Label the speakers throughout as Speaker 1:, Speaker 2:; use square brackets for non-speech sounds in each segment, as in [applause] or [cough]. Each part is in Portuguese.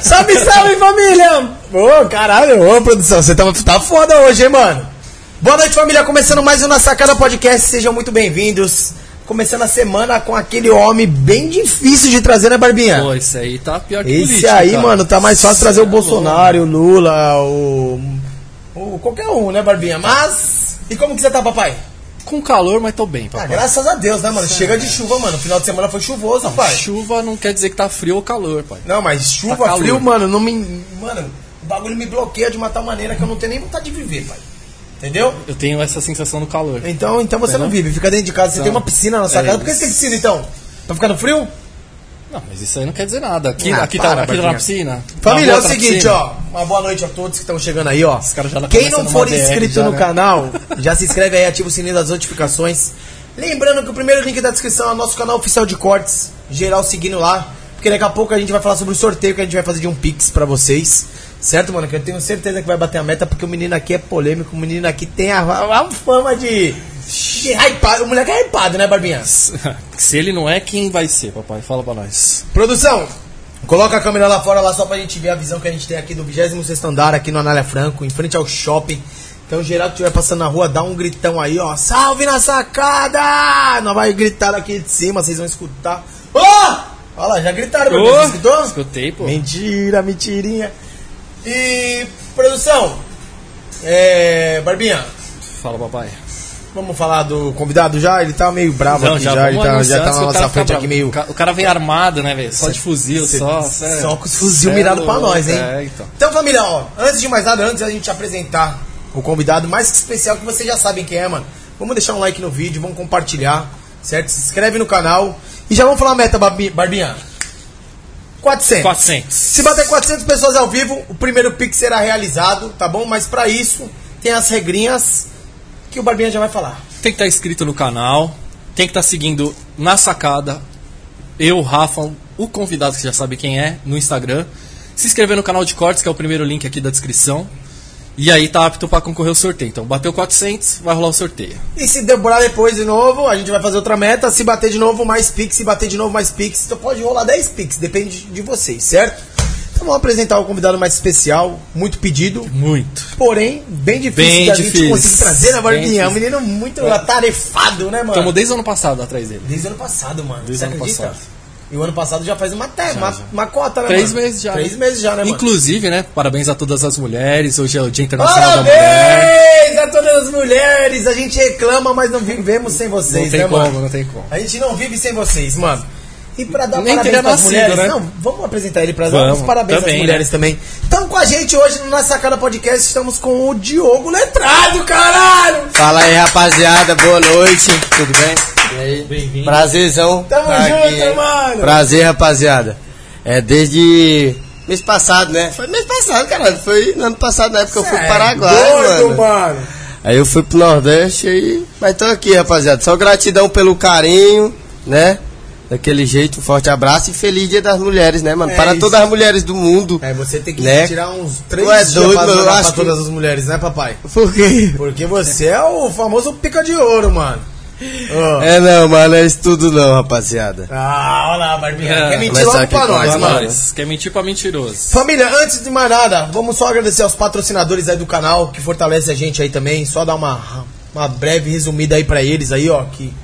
Speaker 1: salve, salve, família! Ô, caralho, ô, produção, você tá, tá foda hoje, hein, mano? Boa noite, família. Começando mais um Na Sacada Podcast. Sejam muito bem-vindos. Começando a semana com aquele homem bem difícil de trazer, né, Barbinha?
Speaker 2: Pô, esse aí tá pior que
Speaker 1: Esse
Speaker 2: política,
Speaker 1: aí,
Speaker 2: cara.
Speaker 1: mano, tá mais fácil trazer o
Speaker 2: Cê é louco.
Speaker 1: Bolsonaro, o Lula, o... o... Qualquer um, né, Barbinha? Mas... E como que você tá, papai?
Speaker 2: Com calor, mas tô bem,
Speaker 1: Ah,
Speaker 2: papai. é
Speaker 1: graças a Deus, né, mano? Chega de chuva, mano. Final de semana foi chuvoso, pai.
Speaker 2: Chuva não quer dizer que tá frio ou calor, pai.
Speaker 1: Não, mas chuva,
Speaker 2: Tá calor.
Speaker 1: frio, mano, não me. Mano, o bagulho me bloqueia de uma tal maneira que eu não tenho nem vontade de viver, pai. Entendeu?
Speaker 2: Eu tenho essa sensação do calor.
Speaker 1: Então, então você não vive, fica dentro de casa, você
Speaker 2: é. Não.
Speaker 1: tem uma piscina na sua
Speaker 2: É
Speaker 1: casa. Por que
Speaker 2: isso.
Speaker 1: você tem piscina então? Pra ficar no frio?
Speaker 2: Não, mas isso aí não quer dizer nada. Aqui,
Speaker 1: Ah,
Speaker 2: aqui,
Speaker 1: para,
Speaker 2: tá, aqui tá
Speaker 1: Barbinha.
Speaker 2: na piscina.
Speaker 1: Família,
Speaker 2: Na
Speaker 1: é o
Speaker 2: rua tá na
Speaker 1: seguinte,
Speaker 2: piscina.
Speaker 1: ó. Uma boa noite a todos que estão chegando aí, ó.
Speaker 2: caras já tá
Speaker 1: Quem
Speaker 2: começam
Speaker 1: não for
Speaker 2: numa BR
Speaker 1: inscrito
Speaker 2: já,
Speaker 1: no
Speaker 2: né? [laughs]
Speaker 1: canal, já se inscreve aí, ativa o sininho das notificações. Lembrando que o primeiro link da descrição é o nosso canal oficial de cortes. Geral seguindo lá. Porque daqui a pouco a gente vai falar sobre o sorteio que a gente vai fazer de um Pix pra vocês. Certo, mano? Que eu tenho certeza que vai bater a meta, porque o menino aqui é polêmico, o menino aqui tem a, a- a fama de. de hypado. O moleque é hypado, né, Barbinha?
Speaker 2: [laughs] Se ele não é, quem vai ser, papai? Fala pra nós.
Speaker 1: Produção, coloca a câmera lá fora lá só pra gente ver a visão que a gente tem aqui do 26 andar aqui no Anália Franco, em frente ao shopping. Então, geral que estiver passando na rua, dá um gritão aí, ó. Salve na sacada! Nós vai gritar aqui de cima, vocês vão escutar. Ô! Olha lá, já gritaram, meu
Speaker 2: Ô!
Speaker 1: Deus, escutou?
Speaker 2: Escutei, pô.
Speaker 1: Mentira, mentirinha. E, produção, é, Barbinha,
Speaker 2: Fala, papai.
Speaker 1: vamos falar do convidado já? Ele tá meio bravo
Speaker 2: Não,
Speaker 1: aqui
Speaker 2: já,
Speaker 1: já,
Speaker 2: vamos
Speaker 1: ele tá,
Speaker 2: anunciar
Speaker 1: já tá na
Speaker 2: antes que o
Speaker 1: nossa
Speaker 2: cara fica
Speaker 1: frente
Speaker 2: bravo.
Speaker 1: aqui meio...
Speaker 2: O ca- O cara vem armado, né, velho? Só de fuzil,
Speaker 1: Cê-
Speaker 2: só. cê-
Speaker 1: Só com os fuzil
Speaker 2: cê é
Speaker 1: mirado pra
Speaker 2: louco,
Speaker 1: nós, hein?
Speaker 2: É, então.
Speaker 1: família, ó, antes de mais nada, antes da gente apresentar o convidado mais que especial que vocês já sabem quem é, mano. Vamos deixar um like no vídeo, vamos compartilhar, certo? Se inscreve no canal e já vamos falar a meta, Barbi- Barbinha. 400.
Speaker 2: 400.
Speaker 1: Se bater 400 pessoas ao vivo, o primeiro pix será realizado, tá bom? Mas pra isso, tem as regrinhas que o Barbinha já vai falar.
Speaker 2: Tem que estar inscrito no canal, tem que estar seguindo na sacada, eu, o Rafa, o convidado que já sabe quem é, no Instagram. Se inscrever no canal de cortes, que é o primeiro link aqui da descrição. E aí tá apto pra concorrer ao sorteio. Então, bateu 400, vai rolar o sorteio.
Speaker 1: E se demorar depois de novo, a gente vai fazer outra meta. Se bater de novo, mais Pix. Se bater de novo, mais Pix. Então pode rolar 10 Pix, depende de vocês, certo? Então vamos apresentar o convidado mais especial, muito pedido.
Speaker 2: Muito.
Speaker 1: Porém, bem difícil
Speaker 2: Bem
Speaker 1: da gente
Speaker 2: difícil.
Speaker 1: conseguir trazer, né,
Speaker 2: Bem
Speaker 1: Barbinha? É um
Speaker 2: difícil.
Speaker 1: menino muito atarefado, né, mano?
Speaker 2: Estamos desde o ano passado atrás dele.
Speaker 1: Desde o ano passado, mano.
Speaker 2: Desde
Speaker 1: Você
Speaker 2: o ano
Speaker 1: acredita?
Speaker 2: passado.
Speaker 1: E o ano passado já faz uma, te- uma, uma cota, né,
Speaker 2: Três
Speaker 1: mano?
Speaker 2: meses já.
Speaker 1: Três
Speaker 2: né?
Speaker 1: meses já, né, mano?
Speaker 2: Inclusive, né? Parabéns a todas as mulheres. Hoje é o Dia Internacional da Mulher.
Speaker 1: Parabéns a todas as mulheres! A gente reclama, mas não vivemos sem vocês,
Speaker 2: Não tem
Speaker 1: né,
Speaker 2: como,
Speaker 1: mano?
Speaker 2: não tem como.
Speaker 1: A gente não vive sem vocês, mano. E pra dar
Speaker 2: Nem
Speaker 1: parabéns
Speaker 2: teria
Speaker 1: pras
Speaker 2: nascido,
Speaker 1: mulheres,
Speaker 2: né?
Speaker 1: não, vamos apresentar ele para
Speaker 2: Vamos,
Speaker 1: os parabéns às
Speaker 2: também,
Speaker 1: mulheres
Speaker 3: né?
Speaker 1: também. Então com a gente hoje no Na Sacada Podcast estamos com o Diogo Letrado, caralho!
Speaker 3: Fala aí, rapaziada, boa noite, tudo bem? E aí?
Speaker 2: Bem-vindo.
Speaker 3: Prazerzão.
Speaker 1: Tamo
Speaker 3: tá
Speaker 1: junto,
Speaker 3: hein?
Speaker 1: mano.
Speaker 3: Prazer, rapaziada. É desde mês passado, né? Foi mês passado, caralho. Foi no ano passado, na época que eu fui pro Paraguai,
Speaker 1: é doido,
Speaker 3: mano.
Speaker 1: mano.
Speaker 3: Aí eu fui pro Nordeste e. Mas tô aqui, rapaziada. Só gratidão pelo carinho, né? Daquele jeito, um forte abraço e feliz dia das mulheres, né, mano?
Speaker 1: É
Speaker 3: Para
Speaker 1: isso.
Speaker 3: todas as mulheres do mundo.
Speaker 1: É, você tem que
Speaker 3: Né?
Speaker 1: tirar uns três
Speaker 3: Tu é doido,
Speaker 1: pra,
Speaker 3: eu
Speaker 1: mandar pra
Speaker 3: acho que-
Speaker 1: todas as mulheres, né, papai?
Speaker 3: Por quê?
Speaker 1: Porque você é o famoso pica de ouro, mano. Ó.
Speaker 3: É não, mano, é isso tudo não, rapaziada.
Speaker 1: Ah, olha lá, Barbinha.
Speaker 2: É,
Speaker 1: Quer mentir
Speaker 3: mas
Speaker 1: logo
Speaker 3: aqui
Speaker 1: pra
Speaker 3: com
Speaker 1: nós,
Speaker 2: Pra
Speaker 3: nós,
Speaker 1: mano.
Speaker 2: nós. Quer mentir pra mentiroso.
Speaker 1: Família, antes de mais nada, vamos só agradecer aos patrocinadores aí do canal que fortalece a gente aí também. Só dar uma, uma breve resumida aí pra eles aí, ó, que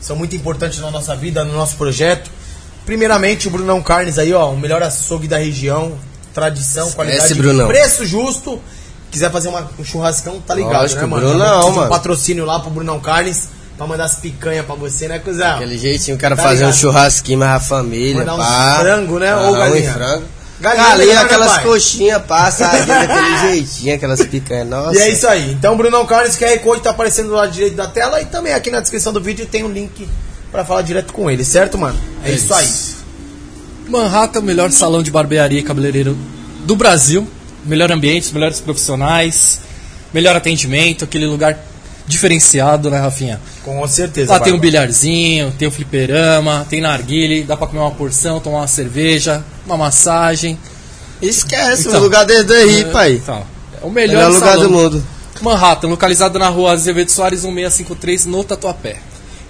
Speaker 1: são muito importantes na nossa vida, no nosso projeto. Primeiramente, o Brunão Carnes aí, ó, o melhor açougue da região, tradição, qualidade,
Speaker 3: Brunão.
Speaker 1: preço justo. Quiser fazer uma- um churrascão, tá ligado,
Speaker 3: Lógico,
Speaker 1: né, mano?
Speaker 3: Brunão, é
Speaker 1: Já precisa de um
Speaker 3: mano.
Speaker 1: patrocínio lá pro Brunão Carnes pra mandar as picanhas pra você, né, cuzão?
Speaker 3: Aquele jeitinho, o cara
Speaker 1: Tá
Speaker 3: fazer um
Speaker 1: ligado.
Speaker 3: churrasquinho mais a família,
Speaker 1: Mandar uns
Speaker 3: pá.
Speaker 1: frango, né?
Speaker 3: Ah,
Speaker 1: Ou
Speaker 3: um
Speaker 1: galinha.
Speaker 3: frango.
Speaker 1: Galinha,
Speaker 3: Galinha,
Speaker 1: né,
Speaker 3: aquelas
Speaker 1: pai?
Speaker 3: coxinhas, pá,
Speaker 1: [laughs]
Speaker 3: sardinha, daquele jeitinho, aquelas picanhas, nossa.
Speaker 1: E é isso aí. Então, Brunão Carnes, QR Code tá aparecendo do lado direito da tela e também aqui na descrição do vídeo tem um link pra falar direto com ele, certo, mano? É,
Speaker 2: É
Speaker 1: isso aí.
Speaker 2: Manhattan, o melhor salão de barbearia e cabeleireiro do Brasil. Melhor ambiente, os melhores profissionais, melhor atendimento, aquele lugar diferenciado, né, Rafinha?
Speaker 1: Com certeza.
Speaker 2: Lá tem um
Speaker 1: Barba.
Speaker 2: bilharzinho, tem o fliperama, tem narguile, dá pra comer uma porção, tomar uma cerveja, uma massagem.
Speaker 3: Esquece,
Speaker 2: Então.
Speaker 3: o lugar tá desde aí, pai.
Speaker 2: Então, é o melhor,
Speaker 3: Melhor lugar
Speaker 2: salão.
Speaker 3: do mundo.
Speaker 2: Manhattan, localizado na rua um Azevedo Soares 1653, no Tatuapé.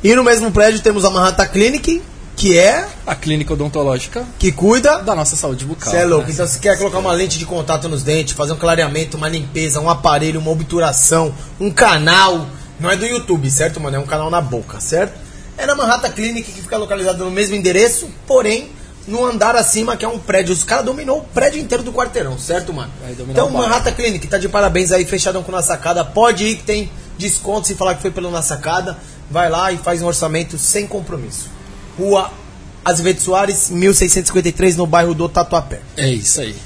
Speaker 1: E no mesmo prédio temos a Manhattan Clinic, que é
Speaker 2: A clínica odontológica
Speaker 1: que cuida.
Speaker 2: da nossa saúde bucal.
Speaker 1: Você é louco.
Speaker 2: né?
Speaker 1: Então, se quer colocar uma lente de contato nos dentes, fazer um clareamento, uma limpeza, um aparelho, uma obturação, um canal. Não é do YouTube, certo, mano? É um canal na boca, certo? É na Manhattan Clinic, que fica localizada no mesmo endereço, porém, no andar acima, que é um prédio. Os caras dominou o prédio inteiro do quarteirão, certo, mano?
Speaker 2: Vai dominar
Speaker 1: Então,
Speaker 2: o bairro.
Speaker 1: Manhattan Clinic, tá de parabéns aí, fechadão com Na Sacada. Pode ir que tem desconto se falar que foi pelo Na Sacada. Vai lá e faz um orçamento sem compromisso. Rua Azevedo Soares, 1653, no bairro do Tatuapé.
Speaker 2: É isso aí.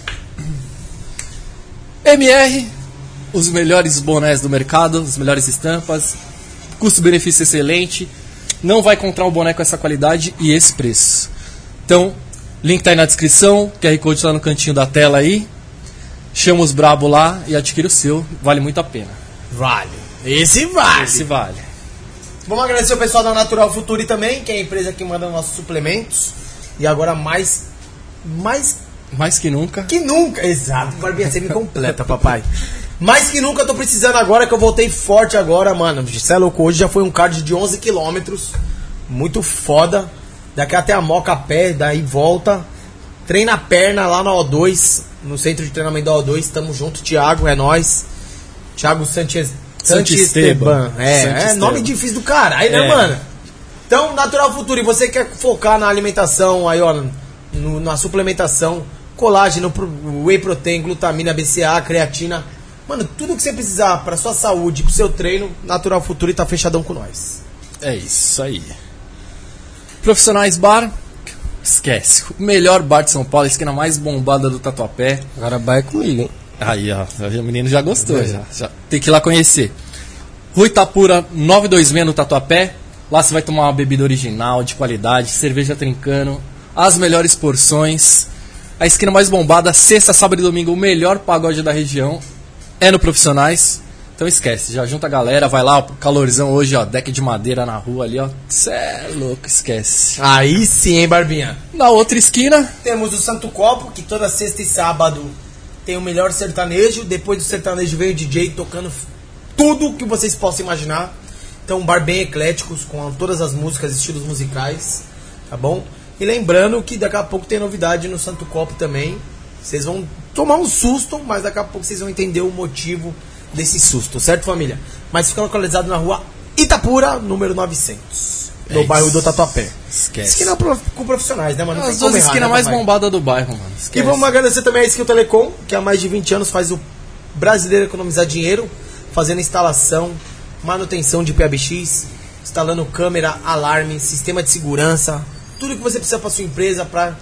Speaker 2: MR, os melhores bonés do mercado, as melhores estampas, custo-benefício excelente. Não vai comprar um boné com essa qualidade e esse preço. Então, link tá aí na descrição, QR Code tá no cantinho da tela aí. Chama os brabo lá e adquira o seu, vale muito a pena.
Speaker 1: Vale. Esse vale.
Speaker 2: Esse vale.
Speaker 1: Vamos agradecer o pessoal da Natural Futuri também, que é a empresa que manda nossos suplementos. E agora mais. Mais
Speaker 2: Mais que nunca.
Speaker 1: que nunca. Exato, Barbinha, você me completa, papai. Mais que nunca eu tô precisando agora, que eu voltei forte agora, mano. Você é louco, hoje já foi um card de 11 quilômetros. Muito foda. Daqui até a Moca a pé, daí volta. Treina a perna lá na O2, no centro de treinamento da O2. Tamo junto, Thiago, é nóis. Thiago Sanches,
Speaker 2: Santisteban.
Speaker 1: Santisteban. É, é
Speaker 2: Santisteban.
Speaker 1: nome difícil do caralho, né,
Speaker 2: É.
Speaker 1: mano? Então, Natural Futuro, e você quer focar na alimentação, aí, ó, no- na suplementação, colágeno, pro- whey protein, glutamina, BCA, creatina. Mano, tudo que você precisar pra sua saúde, pro seu treino, Natural Futuro tá fechadão com nós.
Speaker 2: É isso aí. Profissionais Bar, esquece. O melhor bar de São Paulo, a esquina mais bombada do Tatuapé.
Speaker 3: Agora vai comigo, hein?
Speaker 2: Aí, ó, o menino já gostou, já, já. Tem que ir lá conhecer. Rui Tapura 926 no Tatuapé. Lá você vai tomar uma bebida original, de qualidade, cerveja trincando, as melhores porções. A esquina mais bombada, sexta, sábado e domingo, o melhor pagode da região é no Profissionais. Então esquece, já junta a galera, vai lá, ó, calorzão hoje, ó, deck de madeira na rua ali, ó. Cê é louco, esquece.
Speaker 1: Aí sim, hein, Barbinha?
Speaker 2: Na outra esquina,
Speaker 1: Temos o Santo Copo, que toda sexta e sábado tem o melhor sertanejo. Depois do sertanejo veio o DJ tocando f- tudo que vocês possam imaginar. Então, um bar bem ecléticos, com todas as músicas, estilos musicais, tá bom? E lembrando que daqui a pouco tem novidade no Santo Copo também. Vocês vão tomar um susto, mas daqui a pouco vocês vão entender o motivo desse susto, certo, família? Mas fica localizado na rua Itapura, número 900,
Speaker 2: É
Speaker 1: no
Speaker 2: isso.
Speaker 1: bairro do Tatuapé.
Speaker 2: Esquece.
Speaker 1: Esquina pro- com profissionais, né, mano? Não tem
Speaker 2: as
Speaker 1: como
Speaker 2: duas
Speaker 1: errar,
Speaker 2: esquinas
Speaker 1: né,
Speaker 2: mais
Speaker 1: papai?
Speaker 2: bombadas do bairro, mano.
Speaker 1: E
Speaker 2: Esquece.
Speaker 1: vamos agradecer também a Skill Telecom, que há mais de 20 anos faz o brasileiro economizar dinheiro, fazendo instalação, manutenção de PBX, instalando câmera, alarme, sistema de segurança, tudo que você precisa para sua empresa para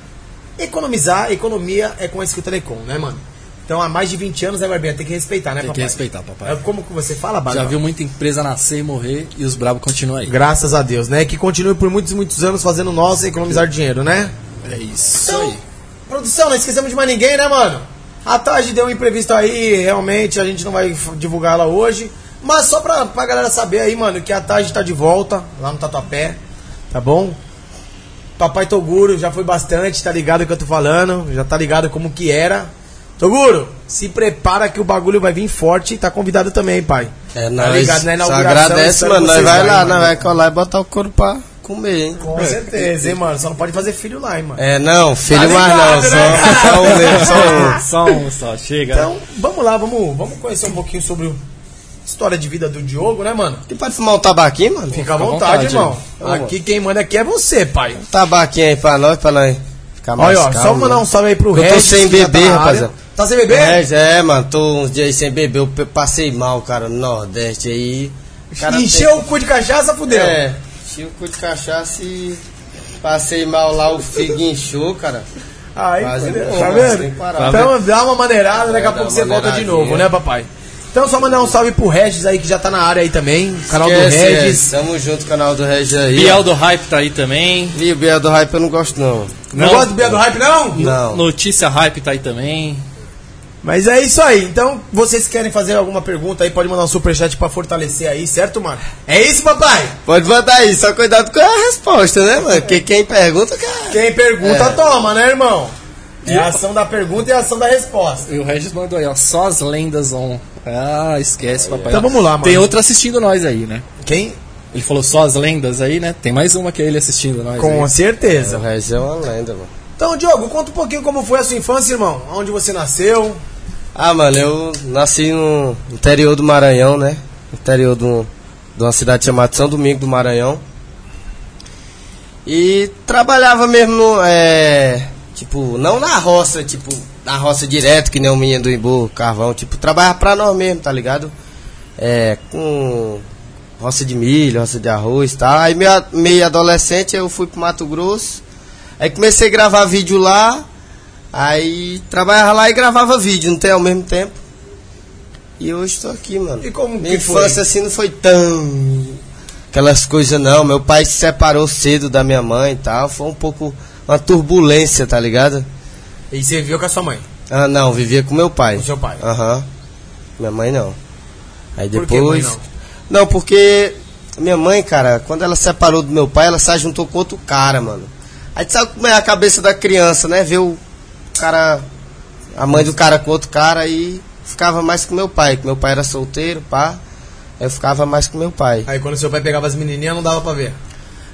Speaker 1: economizar. Economia é com a Skill Telecom, né, mano? Então há mais de 20 anos, né, Barbinha? Tem que respeitar, né,
Speaker 2: Tem que
Speaker 1: papai?
Speaker 2: respeitar, papai.
Speaker 1: É como que você fala,
Speaker 2: Já
Speaker 1: Barbinha?
Speaker 2: viu muita empresa nascer e morrer e os brabo continuam aí.
Speaker 1: Graças a Deus, né? Que continue por muitos, muitos anos fazendo nós economizar dinheiro, né?
Speaker 2: É isso
Speaker 1: Então, produção, não esquecemos de mais ninguém, né, mano? A tarde deu um imprevisto aí, realmente, a gente não vai f- divulgar ela hoje. Mas só pra, pra galera saber aí, mano, que a tarde tá de volta lá no Tatuapé, tá bom? Papai Toguro já foi bastante, tá ligado o que eu tô falando, já tá ligado como que era. Toguro, se prepara que o bagulho vai vir forte, tá convidado também, hein, pai.
Speaker 3: É
Speaker 1: tá
Speaker 3: nóis.
Speaker 1: ligado, né?
Speaker 3: Só
Speaker 1: Inauguração,
Speaker 3: agradece,
Speaker 1: espero
Speaker 3: mano.
Speaker 1: vocês
Speaker 3: Nós vai lá,
Speaker 1: hein,
Speaker 3: nós
Speaker 1: mano.
Speaker 3: vai colar e botar o couro pra comer, hein?
Speaker 1: Com certeza, hein, mano? Só não pode fazer filho lá, hein, mano?
Speaker 3: É, não, filho
Speaker 1: Tá
Speaker 3: mais
Speaker 1: ligado,
Speaker 3: não,
Speaker 1: né,
Speaker 3: [laughs] só, só um mesmo,
Speaker 1: tá.
Speaker 3: só um.
Speaker 2: só um só, chega.
Speaker 1: Então, vamos lá, vamos, vamos conhecer um pouquinho sobre a história de vida do Diogo, né, mano?
Speaker 3: Você pode fumar um tabaquinho, mano?
Speaker 1: Fica à
Speaker 2: Fica à
Speaker 1: vontade,
Speaker 2: vontade,
Speaker 1: irmão.
Speaker 3: irmão.
Speaker 1: Aqui quem manda aqui é você, pai.
Speaker 3: Um tabaquinho aí pra nós, pra nós ficar mais
Speaker 1: Olha, ó,
Speaker 3: calmo,
Speaker 1: só mandar um
Speaker 3: mano.
Speaker 1: salve aí pro
Speaker 3: Eu tô
Speaker 1: Regis.
Speaker 3: sem
Speaker 1: que já
Speaker 3: beber,
Speaker 1: na área.
Speaker 3: rapaziada.
Speaker 1: Tá sem beber?
Speaker 3: É, já é, mano, tô uns dias aí sem beber, eu pe- passei mal, cara, no Nordeste aí. O cara
Speaker 1: Encheu o cu de cachaça,
Speaker 3: tem-
Speaker 1: fudeu.
Speaker 3: É, enchi o cu de cachaça e passei mal lá, o figo inchou, cara.
Speaker 1: Aí,
Speaker 3: Quase
Speaker 1: fudeu,
Speaker 3: bom,
Speaker 1: tá
Speaker 3: mas tem
Speaker 1: vendo?
Speaker 3: que parar. Tá
Speaker 1: Então dá uma maneirada, daqui a
Speaker 3: É, dá
Speaker 1: pouco
Speaker 3: uma
Speaker 1: você volta de
Speaker 3: maneiradinha.
Speaker 1: novo, né, papai? Então só mandar um salve pro Regis aí que já tá na área aí também. Canal do
Speaker 3: Esquece,
Speaker 1: Regis.
Speaker 3: é, Tamo junto, canal do Regis aí.
Speaker 2: Biel do Hype tá aí também.
Speaker 3: Ih, o Biel do Hype eu não gosto, é. não.
Speaker 1: Não,
Speaker 2: Não.
Speaker 1: gosta do Bia do Hype, não?
Speaker 3: Não.
Speaker 2: Notícia Hype tá aí também.
Speaker 1: Mas é isso aí. Então, vocês querem fazer alguma pergunta aí, pode mandar um superchat pra fortalecer aí, certo, mano? É isso, papai?
Speaker 3: Pode mandar aí, só cuidado com a resposta, né, mano? Porque quem pergunta, cara.
Speaker 1: Quem pergunta,
Speaker 3: É.
Speaker 1: toma, né, irmão? É a ação da pergunta e a ação da resposta.
Speaker 2: E o Regis mandou aí, ó, só as lendas on. Ah, esquece, papai.
Speaker 1: Então vamos lá, mano.
Speaker 2: Tem outro assistindo nós aí, né?
Speaker 1: Quem?
Speaker 2: Ele falou só as lendas aí, né? Tem mais uma que é ele assistindo nós.
Speaker 1: Com
Speaker 2: aí.
Speaker 1: certeza.
Speaker 3: O Regis é uma lenda, mano.
Speaker 1: Então, Diogo, conta um pouquinho como foi a sua infância, irmão. Onde você nasceu?
Speaker 3: Ah, mano, eu nasci no interior do Maranhão, né? Interior do, de uma cidade chamada São Domingo do Maranhão. E trabalhava mesmo, no, é, tipo, não na roça, tipo, na roça direto, que nem o menino do Imbu, carvão. Tipo, trabalhava pra nós mesmo, tá ligado? É, com roça de milho, roça de arroz e tal. Aí, meio, a- meio adolescente, eu fui pro Mato Grosso. Aí comecei a gravar vídeo lá. Aí trabalhava lá e gravava vídeo, não tem ao mesmo tempo. E hoje tô aqui, mano.
Speaker 1: E como
Speaker 3: Minha
Speaker 1: que foi?
Speaker 3: infância assim não foi tão. Aquelas coisas não. Meu pai se separou cedo da minha mãe e tal. Foi um pouco uma turbulência, tá ligado?
Speaker 1: E você viveu com a sua mãe?
Speaker 3: Ah, não, vivia com meu pai.
Speaker 1: Com seu pai.
Speaker 3: Aham. Minha mãe não. Aí
Speaker 1: Por
Speaker 3: depois.
Speaker 1: que mãe não?
Speaker 3: Não, porque minha mãe, cara, quando ela separou do meu pai, ela se juntou com outro cara, mano. Aí tu sabe como é a cabeça da criança, né? Ver o cara. A mãe do cara com outro cara e ficava mais com meu pai, que meu pai era solteiro, pá. Aí eu ficava mais com meu pai.
Speaker 1: Aí quando seu pai pegava as menininhas, não dava pra ver.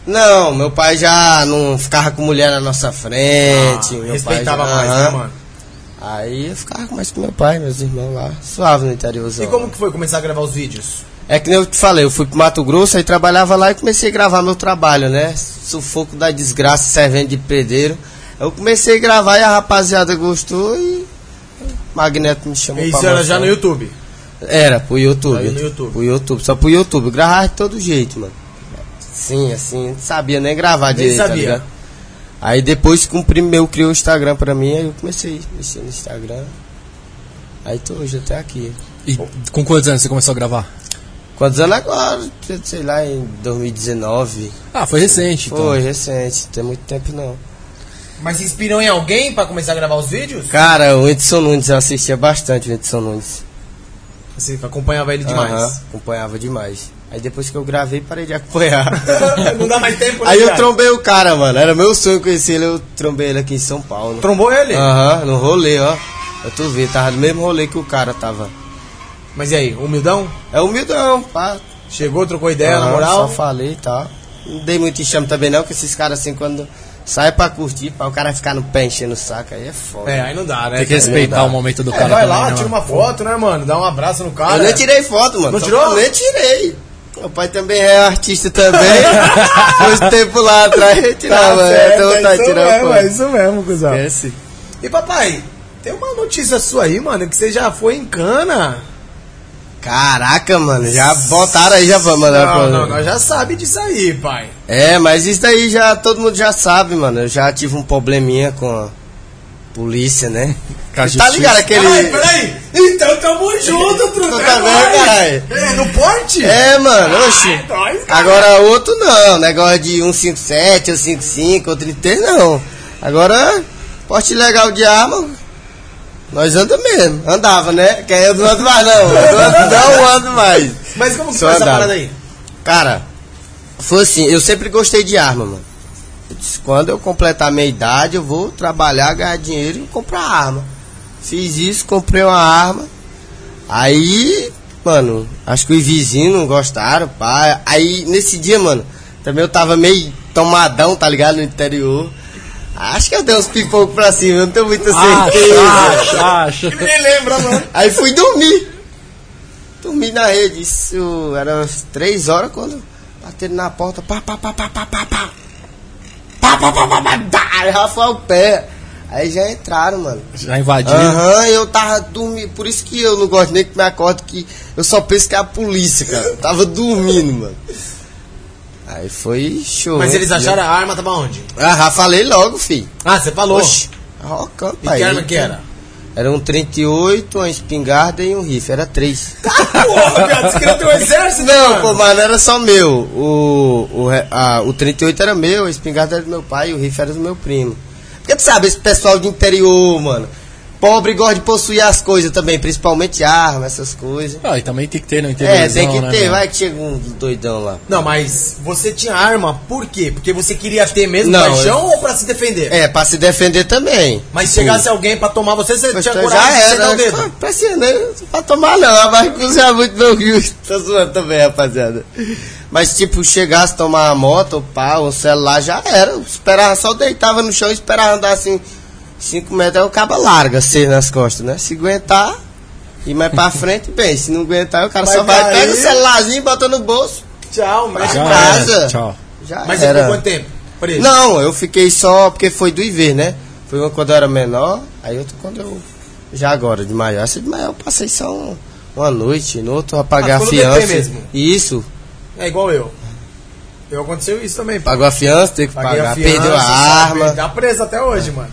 Speaker 3: Não, meu pai já não ficava com mulher na nossa frente.
Speaker 1: Ah,
Speaker 3: É, meu
Speaker 1: respeitava
Speaker 3: pai já,
Speaker 1: mais, né,
Speaker 3: Aham.
Speaker 1: mano?
Speaker 3: Aí eu ficava mais com meu pai, meus irmãos lá. Suave no interiorzão.
Speaker 1: E como que foi começar a gravar os vídeos?
Speaker 3: É que nem eu te falei, eu fui pro Mato Grosso, aí trabalhava lá e comecei a gravar meu trabalho, né? Sufoco da desgraça, servente de pedreiro. Eu comecei a gravar e a rapaziada gostou e. o Magneto me chamou
Speaker 1: E
Speaker 3: pra
Speaker 1: isso era já
Speaker 3: mostrar.
Speaker 1: no YouTube.
Speaker 3: Era, pro YouTube.
Speaker 1: Saiu no YouTube.
Speaker 3: Pro YouTube, só pro YouTube. Eu Gravava de todo jeito, mano. Sim, assim, não sabia nem gravar direito, tá
Speaker 1: sabia.
Speaker 3: ligado? aí depois que um primo meu criou o Instagram pra mim, aí eu comecei a mexer no Instagram. Aí tô hoje até aqui.
Speaker 2: E com quantos anos você começou a gravar?
Speaker 3: Quantos anos agora? Sei lá, em 2019.
Speaker 2: Ah, foi recente. Então.
Speaker 3: Foi, recente, não tem muito tempo não.
Speaker 1: Mas se inspirou em alguém pra começar a gravar os vídeos?
Speaker 3: Cara, o Edson Nunes, eu assistia bastante o Edson Nunes.
Speaker 1: Você acompanhava ele
Speaker 3: Aham,
Speaker 1: demais.
Speaker 3: acompanhava demais. Aí depois que eu gravei, parei
Speaker 1: [laughs]
Speaker 3: de acompanhar.
Speaker 1: não dá mais tempo, né,
Speaker 3: Aí eu
Speaker 1: cara?
Speaker 3: trombei o cara, mano. Era meu sonho conhecer ele, eu trombei ele aqui em São Paulo.
Speaker 1: Trombou ele?
Speaker 3: Aham, no rolê, ó. Eu tu vendo, tava no mesmo rolê que o cara tava.
Speaker 1: Mas e aí, humildão?
Speaker 3: É humildão, pá.
Speaker 1: Chegou, trocou ideia, É, na
Speaker 3: Aham,
Speaker 1: moral?
Speaker 3: Só falei e tal. Não dei muito enxame também não, que esses caras assim, quando sai pra curtir, pra o cara ficar no pé enchendo o saco, aí é foda.
Speaker 1: É, aí não dá, né?
Speaker 2: Tem que
Speaker 1: cara?
Speaker 2: respeitar o momento do
Speaker 1: É,
Speaker 2: cara.
Speaker 1: vai
Speaker 2: também,
Speaker 1: lá,
Speaker 2: né,
Speaker 1: tira
Speaker 2: mano?
Speaker 1: uma foto, né, mano? Dá um abraço no cara.
Speaker 3: Eu nem tirei foto, mano.
Speaker 1: Não
Speaker 3: Só
Speaker 1: tirou?
Speaker 3: que Eu nem tirei. Meu pai também é artista
Speaker 1: [laughs]
Speaker 3: também. Foi tempo lá atrás eu
Speaker 1: Tá
Speaker 3: tirava.
Speaker 1: certo,
Speaker 3: então
Speaker 1: é
Speaker 3: tá
Speaker 1: isso
Speaker 3: tirando
Speaker 1: mesmo, é
Speaker 3: foto.
Speaker 1: isso mesmo, cuzão.
Speaker 3: Esquece.
Speaker 1: E papai, tem uma notícia sua aí, mano, que você já foi em cana.
Speaker 3: Caraca, mano. Já botaram aí, já vamos mandar pra-
Speaker 1: Não, não, nós já sabe disso aí, pai.
Speaker 3: É, mas isso daí já todo mundo já sabe, mano. Eu já tive um probleminha com a polícia, né?
Speaker 2: Com a
Speaker 3: tá
Speaker 2: justiça.
Speaker 3: ligado aquele.
Speaker 1: Ai, peraí! Então tamo
Speaker 3: [laughs]
Speaker 1: junto, truta!
Speaker 3: tá vendo, caralho?
Speaker 1: É, no porte?
Speaker 3: É, mano, oxi.
Speaker 1: É nóis, cara.
Speaker 3: Agora outro não, negócio de 157 ou 55 ou 33 não. Agora, porte legal de arma, nós andamos mesmo. Andava, né? Que aí eu não ando mais não, eu não ando, não ando mais.
Speaker 1: Mas como que
Speaker 3: Só
Speaker 1: foi essa
Speaker 3: andava.
Speaker 1: parada
Speaker 3: [laughs]
Speaker 1: aí?
Speaker 3: Cara, foi assim, eu sempre gostei de arma, mano. Eu disse, quando eu completar a minha idade, eu vou trabalhar, ganhar dinheiro e comprar arma. Fiz isso, comprei uma arma. Aí, mano, acho que os vizinhos não gostaram, pá. Aí, nesse dia, mano, também eu tava meio tomadão, tá ligado, no interior. Acho que eu dei uns pipocos pra cima, eu não tenho muita
Speaker 2: Ah, [laughs]
Speaker 3: certeza.
Speaker 2: Acho, [laughs] acho, acho.
Speaker 1: Me lembra, mano.
Speaker 3: Aí fui dormir. Dormi na rede. Isso era umas três horas quando bateram na porta. Pá, pá, pá, pá, pá, pá, pá. Pá, pá, pá, pá, pá, pá. Aí Rafael pé. Aí já entraram, mano.
Speaker 2: Já invadiu.
Speaker 3: Aham, eu tava dormindo. Por isso que eu não gosto nem que me acorde, que eu só penso que é a polícia, cara. Eu tava dormindo, mano. Aí foi show.
Speaker 1: Mas
Speaker 3: né?
Speaker 1: eles acharam a arma tava onde?
Speaker 3: Ah, falei logo, filho.
Speaker 1: Ah, você falou.
Speaker 3: Oxi. Rocando,
Speaker 1: e que arma que
Speaker 3: [laughs]
Speaker 1: era?
Speaker 3: Era um 38, uma espingarda e um rifle. Era três.
Speaker 2: Tá
Speaker 1: Porra, viado, você queria ter um exército,
Speaker 3: Não,
Speaker 1: mano?
Speaker 3: pô, mano, era só meu. O, o, re- a- o 38 era meu, a espingarda era do meu pai, o rifle era do meu primo. Porque tu sabe, esse pessoal de interior, mano. Pobre gosta de possuir as coisas também, principalmente arma, essas coisas.
Speaker 2: Ah, e também tem que ter, não
Speaker 3: É, tem que
Speaker 2: né,
Speaker 3: ter,
Speaker 2: mano?
Speaker 3: vai que chega um doidão lá.
Speaker 1: Não, mas você tinha arma por quê? Porque você queria ter mesmo
Speaker 3: Não,
Speaker 1: paixão ou pra se defender?
Speaker 3: É, pra se defender também. Tipo,
Speaker 1: Mas chegasse alguém pra tomar você, você
Speaker 3: Mas
Speaker 1: tinha
Speaker 3: já
Speaker 1: coragem de sentar
Speaker 3: era,
Speaker 1: o
Speaker 3: né?
Speaker 1: dedo.
Speaker 3: Ah, Pra ser, né? Pra tomar não, vai cruzar muito meu rio. [laughs] Tá zoando também, rapaziada. Mas tipo, chegasse a tomar a moto, o pau, o celular, já era. Eu Esperava, só deitava no chão e esperava andar assim 5 metros, aí o cabo larga seis nas costas, né? Se aguentar, e mais pra frente, bem, se não aguentar, o cara
Speaker 1: Mas
Speaker 3: só vai,
Speaker 1: daí-
Speaker 3: pega o celularzinho, bota no bolso.
Speaker 1: Tchau, mas.
Speaker 2: Já
Speaker 3: casa.
Speaker 2: era, Tchau.
Speaker 3: Já
Speaker 1: Mas ele
Speaker 3: era.
Speaker 1: ficou quanto tempo? Preso.
Speaker 3: Não, eu fiquei só porque foi do IV, né? Foi uma quando eu era menor, aí outro quando eu. Já agora, de maior. Essa de maior eu passei só um- uma noite, no outro eu paguei
Speaker 1: Ah,
Speaker 3: a
Speaker 1: ficou no
Speaker 3: fiança.
Speaker 1: DP mesmo?
Speaker 3: Isso,
Speaker 1: É igual eu. Eu aconteceu isso também.
Speaker 3: pagou a fiança, teve que
Speaker 1: Paguei
Speaker 3: pagar,
Speaker 1: a fiança,
Speaker 3: perdeu a
Speaker 1: sabe?
Speaker 3: arma.
Speaker 1: Tá preso até hoje, mano.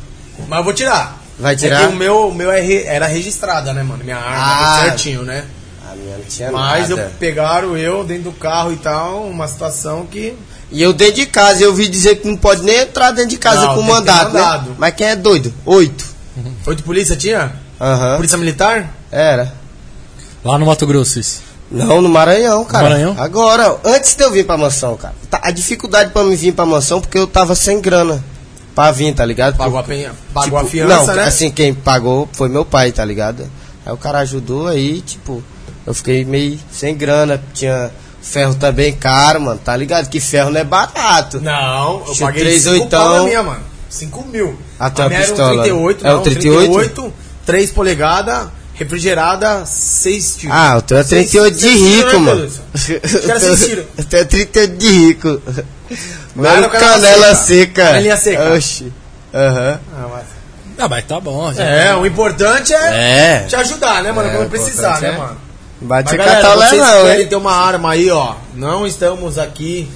Speaker 1: Mas eu vou tirar.
Speaker 3: Vai tirar?
Speaker 1: É que o meu, o meu é re- era registrada, né, mano? Minha arma,
Speaker 3: Ah.
Speaker 1: tudo certinho, né?
Speaker 3: A Ah, minha não tinha
Speaker 1: Mas eu,
Speaker 3: nada.
Speaker 1: pegaram eu dentro do carro e tal, uma situação que.
Speaker 3: E eu dentro de casa, eu ouvi dizer que não pode nem entrar dentro de casa
Speaker 1: Não, tem
Speaker 3: com
Speaker 1: que ter
Speaker 3: mandato, né?
Speaker 1: mandado.
Speaker 3: Mas quem é doido? Oito.
Speaker 1: Foi de polícia, tinha?
Speaker 3: Aham.
Speaker 1: Polícia militar?
Speaker 3: Era.
Speaker 2: Lá no Mato Grosso, isso.
Speaker 3: Não, no Maranhão, cara.
Speaker 2: Maranhão?
Speaker 3: Agora, antes de eu vir pra mansão, cara. tá- a dificuldade pra mim vir pra mansão porque eu tava sem grana pra vir, tá ligado?
Speaker 1: Pagou a,
Speaker 3: Porque,
Speaker 1: penha, pagou a
Speaker 3: tipo,
Speaker 1: fiança,
Speaker 3: não,
Speaker 1: né?
Speaker 3: assim, quem pagou foi meu pai, tá ligado? Aí o cara ajudou aí, tipo, eu fiquei meio sem grana. Tinha ferro também caro, mano, tá ligado? Que ferro não é barato.
Speaker 1: Não, eu
Speaker 3: Tinha
Speaker 1: paguei
Speaker 3: três
Speaker 1: 5
Speaker 3: oitão.
Speaker 1: pau na minha, mano. 5 mil.
Speaker 3: A tua
Speaker 1: minha
Speaker 3: pistola.
Speaker 1: era um 38,
Speaker 3: É
Speaker 1: não,
Speaker 3: o
Speaker 1: 38?
Speaker 3: 38?
Speaker 1: 3 polegadas, refrigerada, 6 tiros.
Speaker 3: Ah, o teu é
Speaker 1: Seis-
Speaker 3: 38 de
Speaker 1: seis tiros,
Speaker 3: rico,
Speaker 1: né,
Speaker 3: mano. [laughs]
Speaker 1: Deus? Cara, sem tiro.
Speaker 3: O teu é 38 de rico. Mano,
Speaker 1: era canela
Speaker 3: canela
Speaker 1: tá seca.
Speaker 3: seca.
Speaker 1: Canelinha seca.
Speaker 3: Oxi. Aham.
Speaker 1: Ah, mas-
Speaker 2: Ah, mas tá bom, já.
Speaker 1: É, o importante é,
Speaker 3: É.
Speaker 1: te ajudar, né, mano?
Speaker 3: É,
Speaker 1: quando
Speaker 3: o
Speaker 1: precisar, né,
Speaker 3: importante é-
Speaker 1: mano?
Speaker 3: Bate
Speaker 1: Mas,
Speaker 3: a
Speaker 1: galera,
Speaker 3: catalã
Speaker 1: vocês
Speaker 3: não,
Speaker 1: querem
Speaker 3: hein?
Speaker 1: ter uma arma aí, ó. Não estamos aqui,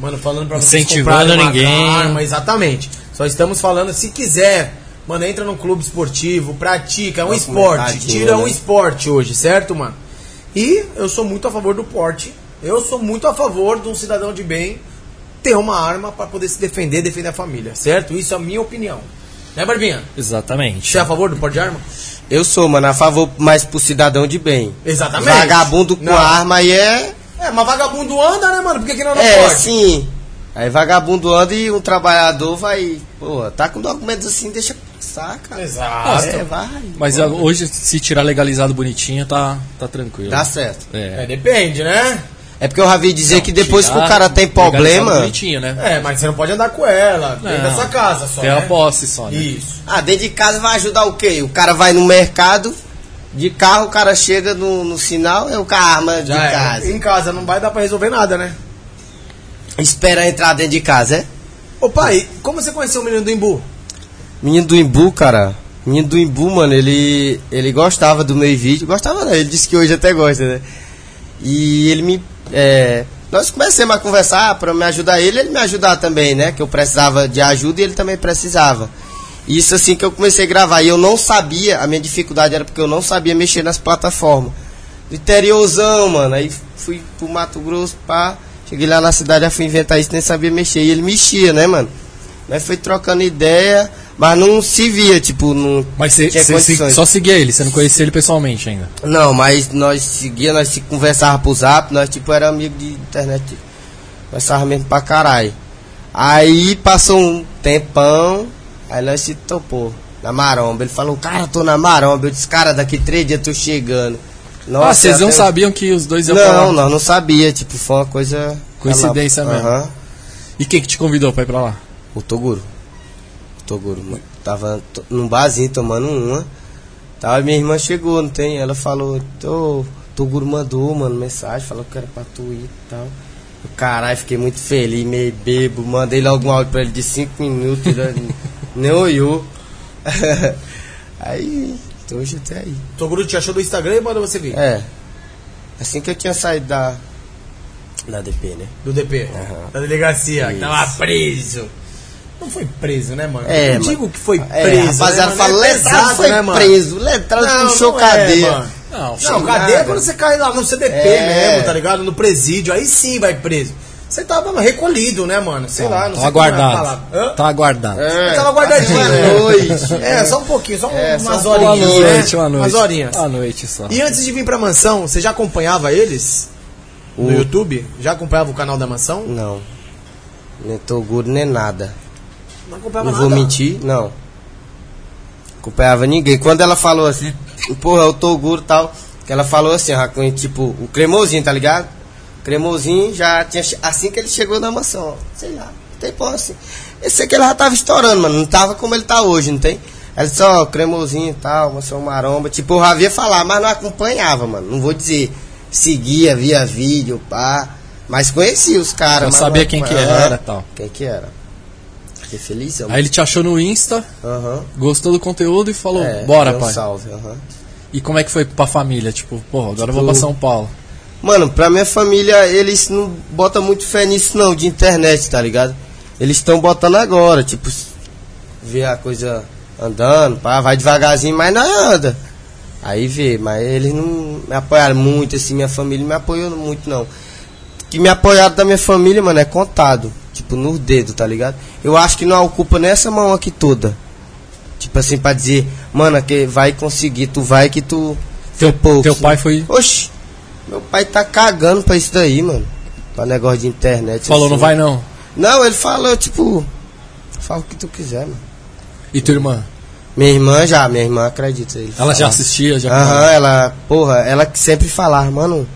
Speaker 1: mano, falando pra vocês
Speaker 2: Incentivando
Speaker 1: comprarem uma
Speaker 2: ninguém.
Speaker 1: Arma, exatamente. Só estamos falando, se quiser, mano, entra num clube esportivo, pratica um
Speaker 3: Uma
Speaker 1: esporte,
Speaker 3: comunidade,
Speaker 1: tira um
Speaker 3: né?
Speaker 1: esporte hoje, certo, mano? E eu sou muito a favor do porte. Eu sou muito a favor de um cidadão de bem ter uma arma pra poder se defender, defender a família, certo? Isso é a minha opinião. Né, Barbinha?
Speaker 2: Exatamente.
Speaker 1: Você é a favor do porte de arma?
Speaker 3: Eu sou, mano, a favor mais pro cidadão de bem.
Speaker 1: Exatamente.
Speaker 3: Vagabundo com
Speaker 1: Não.
Speaker 3: arma aí é.
Speaker 1: É, mas vagabundo anda, né, mano? Por que, que não, não
Speaker 3: É,
Speaker 1: pode?
Speaker 3: sim. Aí vagabundo anda e um trabalhador vai. Pô, tá com documentos assim, deixa passar, cara.
Speaker 1: Exato.
Speaker 3: É, vai.
Speaker 2: Mas ah, hoje, se tirar legalizado bonitinho, tá, tá tranquilo.
Speaker 3: Dá certo.
Speaker 1: É,
Speaker 2: É.
Speaker 1: depende, né?
Speaker 3: É porque eu já vi dizer que depois que
Speaker 2: Tirar,
Speaker 3: o cara tem
Speaker 2: legalizado
Speaker 3: problema.
Speaker 2: Bonitinho, né?
Speaker 1: É, mas você não pode andar com ela dentro
Speaker 2: Não.
Speaker 1: da sua casa
Speaker 3: É.
Speaker 1: só.
Speaker 2: Tem
Speaker 1: né?
Speaker 2: a posse só, né?
Speaker 1: Isso.
Speaker 3: Ah, dentro de casa vai ajudar o quê? O cara vai no mercado, de carro o cara chega no, no sinal, é o cara arma de
Speaker 1: Já é.
Speaker 3: casa.
Speaker 1: Em casa não vai dar pra resolver nada, né?
Speaker 3: Espera entrar dentro de casa, é?
Speaker 1: Ô pai, como você conheceu o menino do Imbu?
Speaker 3: Menino do Imbu, cara. Menino do Imbu, mano, ele, ele gostava do meu vídeo. Gostava, não. Ele disse que hoje até gosta, né? E ele me. é, nós começamos a conversar pra me ajudar ele, ele me ajudar também, né? Que eu precisava de ajuda e ele também precisava. Isso assim que eu comecei a gravar. E eu não sabia, a minha dificuldade era porque eu não sabia mexer nas plataformas. Do interiorzão, mano. Aí fui pro Mato Grosso, pá. Cheguei lá na cidade, já fui inventar isso, nem sabia mexer. E ele mexia, né, mano? Nós foi trocando ideia, mas não se via, tipo, não.
Speaker 2: Mas você
Speaker 3: tinha
Speaker 2: você- você
Speaker 3: condições.
Speaker 2: só seguia ele, você não conhecia ele pessoalmente ainda.
Speaker 3: Não, mas nós seguia, nós se conversava pro zap, nós tipo era amigo de internet. Conversava mesmo pra caralho. Aí passou um tempão, aí nós se topou na maromba. Ele falou, cara, tô na maromba. Eu disse, cara, daqui três dias eu tô chegando. Nossa,
Speaker 2: ah, vocês não
Speaker 3: até- um
Speaker 2: sabiam que os dois iam pra lá.
Speaker 3: Não, nós não sabia, tipo, foi uma coisa.
Speaker 2: Coincidência
Speaker 3: Ela-
Speaker 2: mesmo.
Speaker 3: Aham.
Speaker 2: E quem que te convidou pra ir pra lá?
Speaker 3: O Toguro. O Toguro, mano. Tava to- num barzinho tomando uma. Tá, minha irmã chegou, não tem? Ela falou, ô, Toguro mandou, mano, mensagem, falou que era pra tu ir e tal. Eu, Caralho, fiquei muito feliz, meio bebo. Mandei logo um áudio pra ele de 5 minutos, ele [laughs] nem olhou. [laughs] aí, tô hoje até aí.
Speaker 1: Toguro te achou do Instagram e manda você vir.
Speaker 3: É. Assim que eu tinha saído da. Da DP, né?
Speaker 1: Do DP.
Speaker 3: Aham.
Speaker 1: Da delegacia, que
Speaker 3: Isso.
Speaker 1: tava preso. Não foi preso, né, mano?
Speaker 3: É,
Speaker 1: Eu
Speaker 3: mano.
Speaker 1: digo que foi
Speaker 3: É,
Speaker 1: preso.
Speaker 3: rapaziada,
Speaker 1: né, mano?
Speaker 3: fala,
Speaker 1: É
Speaker 3: Letrado
Speaker 1: pesado,
Speaker 3: foi
Speaker 1: né, mano?
Speaker 3: preso, Letrado
Speaker 1: Não,
Speaker 3: puxou
Speaker 1: não é,
Speaker 3: cadeia.
Speaker 1: mano.
Speaker 2: Não,
Speaker 1: Não,
Speaker 3: Sim,
Speaker 1: cadeia é
Speaker 3: nada.
Speaker 1: quando você cai lá no CDP
Speaker 3: É.
Speaker 1: mesmo, tá ligado? No presídio, aí sim vai preso. Você tava mano, recolhido, né, mano? Sei lá, não
Speaker 2: Tá
Speaker 1: sei como é a palavra. Hã?
Speaker 2: aguardado. Tá aguardado.
Speaker 1: Eu tava guardadinho,
Speaker 3: tá
Speaker 1: né?
Speaker 3: de noite.
Speaker 1: É, só um pouquinho, só um-
Speaker 3: É, só
Speaker 1: umas
Speaker 3: um pouco à
Speaker 1: horinhas.
Speaker 2: Uma
Speaker 1: né?
Speaker 2: noite, uma noite.
Speaker 1: Umas horinhas.
Speaker 2: Uma noite só.
Speaker 1: E antes de vir pra mansão, você já acompanhava eles? No
Speaker 3: O-
Speaker 1: YouTube? Já acompanhava o canal da mansão?
Speaker 3: Não. Nem tô gordo, nem nada.
Speaker 1: Não acompanhava
Speaker 3: Não vou mentir, não. Acompanhava ninguém. Quando ela falou assim, porra, eu tô guro e tal. Que ela falou assim, Racunha, tipo, o cremosinho, tá ligado? O cremosinho já tinha. che- Assim que ele chegou na mansão, sei lá, não tem porra assim. Esse aqui ela já tava estourando, mano. Não tava como ele tá hoje, não tem? Ela disse, ó, cremosinho e tal, mansão maromba. Tipo, eu já via falar, mas não acompanhava, mano. Não vou dizer. Seguia, via vídeo, pá. Mas conhecia os caras,
Speaker 2: Eu
Speaker 3: mas
Speaker 2: sabia
Speaker 3: não
Speaker 2: quem que
Speaker 3: acompanhava.
Speaker 2: era e tal.
Speaker 3: Quem que era? Fiquei feliz, eu.
Speaker 2: Aí ele te achou no Insta,
Speaker 3: Aham.
Speaker 2: gostou do conteúdo e falou,
Speaker 3: É,
Speaker 2: bora,
Speaker 3: deu um
Speaker 2: pai.
Speaker 3: salve, aham.
Speaker 2: E como é que foi pra família? Tipo, porra, agora eu vou pra
Speaker 3: Tipo,
Speaker 2: São Paulo.
Speaker 3: Mano, pra minha família, eles não botam muito fé nisso não, de internet, tá ligado? Eles estão botando agora, tipo, s- vê a coisa andando, pá, vai devagarzinho, mas não anda. Aí vê, mas eles não me apoiaram muito, assim, minha família não me apoiou muito não. Que me apoiaram da minha família, mano, é contado. Tipo, nos dedos, tá ligado? Eu acho que não ocupa nessa mão aqui toda. Tipo assim, pra dizer, mano, que vai conseguir, tu vai que tu.
Speaker 2: Teu,
Speaker 3: pouco,
Speaker 2: teu
Speaker 3: né?
Speaker 2: pai foi.
Speaker 3: Oxi, meu pai tá cagando pra isso daí, mano. Pra negócio de internet.
Speaker 2: Falou,
Speaker 3: assim.
Speaker 2: não vai não.
Speaker 3: Não, ele falou, tipo, fala o que tu quiser, mano.
Speaker 2: E tua irmã?
Speaker 3: Minha irmã já, minha irmã acredita. Ele
Speaker 2: Ela já
Speaker 3: fala.
Speaker 2: assistia, já.
Speaker 3: Ah. Aham, ela, porra, ela que sempre falava, mano,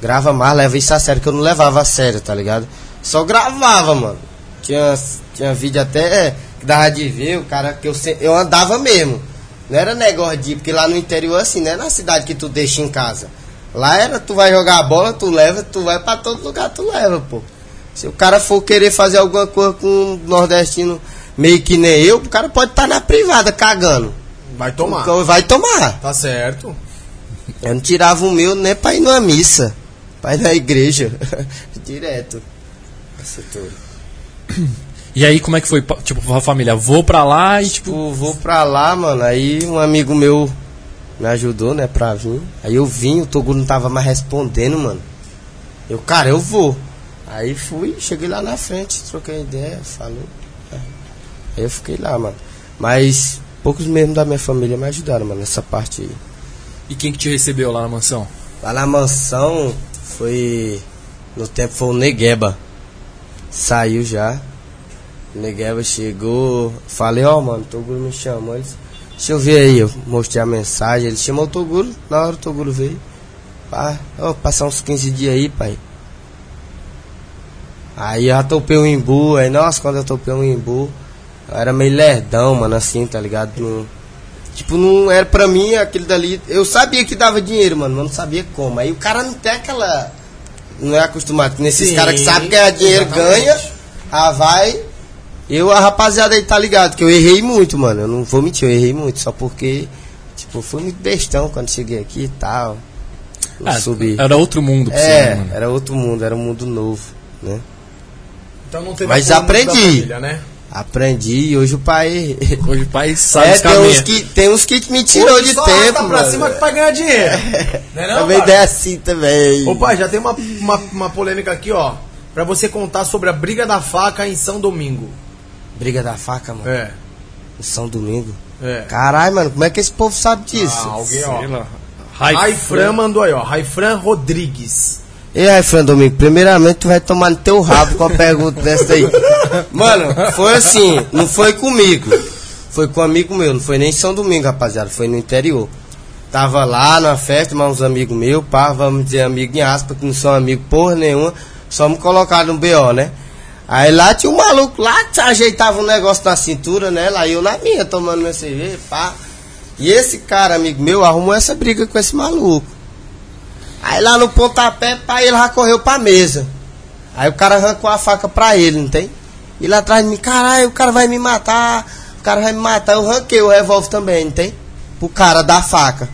Speaker 3: grava mais, leva isso a sério, que eu não levava a sério, tá ligado? Só gravava, mano. Tinha, tinha vídeo até é, que dava de ver, o cara que eu, se- eu andava mesmo. Não era negócio de, porque lá no interior assim, não é na cidade que tu deixa em casa. Lá era, tu vai jogar a bola, tu leva, tu vai pra todo lugar, tu leva, pô. Se o cara for querer fazer alguma coisa com um nordestino meio que nem eu, o cara pode estar na privada cagando.
Speaker 1: Vai tomar.
Speaker 3: Então vai tomar.
Speaker 1: Tá certo.
Speaker 3: Eu não tirava o meu nem pra ir numa missa. Pra ir na igreja. [laughs] Direto. Essa toda.
Speaker 2: E aí, como é que foi? pa- Tipo, pra família, vou pra lá e tipo.
Speaker 3: Tipo, vou pra lá, mano. Aí um amigo meu me ajudou, né, pra vir. Aí eu vim, o Togo não tava mais respondendo, mano. Eu, cara, eu vou. Aí fui, cheguei lá na frente, troquei ideia, falou. Aí eu fiquei lá, mano. Mas poucos mesmo da minha família me ajudaram, mano, nessa parte aí.
Speaker 2: E quem que te recebeu lá na mansão?
Speaker 3: Lá na mansão foi. No tempo foi o Negueba. Saiu já. O Negueba chegou. Falei, ó mano, o Toguro me chamou. Ele disse, Deixa eu ver aí, eu mostrei a mensagem. Ele chamou o Toguro, na hora o Toguro veio. Pá, ó, passar uns 15 dias aí, pai. Aí eu já topei um imbu, aí nossa, quando eu topei um imbu, eu era meio lerdão, mano, assim, tá ligado? Não- Tipo, não era pra mim aquele dali. Eu sabia que dava dinheiro, mano, mas não sabia como. Aí o cara não tem aquela. Não é acostumado. com Esses
Speaker 1: Sim,
Speaker 3: caras que sabem ganhar dinheiro,
Speaker 1: exatamente.
Speaker 3: ganha, ah, vai. Eu, a rapaziada aí tá ligado, que eu errei muito, mano. Eu não vou mentir, eu errei muito, só porque, tipo, eu fui muito bestão quando cheguei aqui e tal. Não
Speaker 2: Ah,
Speaker 3: subi.
Speaker 2: Era outro mundo pra você,
Speaker 3: É,
Speaker 2: né, mano.
Speaker 3: era outro mundo, era um mundo novo, né?
Speaker 1: Então não teve
Speaker 3: Mas
Speaker 1: apoio muito
Speaker 3: aprendi.
Speaker 1: da família, né?
Speaker 3: Aprendi e hoje o pai. [laughs]
Speaker 2: Hoje o pai sabe
Speaker 3: é,
Speaker 2: os
Speaker 3: tem uns,
Speaker 2: caminhos.
Speaker 3: que, tem uns que me tirou
Speaker 1: Hoje
Speaker 3: de
Speaker 1: só
Speaker 3: tempo,
Speaker 1: arrasta pra
Speaker 3: mano.
Speaker 1: cima que vai ganhar dinheiro.
Speaker 3: [laughs]
Speaker 1: Não é não,
Speaker 3: também
Speaker 1: Fábio?
Speaker 3: é assim também.
Speaker 1: Ô pai, já tem uma, uma, uma polêmica aqui, ó. Pra você contar sobre a briga da faca em São Domingo.
Speaker 3: Briga da faca, mano.
Speaker 1: É.
Speaker 3: Em São Domingo.
Speaker 1: É.
Speaker 3: Caralho, mano, como é que esse povo sabe disso?
Speaker 1: Ah, alguém,
Speaker 2: Sei
Speaker 1: ó.
Speaker 2: lá. Rai-
Speaker 1: Raifran mandou aí, ó. Raifran Rodrigues.
Speaker 3: E aí, Fran Domingo, primeiramente tu vai tomar no teu rabo com a pergunta dessa aí. Mano, foi assim, não foi comigo. Foi com um amigo meu, não foi nem em São Domingo, rapaziada, foi no interior. Tava lá na festa, mas uns amigos meus, pá, vamos dizer amigo em aspas, que não são amigo porra nenhuma, só me colocaram no BO, né? Aí lá tinha um maluco lá que ajeitava um negócio na cintura, né? Lá eu na minha, tomando minha cerveja, pá. E esse cara, amigo meu, arrumou essa briga com esse maluco. Aí lá no pontapé, pai, ele já correu pra mesa. Aí o cara arrancou a faca pra ele, não tem? E lá atrás de mim, caralho, o cara vai me matar, o cara vai me matar. Eu ranquei o revólver também, não tem? Pro cara da faca.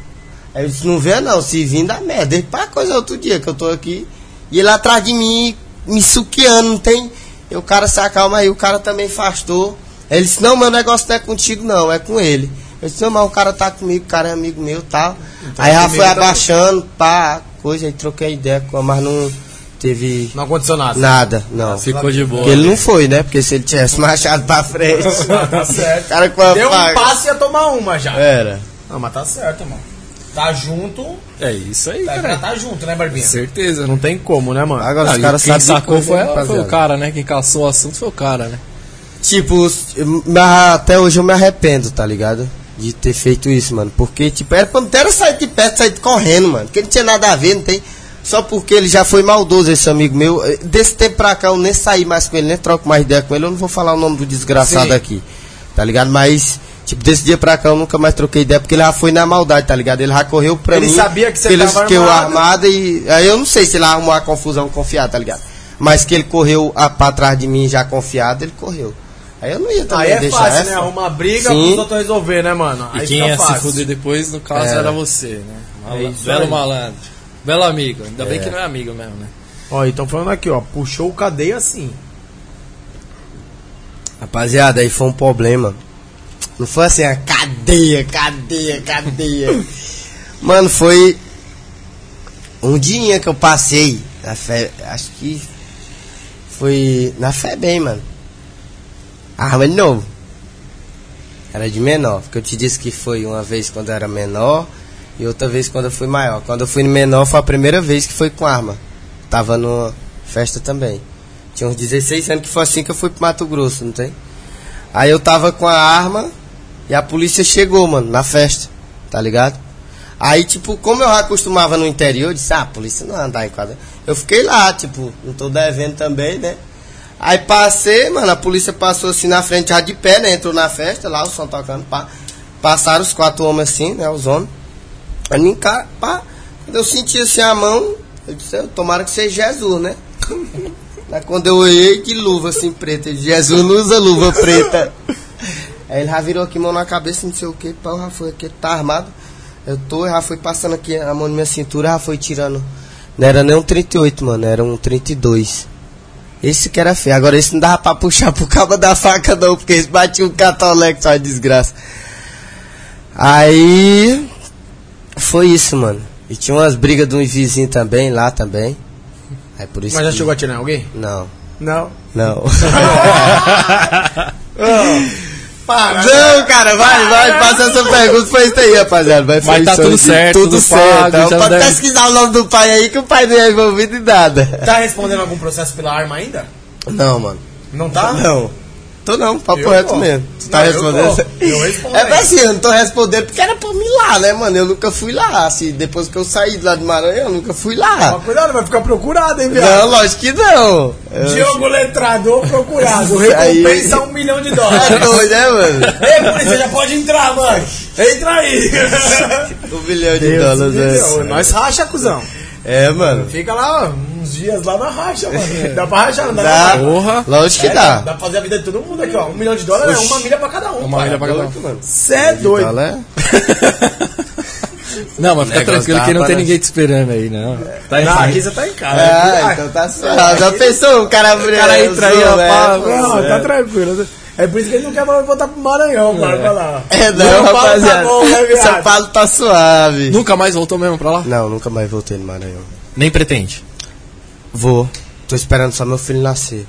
Speaker 3: Aí eu disse, não vê não, se vir dá merda. Deixa pra coisa outro dia que eu tô aqui. E ele atrás de mim, me suqueando, não tem? E o cara se acalma aí, o cara também afastou. Ele disse, não, meu negócio não é contigo não, é com ele. Eu disse, não, mas o cara tá comigo, o cara é amigo meu e tal. aí
Speaker 1: é
Speaker 3: já
Speaker 1: comigo
Speaker 3: foi
Speaker 1: também.
Speaker 3: abaixando, pá, coisa, aí troquei ideia, com mas não, teve
Speaker 1: Não aconteceu nada.
Speaker 3: nada, não.
Speaker 2: Ficou de boa.
Speaker 3: Porque ele não foi, né? Porque se ele tivesse [laughs] marchado pra frente.
Speaker 1: Tá certo.
Speaker 3: o cara com a
Speaker 1: Deu um
Speaker 3: faca-
Speaker 1: passe e ia tomar uma já.
Speaker 3: Era.
Speaker 1: Não, mas tá certo, mano. Tá junto,
Speaker 2: É isso aí,
Speaker 1: tá,
Speaker 2: cara.
Speaker 1: tá junto, né, Barbinha?
Speaker 2: Certeza, não
Speaker 1: Não tem como, né, mano?
Speaker 3: Agora
Speaker 2: Ah,
Speaker 3: os
Speaker 2: e
Speaker 3: caras
Speaker 2: quem
Speaker 3: sabem.
Speaker 2: sacou
Speaker 3: de coisa,
Speaker 2: foi,
Speaker 3: né,
Speaker 2: foi o
Speaker 3: rapaziada?
Speaker 2: cara, né? Quem caçou o assunto foi o cara, né?
Speaker 3: Tipo, os- mas até hoje eu me arrependo, tá ligado? De ter feito isso, mano. Porque, tipo, era pra não ter saído de perto, saído correndo, mano. Porque não tinha nada a ver, não tem. Só porque ele já foi maldoso, esse amigo meu. Eh, Desse tempo pra cá eu nem saí mais com ele, nem troco mais ideia com ele. Eu não vou falar o nome do desgraçado
Speaker 1: Sim.
Speaker 3: aqui, tá ligado? Mas, tipo, desse dia pra cá eu nunca mais troquei ideia, porque ele já foi na maldade, tá ligado? Ele já correu pra
Speaker 1: Ele
Speaker 3: mim.
Speaker 1: sabia que você
Speaker 3: pelos
Speaker 1: tava
Speaker 3: que eu
Speaker 1: armado.
Speaker 3: armava porrada e. Aí eu não sei se ele arrumou a confusão confiado, tá ligado? Mas que ele correu a, pra trás de mim já confiado, ele correu. Aí eu não ia também
Speaker 1: Aí é
Speaker 3: deixar
Speaker 1: fácil,
Speaker 3: essa.
Speaker 1: né? Arrumar briga
Speaker 3: Sim.
Speaker 1: pros outros resolver, né, mano?
Speaker 2: E
Speaker 1: Aí
Speaker 2: quem é
Speaker 1: fica
Speaker 2: ia se
Speaker 1: fácil. É.
Speaker 2: fuder depois, no caso,
Speaker 3: Era.
Speaker 2: era você, né? Mala-
Speaker 3: É isso
Speaker 2: Belo
Speaker 3: aí.
Speaker 2: malandro. Belo amigo. Ainda bem
Speaker 3: É.
Speaker 2: que não é amigo mesmo, né?
Speaker 1: Ó, então falando aqui, ó. Puxou o cadeia assim.
Speaker 3: Rapaziada, aí foi um problema. Não foi assim, a cadeia, cadeia, cadeia. Mano, foi um dia que eu passei na fe... acho que foi na Febem, mano. Arma de novo. Era de menor, porque eu te disse que foi uma vez quando eu era menor e outra vez quando eu fui maior. Quando eu fui menor foi a primeira vez que foi com arma. Tava numa festa também. Tinha uns 16 anos que foi assim que eu fui pro Mato Grosso, não tem? Aí eu tava com a arma e a polícia chegou, mano, na festa, tá ligado? Aí, tipo, como eu já acostumava no interior, eu disse, ah, a polícia não anda em quadra. Eu fiquei lá, tipo, não tô devendo também, né? Aí passei, mano, a polícia passou assim na frente, já de pé, né? Entrou na festa, lá o som tocando, pá. Passaram os quatro homens assim, né? Os homens. Aí me encara, pá. Quando eu senti assim a mão, eu disse, "Eu- tomara que seja Jesus, né? Aí Tá, quando eu olhei, que luva assim preta. Eu disse, Jesus não usa luva preta. Aí ele já virou aqui mão na cabeça, não sei o que, pau, já foi aqui, tá armado. Eu tô, já foi passando aqui a mão na minha cintura, já foi tirando. Não era nem um 38, mano, era um 32. Esse que era feio. Agora esse não dava pra puxar pro cabo da faca, não, porque esse batia um catolé que só é desgraça. Aí. Foi isso, mano. E tinha umas brigas de um vizinho também, lá também. Aí por isso.
Speaker 1: Mas já
Speaker 3: que-
Speaker 1: chegou a tirar alguém?
Speaker 3: Não,
Speaker 1: Não.
Speaker 3: não. [laughs]
Speaker 1: Para!
Speaker 3: Não, cara, vai, vai, passa essa pergunta pra isso aí, rapaziada. Vai, foi
Speaker 2: tá
Speaker 3: isso
Speaker 2: tudo
Speaker 3: aí,
Speaker 2: certo,
Speaker 3: tudo
Speaker 2: tudo
Speaker 3: certo.
Speaker 2: pago, já
Speaker 3: Pode
Speaker 2: deve-
Speaker 3: pesquisar o nome do pai aí, que o pai não é envolvido em nada.
Speaker 1: Tá respondendo algum processo pela arma ainda?
Speaker 3: Não, mano.
Speaker 1: Não tá?
Speaker 3: Não. Tô não, papo
Speaker 1: Eu
Speaker 3: reto
Speaker 1: tô.
Speaker 3: mesmo. Tu tá
Speaker 1: Não, eu
Speaker 3: respondendo?
Speaker 1: tô. Eu respondo
Speaker 3: É pra
Speaker 1: aí.
Speaker 3: assim, eu não tô respondendo porque era pra mim lá, né, mano? Eu nunca fui lá, assim, depois que eu saí lá do Maranhão, eu nunca fui lá.
Speaker 1: Mas cuidado, vai ficar procurado, hein,
Speaker 3: Não,
Speaker 1: viado?
Speaker 3: lógico que não. Eu-
Speaker 1: Diogo Letrador procurado.
Speaker 3: Isso aí.
Speaker 1: Recompensa um milhão de
Speaker 3: [laughs] É
Speaker 1: dólares.
Speaker 3: doido, né, mano?
Speaker 1: Ei, polícia, já pode entrar, mano. Entra aí.
Speaker 3: Um bilhão de dólares,
Speaker 1: Entendeu?
Speaker 3: né?
Speaker 1: Nós racha, cuzão.
Speaker 3: É, mano.
Speaker 1: Fica lá ó, uns dias lá na racha, mano. Dá pra rachar, não dá?
Speaker 3: Dá.
Speaker 1: pra-
Speaker 2: Porra.
Speaker 3: Lógico que
Speaker 1: É,
Speaker 3: dá.
Speaker 1: Dá pra fazer a vida de todo mundo aqui, ó. Um milhão de dólares é uma milha pra cada um.
Speaker 2: Uma
Speaker 1: pai.
Speaker 2: milha pra cada um.
Speaker 3: mano.
Speaker 1: Cê é doido.
Speaker 3: Fala, é?
Speaker 2: Não, mas fica
Speaker 3: Negócio
Speaker 2: tranquilo
Speaker 3: tá
Speaker 2: que não tem
Speaker 3: aparecendo.
Speaker 2: ninguém te esperando aí, não. Tá em
Speaker 1: Não, a
Speaker 2: paz.
Speaker 1: Risa tá em casa.
Speaker 3: Ah, então tá certo. Já pensou? O cara, o
Speaker 2: cara entra aí,
Speaker 3: é.
Speaker 2: ó, pá,
Speaker 3: então
Speaker 1: Não, tá tranquilo. É por isso que ele não quer mais voltar pro Maranhão, mano. Vai lá.
Speaker 3: É, não,
Speaker 1: São Paulo
Speaker 3: rapaziada.
Speaker 1: Tá bom, né,
Speaker 3: São
Speaker 1: viado?
Speaker 3: Paulo tá suave.
Speaker 2: Nunca mais voltou mesmo pra lá?
Speaker 3: Não, nunca mais voltei no Maranhão.
Speaker 2: Nem pretende.
Speaker 3: Vou. Tô esperando só meu filho nascer.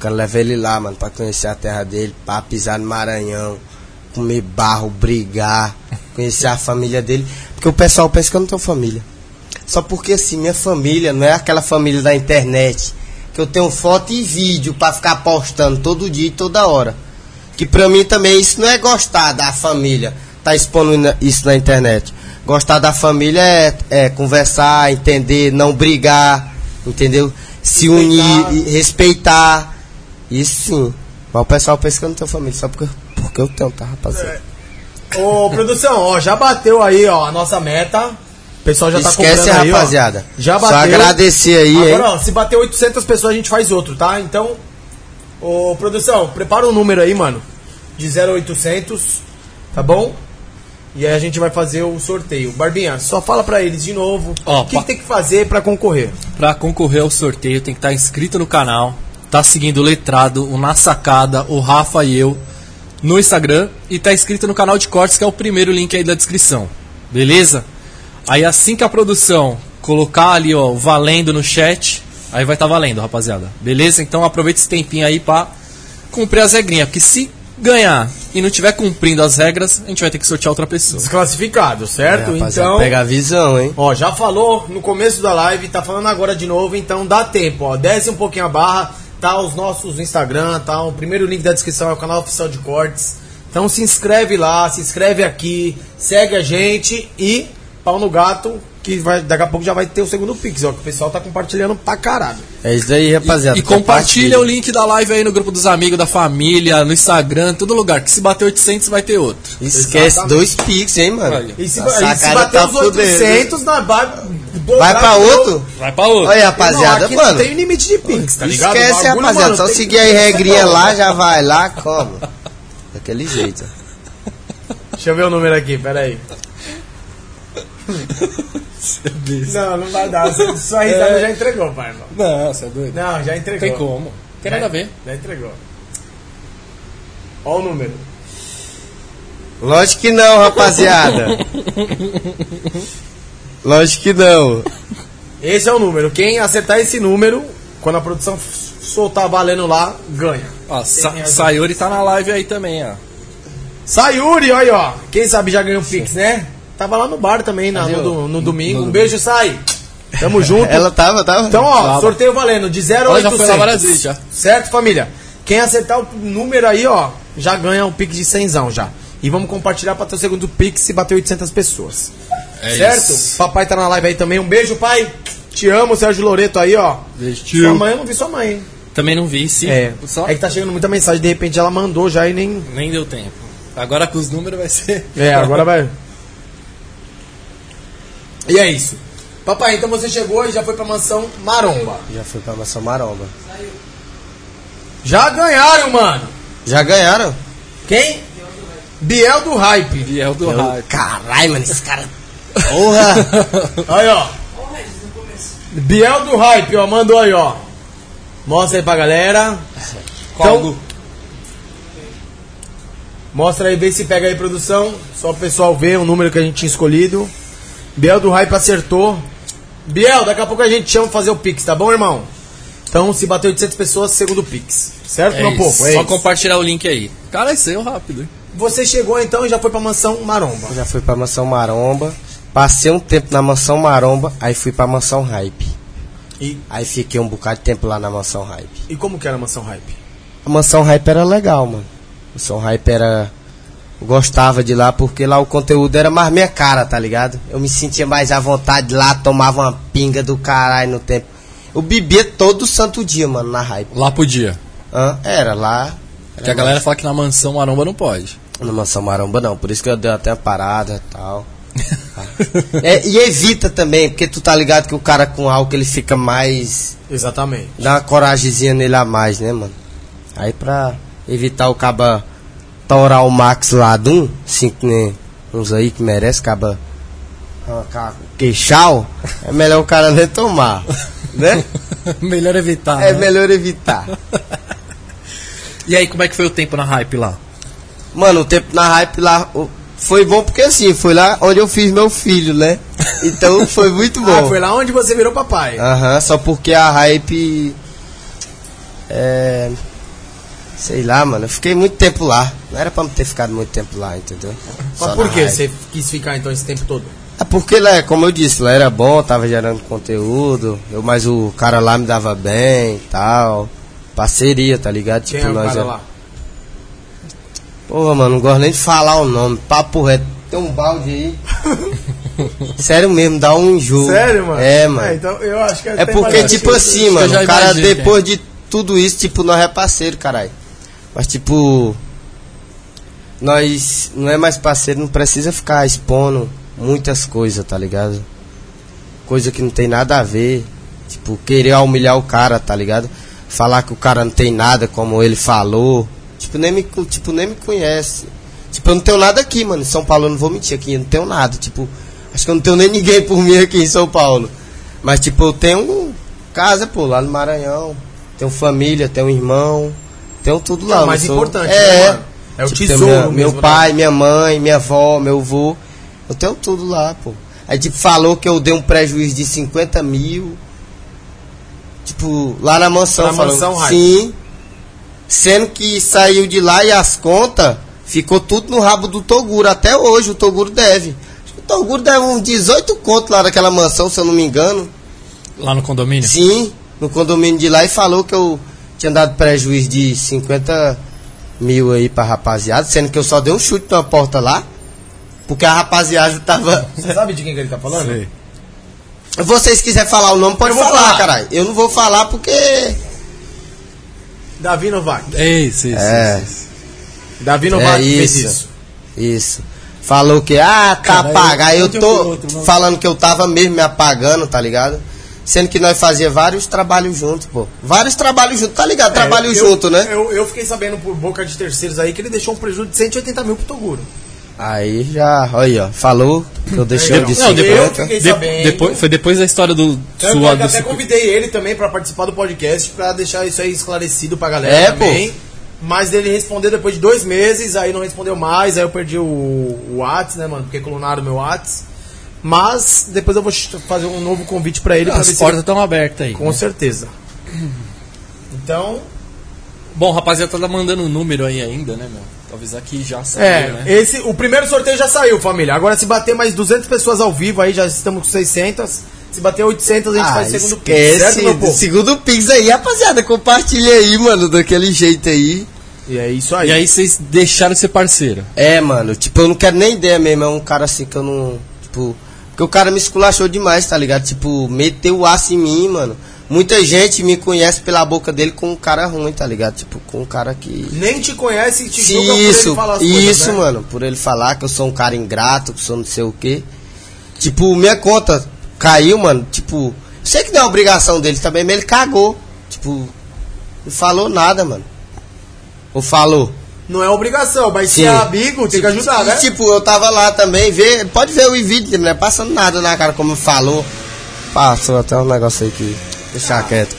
Speaker 3: Quero levar ele lá, mano, pra conhecer a terra dele, pra pisar no Maranhão, comer barro, brigar, conhecer a família dele. Porque o pessoal pensa que eu não tenho família. Só porque assim, minha família não é aquela família da internet. Que eu tenho foto e vídeo pra ficar postando todo dia e toda hora. Que pra mim também isso não é gostar da família, tá expondo na- isso na internet. Gostar da família é, é conversar, entender, não brigar, entendeu? Se
Speaker 1: Respeitar.
Speaker 3: unir, e respeitar. Isso sim. Mas o pessoal pensa que eu não tenho família, só porque, porque eu tenho, tá, rapaziada?
Speaker 1: Ô, produção, ó, já bateu aí, ó, a nossa meta. O pessoal já tá
Speaker 3: Esquece,
Speaker 1: comprando aí, ó.
Speaker 3: rapaziada.
Speaker 1: Já
Speaker 3: Só
Speaker 1: bateu.
Speaker 3: agradecer aí, hein?
Speaker 1: Agora, ó, se bater 800 pessoas, a gente faz outro, tá? Então, ô, produção, prepara um número aí, mano. De 0800, tá bom? E aí a gente vai fazer o sorteio. Barbinha, só fala pra eles de novo
Speaker 2: Ó,
Speaker 1: o que,
Speaker 2: pa-
Speaker 1: que tem que fazer pra concorrer.
Speaker 2: Pra concorrer ao sorteio, tem que estar inscrito no canal, tá seguindo o Letrado, o Na Sacada, o Rafa e eu no Instagram e tá inscrito no canal de cortes, que é o primeiro link aí da descrição. Beleza? Aí assim que a produção colocar ali, ó, o valendo no chat, Aí vai estar valendo, rapaziada. Beleza? Então aproveita esse tempinho aí pra cumprir as regrinhas. Porque se ganhar e não tiver cumprindo as regras, a gente vai ter que sortear outra pessoa.
Speaker 1: Desclassificado, certo?
Speaker 3: É, Rapaziada,
Speaker 1: então.
Speaker 3: Pega a visão, hein?
Speaker 1: Ó, já falou no começo da live, tá falando agora de novo, então dá tempo, ó. Desce um pouquinho a barra, tá os nossos Instagram, tá? O primeiro link da descrição é o canal oficial de cortes. Então se inscreve lá, se inscreve aqui, segue a gente e pau no gato, que vai, daqui a pouco já vai ter o segundo Pix, ó, que o pessoal tá compartilhando pra caralho.
Speaker 3: É isso aí, rapaziada.
Speaker 2: E compartilha o link da live aí no grupo dos amigos, da família, no Instagram, em todo lugar. Que se bater 800 vai ter outro.
Speaker 3: Esquece
Speaker 1: Exatamente.
Speaker 3: dois pix, hein, mano?
Speaker 2: Aí.
Speaker 1: E se,
Speaker 3: A
Speaker 1: ba- e se
Speaker 3: sacada
Speaker 1: bater
Speaker 3: tá
Speaker 1: os
Speaker 3: fudendo.
Speaker 1: 800, na barra,
Speaker 3: Vai pra outro?
Speaker 2: Vai pra outro.
Speaker 1: Rapaziada,
Speaker 3: Olha,
Speaker 1: não,
Speaker 3: rapaziada,
Speaker 1: aqui
Speaker 3: mano.
Speaker 1: não tem limite de Pix, tá ligado? O
Speaker 3: Esquece,
Speaker 1: bagulho,
Speaker 3: rapaziada.
Speaker 1: mano,
Speaker 3: Só
Speaker 1: tem-
Speaker 3: seguir aí regrinha lá, já vai lá, como. Daquele jeito.
Speaker 1: Deixa eu ver o número aqui, peraí. Não, não vai dar. Só a risada já entregou, pai. irmão.
Speaker 2: Não, você é doido.
Speaker 1: Não, já
Speaker 2: Não
Speaker 1: entregou.
Speaker 2: É. tem como. É. Não tem nada a ver.
Speaker 1: Já entregou. Ó o número.
Speaker 3: Lógico que não, rapaziada. Lógico que não.
Speaker 1: Esse é o número. Quem acertar esse número, quando a produção f- soltar valendo lá, ganha.
Speaker 2: Ó, Sa-
Speaker 1: Tem razão.
Speaker 2: Sayuri tá na live aí também, ó.
Speaker 1: Sayuri, olha aí, ó. Quem sabe já ganhou um Pix, né? Tava lá no bar também na- no, do- no domingo. Um beijo, Sai.
Speaker 2: [laughs]
Speaker 1: Tamo junto.
Speaker 3: Ela tava, tava.
Speaker 1: Então, ó,
Speaker 2: Tava.
Speaker 1: sorteio valendo de 0 a
Speaker 2: Ela já foi lá
Speaker 1: 800.
Speaker 2: várias vezes já.
Speaker 1: Certo, família? Quem acertar o número aí, ó, já ganha um pix de 100 já. E vamos compartilhar pra ter o segundo pix se bater 800 pessoas.
Speaker 2: É
Speaker 1: certo? Papai tá na live aí também. Um beijo, pai. Te amo, Sérgio Loreto aí, ó.
Speaker 2: Beijo,
Speaker 1: Sua mãe, eu não vi sua mãe, hein?
Speaker 2: Também não vi, sim.
Speaker 1: É.
Speaker 2: Só
Speaker 1: É que tá chegando muita mensagem, de repente ela mandou já e nem.
Speaker 2: nem deu tempo. Agora com os números vai ser.
Speaker 1: É, agora vai. E é isso. Papai, então você chegou e já foi pra mansão Maromba.
Speaker 3: Já foi pra Maçã Maromba.
Speaker 1: Já ganharam, mano.
Speaker 3: Já ganharam?
Speaker 1: Quem? Biel do Hype.
Speaker 2: [laughs] E é o do
Speaker 3: Eu...
Speaker 2: raio.
Speaker 3: Caralho, mano, esse cara. Porra!
Speaker 1: Aí, ó. Biel do Hype, ó. Mandou aí, ó. Mostra aí pra galera.
Speaker 2: Qual
Speaker 1: Então-
Speaker 2: do-
Speaker 1: Mostra aí, vê se pega aí, produção. Só o pessoal ver o número que a gente tinha escolhido. Biel do Hype acertou. Biel, daqui a pouco a gente chama pra fazer o Pix, tá bom, irmão? Então, se bater 800 pessoas, segundo Pix. Certo,
Speaker 2: É
Speaker 1: meu
Speaker 2: isso.
Speaker 1: povo? É
Speaker 2: Só
Speaker 1: isso.
Speaker 2: compartilhar o link aí. Cara, isso aí é rápido, hein?
Speaker 1: Você chegou então e já foi pra mansão Maromba.
Speaker 3: Já fui pra Mansão Maromba. Passei um tempo na Mansão Maromba, aí fui pra Mansão Hype.
Speaker 1: E,
Speaker 3: Aí fiquei um bocado de tempo lá na Mansão Hype.
Speaker 1: e como que era a mansão Hype?
Speaker 3: A Mansão Hype era legal, mano. Mansão Hype era. eu Gostava de lá porque lá o conteúdo era mais minha cara, tá ligado? Eu me sentia mais à vontade lá, tomava uma pinga do caralho no tempo. Eu bebia todo santo dia, mano, na Hype.
Speaker 2: Lá podia.
Speaker 3: Hã? Era lá. Era
Speaker 2: Porque a galera fala que na mansão maromba não pode.
Speaker 3: Na Mansão Maromba não, por isso que eu dei até uma parada e tal. É, e evita também, porque tu tá ligado que o cara com álcool ele fica mais.
Speaker 1: Exatamente.
Speaker 3: Dá uma coragemzinha nele a mais, né, mano? Aí pra evitar o caba torar o Max lá de um, assim, que nem uns aí que merece, caba arrancar o queixal, é melhor o cara nem tomar, né?
Speaker 2: [laughs] melhor evitar.
Speaker 3: É
Speaker 2: né?
Speaker 3: melhor evitar.
Speaker 2: E aí, como é que foi o tempo na hype lá?
Speaker 3: Mano, o tempo na hype lá o- foi bom porque assim, foi lá onde eu fiz meu filho, né?
Speaker 1: [laughs]
Speaker 3: Então foi muito bom.
Speaker 1: Ah, foi lá onde você virou papai.
Speaker 3: Aham, só porque a hype. É. Sei lá, mano. Eu fiquei muito tempo lá. Não era pra não ter ficado muito tempo lá, entendeu?
Speaker 1: Mas
Speaker 3: Só
Speaker 1: por
Speaker 3: na
Speaker 1: que
Speaker 3: hype.
Speaker 1: você quis ficar então esse tempo todo?
Speaker 3: É porque lá, como eu disse, lá era bom, tava gerando conteúdo. Eu, mas o cara lá me dava bem e tal. Parceria, tá ligado?
Speaker 1: Quem é o cara
Speaker 3: era-
Speaker 1: lá?
Speaker 3: Porra, mano, não gosto nem de falar o nome. Papo reto. Tem um balde aí. Sério mesmo, dá um enjoo. É, mano. É,
Speaker 1: então eu acho que
Speaker 3: porque, tipo assim,
Speaker 2: eu
Speaker 3: mano,
Speaker 2: já
Speaker 3: o cara
Speaker 2: imaginei que é.
Speaker 3: depois de tudo isso, tipo, nós é parceiro, caralho. Mas, tipo, nós não é mais parceiro, não precisa ficar expondo muitas coisas, tá ligado? Coisa que não tem nada a ver. Tipo, querer humilhar o cara, tá ligado? Falar que o cara não tem nada, como ele falou. Tipo, nem me, co- tipo, nem me conhece. Tipo, eu não tenho nada aqui, mano. Em São Paulo eu não vou mentir aqui, eu não tenho nada. Tipo, acho que eu não tenho nem ninguém por mim aqui em São Paulo. Mas, tipo, eu tenho casa, pô, lá no Maranhão. Tenho família, tenho irmão. Tenho tudo
Speaker 1: É
Speaker 3: lá.
Speaker 1: o mais
Speaker 3: eu sou-
Speaker 1: importante,
Speaker 3: é,
Speaker 1: né, mano? É o
Speaker 3: tem
Speaker 1: tesouro
Speaker 3: minha- Meu
Speaker 1: mesmo, né?
Speaker 3: pai, minha mãe, minha avó, meu avô. Eu tenho tudo lá, pô. Aí, tipo, falou que eu dei um prejuízo de 50 mil. Tipo, lá na mansão
Speaker 1: Na
Speaker 3: falando.
Speaker 1: mansão, Raio.
Speaker 3: Sim. Sendo que saiu de lá e as contas ficou tudo no rabo do Toguro. Até hoje o Toguro deve. O Toguro deve uns 18 contos lá daquela mansão, se eu não me engano.
Speaker 2: Lá no condomínio?
Speaker 3: Sim, no condomínio de lá e falou que eu tinha dado prejuízo de 50 mil aí pra rapaziada, sendo que eu só dei um chute na porta lá, porque a rapaziada tava. [laughs]
Speaker 1: Você sabe de quem que ele tá falando?
Speaker 2: Sei.
Speaker 3: Vocês quiserem falar o nome, pode
Speaker 1: Eu vou
Speaker 3: falar,
Speaker 1: falar.
Speaker 3: caralho. Eu não vou falar porque.
Speaker 1: Davi Novak.
Speaker 2: É isso, isso.
Speaker 3: É,
Speaker 1: Davi
Speaker 3: é
Speaker 1: Novak fez
Speaker 3: isso.
Speaker 1: isso.
Speaker 3: Isso. Falou que, ah, tá
Speaker 2: Caralho,
Speaker 3: apagado. Aí Eu
Speaker 2: onde eu vi
Speaker 3: tô
Speaker 2: outro, não?
Speaker 3: falando que eu tava mesmo me apagando, tá ligado? Sendo que nós fazia vários trabalhos juntos, pô. Vários trabalhos juntos, tá ligado? Trabalho
Speaker 1: É, eu-
Speaker 3: junto, né?
Speaker 1: Eu, eu fiquei sabendo por boca de terceiros aí que ele deixou um prejuízo de 180 mil pro Toguro.
Speaker 3: Aí já, olha, ó, falou que eu deixei
Speaker 1: Não,
Speaker 3: o de
Speaker 2: não, depois-
Speaker 3: 50.
Speaker 1: fiquei
Speaker 2: De-
Speaker 1: sabendo.
Speaker 2: depois, foi depois da história do
Speaker 1: é Eu
Speaker 2: sua do
Speaker 1: até convidei ele também pra participar do podcast pra deixar isso aí esclarecido pra galera
Speaker 3: É,
Speaker 1: também. Mas ele respondeu depois de dois meses, aí não respondeu mais, aí eu perdi o, o Whats, né, mano? Porque clonaram o meu Whats. Mas depois eu vou ch- fazer um novo convite pra ele pra
Speaker 2: As
Speaker 1: ver se
Speaker 2: portas estão abertas aí.
Speaker 1: ele- Com certeza. Então,
Speaker 2: Bom, o rapaziada tá mandando um número aí ainda, né, meu? Talvez aqui já saiu,
Speaker 1: é,
Speaker 2: né?
Speaker 1: esse, o primeiro sorteio já saiu, família. Agora se bater mais 200 pessoas ao vivo aí, já estamos com 600. Se bater 800, a gente
Speaker 3: Ah,
Speaker 1: faz o segundo
Speaker 3: esquece.
Speaker 1: certo, meu
Speaker 3: do
Speaker 1: povo?
Speaker 3: segundo Pix aí, rapaziada. Compartilha aí, mano, daquele jeito aí.
Speaker 1: E é isso aí.
Speaker 2: E aí vocês deixaram de ser parceiro.
Speaker 3: É, mano, tipo, eu não quero nem ideia mesmo. É um cara assim que eu não. Tipo. Porque o cara me esculachou demais, tá ligado? Tipo, meteu o aço em mim, mano. Muita gente me conhece pela boca dele com um cara ruim, tá ligado? Tipo, com um cara que.
Speaker 1: Nem te conhece e te
Speaker 3: Sim,
Speaker 1: julga por ele
Speaker 3: isso,
Speaker 1: falar as
Speaker 3: isso,
Speaker 1: coisas, né?
Speaker 3: mano, por ele falar que eu sou um cara ingrato, que eu sou não sei o quê. Tipo, minha conta caiu, mano, tipo, sei que não é obrigação dele também, mas ele cagou. Tipo, não falou nada, mano. Ou falou.
Speaker 1: Não é obrigação, mas se
Speaker 3: Sim.
Speaker 1: é amigo, tem que ajudar, né?
Speaker 3: E, tipo, eu tava lá também, vê, pode ver o vídeo, não é passando nada na cara, como falou. Passou até um negócio aí que. Deixar quieto.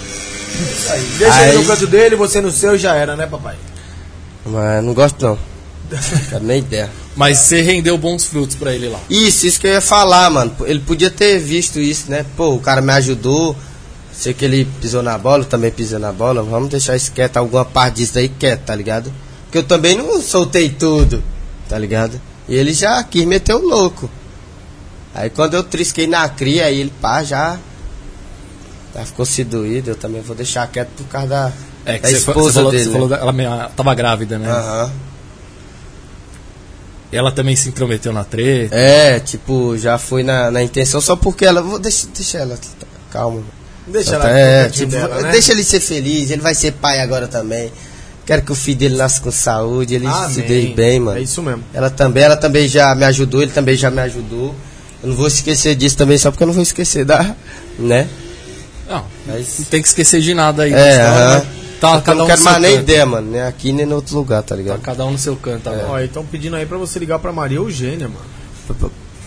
Speaker 1: Deixa
Speaker 3: Aí-
Speaker 1: ele no canto dele, você no seu e já era, né, papai?
Speaker 3: Mas não
Speaker 1: [laughs]
Speaker 3: gosto não. Quero nem ideia.
Speaker 2: Mas você rendeu bons frutos pra ele lá.
Speaker 3: Isso, isso que eu ia falar, mano. Ele podia ter visto isso, né? Pô, o cara me ajudou. Sei que ele pisou na bola, eu também pisou na bola. Vamos deixar isso quieto, alguma parte disso aí quieto, tá ligado? Porque eu também não soltei tudo, tá ligado? E ele já quis meter o louco. Aí quando eu trisquei na cria, aí ele pá, já. Já ficou se doído. Eu também vou deixar quieto por causa da, da
Speaker 2: É, você fa- você
Speaker 3: esposa
Speaker 2: falou,
Speaker 3: dele.
Speaker 2: você falou
Speaker 3: né?
Speaker 2: da- ela, me- ela tava grávida, né?
Speaker 3: Aham.
Speaker 2: E Ela também se intrometeu na treta.
Speaker 3: É, tipo, já foi na, na intenção só porque ela. Vou, deixa, deixa ela. tá, Calma.
Speaker 1: Deixa
Speaker 3: Então,
Speaker 1: ela
Speaker 3: é,
Speaker 1: no cantinho
Speaker 3: tipo,
Speaker 1: dela, né?
Speaker 3: Deixa ele ser feliz, ele vai ser pai agora também. Quero que o filho dele nasça com saúde, ele se
Speaker 1: Amém.
Speaker 3: dê bem, mano.
Speaker 1: É isso mesmo.
Speaker 3: Ela também, ela também já me ajudou, ele também já me ajudou. Eu não vou esquecer disso também, só porque eu não vou esquecer da. Né?
Speaker 2: Não,
Speaker 1: É
Speaker 3: Mas-
Speaker 2: não tem que esquecer de nada aí.
Speaker 3: É,
Speaker 2: né? Senão,
Speaker 3: aham.
Speaker 2: né? Tá,
Speaker 3: eu
Speaker 2: cada
Speaker 3: não
Speaker 2: um no
Speaker 3: quero
Speaker 2: seu
Speaker 3: mais nem
Speaker 2: canto.
Speaker 3: ideia, mano. Nem aqui nem em outro lugar, tá
Speaker 2: Tá
Speaker 3: ligado?
Speaker 2: cada um no seu canto
Speaker 3: É.
Speaker 2: agora.
Speaker 1: Ó, então pedindo aí pra você ligar pra Maria Eugênia, mano.
Speaker 3: [laughs]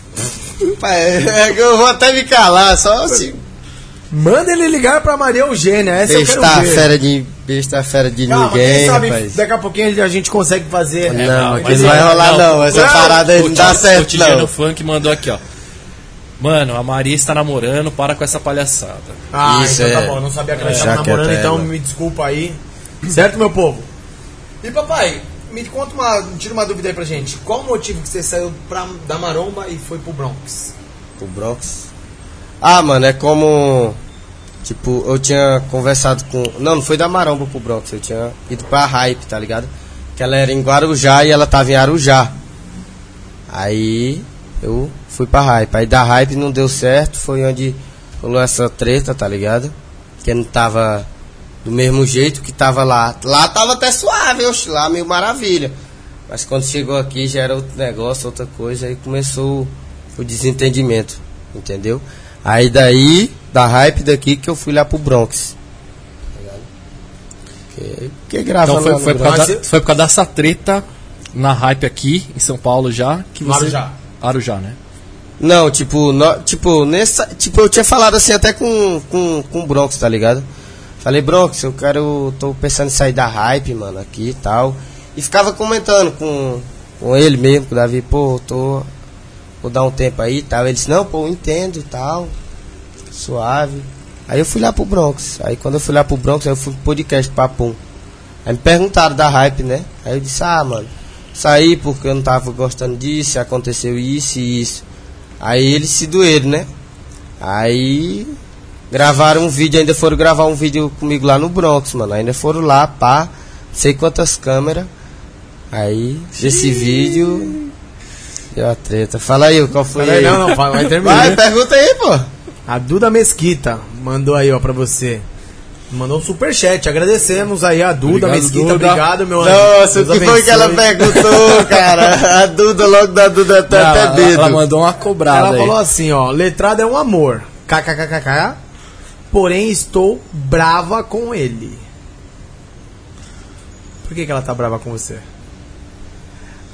Speaker 3: Pai, é que eu vou até me calar, só assim.
Speaker 1: Manda ele ligar pra Maria Eugênia, essa eu quero ver.
Speaker 3: Besta-feira de. Besta-feira de
Speaker 1: Calma,
Speaker 3: ninguém,
Speaker 1: quem sabe
Speaker 3: rapaz.
Speaker 1: daqui a pouquinho a gente consegue fazer.
Speaker 3: Não,
Speaker 2: mas
Speaker 3: aqui não
Speaker 2: é-
Speaker 3: vai rolar não,
Speaker 2: não,
Speaker 3: essa
Speaker 1: não,
Speaker 3: parada aí não dá
Speaker 2: Ti- o
Speaker 3: certo
Speaker 2: Tijano
Speaker 3: não.
Speaker 2: Funk mandou aqui, ó. Mano, a Maria está namorando, para com essa palhaçada.
Speaker 1: Ah,
Speaker 3: Isso,
Speaker 1: então
Speaker 3: é.
Speaker 1: tá bom, eu não sabia que ela
Speaker 3: É.
Speaker 1: estava
Speaker 3: Já que
Speaker 1: namorando,
Speaker 3: até
Speaker 1: então
Speaker 3: ela.
Speaker 1: me desculpa aí. Certo, meu povo? E papai, me conta uma, tira uma dúvida aí pra gente. Qual o motivo que você saiu pra, da Maromba e foi pro Bronx?
Speaker 3: O Bronx. Ah, mano, é como. Tipo, eu tinha conversado com. Não, não foi da Maromba pro Bronx, eu tinha ido pra Hype, tá ligado? Que ela era em Guarujá e ela tava em Arujá. Aí eu fui pra Hype. Aí da Hype não deu certo, foi onde rolou essa treta, tá ligado? Que não tava do mesmo jeito que tava lá. Lá tava até suave, oxe, lá meio maravilha. Mas quando chegou aqui já era outro negócio, outra coisa, aí começou o desentendimento, entendeu? Aí daí, da hype daqui que eu fui lá pro Bronx. tá ligado? Que, que grava
Speaker 2: Então
Speaker 3: lá
Speaker 2: foi,
Speaker 3: no
Speaker 2: foi, por
Speaker 3: Bronx.
Speaker 2: causa, da- foi por causa dessa treta na hype aqui, em São Paulo já. Que
Speaker 1: No
Speaker 2: você...
Speaker 1: Arujá.
Speaker 2: Arujá, né?
Speaker 3: Não, tipo, nó- tipo, nessa, tipo, eu tinha falado assim até com, com, com o Bronx, tá ligado? Falei, Bronx, eu quero. tô pensando em sair da hype, mano, aqui e tal. E ficava comentando com, com ele mesmo, com o Davi, pô, eu tô. Vou dar um tempo aí e tal. Ele disse, não, pô, eu entendo e tal. Suave. Aí eu fui lá pro Bronx. Aí quando eu fui lá pro Bronx, aí eu fui pro podcast Papum. Aí me perguntaram da hype, né? Aí eu disse, ah, mano, saí porque eu não tava gostando disso, aconteceu isso e isso. Aí eles se doeram, né? Aí gravaram um vídeo, ainda foram gravar um vídeo comigo lá no Bronx, mano. Ainda foram lá, pá, não sei quantas câmeras. Aí, desse vídeo. Deu a treta. Fala aí, qual foi
Speaker 1: Peraí,
Speaker 3: aí?
Speaker 1: não, não, vai, vai terminar.
Speaker 3: Vai, pergunta aí, pô.
Speaker 1: A Duda Mesquita mandou aí, ó, pra você. Mandou um superchat. Agradecemos aí a Duda
Speaker 2: Obrigado,
Speaker 1: Mesquita.
Speaker 2: Duda.
Speaker 1: Obrigado, meu
Speaker 3: Nossa, o
Speaker 1: Deus
Speaker 3: que foi que ela
Speaker 1: abençoe.
Speaker 3: perguntou, cara? A Duda, logo da Duda tá
Speaker 2: ela,
Speaker 3: até
Speaker 2: ela-
Speaker 3: dedo.
Speaker 2: ela mandou uma cobrada
Speaker 1: Ela
Speaker 2: aí. Então,
Speaker 1: falou assim, ó, letrado é um amor. KKKKK. Porém, estou brava com ele. Por que, que ela tá brava com você?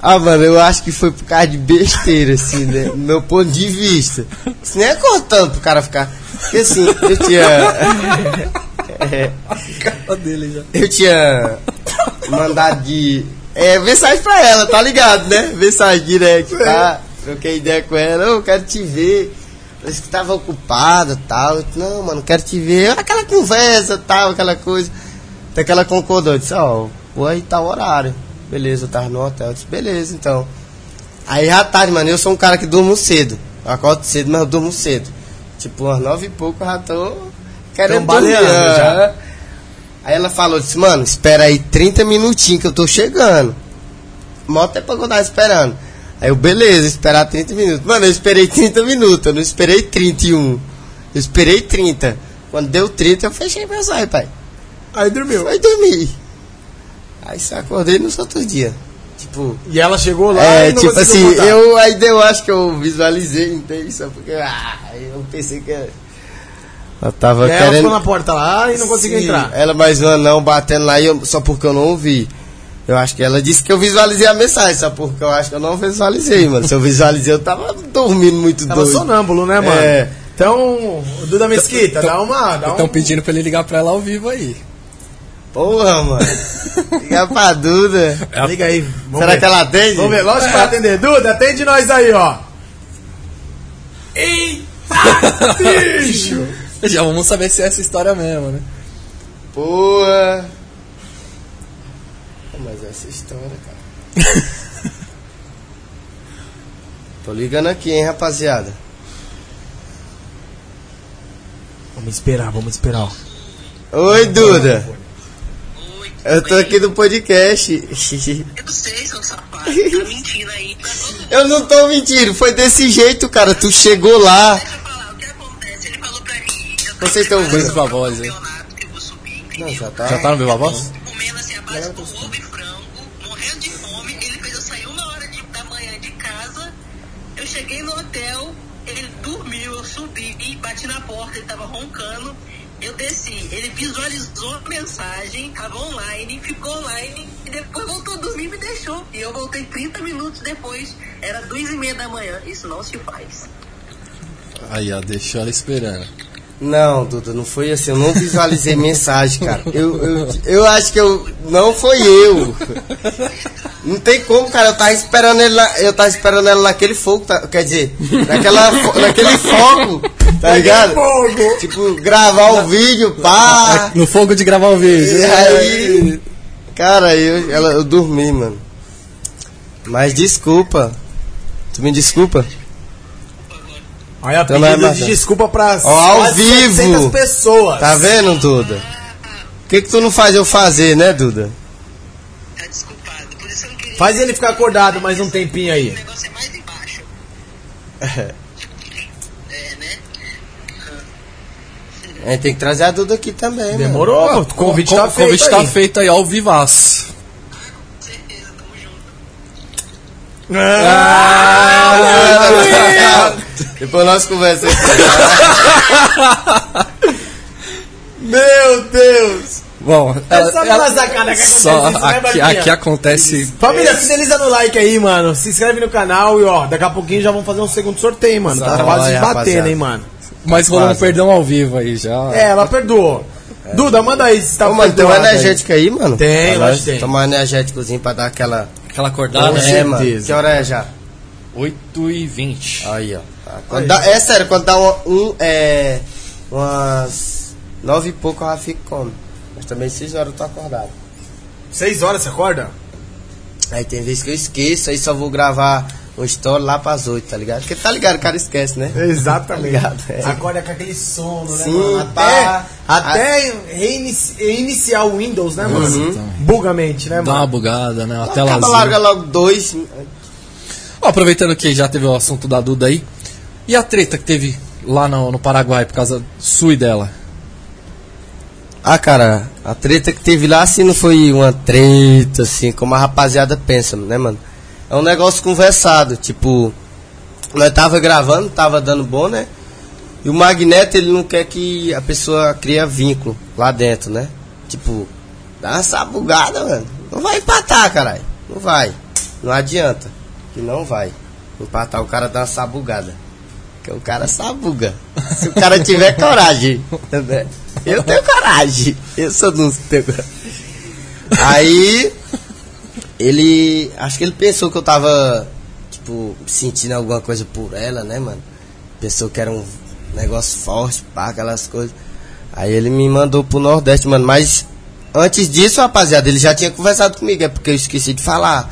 Speaker 3: Ah, mano, eu acho que foi por causa de besteira, assim, né? Do meu ponto de vista. Isso nem é cortando pro cara ficar. Porque assim, eu [laughs] tinha. Eu tinha mandado de. É, mensagem pra ela, tá ligado, né? Mensagem direct, tá?
Speaker 1: É.
Speaker 3: Troquei ideia com ela, ô, quero te ver. Parece que tava ocupada e tal. Eu disse, Não, mano, quero te ver. Aquela conversa tal, aquela coisa. Até que ela concordou, eu disse, ó, vou aí tal horário. Beleza, eu tava no hotel. Eu disse, beleza, então. Aí à tarde, mano, eu sou um cara que durmo cedo. Eu acordo cedo, mas eu durmo cedo. Tipo, umas nove e pouco eu já tô querendo dormir. É.
Speaker 1: baleando já.
Speaker 3: aham. Aí ela falou, disse, mano, espera aí 30 minutinhos que eu tô chegando. Mó tempo que eu tava esperando. Aí eu, beleza, esperar 30 minutos. Mano, eu esperei 30 minutos, eu não esperei 31. Eu esperei 30. Quando deu 30, eu fechei meu zóio, pai.
Speaker 1: Aí dormiu.
Speaker 3: Foi dormir. Aí só acordei nos outros dias. Tipo,
Speaker 1: E ela chegou lá
Speaker 3: é,
Speaker 1: e não
Speaker 3: tipo assim,
Speaker 1: conseguiu contar.
Speaker 3: eu ainda eu acho que eu visualizei, entende? Só porque ah, eu pensei que era. Eu tava
Speaker 1: E aí ela ficou
Speaker 3: querendo.
Speaker 1: na porta lá e não conseguiu
Speaker 3: Sim,
Speaker 1: entrar.
Speaker 3: Ela mais um anão batendo lá e eu- só porque eu não ouvi. Eu acho que ela disse que eu visualizei a mensagem, só porque eu acho que eu não visualizei, mano. Se eu visualizei, eu tava dormindo muito
Speaker 1: Tava
Speaker 3: doido.
Speaker 1: sonâmbulo, né, mano?
Speaker 3: É. então,
Speaker 1: Então, Duda Mesquita, dá uma. Dá
Speaker 2: Estão
Speaker 1: um...
Speaker 2: então pedindo pra ele ligar pra ela ao vivo aí. [laughs]
Speaker 3: Porra, mano. Ligar pra Duda.
Speaker 1: Liga aí. vamos
Speaker 3: Será
Speaker 1: ver.
Speaker 3: que ela atende?
Speaker 1: Vamos ver, lógico que vai atender. Duda, atende nós aí, ó. Eita, bicho!
Speaker 2: Já vamos saber se é essa história mesmo, né?
Speaker 3: Porra. Pô, Mas essa história, cara.
Speaker 1: [laughs]
Speaker 3: Tô ligando aqui, hein, rapaziada.
Speaker 1: Vamos esperar, vamos esperar. ó.
Speaker 3: Oi, Duda.
Speaker 4: Oi, tudo
Speaker 3: Eu tô
Speaker 4: bem?
Speaker 3: aqui no podcast. [laughs]
Speaker 4: Eu sei, seu safado. Tá mentindo aí pra todo mundo.
Speaker 3: Eu não tô mentindo, foi desse jeito, cara. Tu chegou lá.
Speaker 4: Deixa eu falar o que acontece. Ele falou pra mim. Eu tô
Speaker 3: Vocês estão
Speaker 2: Coisa
Speaker 3: ouvindo?
Speaker 2: pra voz aí.
Speaker 4: campeonato que eu vou subir,
Speaker 3: Não,
Speaker 4: entendeu?
Speaker 3: já tá.
Speaker 2: Já tá no Viva Voz?
Speaker 4: Comendo assim a base com ovo e frango, morrendo de fome. Ele fez eu sair uma hora de- da manhã de casa. Eu cheguei no hotel, ele dormiu, eu subi e bati na porta, ele tava roncando. Eu desci, ele visualizou a mensagem, tava online, ficou online e depois voltou a dormir e me deixou. E eu voltei 30 minutos depois, era duas e meia da manhã, isso não se faz.
Speaker 2: Aí, ó, deixou ela esperando.
Speaker 3: Não, Duda, não foi assim. Eu não visualizei mensagem, cara. Eu, eu, eu acho que eu. Não foi eu. Não tem como, cara. Eu tava esperando ele lá, Eu tava esperando ela naquele fogo, tá- quer dizer, naquela, fo- naquele foco, tá ligado? Tipo, gravar o vídeo, [laughs] pá.
Speaker 2: É, No fogo de gravar o vídeo.
Speaker 3: E aí. Cara, eu, ela, eu dormi, mano. Mas desculpa. Tu me desculpa?
Speaker 1: Olha a
Speaker 3: Então vai,
Speaker 1: pedido de
Speaker 3: Marcão.
Speaker 1: desculpa pra
Speaker 3: Ó, ao
Speaker 1: quase
Speaker 3: vivo.
Speaker 1: 700 pessoas.
Speaker 3: Tá vendo, Duda? O que, que tu não faz eu fazer, né, Duda?
Speaker 4: Tá desculpado, por isso eu não queria.
Speaker 1: Faz ele ficar acordado mais um tempinho
Speaker 4: O
Speaker 1: aí.
Speaker 4: negócio é mais embaixo. É, né?
Speaker 3: A gente tem que trazer a Duda aqui também, né? mano.
Speaker 1: Demorou? O convite tá
Speaker 2: o
Speaker 1: feito.
Speaker 2: convite tá
Speaker 1: aí.
Speaker 2: feito aí ao vivaço.
Speaker 4: Com certeza, tamo junto.
Speaker 3: [laughs] Depois nós conversamos. [laughs]
Speaker 1: Meu Deus!
Speaker 2: Bom,
Speaker 1: só pra sacar, né, que
Speaker 2: só
Speaker 1: acontece isso, né,
Speaker 2: aqui,
Speaker 1: Barquinha?
Speaker 2: aqui acontece.
Speaker 1: Família, finaliza no like aí, mano. Se inscreve no canal e ó, daqui a pouquinho já vamos fazer um segundo sorteio, mano. Tá
Speaker 3: Só
Speaker 1: quase
Speaker 3: vai,
Speaker 1: batendo,
Speaker 3: rapaziada.
Speaker 1: hein, mano.
Speaker 2: Mas rolou um
Speaker 3: Quase.
Speaker 2: perdão ao vivo aí já.
Speaker 1: É, ela perdoou. Duda, manda aí se tá
Speaker 3: Ô, mano, tem um
Speaker 1: perdoada aí.
Speaker 3: energético aí, mano?
Speaker 1: Tem,
Speaker 3: Pra nós
Speaker 1: lógico que tem.
Speaker 3: Tomar um energéticozinho pra dar aquela...
Speaker 2: Aquela acordada,
Speaker 1: Hoje-
Speaker 2: né?
Speaker 3: é, mano.
Speaker 1: certeza.
Speaker 3: Que hora é já?
Speaker 2: 8 e 20
Speaker 3: Ah. Aí, ó. Tá. Quando dá- é sério, quando dá um... um, é... Umas... Nove e pouco o Rafique come. Mas também seis horas eu tô acordado.
Speaker 1: Seis horas você acorda?
Speaker 3: Aí tem vezes que eu esqueço, aí só vou gravar um story lá pras oito, tá ligado? Porque tá ligado, o cara esquece, né?
Speaker 1: Exatamente.
Speaker 3: Ligado, é.
Speaker 1: Acorda com aquele sono,
Speaker 3: Sim,
Speaker 1: né, mano?
Speaker 3: pá.
Speaker 1: Até, até reinici- reiniciar o Windows, né, mano? Buga a mente, né,
Speaker 2: Dá uma
Speaker 1: mano?
Speaker 2: bugada, né? Uma
Speaker 3: Acaba, larga
Speaker 2: telazinha.
Speaker 3: logo dois.
Speaker 2: Ó, aproveitando que já teve o assunto da Duda aí. E a treta que teve lá no, no Paraguai por causa sua e dela?
Speaker 3: Ah, cara, a treta que teve lá, assim, não foi uma treta, assim, como a rapaziada pensa, né, mano? É um negócio conversado, tipo, nós tava gravando, tava dando bom, né? E o Magneto, ele não quer que a pessoa cria vínculo lá dentro, né? Tipo, dá essa bugada, mano. Não vai empatar, caralho. Não vai. Não adianta. Que não vai. Empatar, o cara dá uma sabugada. Porque o cara sabuga. Se o cara tiver coragem. né? Eu tenho coragem. Eu sou de uns tenho coragem. Aí. Ele. Acho que ele pensou que eu tava. Tipo, sentindo alguma coisa por ela, né, mano? Pensou que era um negócio forte, pá, aquelas coisas. Aí ele me mandou pro Nordeste, mano. Mas antes disso, rapaziada, ele já tinha conversado comigo. É porque eu esqueci de falar.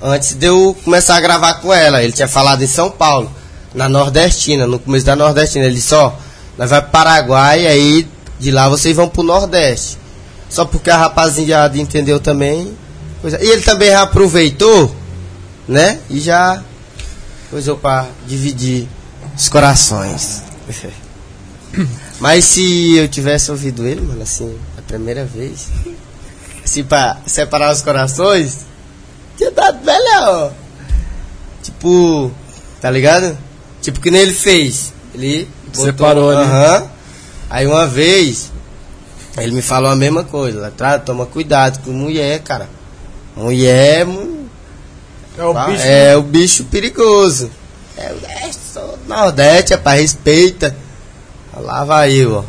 Speaker 3: Antes de eu começar a gravar com ela, ele tinha falado em São Paulo, na Nordestina, no começo da Nordestina. Ele só, nós vai pro Paraguai, aí de lá vocês vão pro Nordeste. Só porque a rapaziada entendeu também. coisa- E ele também já aproveitou, né? E já coisou pra dividir
Speaker 2: [laughs]
Speaker 3: os corações. Mas se eu tivesse ouvido ele, mano, assim, a primeira vez, se pra separar os corações, tinha dado melhor. Tipo, tá ligado? Tipo que nem ele fez. Ele
Speaker 2: Separou ali.
Speaker 3: Aham. Aí uma vez, ele me falou a mesma coisa. Lá atrás, toma cuidado com mulher, cara. Mulher, mu-
Speaker 1: É o
Speaker 3: Tá?
Speaker 1: bicho.
Speaker 3: É o bicho perigoso. É, é só Nordeste, é pra respeita. Lá vai eu, ó.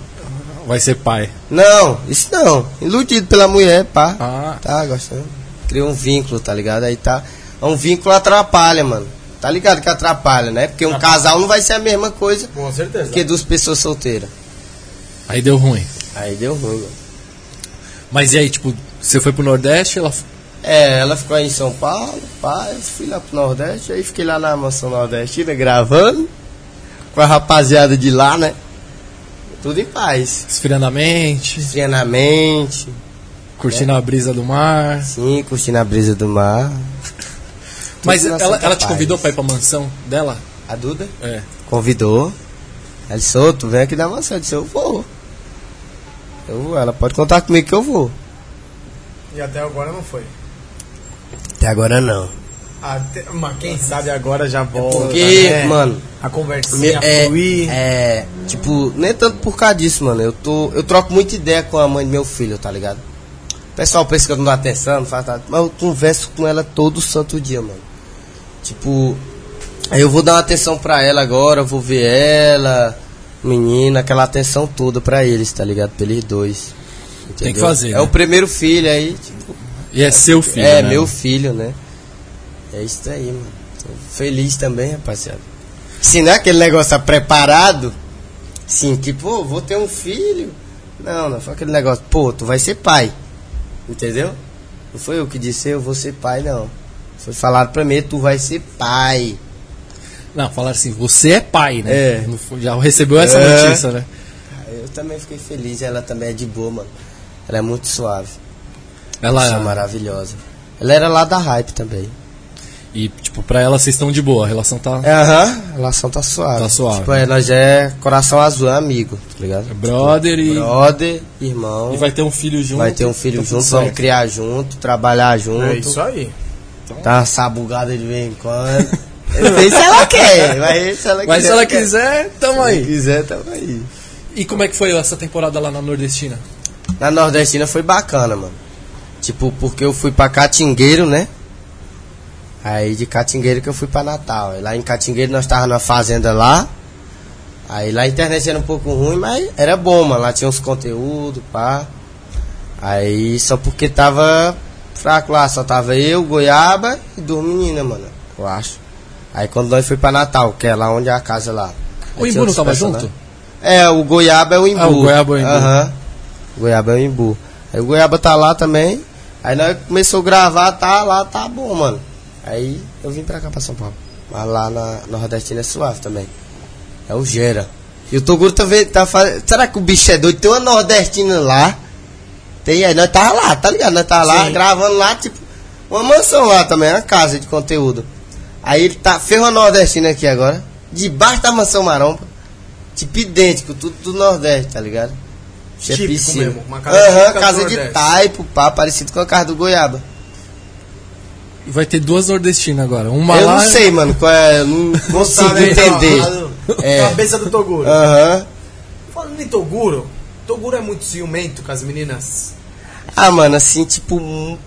Speaker 2: Vai ser pai.
Speaker 3: Não, isso não. Iludido pela mulher, pá.
Speaker 2: Ah.
Speaker 3: Tá gostando. Criou um vínculo, tá ligado? Aí tá. É um vínculo atrapalha, mano. Tá ligado que atrapalha, né? Porque um casal não vai ser a mesma coisa
Speaker 1: Com certeza.
Speaker 3: que duas pessoas solteiras.
Speaker 2: Aí deu ruim.
Speaker 3: Aí deu ruim, mano.
Speaker 2: Mas e aí, tipo, você foi pro Nordeste, ela.
Speaker 3: É, ela ficou aí em São Paulo, pá, eu fui lá pro Nordeste, aí fiquei lá na Mansão Nordestina gravando com a rapaziada de lá, né? Tudo em paz.
Speaker 2: Esfriando a mente,
Speaker 3: Treinamente,
Speaker 2: curtindo a brisa do mar.
Speaker 3: sim, curtindo a brisa do mar.
Speaker 2: Mas
Speaker 3: na
Speaker 2: ela,
Speaker 3: Santa
Speaker 2: ela te
Speaker 3: Paz.
Speaker 2: convidou pra ir pra mansão dela?
Speaker 3: A Duda
Speaker 2: É.
Speaker 3: convidou. Ela disse, ô, tu vem aqui da mansão. Eu disse, eu vou. Eu vou, ela pode contar comigo que eu vou.
Speaker 1: E até agora não foi.
Speaker 3: Até agora não.
Speaker 1: Até- mas quem sabe agora já volta.
Speaker 3: É porque,
Speaker 1: né?
Speaker 3: mano,
Speaker 1: A
Speaker 3: Me-
Speaker 1: conversinha
Speaker 3: é,
Speaker 1: fluir.
Speaker 3: é, tipo, nem tanto por causa disso, mano. Eu, tô, eu troco muita ideia com a mãe do meu filho, tá ligado? O pessoal pensa que eu não dou atenção, não faço nada. Mas eu converso com ela todo santo dia, mano. Tipo, aí eu vou dar uma atenção pra ela agora, eu vou ver ela, menina, aquela atenção toda pra eles, tá ligado? Pra eles dois.
Speaker 2: Tem que
Speaker 3: entendeu?
Speaker 2: fazer,
Speaker 3: É
Speaker 2: né?
Speaker 3: o primeiro filho aí, tipo,
Speaker 2: E é seu filho.
Speaker 3: é
Speaker 2: né?
Speaker 3: meu filho, né? É isso aí, mano. Tô feliz também, rapaziada. Se não é aquele negócio tá preparado, sim, que, pô, vou ter um filho. Não, não foi aquele negócio, pô, tu vai ser pai. Entendeu? Não foi eu que disse, eu vou ser pai, não. Foi falado pra mim, tu vai ser pai.
Speaker 2: Não, falaram assim, você é pai, né?
Speaker 3: É.
Speaker 2: Não foi- Já recebeu essa
Speaker 3: É.
Speaker 2: notícia, né?
Speaker 3: Aí Eu também fiquei feliz, ela também é de boa, mano. Ela é muito suave. Ela é
Speaker 2: Ela.
Speaker 3: maravilhosa. Ela era lá da hype também.
Speaker 2: E, tipo, pra ela vocês estão de boa, a relação tá.
Speaker 3: É, Aham, a relação tá suave.
Speaker 2: Tá suave.
Speaker 3: Tipo, é, nós já é coração azul, é amigo, tá ligado?
Speaker 2: Brother e.
Speaker 3: Brother, irmão.
Speaker 2: É. E
Speaker 3: vai,
Speaker 2: vai ter um filho junto.
Speaker 3: ter um filho
Speaker 2: tá tudo
Speaker 3: junto,
Speaker 2: certo.
Speaker 3: vamos criar junto, trabalhar junto.
Speaker 1: É isso aí.
Speaker 3: Tá uma sabugada de vez em
Speaker 2: [laughs]
Speaker 3: quando. Eu sei se ela quer, mas se ela
Speaker 2: Mas se ela quiser, tamo
Speaker 3: Se
Speaker 2: aí.
Speaker 3: quiser, tamo aí.
Speaker 2: E como é que foi essa temporada lá na Nordestina?
Speaker 3: Na Nordestina foi bacana, mano. Tipo, porque eu fui pra Catingueiro, né? Aí de Catingueiro que eu fui pra Natal. E lá em Catingueiro nós tava na fazenda lá. Aí lá a internet era um pouco ruim, mas era bom, mano. Lá tinha uns conteúdos, pá. Aí só porque tava fraco lá, só tava eu, Goiaba e duas meninas, mano. Eu acho. Aí quando nós fui pra Natal, que é lá onde é a casa lá.
Speaker 2: O Imbu
Speaker 3: Aí tinha
Speaker 2: não
Speaker 3: uns
Speaker 2: tava
Speaker 3: personagens.
Speaker 2: junto?
Speaker 3: É, o Goiaba é o Imbu.
Speaker 2: Ah, o Goiaba é o Imbu.
Speaker 3: Aham. Goiaba é o Imbu. Aí o Goiaba tá lá também. Aí nós começou a gravar, tá lá, tá bom, mano. Aí eu vim pra cá, pra São Paulo. Mas lá na Nordestina é suave também. É o Gera. E o Toguro tá, ve- tá fazendo. Será que o bicho é doido? Tem uma Nordestina lá. Tem aí, nós tava lá, tá ligado? Nós tava lá
Speaker 1: Sim.
Speaker 3: gravando lá, tipo, uma mansão lá também, uma casa de conteúdo. Aí ele tá, fez uma nordestina aqui agora, debaixo da mansão maromba, tipo idêntico, tudo do Nordeste, tá ligado? Tinha
Speaker 1: Típico
Speaker 3: piscina.
Speaker 1: mesmo, uma casa
Speaker 3: Aham,
Speaker 1: típica do
Speaker 3: casa de
Speaker 1: Nordeste.
Speaker 3: taipo, pá, parecido com a casa do Goiaba.
Speaker 2: E vai ter duas nordestinas agora. Uma
Speaker 3: eu
Speaker 2: lá.
Speaker 3: não sei, mano, qual é, eu não consigo
Speaker 1: Sabe, tá
Speaker 3: entender.
Speaker 1: lá no-
Speaker 3: É.
Speaker 1: Cabeça do Toguro.
Speaker 3: Aham.
Speaker 1: Falando em Toguro, Toguro é muito ciumento com as meninas.
Speaker 3: Ah, mano, assim, tipo. hum,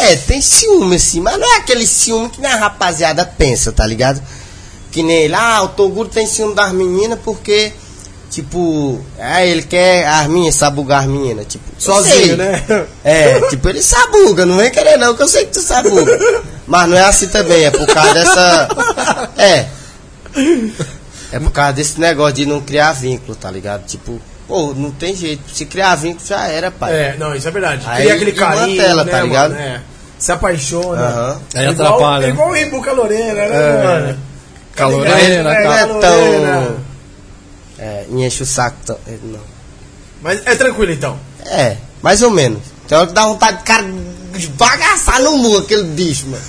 Speaker 3: É, tem ciúme, assim, mas não é aquele ciúme que nem a rapaziada pensa, tá ligado? Que nem ele, ah, o Toguro tem ciúme das meninas porque, tipo, ah, ele quer as meninas, sabugar as meninas, tipo, eu
Speaker 1: Sozinho,
Speaker 3: sei.
Speaker 1: né?
Speaker 3: É, tipo, ele sabuga, não vem querer não, que eu sei que tu sabuga. Mas não é assim também, é por causa dessa. É. É por causa desse negócio de não criar vínculo, tá ligado? Tipo, pô, não tem jeito, se criar vínculo já era, pai.
Speaker 1: É, não, isso é verdade.
Speaker 3: Aí
Speaker 1: Cria aquele
Speaker 3: ele mantém
Speaker 1: carinho,
Speaker 3: ela,
Speaker 1: né,
Speaker 3: tá ligado?
Speaker 1: mano? É. Se apaixona.
Speaker 3: Aham.
Speaker 2: Aí
Speaker 1: É igual-
Speaker 2: atrapalha.
Speaker 1: é Igual o Imbu Caloreira, né,
Speaker 3: É.
Speaker 1: mano?
Speaker 2: Caloreira,
Speaker 1: Tá ligado? É,
Speaker 2: tá.
Speaker 3: Não é
Speaker 1: Caloreira.
Speaker 3: tão- É, me enche o saco. tão- é, Não.
Speaker 1: Mas é tranquilo então.
Speaker 3: É, mais ou menos. Tem hora que dá vontade de cara de bagaçar no muro aquele bicho, mano.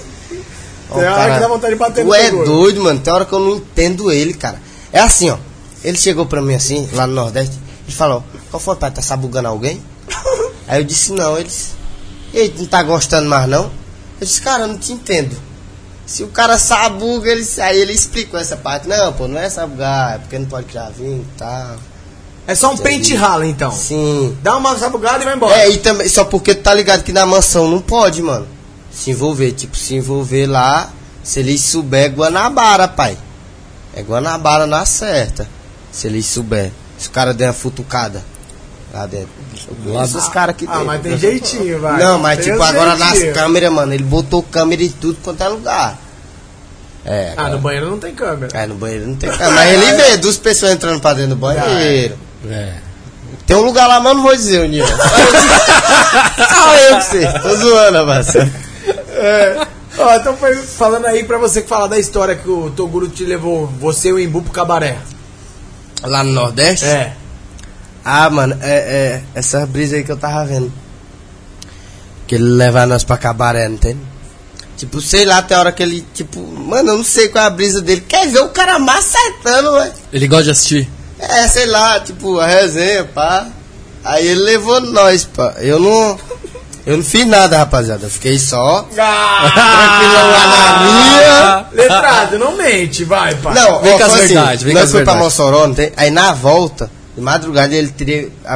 Speaker 3: Ó,
Speaker 1: Tem hora
Speaker 3: cara,
Speaker 1: que dá vontade de bater
Speaker 3: tu
Speaker 1: no
Speaker 3: é
Speaker 1: Toguro.
Speaker 3: doido, mano. Tem hora que eu não entendo ele, cara. É assim, ó. Ele chegou pra mim assim, lá no Nordeste, e falou, qual foi, pai? Tá sabugando
Speaker 1: [laughs]
Speaker 3: alguém? Aí eu disse, não, eles. Ele não tá gostando mais não? Eu disse, cara, eu não te entendo. Se o cara sabuga, ele. Aí ele explicou essa parte. Não, pô, não é sabugar, é porque não pode criar vinho e tal.
Speaker 1: É só um pente rala então.
Speaker 3: Sim.
Speaker 1: Dá uma sabugada e vai embora.
Speaker 3: É, e também, só porque tu tá ligado que na mansão não pode, mano. Se envolver, tipo, se envolver lá, se eles souber, é Guanabara, pai. É Guanabara na certa. Se eles souber. Se o cara der uma futucada lá dentro.
Speaker 2: Lá-
Speaker 3: Esses caras que
Speaker 1: Ah, mas tem jeitinho, vai.
Speaker 3: Não, mas
Speaker 1: Tem
Speaker 3: tipo,
Speaker 1: um
Speaker 3: agora nas
Speaker 1: jeitinho.
Speaker 3: câmeras, mano, ele botou câmera em tudo quanto é lugar. É,
Speaker 1: Ah,
Speaker 3: agora-
Speaker 1: no banheiro não tem câmera.
Speaker 3: é, no banheiro não tem câmera. Mas ele vê duas pessoas entrando pra dentro do banheiro.
Speaker 2: É.
Speaker 3: Tem um lugar lá, mas não vou dizer, [laughs] União. Só eu que sei. Tô zoando, massa.
Speaker 1: É. Ó, então foi falando aí pra você que fala da história que o Toguro te levou, você e o Imbu pro cabaré.
Speaker 3: Lá no Nordeste?
Speaker 1: É.
Speaker 3: Ah, mano, é, é essa brisa aí que eu tava vendo. Que ele levar nós pra cabaré, não tem? Tipo, sei lá, até a hora que ele, tipo, mano, eu não sei qual é a brisa dele. Quer ver o cara macetando, velho?
Speaker 2: Ele gosta de assistir.
Speaker 3: É, sei lá, tipo, a resenha, pá. Aí ele levou nós, pá. Eu não. Eu não fiz nada, rapaziada. Eu fiquei só.
Speaker 2: Ah! é um
Speaker 3: Tranquilão lá na minha.
Speaker 1: [laughs] Letrado, não mente, vai, pai.
Speaker 3: Não,
Speaker 2: Vem
Speaker 3: ó,
Speaker 2: com as
Speaker 3: foi
Speaker 2: verdades, vem com
Speaker 3: nós
Speaker 2: as
Speaker 3: foi pra
Speaker 2: verdades.
Speaker 3: Mossoró, não tem? Aí na volta, de madrugada, ele teria a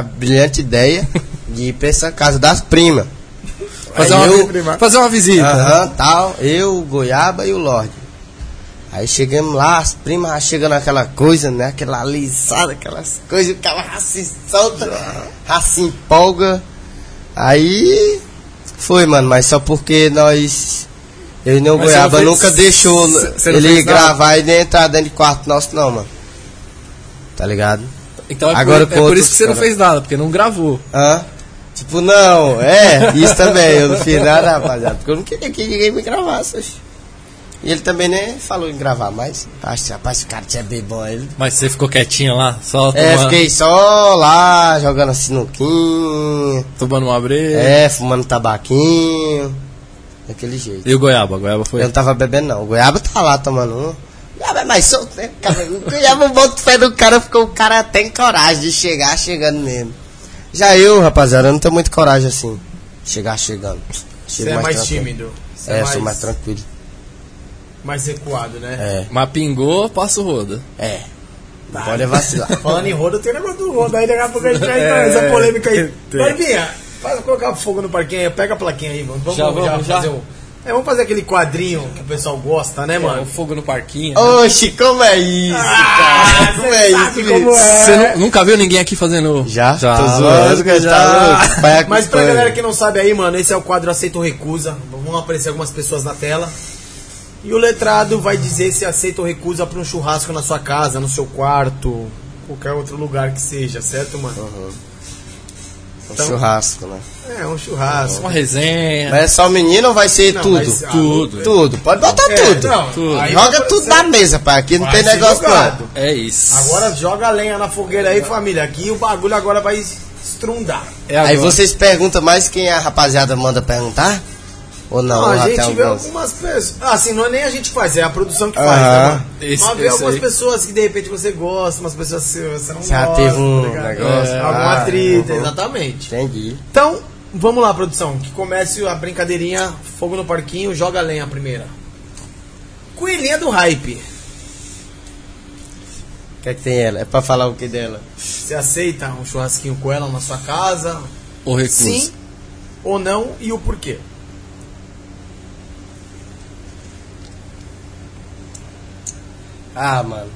Speaker 2: [laughs]
Speaker 3: brilhante ideia de ir pra essa casa das primas.
Speaker 2: Fazer,
Speaker 3: Aí
Speaker 2: uma,
Speaker 3: eu- Ah.
Speaker 2: vi- fazer uma visita.
Speaker 3: Aham, tal. Eu, o Goiaba e o Lorde. Aí chegamos lá, as primas já chegam naquela coisa, né? Aquela alisada, aquelas coisas, o cara já se solta, já se empolga. Aí foi, mano, mas só porque nós. Eu e o
Speaker 2: Mas você
Speaker 3: Goiaba
Speaker 2: não fez-
Speaker 3: nunca deixou
Speaker 2: cê- cê não
Speaker 3: ele
Speaker 2: fez nada?
Speaker 3: gravar e nem entrar dentro de quarto nosso, não, mano. Tá ligado?
Speaker 2: Então é,
Speaker 3: Agora
Speaker 2: por,
Speaker 3: com
Speaker 2: é por
Speaker 3: outros
Speaker 2: isso que você não
Speaker 3: caras.
Speaker 2: fez nada, porque não gravou.
Speaker 3: Hã? Tipo, não, é, isso também, eu não fiz nada, rapaziada, porque eu não queria que ninguém me gravasse. oxe. E ele também nem falou em gravar, mas acho que rapaz, se o cara tinha bem bom ele.
Speaker 2: Mas você ficou quietinho lá, só
Speaker 3: É,
Speaker 2: Tá tomando,
Speaker 3: fiquei só lá, jogando sinuquinho,
Speaker 2: tomando uma breja.
Speaker 3: é, fumando tabaquinho, daquele jeito.
Speaker 2: E o goiaba? O goiaba foi.
Speaker 3: Eu não tava bebendo não, o goiaba tá lá tomando um. O Goiaba é mais solto, né? cara? O goiaba bota o pé do cara, porque o cara tem coragem de chegar chegando mesmo. Já eu, rapaziada, eu não tenho muito coragem assim. Chegar chegando.
Speaker 1: Você
Speaker 3: Chego
Speaker 1: é mais
Speaker 3: tranquilo.
Speaker 1: tímido. Você
Speaker 3: É, eu sou mais tranquilo.
Speaker 1: mais recuado, né?
Speaker 3: É,
Speaker 2: Mas pingou, passa o roda.
Speaker 3: é. Não pode [laughs] vacilar.
Speaker 1: Falando em roda, tem negócio do roda aí, daqui a pouco a gente vai entrar
Speaker 2: É,
Speaker 1: nessa polêmica aí.
Speaker 2: tem.
Speaker 1: Barbinha, faz colocar fogo no parquinho aí, pega a plaquinha aí, mano. Vamos,
Speaker 2: Já vamos, já?
Speaker 1: fazer um. É, vamos fazer aquele quadrinho que o pessoal gosta, né,
Speaker 2: Mano,
Speaker 1: mano?
Speaker 2: fogo no parquinho.
Speaker 1: né?
Speaker 3: Oxi, como é isso, cara? Como é
Speaker 1: Ah, sabe
Speaker 3: isso,
Speaker 1: como
Speaker 3: como
Speaker 1: é.
Speaker 2: Você nu- nunca viu ninguém aqui fazendo.
Speaker 3: Já?
Speaker 2: Já.
Speaker 3: Tô zoando, cara, tá
Speaker 1: [laughs]
Speaker 3: louco? Vai acompanhar.
Speaker 1: Ah, Mas pra galera que não sabe aí, mano, esse é o quadro Aceita ou Recusa. Vão aparecer algumas pessoas na tela. E o letrado vai dizer se aceita ou recusa pra um churrasco na sua casa, no seu quarto, qualquer outro lugar que seja, certo, mano?
Speaker 3: Um Uhum. churrasco, né?
Speaker 1: É, um churrasco.
Speaker 2: Uma resenha.
Speaker 3: Mas é só menino ou vai ser
Speaker 1: Não,
Speaker 3: tudo?
Speaker 1: mas- ah,
Speaker 2: Tudo.
Speaker 3: Tudo, pode botar
Speaker 1: É,
Speaker 3: tudo.
Speaker 1: não,
Speaker 2: Tudo.
Speaker 1: aí
Speaker 3: Joga
Speaker 1: vai
Speaker 3: tudo
Speaker 1: ser-
Speaker 3: na mesa, pai. Aqui não
Speaker 1: vai
Speaker 3: tem
Speaker 1: ser
Speaker 3: negócio
Speaker 1: jogado.
Speaker 3: não.
Speaker 2: É isso.
Speaker 1: Agora joga a lenha na fogueira aí, família. Aqui o bagulho agora vai estrundar.
Speaker 2: é
Speaker 3: Aí
Speaker 2: agora.
Speaker 3: vocês perguntam mais quem a rapaziada manda perguntar? Ou não?
Speaker 1: Não,
Speaker 3: Ou
Speaker 1: a
Speaker 3: até
Speaker 1: gente vê
Speaker 3: alguns?
Speaker 1: algumas pessoas. Ah, Assim, não é nem a gente faz, é a produção que
Speaker 3: Aham.
Speaker 1: faz, né, mano?
Speaker 2: Esse-
Speaker 1: Mas vê
Speaker 2: esse
Speaker 1: algumas
Speaker 2: aí.
Speaker 1: pessoas que de repente você gosta, umas pessoas que você não
Speaker 3: Já
Speaker 1: gosta.
Speaker 3: teve um
Speaker 1: tá ligado?
Speaker 3: negócio,
Speaker 1: É, alguma
Speaker 3: ah,
Speaker 1: atrita,
Speaker 3: uhum.
Speaker 1: exatamente.
Speaker 3: Entendi.
Speaker 1: Então, vamos lá, produção. Que comece a brincadeirinha Fogo no Parquinho, joga a lenha a primeira. Coelhinha do hype.
Speaker 3: O que é que tem ela? É pra falar o que dela?
Speaker 1: Você aceita um churrasquinho com ela na sua casa?
Speaker 2: O recurso.
Speaker 1: Sim ou não e o porquê?
Speaker 3: Ah, mano.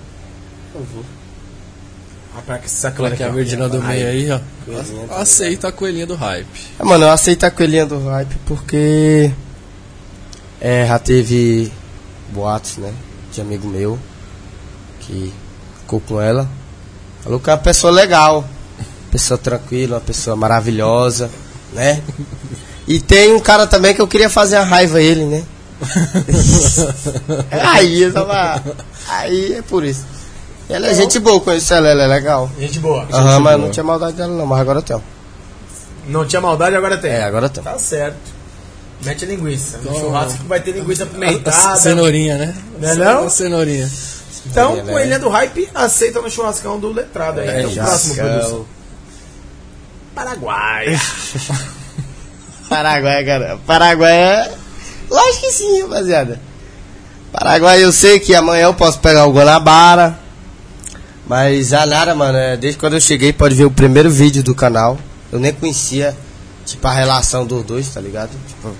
Speaker 1: A placa se
Speaker 2: Aquela que é a verdinha do meio aí, ó.
Speaker 3: Coelhinha do
Speaker 2: Aceita a coelhinha do hype.
Speaker 3: Ah, Mano, eu aceito a coelhinha do hype porque. É, já teve boatos, né? De amigo meu que ficou com ela. Falou que é uma pessoa legal, pessoa tranquila, uma pessoa maravilhosa, né? E tem um cara também que eu queria fazer a raiva a ele, [laughs] né? É, aí, eu tava, aí é por isso. Ela é gente boa, conheço ela, ela é legal.
Speaker 1: Gente boa.
Speaker 3: Aham, mas não tinha maldade dela não, mas agora eu tenho.
Speaker 1: Não tinha maldade, agora tem.
Speaker 3: É, agora eu tenho.
Speaker 1: Tá certo. Mete linguiça. No
Speaker 2: Então,
Speaker 1: churrasco vai ter linguiça
Speaker 2: A- a
Speaker 1: pimentada.
Speaker 2: Cenourinha, né?
Speaker 1: Não é não?
Speaker 2: A Cenourinha.
Speaker 1: Então,
Speaker 3: Ela é-
Speaker 1: coelhinha do hype aceita no churrascão do letrado aí.
Speaker 3: É,
Speaker 1: então, próximo
Speaker 3: churrascão.
Speaker 1: produção. Paraguai.
Speaker 3: Paraguai, cara. Paraguai é. Lógico que sim, rapaziada. Paraguai, eu sei que amanhã eu posso pegar o Guanabara. Mas a Nara, mano, é, desde quando eu cheguei, pode ver o primeiro vídeo do canal. Eu nem conhecia, tipo, a relação dos dois, tá ligado? Tipo,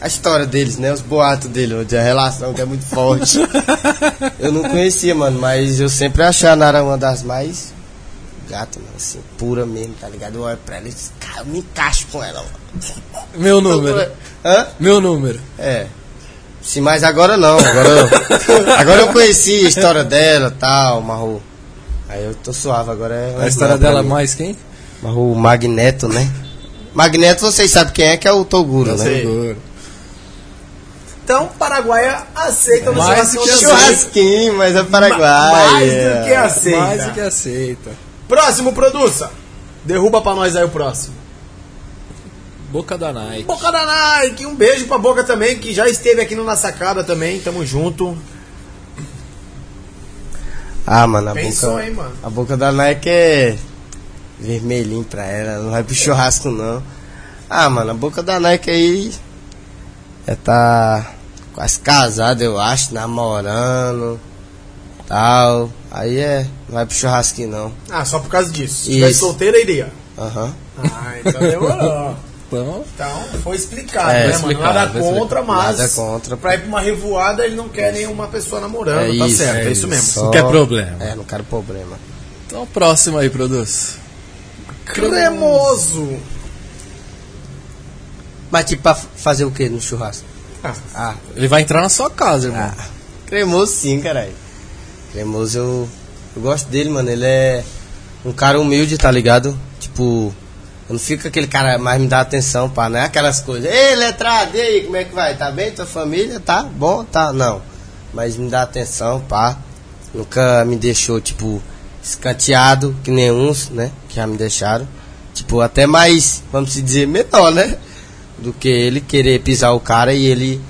Speaker 3: a história deles, né? Os boatos dele, onde a relação que é muito forte. eu não conhecia, mano, mas eu sempre achei a Nara uma das mais gata, mano, assim, pura mesmo, tá ligado? Eu olho pra ela e disse, cara, eu me encaixo com ela, mano.
Speaker 2: Meu número.
Speaker 3: Hã?
Speaker 2: Meu número.
Speaker 3: É. Sim, mas agora não. Agora
Speaker 2: [laughs]
Speaker 3: eu, agora eu conheci a história dela tal, Marro. Aí eu tô suave, agora é.
Speaker 2: A história dela é mais quem?
Speaker 3: Marro Magneto, né? Magneto, vocês sabem quem é que é o Toguro, né?
Speaker 1: sei. Então, Paraguaia aceita no
Speaker 2: Mais
Speaker 1: churrascão
Speaker 2: do que
Speaker 1: do
Speaker 3: assim.
Speaker 2: aceita.
Speaker 1: churrasco.
Speaker 3: Churrasquinho, mas é Paraguai.
Speaker 1: Mais do que
Speaker 3: é.
Speaker 1: aceita.
Speaker 2: Mais do que aceita.
Speaker 1: Próximo, produça. Derruba pra nós aí o próximo.
Speaker 2: Boca da Nike.
Speaker 1: Boca da Nike, um beijo pra Boca também, que já esteve aqui no Na Sacada também, tamo junto.
Speaker 3: Ah, mano, a
Speaker 1: Pensou,
Speaker 3: boca.
Speaker 1: hein, mano?
Speaker 3: A boca da Nike é vermelhinho pra ela, não vai pro churrasco não. Ah, mano, a boca da Nike aí. É tá quase casada, eu acho, namorando. Tal. Aí é. Não vai pro churrasquinho não.
Speaker 1: Ah, só por causa disso. Se tivesse
Speaker 3: Isso.
Speaker 1: solteira, iria.
Speaker 3: Aham.
Speaker 1: Ah, então demorou.
Speaker 2: Então,
Speaker 1: Então, foi explicado,
Speaker 3: É,
Speaker 1: né,
Speaker 3: foi
Speaker 1: mano?
Speaker 2: explicado,
Speaker 1: Nada
Speaker 2: foi
Speaker 1: contra,
Speaker 2: explicado.
Speaker 1: mas.
Speaker 3: Nada contra.
Speaker 1: Pra ir pra uma revoada, ele não quer nenhuma pessoa namorando, tá certo, é, isso mesmo.
Speaker 2: Não quer problema.
Speaker 3: É, não quero problema.
Speaker 2: então próximo aí, produz.
Speaker 1: Cremoso!
Speaker 3: Mas tipo, pra f- fazer o que no churrasco?
Speaker 1: Ah,
Speaker 3: Ah,
Speaker 2: Ele vai entrar na sua casa, irmão.
Speaker 3: Ah, cremoso sim, caralho. Cremoso eu, eu gosto dele, mano. Ele é um cara humilde, tá ligado? Tipo, eu não fico aquele cara mais me dá atenção, pá, não é aquelas coisas. Ei, letrado, e aí, como é que vai? Tá bem? Tua família? Tá bom? Tá? Não. Mas me dá atenção, pá. Nunca me deixou, tipo, escanteado, que nem uns, né? Que já me deixaram. Tipo, até mais, vamos se dizer, menor, né? Do que ele querer pisar o cara e ele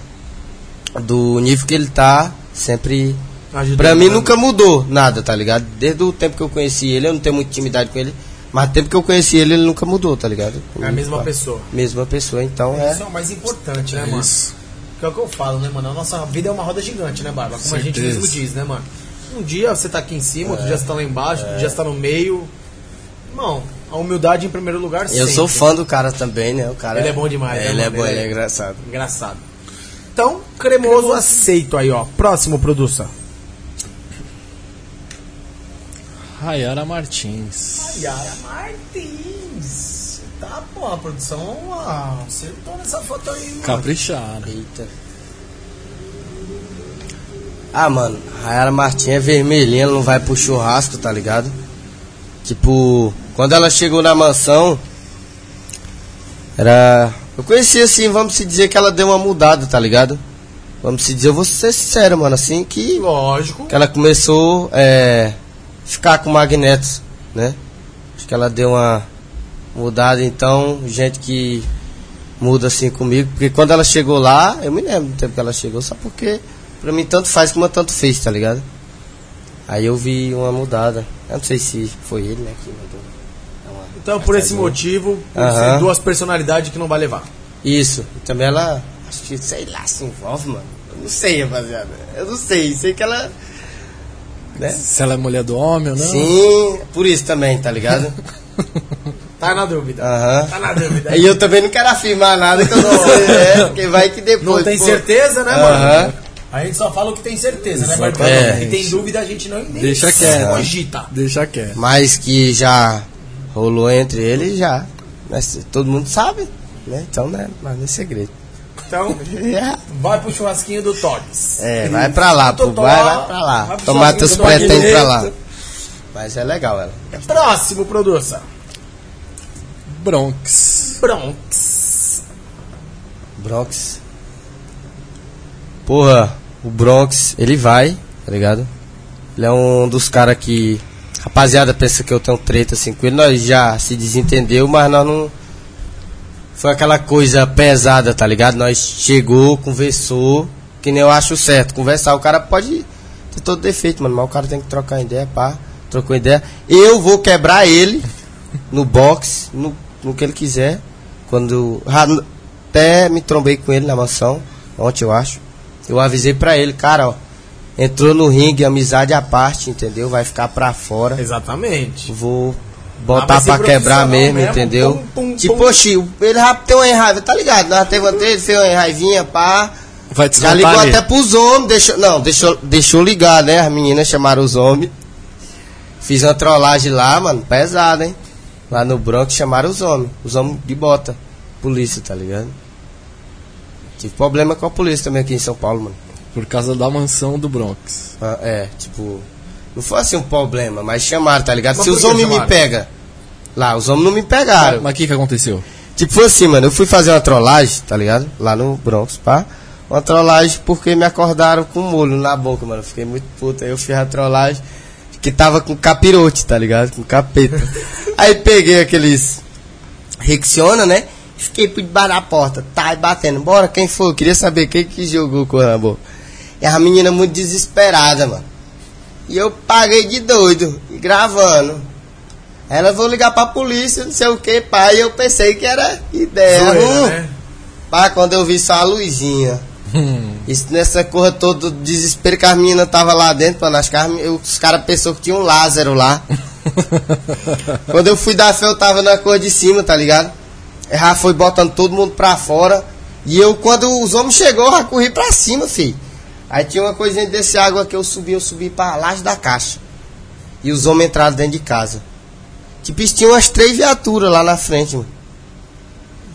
Speaker 3: do nível que ele tá, sempre.
Speaker 1: Ajudando,
Speaker 3: pra mim
Speaker 1: né?
Speaker 3: nunca mudou nada, tá ligado? Desde o tempo que eu conheci ele, eu não tenho muita intimidade com ele, mas o tempo que eu conheci ele, ele nunca mudou, tá ligado?
Speaker 1: É a mesma pessoa.
Speaker 3: Mesma pessoa, então
Speaker 1: Isso
Speaker 3: é.
Speaker 1: é o mais importante, né, mano?
Speaker 2: Isso.
Speaker 1: Que é o que eu falo, né, mano? A nossa vida é uma roda gigante, né, Barba? Como a gente
Speaker 2: Certeza.
Speaker 1: mesmo diz, né, mano? Um dia você tá aqui em cima, outro dia você tá lá embaixo, outro dia você tá no meio. Irmão, a humildade em primeiro lugar
Speaker 3: Eu
Speaker 1: sempre.
Speaker 3: sou fã do cara também, né? O cara
Speaker 1: Ele é bom demais, né,
Speaker 3: ele é
Speaker 1: mano?
Speaker 3: bom,
Speaker 1: Ele
Speaker 3: ele
Speaker 1: é-
Speaker 3: é engraçado.
Speaker 1: Engraçado. Então, cremoso, aceito aí, ó. Próximo, produção.
Speaker 2: Rayara Martins.
Speaker 1: Yara Martins. Tá, pô, a produção ó, acertou nessa foto aí, mano.
Speaker 2: Caprichada.
Speaker 3: Eita. Ah, mano, Rayara Martins é vermelhinha, ela não vai pro churrasco, tá ligado? Tipo, quando ela chegou na mansão, Era. Eu conheci assim, vamos se dizer que ela deu uma mudada, tá ligado? Vamos se dizer, eu vou ser sincero, mano, assim que
Speaker 1: Lógico.
Speaker 3: que ela começou é, ficar com magnetos, né? Acho que ela deu uma mudada, então, gente que muda assim comigo, porque quando ela chegou lá, eu me lembro do tempo que ela chegou, só porque pra mim tanto faz como eu tanto fez, tá ligado? Aí eu vi uma mudada. Eu não sei se foi ele, né, que mandou. dar uma
Speaker 1: Então, por esse
Speaker 3: mensagem.
Speaker 1: motivo, por
Speaker 3: Aham.
Speaker 1: ser duas personalidades que não vai levar.
Speaker 3: Isso. E também ela, acho que, sei lá, se envolve, mano. Eu não sei, rapaziada. Eu não sei. Sei que ela né?
Speaker 2: Se ela é mulher do homem ou não.
Speaker 3: Sim, por isso também, tá ligado?
Speaker 1: Tá na dúvida.
Speaker 3: Aham.
Speaker 1: Tá na
Speaker 3: [laughs]
Speaker 1: dúvida.
Speaker 3: E eu também não quero afirmar nada que eu não sei,
Speaker 1: [laughs]
Speaker 3: né? Porque vai que depois.
Speaker 1: Não tem
Speaker 3: pô.
Speaker 1: certeza, né,
Speaker 3: Aham.
Speaker 1: mano? A gente só fala o que tem certeza, né, Marcão?
Speaker 3: Exatamente. É.
Speaker 1: E tem dúvida, a gente não nem
Speaker 2: Deixa quieto.
Speaker 1: cogita.
Speaker 2: Deixa quieto.
Speaker 3: Mas que já rolou entre ele já. Mas todo mundo sabe, né? Então, né? Mas não é segredo.
Speaker 1: Então, vai pro churrasquinho do Togs.
Speaker 3: É, vai pra lá, pô.
Speaker 1: Totó,
Speaker 3: Vai, vai pra
Speaker 1: vai
Speaker 3: lá.
Speaker 1: pro
Speaker 3: Tomar
Speaker 1: shopping,
Speaker 3: teus
Speaker 1: toma
Speaker 3: pretendentes pra
Speaker 1: direito.
Speaker 3: lá. Mas é legal ela.
Speaker 1: Próximo, produça.
Speaker 2: Bronx.
Speaker 1: Bronx.
Speaker 3: Bronx. Porra, o Bronx, ele vai, tá ligado? Ele é um dos caras que. Rapaziada, pensa que eu tenho treta assim com ele. Nós já se desentendeu, mas nós não. Foi aquela coisa pesada, tá ligado? Nós chegou, conversou, que nem eu acho certo. Conversar, o cara pode ter todo defeito, mano, mas o cara tem que trocar ideia, pá. Trocou ideia. Eu vou quebrar ele no box, no, no que ele quiser. Quando. ra- Até me trombei com ele na mansão, ontem eu acho. Eu avisei pra ele, cara, ó. Entrou no ringue, amizade à parte, entendeu? Vai ficar pra fora.
Speaker 1: Exatamente.
Speaker 3: Vou
Speaker 1: Ah, vai
Speaker 3: botar
Speaker 1: ser
Speaker 3: pra quebrar
Speaker 1: profissional
Speaker 3: mesmo,
Speaker 1: mesmo,
Speaker 3: entendeu?
Speaker 1: pum, pum,
Speaker 3: tipo,
Speaker 1: pum.
Speaker 3: oxi, ele rápido tem uma enraiva, tá ligado? Nós teve uma ele fez uma enraivinha, pá.
Speaker 2: Vai
Speaker 3: Já
Speaker 2: descontar
Speaker 3: ligou
Speaker 2: ali.
Speaker 3: até pros homens, deixou, não, deixou, deixou ligar, né? As meninas chamaram os homens. Fiz uma trollagem lá, mano, pesada, hein? Lá no Bronx chamaram os homens, os homens de bota. Polícia, tá ligado? Tive problema com a polícia também aqui em São Paulo, mano.
Speaker 2: Por causa da mansão do Bronx.
Speaker 3: Ah, É, tipo, não foi assim um problema, mas chamaram, tá ligado?
Speaker 1: Mas
Speaker 3: Se
Speaker 1: por
Speaker 3: os
Speaker 1: que
Speaker 3: homens me
Speaker 1: chamaram?
Speaker 3: pegam, lá, os homens não me pegaram.
Speaker 2: Mas o que, que aconteceu?
Speaker 3: Tipo foi assim, mano, eu fui fazer uma trollagem, tá ligado? Lá no Bronx, pá. Uma trollagem porque me acordaram com um molho na boca, mano. Eu Fiquei muito puto. Aí eu fiz a trollagem que tava com capirote, tá ligado? Com capeta. aí peguei aqueles Rixiona, né? Fiquei por debaixo da porta, tá, e batendo. Bora, quem foi? Eu queria saber quem que jogou com a boca. E a menina muito desesperada, mano. E eu paguei de doido, e gravando. Ela, vou ligar pra polícia, não sei o que, pai. Eu pensei que era ideia.
Speaker 1: Zoeira,
Speaker 3: Hum.
Speaker 1: né?
Speaker 3: Pá, quando eu vi só a luzinha.
Speaker 2: Hum.
Speaker 3: Isso nessa corra toda, do desespero que as meninas tava lá dentro, mano. As caras, eu- os caras pensaram que tinha um Lázaro lá. Quando eu fui dar fé, eu tava na cor de cima, tá ligado? Já foi botando todo mundo pra fora. E eu, quando os homens chegou, eu já corri pra cima, filho. Aí tinha uma coisinha desse água que eu subi, eu subi pra laje da caixa. E os homens entraram dentro de casa. Tipo, isso tinha umas três viaturas lá na frente, mano.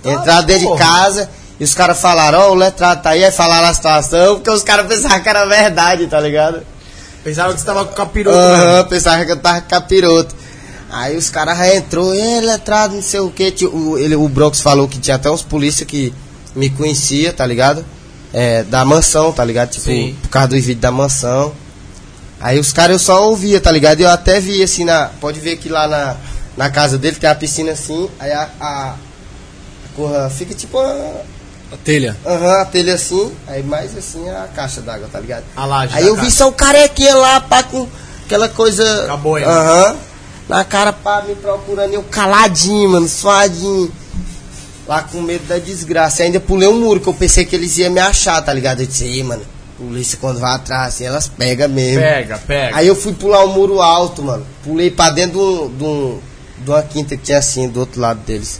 Speaker 3: Entraram dentro
Speaker 1: porra.
Speaker 3: de casa e os caras falaram, ó, o letrado tá aí, aí falaram a situação, porque os caras pensavam que era verdade, tá ligado?
Speaker 1: Pensaram que você tava com capiroto.
Speaker 3: Aham,
Speaker 1: né?
Speaker 3: pensava que eu tava com capiroto. Aí os caras já entrou, "Ê, letrado, não sei o que. O, ele, o Brox falou que tinha até uns polícia que me conhecia, tá ligado? É, da mansão, tá ligado? Tipo,
Speaker 2: Sim.
Speaker 3: por causa dos vídeos da mansão. Aí os caras eu só ouvia, tá ligado? E Eu até vi assim na. Pode ver que lá na, na casa dele tem a piscina assim, aí a. a a corra fica tipo uma-
Speaker 2: A telha.
Speaker 3: Aham, a telha assim, aí mais assim a caixa d'água, tá ligado?
Speaker 1: é A laje
Speaker 3: Aí
Speaker 1: da
Speaker 3: eu vi
Speaker 1: caixa.
Speaker 3: só o carequinha lá, pá, com aquela coisa.
Speaker 1: Acabou aí, né?
Speaker 3: Aham. Na cara, pá, me procurando, eu caladinho, mano, suadinho. Lá com medo da desgraça. E ainda pulei um muro, que eu pensei que eles iam me achar, tá ligado? Eu disse, ei, mano, polícia quando vai atrás, assim, elas pegam mesmo.
Speaker 1: Pega, pega.
Speaker 3: Aí eu fui pular o muro alto, mano. Pulei pra dentro de, um, de, um- de uma quinta que tinha assim, do outro lado deles.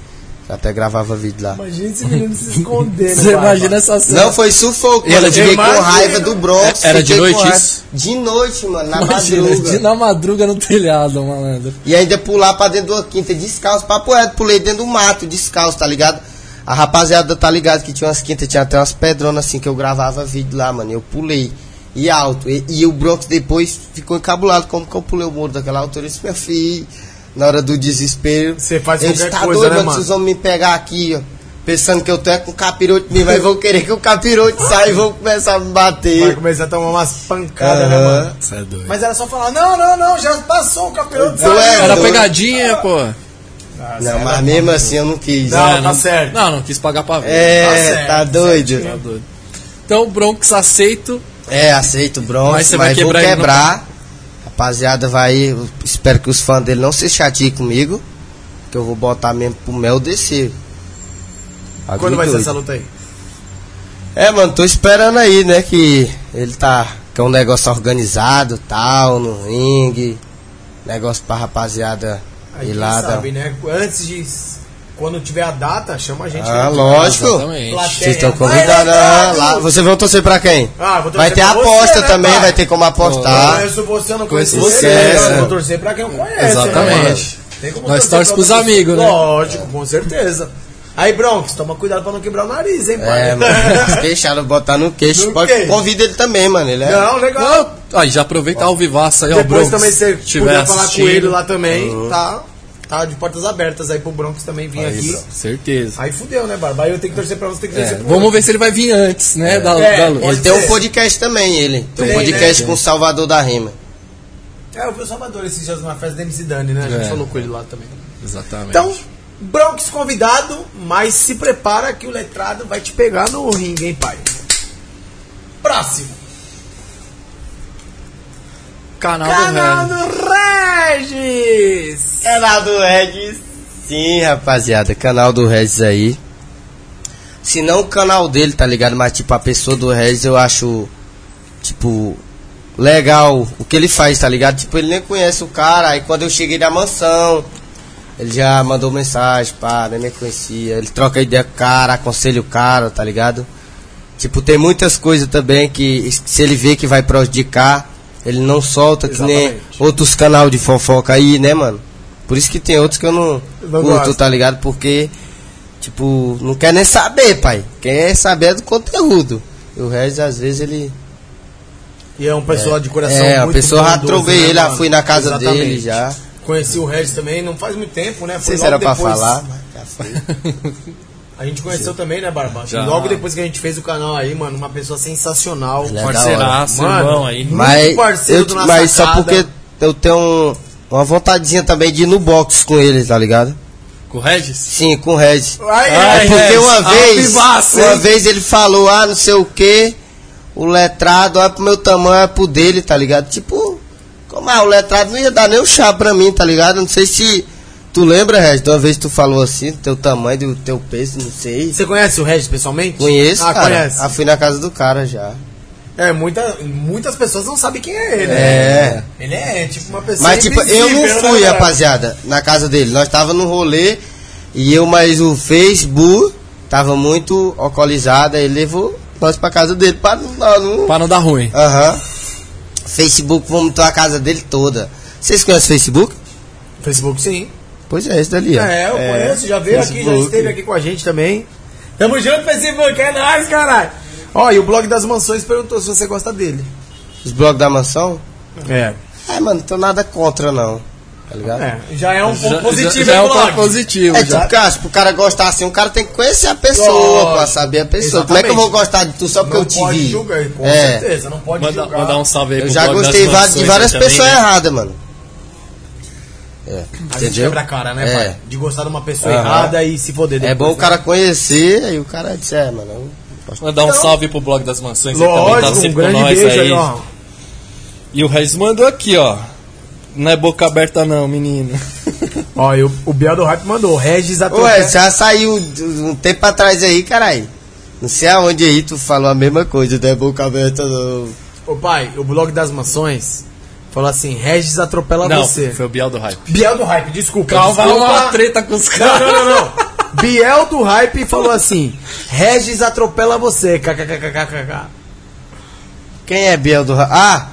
Speaker 3: Eu até gravava vídeo lá.
Speaker 1: Imagina esse menino se esconder.
Speaker 2: Você imagina essa cena.
Speaker 3: Não, foi sufoco.
Speaker 2: E era
Speaker 3: eu
Speaker 2: de
Speaker 3: fiquei com
Speaker 1: noite?
Speaker 3: raiva do Bronx.
Speaker 2: É- era de
Speaker 3: fiquei com
Speaker 2: noite
Speaker 3: raiva.
Speaker 2: isso?
Speaker 3: De noite, mano, na
Speaker 2: Imagina,
Speaker 3: madruga.
Speaker 2: de, na madruga no telhado, malandro.
Speaker 3: E ainda pular pra dentro de uma quinta descalço. Papo reto, pulei dentro do mato descalço, tá ligado? A rapaziada tá ligado que tinha umas quintas, tinha até umas pedronas assim que eu gravava vídeo lá, mano. Eu pulei. E alto. E, e o Bronx depois ficou encabulado. Como que eu pulei o muro daquela altura? Eu disse, meu filho, na hora do desespero.
Speaker 1: Você faz
Speaker 3: eu
Speaker 1: qualquer
Speaker 3: disse, tá
Speaker 1: coisa,
Speaker 3: doido,
Speaker 1: né,
Speaker 3: mano? Se
Speaker 1: mano?
Speaker 3: os homens me pegar aqui, ó. Pensando que eu tô é com capirote mesmo, aí vão querer que o capirote saia e vão começar a me
Speaker 1: Vai
Speaker 3: bater.
Speaker 1: começar a tomar umas pancadas, né,
Speaker 3: Aham.
Speaker 1: mano?
Speaker 5: Isso é doido.
Speaker 1: Mas era só falar, não, não, não, já passou o campeonato.
Speaker 3: Não
Speaker 1: sabe?
Speaker 3: é,
Speaker 2: Era
Speaker 3: doido.
Speaker 2: pegadinha, pô.
Speaker 3: Não, mas mesmo assim eu não quis.
Speaker 1: Não,
Speaker 2: É,
Speaker 5: né?
Speaker 1: tá certo.
Speaker 2: Não, não quis pagar pra ver.
Speaker 1: Tá
Speaker 3: É,
Speaker 1: certo,
Speaker 3: tá doido.
Speaker 2: Tá doido. Então, Bronx aceito.
Speaker 3: É, aceito o bronze,
Speaker 2: Mas
Speaker 3: mas,
Speaker 2: você vai
Speaker 3: vou
Speaker 2: quebrar ele,
Speaker 3: quebrar. Rapaziada, vai. eu Espero que os fãs dele não se chateiem comigo. Que eu vou botar mesmo pro mel descer.
Speaker 1: Quando
Speaker 3: Bagulho
Speaker 1: vai ser
Speaker 3: tá doido.
Speaker 1: essa luta aí?
Speaker 3: É, mano, tô esperando aí, né? Que ele tá. Que é um negócio organizado tal, no ringue. Negócio pra rapaziada
Speaker 1: A
Speaker 3: ir
Speaker 1: gente
Speaker 3: lá. dar-
Speaker 1: sabe, né? Antes de. Quando tiver a data, chama a gente. né?
Speaker 3: Ah, lógico.
Speaker 2: Exatamente.
Speaker 1: Plateia.
Speaker 3: Vocês estão
Speaker 1: é? Vai,
Speaker 3: convidados.
Speaker 1: Leonardo!
Speaker 3: lá. Você vai torcer pra quem?
Speaker 1: Ah, vou torcer
Speaker 3: vai ter
Speaker 1: pra você,
Speaker 3: aposta
Speaker 1: né,
Speaker 3: também,
Speaker 1: pai?
Speaker 3: vai ter como
Speaker 1: Eu
Speaker 3: apostar.
Speaker 1: conheço você, eu não conheço
Speaker 3: tá. Conheço
Speaker 1: você. né?
Speaker 3: você,
Speaker 1: Eu
Speaker 3: né?
Speaker 1: vou torcer pra quem eu conheço.
Speaker 2: Exatamente.
Speaker 1: né,
Speaker 3: É.
Speaker 1: mano? Tem como
Speaker 2: Nós
Speaker 1: torcer
Speaker 2: torce
Speaker 1: pra
Speaker 2: pros
Speaker 1: outras-
Speaker 2: amigos, né?
Speaker 1: Lógico, com certeza. Aí, Bronx, toma cuidado pra não quebrar o nariz, hein, pai?
Speaker 3: É, mano. eles Deixaram botar no queixo.
Speaker 1: No
Speaker 3: Pode,
Speaker 1: queixo.
Speaker 3: convida ele também, mano. Ele
Speaker 1: [laughs]
Speaker 3: é.
Speaker 1: Não, legal.
Speaker 2: Não, aí já aproveita ao vivaço aí, ó,
Speaker 1: Depois
Speaker 2: Bronx.
Speaker 1: também você
Speaker 2: tiver
Speaker 1: puder falar com
Speaker 2: assistindo.
Speaker 1: ele lá também,
Speaker 3: Uhum.
Speaker 1: tá? Tá de portas abertas aí pro Bronx também vir aqui.
Speaker 2: É Certeza.
Speaker 1: Aí fudeu, né, Barba? Aí eu tenho que torcer pra você, tem que
Speaker 2: É,
Speaker 1: torcer pro
Speaker 2: vamos ver se ele vai vir antes, né? Da,
Speaker 1: É,
Speaker 2: da luta.
Speaker 1: pode-
Speaker 3: Ele tem
Speaker 1: ser.
Speaker 3: um podcast também, ele. Tem um
Speaker 1: Tem,
Speaker 3: podcast
Speaker 1: né?
Speaker 3: com o Salvador da Rima.
Speaker 1: É, eu vi o Salvador esses dias numa festa da MC Dani, né? A gente
Speaker 2: É.
Speaker 1: falou com ele lá também.
Speaker 2: Exatamente.
Speaker 1: Então, Bronx convidado, mas se prepara que o letrado vai te pegar no ringue, hein, pai? Próximo.
Speaker 3: Tá
Speaker 2: canal,
Speaker 1: Canal
Speaker 2: do Ren.
Speaker 1: do Regis!
Speaker 3: Canal do Regis. Sim, rapaziada, canal do Regis aí. Se não o canal dele, tá ligado? Mas tipo, a pessoa do Regis eu acho, tipo, legal o que ele faz, tá ligado? Tipo, ele nem conhece o cara, aí quando eu cheguei na mansão, ele já mandou mensagem, pá, nem me conhecia. Ele troca ideia com o cara, aconselha o cara, tá ligado? Tipo, tem muitas coisas também que se ele vê que vai prejudicar, ele não solta, que nem
Speaker 1: Exatamente.
Speaker 3: outros canal de fofoca aí, né, mano? Por isso que tem outros que eu não
Speaker 1: Não
Speaker 3: curto,
Speaker 1: gosto.
Speaker 3: tá ligado? Porque, tipo, não quer nem saber, pai. Quer saber é do conteúdo. E o resto, às vezes, ele.
Speaker 1: E é um pessoal de coração
Speaker 3: É, a
Speaker 1: muito
Speaker 3: pessoa já
Speaker 1: bondoso,
Speaker 3: trovei
Speaker 1: né,
Speaker 3: ele, já
Speaker 1: mano?
Speaker 3: fui na casa
Speaker 1: Exatamente.
Speaker 3: dele já.
Speaker 1: Conheci o Regis também, não faz muito tempo, né?
Speaker 3: Não
Speaker 1: Foi
Speaker 3: sei se
Speaker 1: logo
Speaker 3: era pra
Speaker 1: depois-
Speaker 2: [laughs]
Speaker 3: falar. mas
Speaker 1: A gente conheceu também, né, Barba?
Speaker 2: Já.
Speaker 1: Logo depois que a gente fez o canal aí, mano, uma pessoa sensacional.
Speaker 3: Ele é
Speaker 2: Parceiraço,
Speaker 1: Mano,
Speaker 2: irmão aí.
Speaker 1: muito
Speaker 3: Mas,
Speaker 1: parceiro
Speaker 3: eu,
Speaker 1: do Na
Speaker 3: mas só
Speaker 1: Sacada.
Speaker 3: porque eu tenho um- uma vontadezinha também de ir no box com ele, tá ligado?
Speaker 2: Com o Regis?
Speaker 3: Sim, com o Red.
Speaker 1: Ai,
Speaker 2: Ai,
Speaker 3: É
Speaker 1: ai,
Speaker 3: porque
Speaker 2: Regis,
Speaker 3: uma vez,
Speaker 2: avivaça,
Speaker 3: uma
Speaker 2: hein?
Speaker 3: vez ele falou, ah, não sei o que, o letrado, olha pro meu tamanho, é pro dele, tá ligado? Tipo, como é, o letrado não ia dar nem o chá pra mim, tá ligado? Não sei se tu lembra, Regis, de uma vez tu falou assim, do teu tamanho, do teu peso, não sei.
Speaker 1: Você conhece o Regis pessoalmente?
Speaker 3: Conheço,
Speaker 1: Ah,
Speaker 3: cara.
Speaker 1: conhece.
Speaker 3: Ah, fui na casa do cara já.
Speaker 1: É, muita, muitas pessoas não sabem quem é ele.
Speaker 3: É.
Speaker 1: Né? Ele é tipo uma pessoa.
Speaker 3: Mas, tipo, eu não
Speaker 1: invisível,
Speaker 3: fui,
Speaker 1: né, cara?
Speaker 3: rapaziada, na casa dele. Nós tava no rolê e eu mais o Facebook tava muito alcoolizada. Ele levou nós pra casa dele pra não- não
Speaker 2: Pra não dar ruim.
Speaker 3: Aham. Facebook vomitou a casa dele toda. Vocês conhecem o Facebook?
Speaker 1: Facebook, sim.
Speaker 3: Pois é, esse dali, ó.
Speaker 1: É, eu conheço, já veio aqui, já
Speaker 3: Facebook.
Speaker 1: esteve aqui com a gente também. Tamo junto, Facebook, é nóis, caralho. Ó, e o blog das mansões perguntou se você gosta dele.
Speaker 3: Os blogs da mansão?
Speaker 1: É.
Speaker 3: É, mano, não tenho nada contra, não. Tá ligado? É.
Speaker 1: já é um
Speaker 2: Já-
Speaker 1: ponto positivo,
Speaker 2: já, já é
Speaker 1: hein,
Speaker 2: um
Speaker 1: blog? É, tá.
Speaker 2: ponto positivo. já.
Speaker 3: tipo, cara, pro cara gostar assim, o cara tem que conhecer a pessoa,
Speaker 1: Lógico.
Speaker 3: pra saber a pessoa. Como é que eu vou
Speaker 1: Exatamente.
Speaker 3: gostar de tu só porque
Speaker 1: Não
Speaker 3: eu te
Speaker 1: pode
Speaker 3: vi?
Speaker 1: julgar, com
Speaker 3: é.
Speaker 1: certeza, não pode
Speaker 2: Manda,
Speaker 1: julgar.
Speaker 2: mandar um salve aí
Speaker 3: Eu
Speaker 2: pro
Speaker 3: já
Speaker 2: blog das
Speaker 3: gostei va- de
Speaker 2: mansões
Speaker 3: várias
Speaker 2: aí também,
Speaker 3: pessoas
Speaker 2: né?
Speaker 3: erradas, mano. É,
Speaker 1: A gente
Speaker 3: entendeu?
Speaker 1: quebra a cara, né,
Speaker 3: É.
Speaker 1: pai? De gostar de uma pessoa
Speaker 3: Aham.
Speaker 1: errada e se foder
Speaker 3: É
Speaker 1: depois,
Speaker 3: bom o
Speaker 1: né?
Speaker 3: cara conhecer, aí o cara disse, é, mano, eu gosto
Speaker 2: Mandar um salve pro blog das mansões aí também, tava
Speaker 1: Então- Lógico, um
Speaker 2: tá sempre com
Speaker 1: grande
Speaker 2: nós
Speaker 1: beijo
Speaker 2: aí.
Speaker 1: aí, ó.
Speaker 2: E o Regis mandou aqui, ó. Não é boca aberta não, menino.
Speaker 1: Ó, e o, o Biel do Rap mandou, Regis até.
Speaker 3: Ué, já saiu um tempo atrás aí, carai. Não sei aonde aí tu falou a mesma coisa, não é boca aberta não.
Speaker 1: Ô pai, o blog das mansões falou assim, Regis atropela
Speaker 2: não,
Speaker 1: você.
Speaker 2: foi o Biel do Hype.
Speaker 1: Biel do Hype, desculpa.
Speaker 2: Calma,
Speaker 1: desculpa.
Speaker 2: uma treta com os
Speaker 1: Não,
Speaker 2: caras.
Speaker 1: não, não, não. Biel do Hype falou assim, Regis atropela você, kkkkk.
Speaker 3: Quem é Biel do Ra- Ah!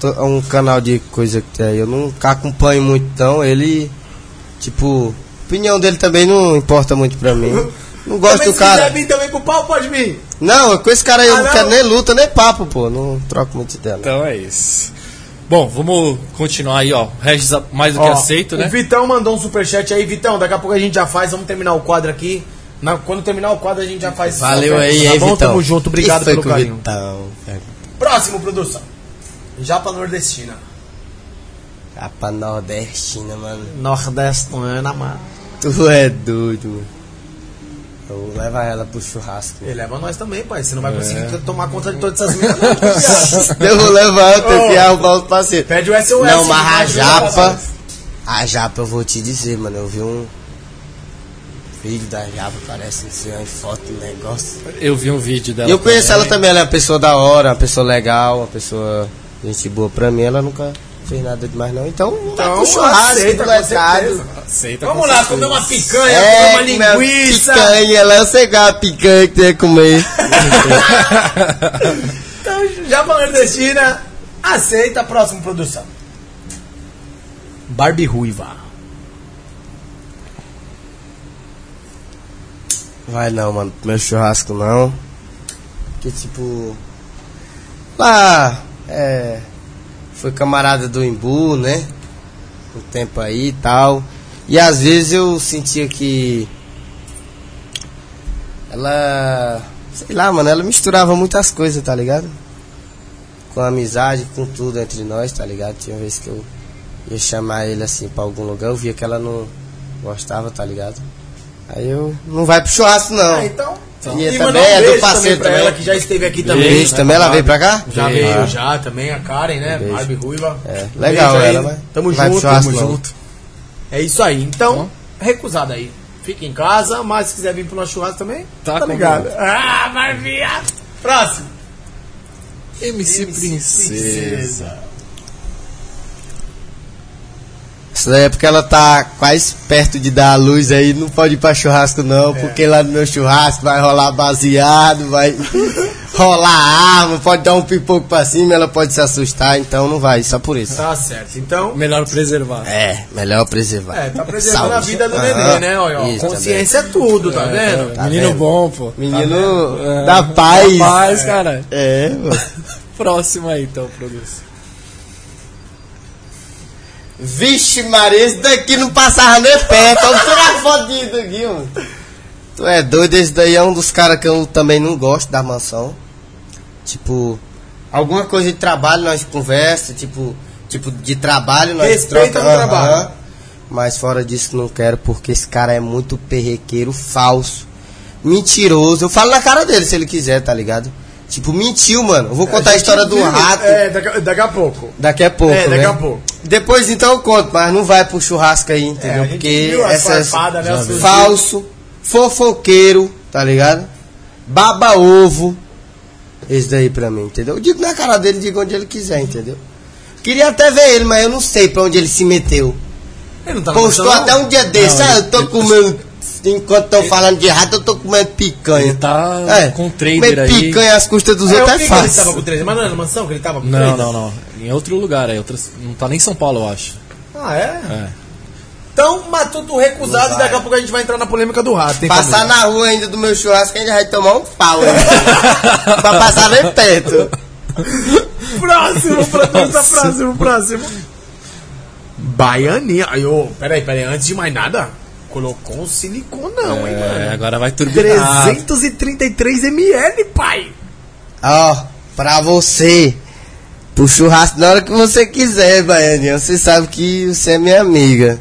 Speaker 3: tô- é um canal de coisa que tem aí, eu não acompanho muito então, ele. Tipo, a opinião dele também não importa muito pra
Speaker 1: [laughs]
Speaker 3: mim. Não gosto do cara.
Speaker 1: vir também pro pau, pode vir.
Speaker 3: Não, com esse cara aí eu
Speaker 1: Ah,
Speaker 3: não
Speaker 1: não?
Speaker 3: quero nem luta, nem papo, pô. Não troco muito dela.
Speaker 2: Então é isso. Bom, vamos continuar aí, ó. Regis a- mais do que
Speaker 1: Ó,
Speaker 2: aceito, né?
Speaker 1: O Vitão mandou um superchat aí, Vitão, daqui a pouco a gente já faz, vamos terminar o quadro aqui. Na- quando terminar o quadro, a gente já faz.
Speaker 3: Valeu
Speaker 1: tá
Speaker 3: aí,
Speaker 1: bom?
Speaker 3: aí, Vitão.
Speaker 1: Tamo junto, obrigado
Speaker 3: Isso foi
Speaker 1: pelo
Speaker 3: com o
Speaker 1: carinho.
Speaker 3: Vitão.
Speaker 1: Próximo, produção. Japa nordestina.
Speaker 3: Capa nordestina, mano.
Speaker 1: Nordestina, mano.
Speaker 3: Tu é doido, mano. Eu vou levar ela
Speaker 1: [laughs]
Speaker 3: pro churrasco.
Speaker 1: Ele leva nós também, pai. Você não vai conseguir
Speaker 3: É.
Speaker 1: t- tomar conta de todas essas minas.
Speaker 3: [laughs]
Speaker 1: não, viado.
Speaker 3: Eu vou levar, eu tenho que
Speaker 1: Ô.
Speaker 3: arrumar os parceiros.
Speaker 1: Pede um o SOS.
Speaker 3: Não,
Speaker 1: que vai
Speaker 3: mas a
Speaker 1: ajudar,
Speaker 3: japa.
Speaker 1: rapaz.
Speaker 3: A japa eu vou te dizer, mano. Eu vi um. Filho da japa, parece ser uma foto, um negócio.
Speaker 2: Eu vi um vídeo dela.
Speaker 3: E eu conheço ela também, ela é uma pessoa da hora, uma pessoa legal, uma pessoa gente boa pra mim, ela nunca fez nada demais não. Então, vai pro churrasco,
Speaker 1: aceita, com
Speaker 3: molecado.
Speaker 1: certeza.
Speaker 2: Aceita
Speaker 1: Vamos
Speaker 2: com
Speaker 1: lá,
Speaker 2: certeza.
Speaker 1: comer uma picanha,
Speaker 3: tá- É,
Speaker 1: comer uma
Speaker 3: meu,
Speaker 1: linguiça.
Speaker 3: picanha, lá eu sei qual é a picanha que tem que comer.
Speaker 1: Então, japa nordestina, aceita. Próximo, produção. Barbie ruiva.
Speaker 3: Vai não, mano, pro meu churrasco não. Que tipo. Lá, é. Foi camarada do Imbu, né? Um tempo aí e tal. E às vezes eu sentia que. Ela. Sei lá, mano, ela misturava muitas coisas, tá ligado? Com a amizade, com tudo entre nós, tá ligado? Tinha vez que eu ia chamar ele assim pra algum lugar, eu via que ela não gostava, tá ligado? Aí eu. Não vai pro churrasco não.
Speaker 1: Ah, então.
Speaker 3: E também
Speaker 1: mandar
Speaker 3: é do
Speaker 1: beijo
Speaker 3: parceiro
Speaker 1: pra
Speaker 3: também.
Speaker 1: ela que já esteve aqui
Speaker 3: Beijo,
Speaker 1: também. né?
Speaker 3: também, ela veio pra cá?
Speaker 1: Já
Speaker 3: Veio.
Speaker 1: veio,
Speaker 3: Ah.
Speaker 1: já também, a Karen, né?
Speaker 3: Beijo.
Speaker 1: Barbie Ruiva.
Speaker 3: É, legal
Speaker 1: Beijo aí.
Speaker 3: ela, vai.
Speaker 1: Tamo
Speaker 3: Vai pro
Speaker 1: junto,
Speaker 3: churrasco,
Speaker 1: tamo
Speaker 3: não.
Speaker 1: junto. É isso aí. Então, recusado aí. Fica em casa, mas se quiser vir pro nosso churrasco também,
Speaker 2: Tá
Speaker 1: tá
Speaker 2: com
Speaker 1: ligado.
Speaker 2: medo.
Speaker 1: Ah, Barbie! ah. Próximo.
Speaker 2: MC, Princesa.
Speaker 3: Isso daí é porque ela tá quase perto de dar a luz aí, não pode ir pra churrasco
Speaker 1: É.
Speaker 3: não, porque lá no meu churrasco vai rolar baseado, vai [laughs] rolar arma, pode dar um pipoco pra cima, ela pode se assustar, então não vai, só por isso.
Speaker 1: Tá certo. Então,
Speaker 2: Melhor preservar.
Speaker 3: É, melhor preservar.
Speaker 1: é, tá preservando
Speaker 3: Saúde.
Speaker 1: a vida do
Speaker 3: Aham.
Speaker 1: neném, né? Olha, ó,
Speaker 3: Isso
Speaker 1: consciência é tudo, tá vendo?
Speaker 3: Tá
Speaker 2: Menino
Speaker 3: vendo?
Speaker 2: bom, pô.
Speaker 3: também. Menino
Speaker 2: É.
Speaker 3: da paz.
Speaker 2: Paz, cara.
Speaker 3: É, mano.
Speaker 2: Próximo aí, então, produção.
Speaker 3: Vixe, Maria, esse daqui não passava nem perto. é Vamos tirar a foto disso daqui, mano. Tu é doido, esse daí é um dos caras que eu também não gosto da mansão. Tipo, alguma coisa de trabalho nós conversa, tipo, tipo de trabalho nós
Speaker 1: Respeita o
Speaker 3: aham.
Speaker 1: trabalho.
Speaker 3: Mas fora disso não quero, porque esse cara é muito perrequeiro falso. Mentiroso. Eu falo na cara dele se ele quiser, tá ligado? Tipo, mentiu, mano. Eu vou contar a, história do rato.
Speaker 1: É, daqui, daqui a pouco.
Speaker 3: Daqui a pouco.
Speaker 1: É, daqui
Speaker 3: né?
Speaker 1: a pouco.
Speaker 3: Depois então eu conto, mas não vai pro churrasco
Speaker 1: É,
Speaker 3: aí,
Speaker 1: a
Speaker 3: entendeu?
Speaker 1: gente
Speaker 3: Porque
Speaker 1: viu as
Speaker 3: essas
Speaker 1: farpadas, né, as
Speaker 3: Já vi.
Speaker 1: sujas.
Speaker 3: falso, fofoqueiro, tá ligado? Baba ovo. Esse daí pra mim, entendeu? Eu digo na cara dele, digo onde ele quiser, entendeu? Queria até ver ele, mas eu não sei pra onde ele se meteu.
Speaker 1: Ele não tá na
Speaker 3: Postou
Speaker 1: mansão,
Speaker 3: até
Speaker 1: não?
Speaker 3: um dia desse, ah, eu tô comendo. Enquanto estão falando de rato, eu tô comendo picanha. É,
Speaker 2: Ele tá com um trader
Speaker 3: comer
Speaker 2: aí.
Speaker 3: picanha às custas dos
Speaker 1: É, eu
Speaker 3: outros
Speaker 1: vi
Speaker 3: é
Speaker 1: que ele tava
Speaker 3: fácil.
Speaker 1: com 13, mas não era na mansão que ele tava com
Speaker 2: Não,
Speaker 1: 13?
Speaker 2: não, não. Em outro lugar aí. Outras... Não tá nem em São Paulo, eu acho.
Speaker 1: Ah, é?
Speaker 2: É.
Speaker 1: Então, Matuto recusado e
Speaker 3: Não vai.
Speaker 1: daqui a pouco a gente vai entrar na polêmica do rato. hein,
Speaker 3: Passar
Speaker 1: família?
Speaker 3: na rua ainda do meu churrasco, ainda vai tomar um pau. Né? [laughs] pra passar nem perto.
Speaker 1: Próximo, próximo, próximo, próximo. Baianinha. Aí, ô, peraí, peraí. Antes de mais nada, colocou um siliconão, hein,
Speaker 2: É,
Speaker 1: mano.
Speaker 2: agora vai turbinar.
Speaker 1: 333 ml, pai.
Speaker 3: Ó, pra você. Pro churrasco na hora que você quiser, Baianinha. Você sabe que você é minha amiga.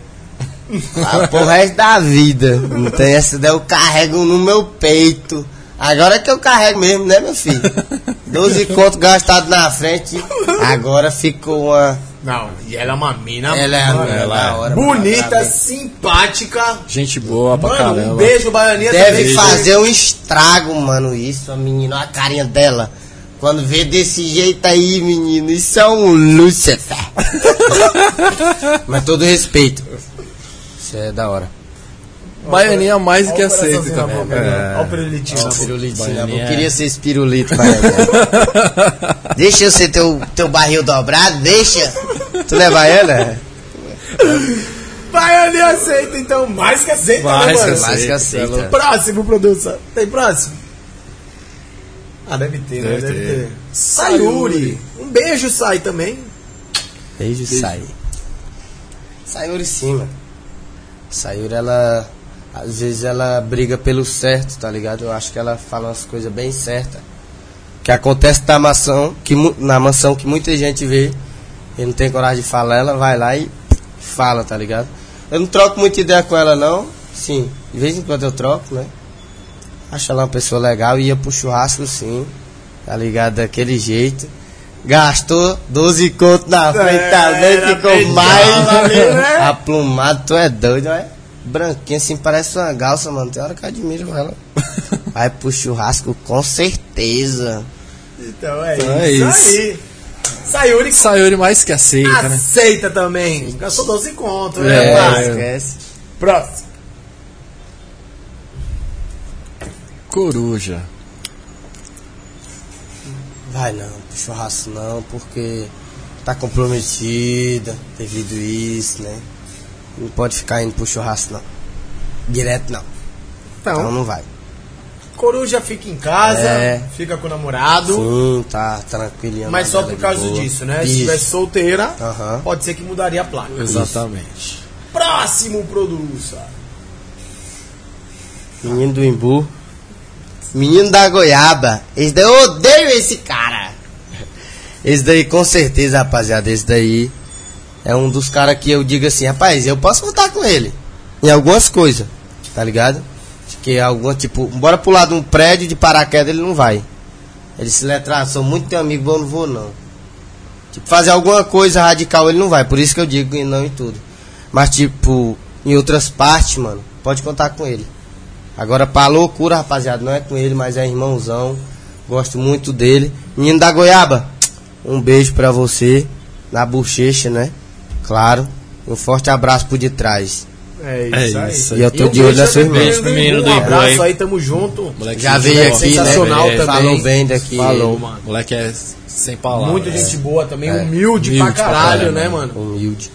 Speaker 3: Ah, pro resto da vida. Não tem essa daí, eu carrego no meu peito. Agora é que eu carrego mesmo, né, meu filho? 12 conto gastado na frente. Agora ficou uma.
Speaker 1: Não, e ela é uma mina
Speaker 3: Ela é a
Speaker 1: mano,
Speaker 2: ela é
Speaker 3: da hora,
Speaker 1: bonita,
Speaker 3: braba.
Speaker 1: simpática.
Speaker 2: Gente boa pra
Speaker 1: Mano,
Speaker 2: caramba.
Speaker 1: um beijo, Baianinha.
Speaker 3: Deve
Speaker 1: também.
Speaker 3: fazer um estrago, mano, isso, a menina, olha a carinha dela. Quando vê desse jeito aí, menino, isso é um Lúcifer. [laughs] Mas todo respeito. Isso é da hora.
Speaker 2: Baianinha é mais do que
Speaker 1: Olha o
Speaker 2: aceito
Speaker 1: coraçãozinho na
Speaker 2: também.
Speaker 1: boca, né? Olha o pirulitinho na boca.
Speaker 3: Pirulitinho,
Speaker 2: Baianinha.
Speaker 3: eu queria ser esse pirulito, pai. [laughs] deixa eu ser teu, teu barril dobrado, deixa. Tu não é baiana?
Speaker 1: Baianinha aceita, então. Mais que aceita, né,
Speaker 2: Mais que
Speaker 1: mano?
Speaker 2: aceita.
Speaker 3: Mais que aceita.
Speaker 1: Próximo, produção. Tem próximo? Ah, deve ter, né?
Speaker 2: Deve
Speaker 1: Deve
Speaker 2: ter.
Speaker 1: ter. Sayuri. Um beijo, Sai, também.
Speaker 3: Beijo, Sayuri. Sayuri sim, mano. Sayuri, ela Às vezes ela briga pelo certo, tá ligado? Eu acho que ela fala umas coisas bem certas. Que acontece na mansão, que, mu- na mansão que muita gente vê e não tem coragem de falar, ela vai lá e fala, tá ligado? Eu não troco muita ideia com ela não, sim. De vez em quando eu troco, né? Acho ela uma pessoa legal, ia pro churrasco sim, tá ligado? Daquele jeito. Gastou 12 conto na frente, tá vendo? Ficou mais aplumado, tu é doido, é? Branquinha assim, parece uma galça, mano. Tem hora que eu admiro ela. Vai pro churrasco com certeza.
Speaker 1: Então é,
Speaker 2: Então é
Speaker 1: isso,
Speaker 2: isso.
Speaker 1: aí. Sayuri
Speaker 2: Sayuri mais que aceita, né?
Speaker 1: aceita também. Gastou 12 conto, né?
Speaker 3: É,
Speaker 1: pai?
Speaker 3: esquece.
Speaker 1: Próximo.
Speaker 2: Coruja.
Speaker 3: Vai não, pro churrasco não, porque tá comprometida devido isso, né? Não pode ficar indo pro churrasco não. Direto não. Então
Speaker 1: Então,
Speaker 3: não vai.
Speaker 1: coruja fica em casa,
Speaker 3: É.
Speaker 1: fica com o namorado.
Speaker 3: Sim, tá tranquilinha.
Speaker 1: Mas só por
Speaker 3: de
Speaker 1: causa
Speaker 3: boa.
Speaker 1: disso, né? Se
Speaker 3: Isso.
Speaker 1: tivesse solteira,
Speaker 3: Aham.
Speaker 1: pode ser que mudaria a placa.
Speaker 2: Exatamente.
Speaker 1: Próximo produça.
Speaker 3: Menino do Imbu. Menino da Goiaba. Esse daí, eu odeio esse cara. Esse daí, com certeza, rapaziada. Esse daí é um dos caras que eu digo assim, rapaz, eu posso contar com ele. Em algumas coisas, tá ligado? De Que alguma, tipo, bora pular de um prédio de paraquedas, ele não vai. Ele se letrar, sou muito teu amigo, bom, não vou não. Tipo, fazer alguma coisa radical ele não vai. Por isso que eu digo em não em tudo. Mas, tipo, em outras partes, mano, pode contar com ele. Agora, pra loucura, rapaziada, não é com ele, mas é irmãozão. Gosto muito dele. Menino da Goiaba, um beijo pra você. Na bochecha, né? Claro. Um forte abraço por detrás.
Speaker 1: É
Speaker 2: É isso aí.
Speaker 3: E eu tô de olho na sua irmã.
Speaker 2: Beijo pro menino do
Speaker 1: Um
Speaker 2: Ibu aí.
Speaker 1: abraço aí, tamo junto.
Speaker 2: Moleque
Speaker 3: Já
Speaker 2: gente
Speaker 3: veio
Speaker 2: boa.
Speaker 3: aqui, né?
Speaker 1: Sensacional
Speaker 2: É,
Speaker 1: também.
Speaker 3: Falou bem daqui.
Speaker 1: Falou, mano.
Speaker 2: Moleque é sem palavras.
Speaker 1: Muita gente boa também,
Speaker 3: É.
Speaker 1: humilde, pra
Speaker 2: Humilde pra
Speaker 1: caralho,
Speaker 2: caralho,
Speaker 1: né, mano?
Speaker 3: Humilde.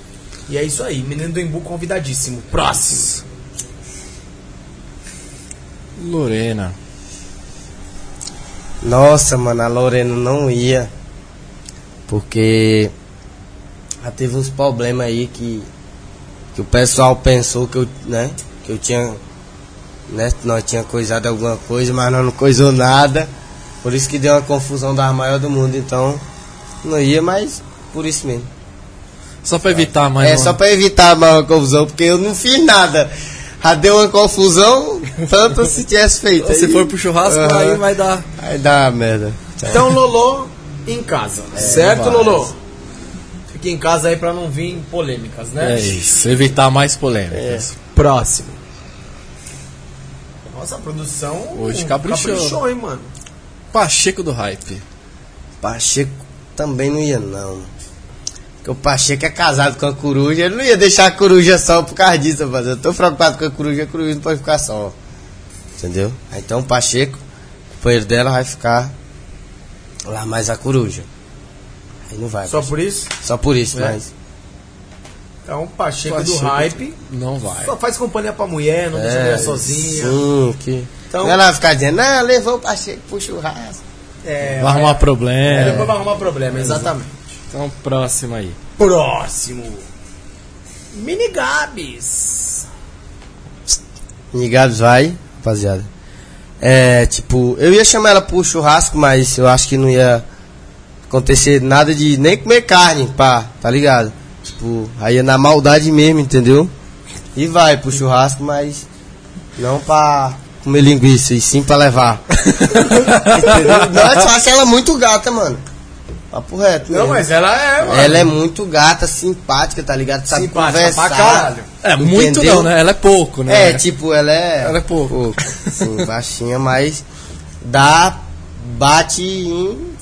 Speaker 1: E é isso aí, menino do Embu convidadíssimo. Próximo.
Speaker 2: Lorena.
Speaker 3: Nossa, mano, a Lorena não ia. Porque ela teve uns problemas aí que, que o pessoal pensou que eu, né, que eu tinha né, nós tinha coisado alguma coisa, mas nós não coisou nada. Por isso que deu uma confusão das maior do mundo, então não ia, mas por isso mesmo.
Speaker 2: Só pra evitar mais
Speaker 3: é
Speaker 2: uma-
Speaker 3: só pra evitar a maior confusão, porque eu não fiz nada. Já deu uma confusão, tanto se tivesse feito.
Speaker 2: Então, Se
Speaker 3: Aí-
Speaker 2: for pro churrasco,
Speaker 3: Aham.
Speaker 2: aí vai dar.
Speaker 3: Aí dá uma merda. Tchau.
Speaker 1: Então, Lolo em casa, certo,
Speaker 2: vai.
Speaker 1: Lolo? Fique em casa aí pra não vir em polêmicas, né?
Speaker 2: É isso, evitar mais polêmicas.
Speaker 1: Próximo. Nossa, a produção
Speaker 2: Hoje caprichou.
Speaker 1: caprichou, hein, mano?
Speaker 2: Pacheco do Hype.
Speaker 3: Pacheco também não ia não. Porque o Pacheco é casado com a coruja, ele não ia deixar a coruja só por causa disso, rapaz. Eu tô preocupado com a coruja, a coruja não pode ficar só. Entendeu? Aí, Então o Pacheco, o companheiro dela, vai ficar lá mais a coruja. Aí não vai.
Speaker 1: Só
Speaker 3: Só,
Speaker 1: por isso?
Speaker 3: só por isso,
Speaker 1: É.
Speaker 3: mas.
Speaker 1: Então, Pacheco, do
Speaker 2: Pacheco.
Speaker 1: hype.
Speaker 2: Não vai.
Speaker 1: Só faz companhia pra mulher, não deixa a mulher sozinha.
Speaker 3: É, Sim, que.
Speaker 1: Então-
Speaker 3: Então, ela vai ficar dizendo, não, levou o Pacheco pro churrasco.
Speaker 1: É,
Speaker 2: Vai arrumar
Speaker 1: é,
Speaker 2: problema.
Speaker 1: depois vai arrumar problema, exatamente.
Speaker 2: Então, próximo aí.
Speaker 1: Próximo. Mini Gabs.
Speaker 3: Nigados vai, rapaziada. É, tipo, eu ia chamar ela pro churrasco, mas eu acho que não ia acontecer nada de nem comer carne, pá, tá ligado? Tipo, aí é na maldade mesmo, entendeu? E vai pro churrasco, mas não pra comer linguiça, e sim
Speaker 1: [laughs]
Speaker 3: pra levar. Entendeu? não, eu só acho ela é muito gata, mano. Papo reto,
Speaker 1: Não,
Speaker 3: mesmo.
Speaker 1: mas ela é, mano.
Speaker 3: Ela é muito gata, simpática, tá ligado? Sabe
Speaker 1: Simpática pra
Speaker 3: conversar.
Speaker 1: caralho.
Speaker 2: É, muito
Speaker 3: Entendeu?
Speaker 2: não, né? Ela é pouco, né?
Speaker 3: É, tipo, ela é.
Speaker 2: Ela é pouco.
Speaker 3: sim, baixinha, mas dá. Bate em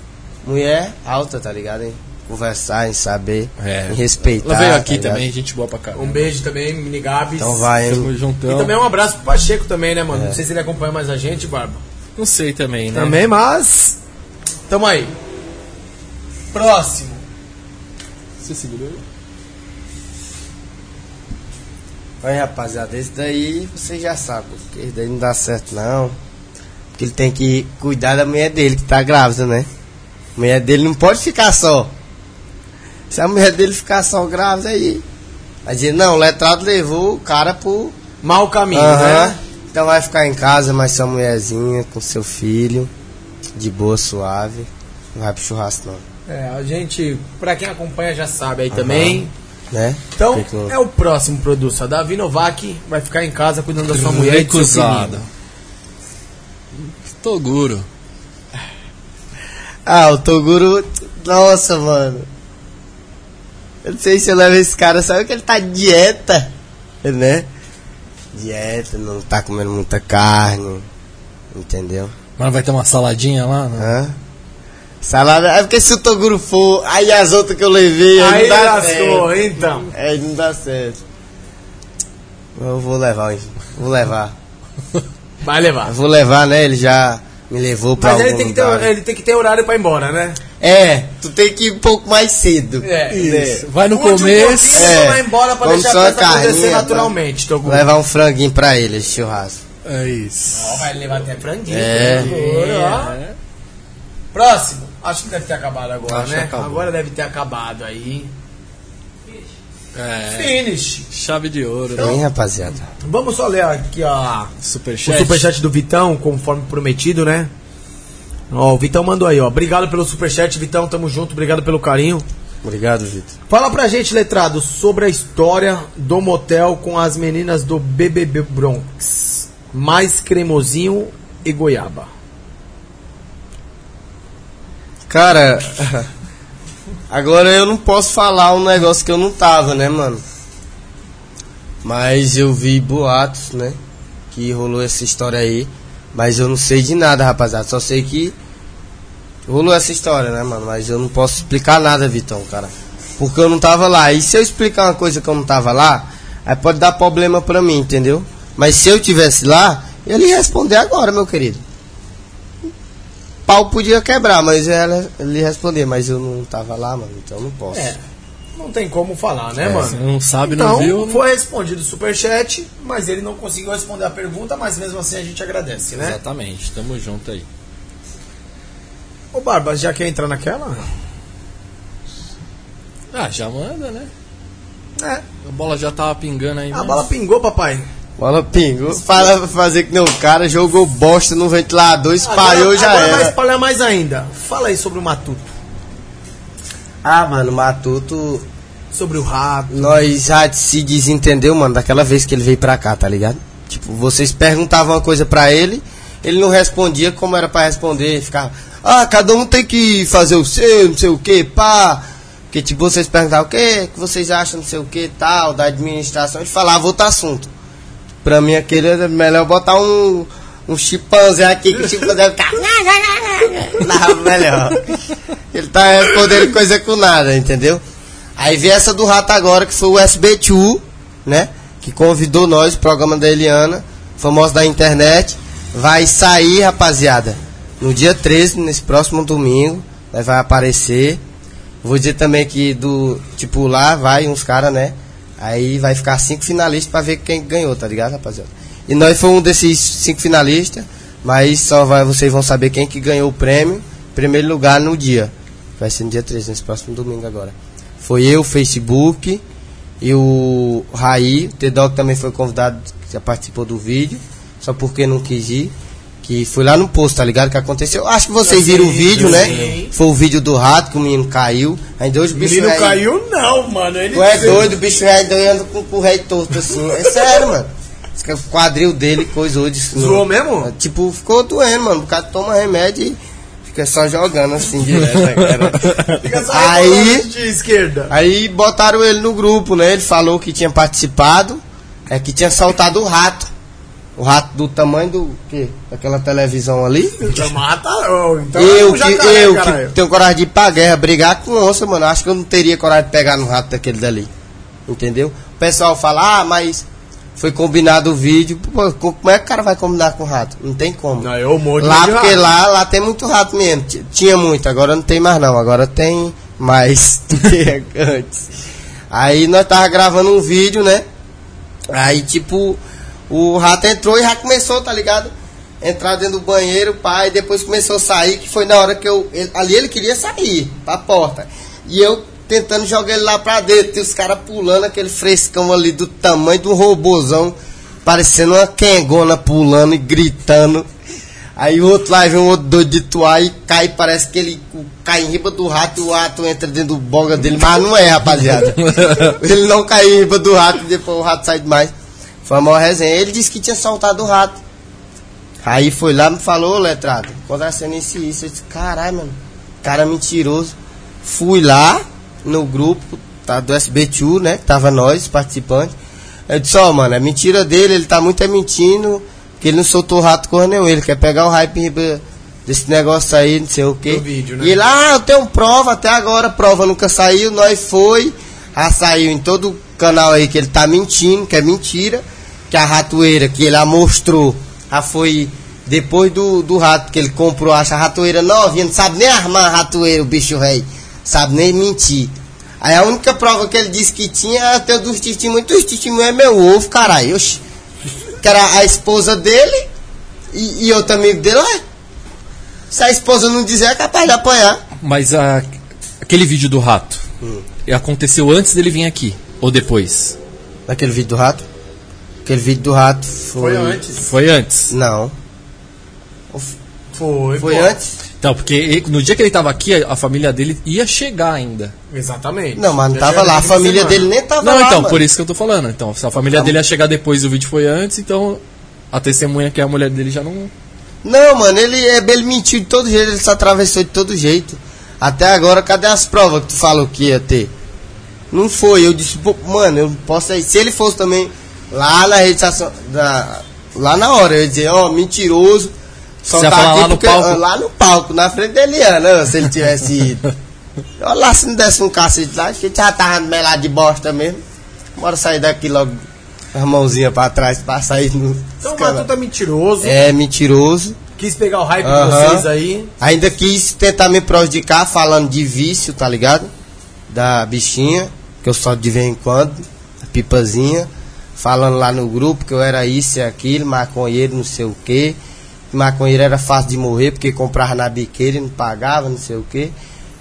Speaker 3: mulher alta, tá ligado? Em conversar, em saber,
Speaker 2: É.
Speaker 3: em respeitar.
Speaker 2: Ela veio
Speaker 3: tá
Speaker 2: aqui
Speaker 3: ligado?
Speaker 2: também, gente boa pra caramba.
Speaker 1: Um beijo também, Mini Gabs.
Speaker 3: Então vai, hein?
Speaker 2: Tamo juntão.
Speaker 1: E também um abraço pro Pacheco também, né, mano? Não sei se ele acompanha mais a gente, Barba.
Speaker 2: Não sei também, né?
Speaker 1: Também, é mas. Tamo aí. Próximo.
Speaker 2: Você segurou?
Speaker 3: Vai, rapaziada, esse daí você já sabe, porque esse daí não dá certo, não. Porque ele tem que cuidar da mulher dele, que tá grávida, né? A mulher dele não pode ficar só. Se a mulher dele ficar só grávida, aí. Aí diz, não, o letrado levou o cara pro
Speaker 1: Mau caminho,
Speaker 3: Aham.
Speaker 1: né?
Speaker 3: Então vai ficar em casa, mas sua mulherzinha, com seu filho, de boa, suave. Não vai pro churrasco não,
Speaker 1: É, a gente, pra quem acompanha já sabe aí também.
Speaker 3: né?
Speaker 1: Então,
Speaker 3: Fica com-
Speaker 1: é o próximo produto. A Davi Novak vai ficar em casa cuidando da sua mulher
Speaker 3: é
Speaker 1: e do seu
Speaker 2: Recusada.
Speaker 1: filhinho.
Speaker 2: Toguro.
Speaker 3: Ah, o Toguro. Nossa, mano. Eu não sei se eu levo esse cara, sabe que ele tá dieta, né? Dieta, não tá comendo muita carne. Entendeu?
Speaker 2: Mas vai ter uma saladinha lá? Né?
Speaker 3: Hã? Salada. É porque se o Toguro for, aí as outras que eu levei, aí,
Speaker 1: Aí
Speaker 3: não dá
Speaker 1: lascou,
Speaker 3: certo.
Speaker 1: então.
Speaker 3: Aí não dá certo. Eu vou levar, hein? Vou levar.
Speaker 1: Vai levar.
Speaker 3: Eu vou levar, né? Ele já me levou pra
Speaker 1: Mas
Speaker 3: algum
Speaker 1: ele tem, que
Speaker 3: lugar.
Speaker 1: ter, ele tem que ter horário pra ir embora, né?
Speaker 3: É, tu tem que ir um pouco mais cedo.
Speaker 1: É,
Speaker 3: Isso.
Speaker 2: Vai no
Speaker 1: Curte um
Speaker 2: começo.
Speaker 1: pouquinho,
Speaker 3: É.
Speaker 1: Vai embora pra
Speaker 3: Vamos
Speaker 1: deixar
Speaker 3: só
Speaker 1: a
Speaker 3: a tá?
Speaker 1: coisa acontecer
Speaker 3: carninha,
Speaker 1: naturalmente, Toguro.
Speaker 3: Levar um franguinho pra ele, esse churrasco.
Speaker 2: É isso.
Speaker 1: Ó, vai levar até franguinho. né?
Speaker 3: É.
Speaker 1: Toguro, ó.
Speaker 2: É.
Speaker 1: Próximo. Acho que deve ter acabado agora,
Speaker 3: Acho que
Speaker 1: né?
Speaker 3: acabou.
Speaker 1: Agora deve ter acabado aí.
Speaker 2: É.
Speaker 1: Finish.
Speaker 2: Chave de ouro, né?
Speaker 1: Então-
Speaker 3: Hein, rapaziada?
Speaker 1: Vamos só ler aqui, ó.
Speaker 2: Superchat.
Speaker 1: O superchat do Vitão, conforme prometido, né? Ó, o Vitão mandou aí, ó. Obrigado pelo superchat, Vitão. Tamo junto, obrigado pelo carinho.
Speaker 3: Obrigado, Vitor.
Speaker 1: Fala pra gente, letrado, sobre a história do motel com as meninas do BBB Bronx. Mais cremosinho e goiaba.
Speaker 3: Cara, [laughs] agora eu não posso falar um negócio que eu não tava, né, mano? Mas eu vi boatos, né? Que rolou essa história aí. Mas eu não sei de nada, rapaziada. Só sei que rolou essa história, né, mano? Mas eu não posso explicar nada, Vitão, cara. Porque eu não tava lá. E se eu explicar uma coisa que eu não tava lá, aí pode dar problema pra mim, entendeu? Mas se eu tivesse lá, ele ia responder agora, meu querido. pau podia quebrar, mas ela ele responder, mas eu não tava lá, mano, então eu não posso.
Speaker 1: É, não tem como falar, né,
Speaker 2: É, Você
Speaker 1: mano?
Speaker 2: não sabe, não
Speaker 1: Então,
Speaker 2: viu?
Speaker 1: foi respondido o superchat, mas ele não conseguiu responder a pergunta, mas mesmo assim a gente agradece, né?
Speaker 2: Exatamente. Tamo junto aí.
Speaker 1: Ô, Barba, já quer entrar naquela?
Speaker 2: Ah, já manda, né?
Speaker 1: É,
Speaker 2: A bola já tava pingando aí.
Speaker 1: Ah, a
Speaker 2: mesmo.
Speaker 1: bola pingou, papai.
Speaker 3: Bola pingo. Fala pra fazer que nem o cara jogou bosta no ventilador, espalhou
Speaker 1: Agora-
Speaker 3: já
Speaker 1: agora
Speaker 3: era.
Speaker 1: vai espalhar mais ainda. Fala aí sobre o Matuto,
Speaker 3: Ah, mano, Matuto,
Speaker 1: sobre o rato.
Speaker 3: nós já se desentendeu, mano, daquela vez que ele veio pra cá, tá ligado? Tipo, vocês perguntavam uma coisa pra ele, ele não respondia como era pra responder, ele ficava, ah, cada um tem que fazer o seu, não sei o que, pá. Porque, tipo, vocês perguntavam o que, que vocês acham, não sei o que, tal, da administração, e falava outro assunto. Pra mim, aquele era melhor botar um, um chimpanzé aqui, que o chimpanzé ficar. [laughs] Não, melhor. Ele tá respondendo coisa com nada, entendeu? Aí veio essa do rato agora, que foi o SB2, né? Que convidou nós, o programa da Eliana, famoso da internet. Vai sair, rapaziada, no dia 13, nesse próximo domingo. Aí vai aparecer. Vou dizer também que do. Tipo, lá vai uns caras, né? Aí vai ficar cinco finalistas pra ver quem ganhou, tá ligado, rapaziada? E nós fomos um desses cinco finalistas, mas só vai, vocês vão saber quem que ganhou o prêmio, primeiro lugar no dia. Vai ser no dia 13, nesse próximo domingo agora. Foi eu, Facebook e o Raí, o T-Dog também foi convidado, já participou do vídeo, só porque não quis ir. Que foi lá no posto, tá ligado? Que aconteceu. Acho que vocês viram o vídeo, né? Foi o vídeo do rato que o menino caiu. Ainda hoje o bicho
Speaker 1: Ele não
Speaker 3: é-
Speaker 1: caiu, não, mano. Ele
Speaker 3: Tu é doido, o bicho é doido, anda com o correio torto assim. É sério, mano. Diz que O quadril dele, coisa hoje. assim,
Speaker 1: Zoou
Speaker 3: não-
Speaker 1: mesmo?
Speaker 3: Tipo, ficou doendo, mano. O cara toma remédio e fica só jogando assim direto. né, cara?
Speaker 1: Fica só
Speaker 3: aí,
Speaker 1: de esquerda.
Speaker 3: aí botaram ele no grupo, né? Ele falou que tinha participado, é que tinha saltado o rato. O rato do tamanho do quê? Daquela televisão ali.
Speaker 1: Então mata, ó, então é
Speaker 3: Eu,
Speaker 1: um
Speaker 3: que,
Speaker 1: jacaré,
Speaker 3: eu
Speaker 1: caralho.
Speaker 3: que tenho coragem de ir pra guerra, brigar com onça, mano. Acho que eu não teria coragem de pegar no rato daquele dali. Entendeu? O pessoal fala, ah, mas foi combinado o vídeo. Pô, co- como é que o cara vai combinar com o rato? Não tem como.
Speaker 1: Não, eu morro
Speaker 3: lá,
Speaker 1: de
Speaker 3: porque
Speaker 1: rato.
Speaker 3: lá, lá tem muito rato mesmo. Ti- Tinha muito, agora não tem mais não. Agora tem mais [laughs] do que antes. Aí nós tava gravando um vídeo, né? Aí, tipo, o rato entrou e já começou, tá ligado? Entrar dentro do banheiro, pai, depois começou a sair, que foi na hora que eu. ele- ali ele queria sair pra porta. E eu tentando jogar ele lá pra dentro, e os caras pulando aquele frescão ali do tamanho do robozão. um parecendo uma quengona pulando e gritando. Aí o outro lá vem um outro doido de toar e cai, parece que ele cai em riba do rato e o rato entra dentro do boga dele, mas não é, rapaziada. ele não cai em riba do rato e depois o rato sai demais. Foi uma maior resenha. Ele disse que tinha soltado o rato. Aí foi lá me falou, ô, letrado, acontecendo isso e isso. Eu disse, caralho, mano, cara mentiroso. Fui lá no grupo tá, do SB2, né? Que tava nós, participantes. Eu disse, ó, mano, é mentira dele, ele tá muito é mentindo, que ele não soltou o rato com nenhum, ele quer pegar o hype em riba desse negócio aí, não sei o quê.
Speaker 1: Do vídeo, né?
Speaker 3: E lá, ah, eu tenho prova até agora, prova nunca saiu, nós foi, já saiu em todo canal aí que ele tá mentindo, que é mentira, que a ratoeira que ele amostrou, já foi depois do, do rato que ele comprou, acha a ratoeira novinha, não sabe nem armar a ratoeira, o bicho rei, sabe nem mentir. Aí a única prova que ele disse que tinha era ter dos testemunhos. Dos testemunhos é meu ovo, caralho. Oxi. Que era a esposa dele e, e outro amigo dele. Ué. Se a esposa não dizer, é capaz de apanhar.
Speaker 2: Mas a- aquele vídeo do rato
Speaker 1: Hum.
Speaker 2: aconteceu antes dele vir aqui ou depois?
Speaker 3: Naquele vídeo do rato? Aquele vídeo do rato foi.
Speaker 2: Foi antes.
Speaker 3: Não.
Speaker 1: Foi,
Speaker 3: Foi
Speaker 1: pô.
Speaker 3: antes?
Speaker 2: Então, porque ele- no dia que ele tava aqui, a, a família dele ia chegar ainda.
Speaker 1: Exatamente.
Speaker 3: Não, mas não
Speaker 1: Já
Speaker 3: tava
Speaker 1: era
Speaker 3: lá.
Speaker 1: fim
Speaker 3: A
Speaker 1: de
Speaker 3: família
Speaker 1: semana.
Speaker 3: dele nem tava
Speaker 2: Não,
Speaker 3: lá.
Speaker 2: então,
Speaker 3: mano.
Speaker 2: por isso que eu tô falando. Então, se a família
Speaker 1: Tá
Speaker 2: dele ia chegar depois e o vídeo foi antes, então a testemunha que é a mulher dele já não.
Speaker 3: Não, mano, ele, é- ele mentiu de todo jeito, ele se atravessou de todo jeito. Até agora, cadê as provas que tu falou que ia ter? Não foi, eu disse, pô, mano, eu não posso aí. Se ele fosse também lá na rede social, da- lá na hora, eu ia dizer, ó, mentiroso. Só
Speaker 2: Você ia falar lá no palco?
Speaker 3: ah, Lá no palco, na frente dele ia, né? Se ele
Speaker 2: [laughs]
Speaker 3: tivesse ido. Olha lá se não desse um cacete lá, acho que ele já tava melado de bosta mesmo. Bora sair daqui logo, com as mãozinhas pra trás, pra sair no.
Speaker 1: Então o Matu tá mentiroso.
Speaker 3: É mentiroso.
Speaker 1: Quis pegar o hype de
Speaker 3: Aham.
Speaker 1: vocês aí.
Speaker 3: Ainda quis tentar me prejudicar falando de vício, tá ligado? Da bichinha, que eu solto de vez em quando, a pipazinha. Falando lá no grupo que eu era isso e aquilo, maconheiro, não sei o quê. Maconheiro era fácil de morrer porque comprava na biqueira e não pagava, não sei o quê.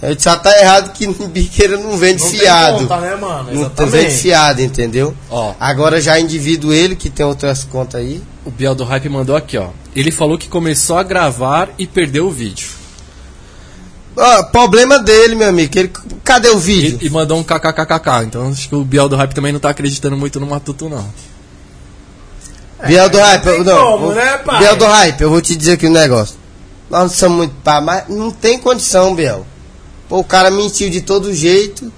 Speaker 3: Eu disse, já tá errado que [laughs] biqueira não vende
Speaker 1: Não tem
Speaker 3: fiado.
Speaker 1: conta, né, mano?
Speaker 3: Não
Speaker 1: Exatamente.
Speaker 3: vende fiado, entendeu?
Speaker 2: Ó.
Speaker 3: Agora já indivíduo ele, que tem outras contas aí.
Speaker 2: O Biel do Hype mandou aqui, ó. Ele falou que começou a gravar e perdeu o vídeo.
Speaker 3: Ó, problema dele, meu amigo. que Ele, cadê o vídeo?
Speaker 2: E, e mandou um kkkk. Então acho que o Biel do Hype também não tá acreditando muito no Matuto, não.
Speaker 3: Biel É, do Hype,
Speaker 1: tem
Speaker 3: eu- não.
Speaker 1: como,
Speaker 3: vou-
Speaker 1: né, pai?
Speaker 3: Biel do Hype, eu vou te dizer aqui um negócio. Nós não somos muito pá, mas não tem condição, Biel. Pô, o cara mentiu de todo jeito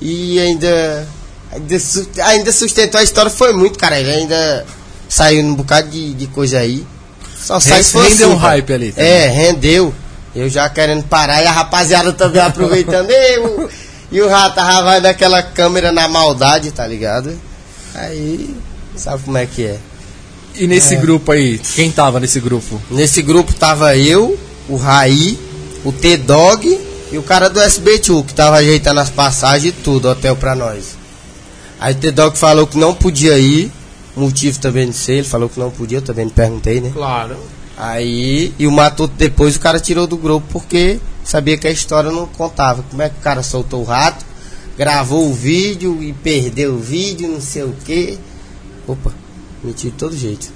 Speaker 3: e ainda. Ainda, su- ainda sustentou a história, foi muito, cara. Ele ainda saiu num bocado de, de coisa aí. Só sai se for
Speaker 2: rendeu
Speaker 3: assim,
Speaker 2: um
Speaker 3: cara.
Speaker 2: hype ali, tá?
Speaker 3: É, rendeu. Eu já querendo parar e a rapaziada também [laughs] aproveitando. e, o, e o rato já vai naquela câmera na maldade, tá ligado? Aí, sabe como é que é.
Speaker 2: E nesse grupo aí, quem tava nesse grupo?
Speaker 3: Nesse grupo tava eu, o Raí, o T-Dog e o cara do SB2, que tava ajeitando as passagens e tudo, hotel pra nós. Aí o T-Dog falou que não podia ir, motivo também não sei, ele falou que não podia, eu também não perguntei, né?
Speaker 1: Claro.
Speaker 3: Aí, e o Matuto depois o cara tirou do grupo porque sabia que a história não contava. Como é que o cara soltou o rato, gravou o vídeo e perdeu o vídeo, não sei o quê. Opa, mentiu de todo jeito.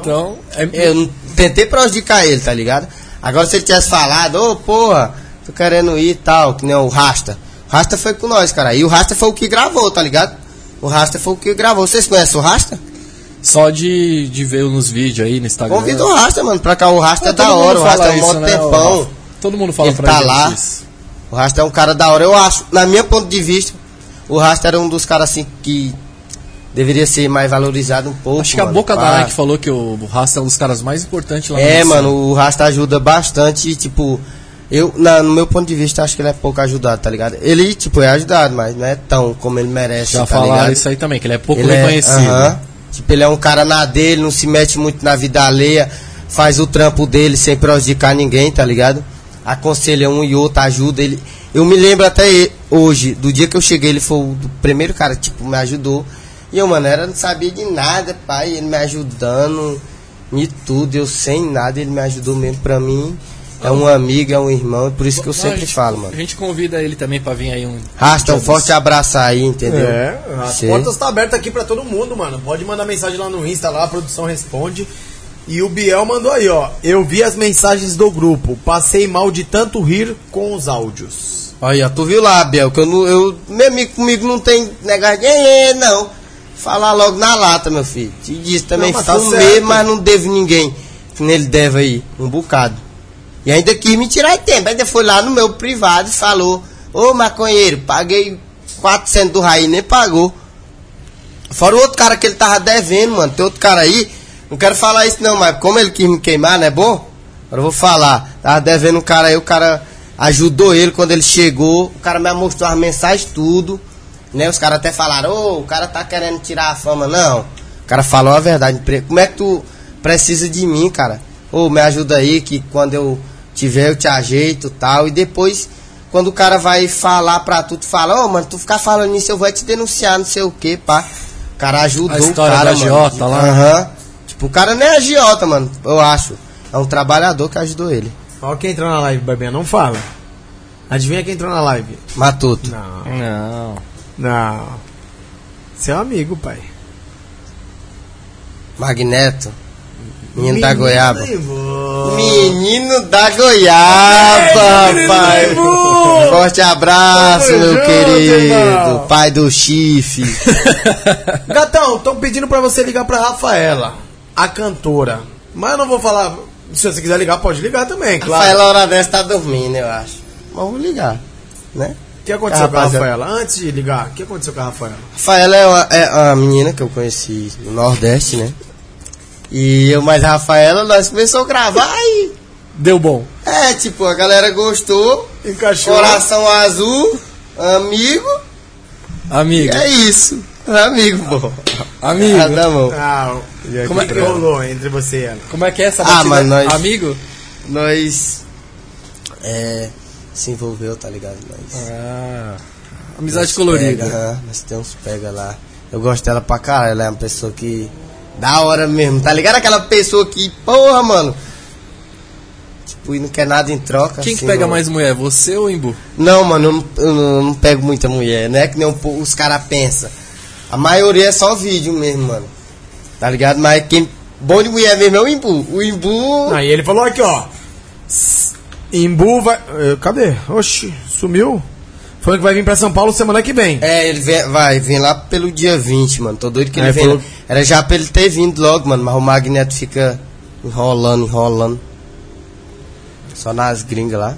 Speaker 2: Então, é,
Speaker 3: Eu não- tentei prejudicar ele, tá ligado? Agora se ele tivesse falado, ô porra, tô querendo ir e tal, que nem o Rasta. O Rasta foi com nós, cara. E o Rasta foi o que gravou, tá ligado? O Rasta foi o que gravou. Vocês conhecem o Rasta?
Speaker 2: só de, de ver nos vídeos aí no Instagram.
Speaker 3: Convida o Rasta, mano, pra cá. O Rasta é
Speaker 2: Tá Todo
Speaker 3: da
Speaker 2: mundo
Speaker 3: hora, o
Speaker 2: fala
Speaker 3: Rasta é um
Speaker 2: isso,
Speaker 3: mó
Speaker 2: né, o
Speaker 3: tempão.
Speaker 2: Rafa? Todo mundo fala
Speaker 3: Ele
Speaker 2: pra
Speaker 3: tá
Speaker 2: gente
Speaker 3: lá.
Speaker 2: isso.
Speaker 3: O Rasta é um cara da hora, eu acho. Na minha ponto de vista, o Rasta era um dos caras assim que deveria ser mais valorizado um pouco.
Speaker 2: Acho que a
Speaker 3: mano,
Speaker 2: boca
Speaker 3: pá.
Speaker 2: da Nike falou que o Rasta é um dos caras mais importantes lá
Speaker 3: É,
Speaker 2: no
Speaker 3: mano, o Rasta ajuda bastante, tipo, eu, na- no meu ponto de vista, acho que ele é pouco ajudado, tá ligado? Ele, tipo, é ajudado, mas não é tão como ele merece,
Speaker 2: Já
Speaker 3: tá
Speaker 2: falaram
Speaker 3: ligado?
Speaker 2: isso aí também, que ele é pouco
Speaker 3: Ele é-
Speaker 2: reconhecido.
Speaker 3: aham. Tipo, ele é um cara na dele, não se mete muito na vida alheia, faz o trampo dele sem prejudicar ninguém, tá ligado? Aconselha um e outro, ajuda ele. Eu me lembro até e- hoje, do dia que eu cheguei, ele foi o do- primeiro cara que, tipo, me ajudou. E eu, mano, era, não sabia de nada, pai, ele me ajudando em tudo, eu sem nada, ele me ajudou mesmo pra mim. É um amigo, é um irmão, por isso que eu
Speaker 2: Não, a
Speaker 3: sempre
Speaker 2: gente-
Speaker 3: falo, mano.
Speaker 2: A gente convida ele também pra vir aí um.
Speaker 3: Rasta, um forte abraço aí, entendeu?
Speaker 1: É, As
Speaker 3: Sim.
Speaker 1: portas tá abertas aqui pra todo mundo, mano. Pode mandar mensagem lá no Insta, lá a produção responde. E o Biel mandou aí, ó. Eu vi as mensagens do grupo. Passei mal de tanto rir com os áudios.
Speaker 3: Olha, tu viu lá, Biel, que eu não. Eu, meu amigo comigo não tem negócio de "É, é", não. Falar logo na lata, meu filho. Te disse também,
Speaker 1: Não, mas tá
Speaker 3: fumei,
Speaker 1: certo.
Speaker 3: mas não devo ninguém. Que nele deve aí, um bocado. E ainda quis me tirar de tempo. Ainda foi lá no meu privado e falou: Ô maconheiro, paguei 400 do Raí, nem pagou. Fora o outro cara que ele tava devendo, mano. Tem outro cara aí. Não quero falar isso não, mas como ele quis me queimar, não é bom? Agora eu vou falar. Tava devendo um cara aí, o cara ajudou ele quando ele chegou. O cara me mostrou as mensagens, tudo. Né? Os caras até falaram, ô, o cara tá querendo tirar a fama. Não. O cara falou a verdade. Pre- Como é que tu precisa de mim, cara? Ô, me ajuda aí que quando eu tiver eu te ajeito e tal. E depois quando o cara vai falar pra tu, tu fala, ô mano, tu ficar falando isso, eu vou é te denunciar, não sei o que, pá. O cara ajudou
Speaker 2: A história
Speaker 3: o cara,
Speaker 2: do
Speaker 3: mano.
Speaker 2: agiota lá.
Speaker 3: Aham. Tipo, o cara nem é agiota, mano, eu acho. É um trabalhador que ajudou ele.
Speaker 1: Olha quem entrou na live, Barbinha. Não fala. Adivinha quem entrou na live?
Speaker 3: Matuto.
Speaker 1: Não.
Speaker 2: Não.
Speaker 1: Não. Seu amigo, pai.
Speaker 3: Magneto. Menino, da goiaba.
Speaker 1: Levou.
Speaker 3: Menino da goiaba, pai. Forte abraço,
Speaker 1: Tamo
Speaker 3: meu
Speaker 1: junto,
Speaker 3: querido.
Speaker 1: irmão.
Speaker 3: Pai do chifre.
Speaker 1: Gatão, estão pedindo pra você ligar pra Rafaela, a cantora. Mas eu não vou falar. Se você quiser ligar, pode ligar também, claro.
Speaker 3: Rafaela, hora dessa, tá dormindo, eu acho. Mas vou ligar, né?
Speaker 1: O que aconteceu com a
Speaker 3: Rapaziada.
Speaker 1: Rafaela? Antes de ligar, o que aconteceu com a Rafaela?
Speaker 3: Rafaela é uma, é uma menina que eu conheci no Nordeste, né? E eu mais a Rafaela, nós começamos a gravar e.
Speaker 2: Deu bom.
Speaker 3: É, tipo, a galera gostou.
Speaker 1: Encaixou.
Speaker 3: Coração azul, amigo, e
Speaker 2: Amigo,
Speaker 3: é isso. Amigo, pô. Ah,
Speaker 2: amigo.
Speaker 3: não, mano.
Speaker 1: Ah, como
Speaker 2: Como
Speaker 1: é
Speaker 2: é
Speaker 1: que
Speaker 2: que é?
Speaker 1: rolou entre você e ela?
Speaker 2: Como é que é essa
Speaker 3: Ah,
Speaker 2: batida?
Speaker 3: mas nós-
Speaker 2: Amigo?
Speaker 3: Nós. É. Se envolveu, tá ligado? Nós.
Speaker 2: Amizade
Speaker 3: Pega,
Speaker 2: colorida.
Speaker 3: aham, mas tem uns pega lá. Eu gosto dela pra caralho, ela é uma pessoa que. Da hora mesmo, tá ligado? Aquela pessoa que, porra, mano. Tipo, e não quer nada em troca.
Speaker 2: Quem que
Speaker 3: assim,
Speaker 2: pega
Speaker 3: não.
Speaker 2: mais mulher? Você ou Imbu?
Speaker 3: Não, mano, eu não, eu não- eu não pego muita mulher, né? Que nem um po- os caras pensam. A maioria é só vídeo mesmo, mano. Tá ligado? Mas quem. Bom de mulher mesmo é o Imbu. O Imbu.
Speaker 1: Aí ele falou aqui, ó. S- Imbu vai. eh, Cadê? Oxi, sumiu? Falando que vai vir pra São Paulo semana que vem.
Speaker 3: É, ele vem- vai, vem lá pelo dia 20, mano. Tô doido que ele
Speaker 1: Aí
Speaker 3: vem. né?
Speaker 1: falou-
Speaker 3: Era já pra ele ter vindo logo, mano. Mas o Magneto fica enrolando, enrolando. Só nas gringas lá.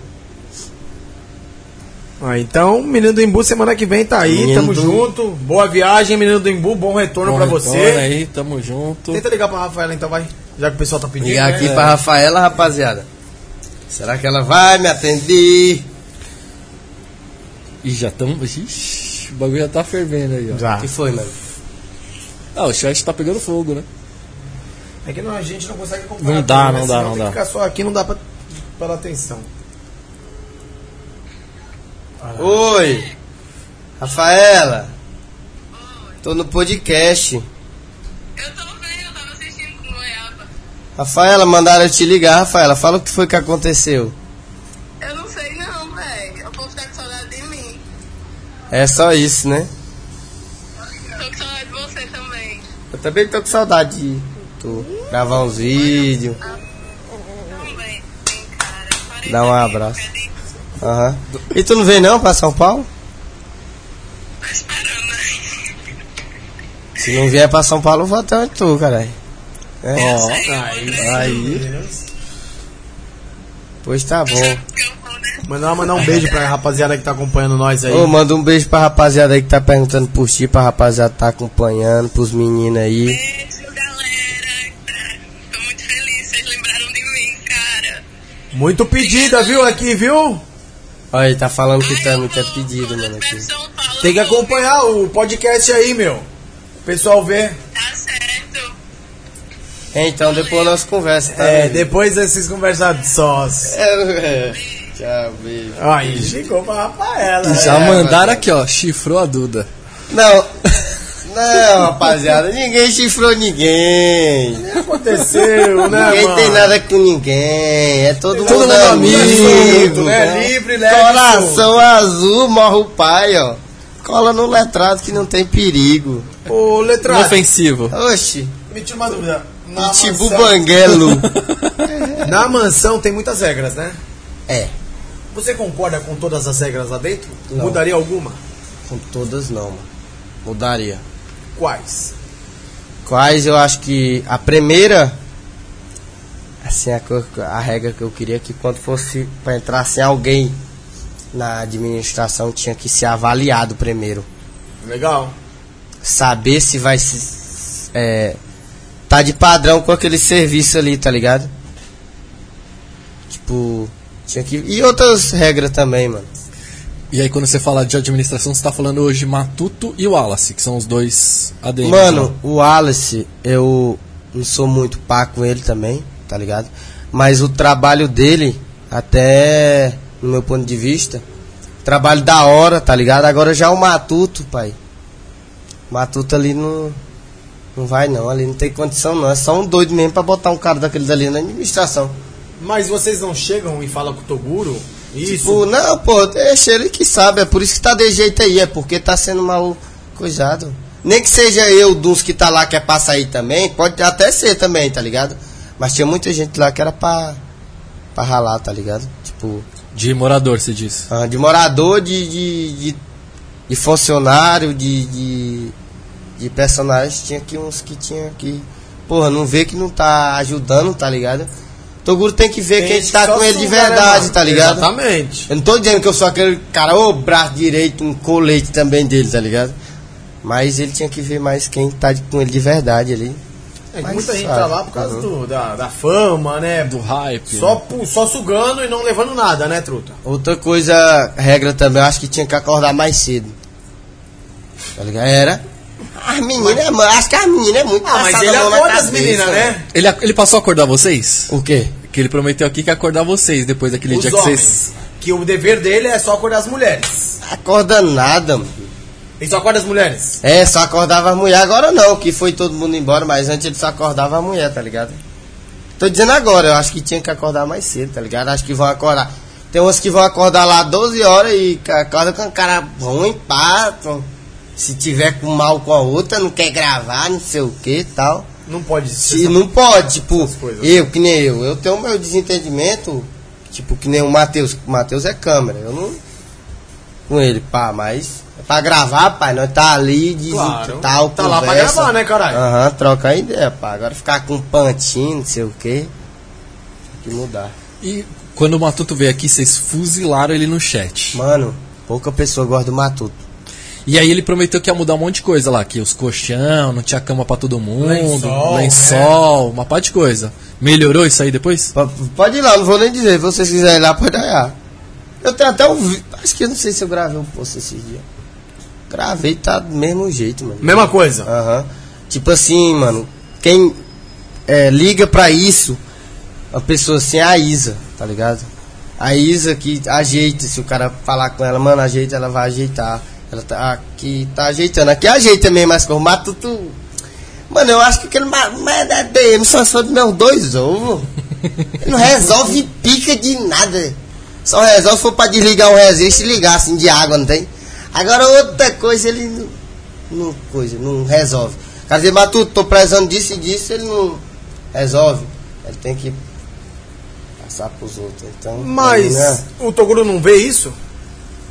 Speaker 1: Ah, então, menino do Imbu, semana que vem tá aí.
Speaker 3: Menino
Speaker 1: tamo
Speaker 3: do-
Speaker 1: junto. Boa viagem, menino do Imbu. Bom retorno
Speaker 2: Bom
Speaker 1: pra
Speaker 2: retorno né?
Speaker 1: você.
Speaker 2: aí, tamo junto.
Speaker 1: Tenta ligar pra Rafaela então, vai. Já que o pessoal tá pedindo.
Speaker 3: Ligar
Speaker 1: né?
Speaker 3: aqui pra Rafaela, rapaziada. Será que ela vai me atender?
Speaker 2: Ih, já tamo. Ixi, o bagulho já tá fervendo aí, ó.
Speaker 1: Já.
Speaker 3: que foi, mano?
Speaker 2: Ah, o chat tá pegando fogo, né?
Speaker 1: É que não, a gente não consegue acompanhar.
Speaker 2: Não dá,
Speaker 1: tudo, né?
Speaker 2: não dá,
Speaker 1: Senão
Speaker 2: não
Speaker 1: tem
Speaker 2: dá.
Speaker 1: que ficar só aqui, não dá pra, pra dar atenção.
Speaker 3: Oi! Rafaela! Tô no podcast.
Speaker 4: Eu tava bem, eu tava assistindo com goiaba.
Speaker 3: Rafaela, mandaram eu te ligar, Rafaela. Fala o que foi que aconteceu.
Speaker 4: Eu não sei não, velho. O povo tá com saudade de mim.
Speaker 3: É só isso, né?
Speaker 4: Tô com saudade de você também.
Speaker 3: Eu também tô com saudade de tu gravar uns vídeos.
Speaker 4: Também. Sim, cara. Parei
Speaker 3: Dá um
Speaker 4: também,
Speaker 3: abraço.
Speaker 4: fiquei
Speaker 3: Aham. E tu não vem não pra São Paulo?
Speaker 4: Esperando, né?
Speaker 3: Se não vier pra São Paulo, eu vou até onde tu, caralho. É.
Speaker 2: Ó,
Speaker 3: Aí.
Speaker 1: né?
Speaker 3: Pois tá bom.
Speaker 4: Porque eu vou, né?
Speaker 1: Mandar, mandar um beijo pra rapaziada que tá acompanhando nós aí.
Speaker 3: Ô, manda um beijo pra rapaziada aí que tá perguntando por ti, pra rapaziada que tá acompanhando, pros meninos aí.
Speaker 4: Beijo, galera. Tô muito feliz. Vocês lembraram de mim, cara.
Speaker 1: Muito pedida, viu, aqui, viu?
Speaker 3: Olha, ele tá falando que
Speaker 4: Ai,
Speaker 3: tá
Speaker 4: eu
Speaker 3: muito
Speaker 4: amo,
Speaker 3: pedido,
Speaker 4: quando
Speaker 3: mano,
Speaker 4: eu
Speaker 3: aqui.
Speaker 4: pego São Paulo,
Speaker 1: Tem que
Speaker 4: eu vou.
Speaker 1: acompanhar o podcast aí, meu. O pessoal vê.
Speaker 4: Tá certo.
Speaker 3: Então, depois nós conversa, tá?
Speaker 1: É,
Speaker 3: amigo?
Speaker 1: depois vocês conversam sós.
Speaker 3: É, é. Tchau, beijo.
Speaker 1: Aí, chegou pra Rafaela.
Speaker 2: já
Speaker 3: É,
Speaker 2: mandaram
Speaker 3: mas-
Speaker 2: aqui, ó. Chifrou a Duda.
Speaker 3: Não. [laughs] Não, rapaziada, ninguém chifrou ninguém.
Speaker 1: O que aconteceu, né,
Speaker 3: ninguém
Speaker 1: mano?
Speaker 3: tem nada com ninguém. É todo,
Speaker 2: Todo
Speaker 3: mundo,
Speaker 2: mundo
Speaker 3: amigo. né?
Speaker 2: amigo,
Speaker 1: é né? Livre, leve,
Speaker 3: Coração azul, morre o pai, ó. Cola no letrado que não tem perigo.
Speaker 1: Ô, letrado,
Speaker 2: Inofensivo.
Speaker 3: Oxi,
Speaker 1: me tira uma dúvida. Na
Speaker 3: Tibu
Speaker 1: mansão,
Speaker 3: Banguelo. [laughs]
Speaker 1: na mansão tem muitas regras, né?
Speaker 3: é,
Speaker 1: Você concorda com todas as regras lá dentro?
Speaker 3: Não.
Speaker 1: Mudaria alguma?
Speaker 3: com todas não, mano. Mudaria.
Speaker 1: Quais?
Speaker 3: Quais eu acho que a primeira. Assim, a, co- a regra que eu queria é que quando fosse pra entrar assim, alguém na administração tinha que ser avaliado primeiro.
Speaker 1: Legal.
Speaker 3: Saber se vai se. É, tá de padrão com aquele serviço ali, tá ligado? Tipo. Tinha que. E outras regras também, mano.
Speaker 2: E aí, quando você fala de administração, você tá falando hoje Matuto e Wallace, que são os dois ADMs.
Speaker 3: Mano, o Wallace, eu não sou muito pá com ele também, tá ligado? Mas o trabalho dele, até no meu ponto de vista, trabalho da hora, tá ligado? Agora já o Matuto, pai. Matuto ali não. Não vai não, ali não tem condição não. É só um doido mesmo pra botar um cara daquele dali na administração.
Speaker 1: Mas vocês não chegam e falam com o Toguro? Isso.
Speaker 3: Tipo, não, pô, deixa ele que sabe. É por isso que tá de jeito aí, é porque tá sendo mal coisado. Nem que seja eu dos que tá lá que é pra sair também, pode até ser também, tá ligado? Mas tinha muita gente lá que era pra, pra ralar, tá ligado? Tipo,
Speaker 2: De morador, se diz.
Speaker 3: ah, de morador, de, de, de, de funcionário, de, de, de personagem, tinha aqui uns que tinha que. Porra, não vê que não tá ajudando, tá ligado? Toguro tem que ver
Speaker 1: Tem
Speaker 3: quem
Speaker 1: gente
Speaker 3: tá
Speaker 1: só
Speaker 3: com ele de
Speaker 1: suga, né,
Speaker 3: verdade,
Speaker 1: mano?
Speaker 3: tá ligado?
Speaker 1: Exatamente.
Speaker 3: Eu não tô dizendo que eu sou aquele cara, ô braço direito, um colete também dele, tá ligado? Mas ele tinha que ver mais quem tá de- com ele de verdade ali.
Speaker 1: É, que
Speaker 3: Mas
Speaker 1: muita gente
Speaker 3: sabe,
Speaker 1: tá lá por causa
Speaker 3: uhum.
Speaker 1: do- da, da fama, né?
Speaker 2: Do hype.
Speaker 1: Só, pu- só sugando e não levando nada, né, truta?
Speaker 3: Outra coisa, regra também, eu acho que tinha que acordar mais cedo. Tá ligado? Era. As meninas, mano, acho que as meninas é muito
Speaker 1: Ah, mas
Speaker 3: passada
Speaker 1: ele
Speaker 3: a mão na
Speaker 1: acorda as
Speaker 3: cabeça,
Speaker 1: meninas, né?
Speaker 2: Ele, ele passou a acordar vocês?
Speaker 3: O quê?
Speaker 2: Que ele prometeu aqui que ia acordar vocês depois daquele
Speaker 1: Os
Speaker 2: dia que
Speaker 1: homens.
Speaker 2: vocês.
Speaker 1: Que o dever dele é só acordar as mulheres.
Speaker 3: Acorda nada, mano.
Speaker 1: Ele só acorda as mulheres.
Speaker 3: É, só acordava as mulheres. Agora não, que foi todo mundo embora, mas antes ele só acordava a mulher, tá ligado? Tô dizendo agora, eu acho que tinha que acordar mais cedo, tá ligado? Acho que vão acordar. Tem uns que vão acordar lá 12 horas e ca- acordam com um cara ruim, pato. Se tiver com mal com a outra, não quer gravar, não sei o que e tal.
Speaker 1: Não pode
Speaker 3: Se
Speaker 1: ser.
Speaker 3: não pode, tipo,
Speaker 1: Essas coisas. né?
Speaker 3: eu, que nem eu, eu tenho meu desentendimento, tipo, que nem o Matheus, o Matheus é câmera, eu não. Com ele, pá, mas. É pra gravar, pai, nós tá ali, diz
Speaker 1: Claro.
Speaker 3: tal,
Speaker 1: Tá lá pra
Speaker 3: conversa. Ah.
Speaker 1: gravar, né, caralho?
Speaker 3: Aham, troca a ideia, pá. Agora ficar com um pantinho, não sei o quê. Tem que mudar.
Speaker 2: E quando o Matuto veio aqui, vocês fuzilaram ele no chat.
Speaker 3: Mano, pouca pessoa gosta do Matuto.
Speaker 2: E aí ele prometeu que ia mudar um monte de coisa lá, que os colchão, não tinha cama pra todo mundo, lençol,
Speaker 1: Lençol, né?
Speaker 2: uma parte de coisa. Melhorou isso aí depois?
Speaker 3: P- Pode ir lá, não vou nem dizer. Se vocês quiserem ir lá, pode olhar. Eu tenho até um. vi- Acho que eu não sei se eu gravei um post esses dias. Gravei, tá do mesmo jeito, mano.
Speaker 1: Mesma coisa.
Speaker 3: Aham. Tipo assim, mano, quem é, liga pra isso, a pessoa assim é a Isa, tá ligado? A Isa que ajeita, se o cara falar com ela, mano, ajeita, ela vai ajeitar. Ela tá aqui, tá ajeitando. Aqui ajeita mesmo as coisas, mata tudo. Mano, eu acho que aquele ma- mas é DM só soube meus dois ovos. Ele não resolve pica de nada. Só resolve se for pra desligar um resiste e ligar assim de água, não tem? Agora outra coisa ele não não coisa, não resolve. O cara diz, Matuto, tô precisando disso e disso, ele não resolve. Ele tem que passar pros outros. Então,
Speaker 1: Mas
Speaker 3: né?
Speaker 1: o Toguro não vê isso?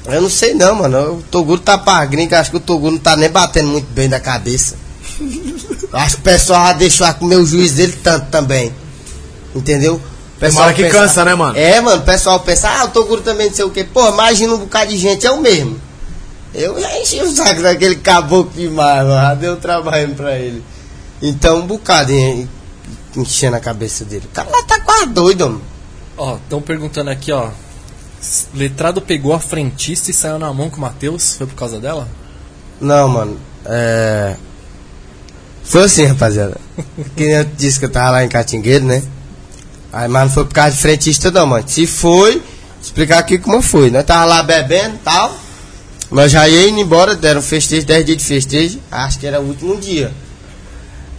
Speaker 3: Eu não sei não, mano. O Toguro tá pra gringa, acho que o Toguro não tá nem batendo muito bem da cabeça. Eu acho que o pessoal já deixou com o meu juiz dele tanto também. Entendeu? O pessoal
Speaker 1: hora que cansa, né, mano?
Speaker 3: É, mano, o pessoal pensa, ah, o Toguro também não sei o quê. Pô, imagina um bocado de gente, é o mesmo. Eu já enchi o saco daquele caboclo demais, mano. Já deu trabalho pra ele. Então, um bocado en- enchendo a cabeça dele. O cara lá tá quase doido, mano.
Speaker 2: Ó, estão perguntando aqui, ó. Letrado pegou a frentista e saiu na mão com o Matheus, foi por causa dela?
Speaker 3: Não, mano. É. Foi assim, rapaziada. Que nem eu te disse que eu tava lá em Catingueiro, né? Aí, mas não foi por causa de frentista, não, mano. Se foi, vou explicar aqui como foi. Nós tava lá bebendo e tal. Nós já ia indo embora, deram festejo, 10 dias de festejo. Acho que era o último dia.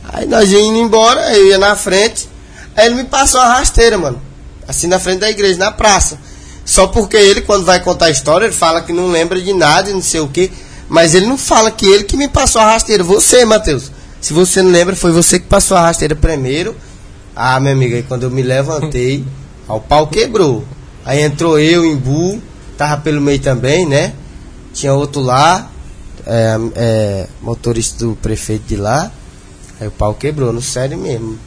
Speaker 3: Aí nós ia indo embora, eu ia na frente. Aí ele me passou a rasteira, mano. Assim na frente da igreja, na praça. Só porque ele, quando vai contar a história, ele fala que não lembra de nada e não sei o quê. Mas ele não fala que ele que me passou a rasteira. Você, Matheus. Se você não lembra, foi você que passou a rasteira primeiro. Ah, minha amiga, aí quando eu me levantei, ó, o pau quebrou. Aí entrou eu, Embu, tava pelo meio também, né? Tinha outro lá, é, é, motorista do prefeito de lá. Aí o pau quebrou, no sério mesmo.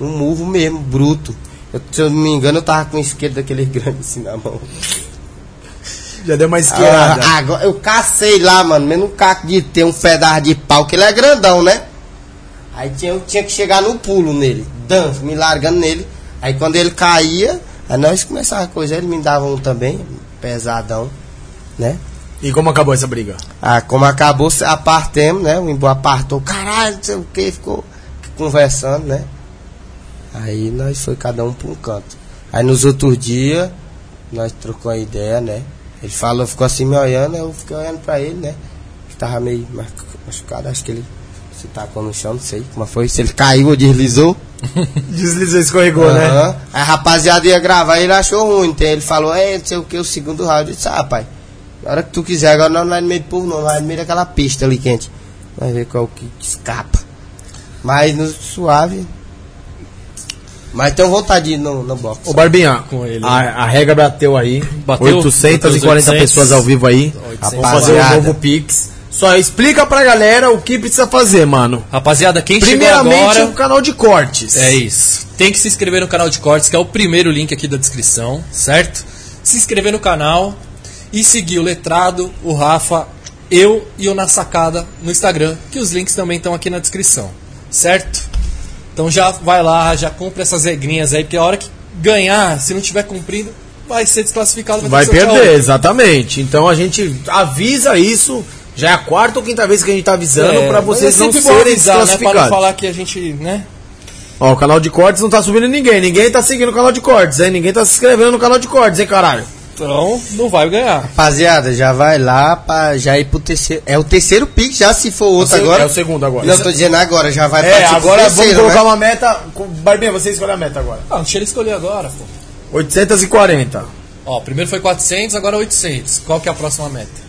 Speaker 3: Um murro mesmo, bruto. Eu- se eu não me engano, eu tava com a esquerda daquele [laughs] grande assim na mão.
Speaker 1: Já deu uma
Speaker 3: Ah,
Speaker 1: esquerda.
Speaker 3: agora, eu cacei lá, mano, mesmo um caco de ter um pedaço de pau, que ele é grandão, né? Aí tinha, eu tinha que chegar no pulo nele, danço, me largando nele. Aí quando ele caía, aí nós começava a coisa, ele me dava um também, pesadão, né?
Speaker 1: E como acabou essa briga?
Speaker 3: Ah, como acabou, se apartemos, né? O Imbu apartou, caralho, não sei o que, ficou conversando, né? Aí nós foi cada um pra um canto. Aí nos outros dias, nós trocou a ideia, né? Ele falou, ficou assim me olhando, eu fiquei olhando pra ele, né? Que tava meio machu- machucado, acho que ele se tacou no chão, não sei como foi, se ele caiu ou deslizou.
Speaker 1: Deslizou, escorregou, né?
Speaker 3: Aham. Aí a rapaziada ia gravar e ele achou ruim. Então ele falou, é, não sei o que, o segundo round. Eu disse, ah, pai, na hora que tu quiser, agora nós não vai no meio do povo, não, nós vai no meio daquela pista ali quente. Vai ver qual que escapa. Mas no suave. Mas tem vontade de ir no, no box.
Speaker 1: Ô, Barbinha,
Speaker 2: Com ele.
Speaker 1: a, a regra bateu aí.
Speaker 2: Bateu?
Speaker 1: 840
Speaker 2: 800.
Speaker 1: pessoas ao vivo aí.
Speaker 2: 800.
Speaker 1: Vamos fazer um novo Pix. Só explica pra galera o que precisa fazer, mano.
Speaker 2: Rapaziada, quem chegou
Speaker 1: Primeiramente, o
Speaker 2: agora.
Speaker 1: canal de cortes.
Speaker 2: É isso. Tem que se inscrever no canal de cortes, que é o primeiro link aqui da descrição, certo? Se inscrever no canal e seguir o Letrado, o Rafa, eu e o Na Sacada no Instagram, que os links também estão aqui na descrição, certo? Então já vai lá, já cumpre essas regrinhas aí, porque a hora que ganhar, se não tiver cumprido, vai ser desclassificado. ter
Speaker 1: Vai
Speaker 2: que sortear
Speaker 1: perder,
Speaker 2: outro.
Speaker 1: exatamente. Então a gente avisa isso. Já é a quarta ou quinta vez que a gente tá avisando
Speaker 2: É,
Speaker 1: pra
Speaker 2: mas
Speaker 1: vocês
Speaker 2: é
Speaker 1: não
Speaker 2: sempre bom
Speaker 1: serem
Speaker 2: avisar, né? Pra não
Speaker 1: desclassificados.
Speaker 2: falar que a gente, né?
Speaker 1: Ó, o canal de cortes não tá subindo ninguém. Ninguém tá seguindo o canal de cortes, hein? Ninguém tá se inscrevendo no canal de cortes, hein, caralho?
Speaker 2: Então não vai ganhar.
Speaker 3: Rapaziada, já vai lá pra já ir pro terceiro. É o terceiro pique já, se for outro agora.
Speaker 1: É o segundo agora.
Speaker 3: Não, tô dizendo agora, já vai
Speaker 1: É,
Speaker 3: partir pro
Speaker 1: agora vamos
Speaker 3: terceiro,
Speaker 1: colocar
Speaker 3: né?
Speaker 1: uma meta. com- Barbinha, você escolhe é a meta agora.
Speaker 2: Ah, deixa ele escolher agora, pô.
Speaker 1: 840.
Speaker 2: Ó, primeiro foi 400, agora 800. Qual que é a próxima meta?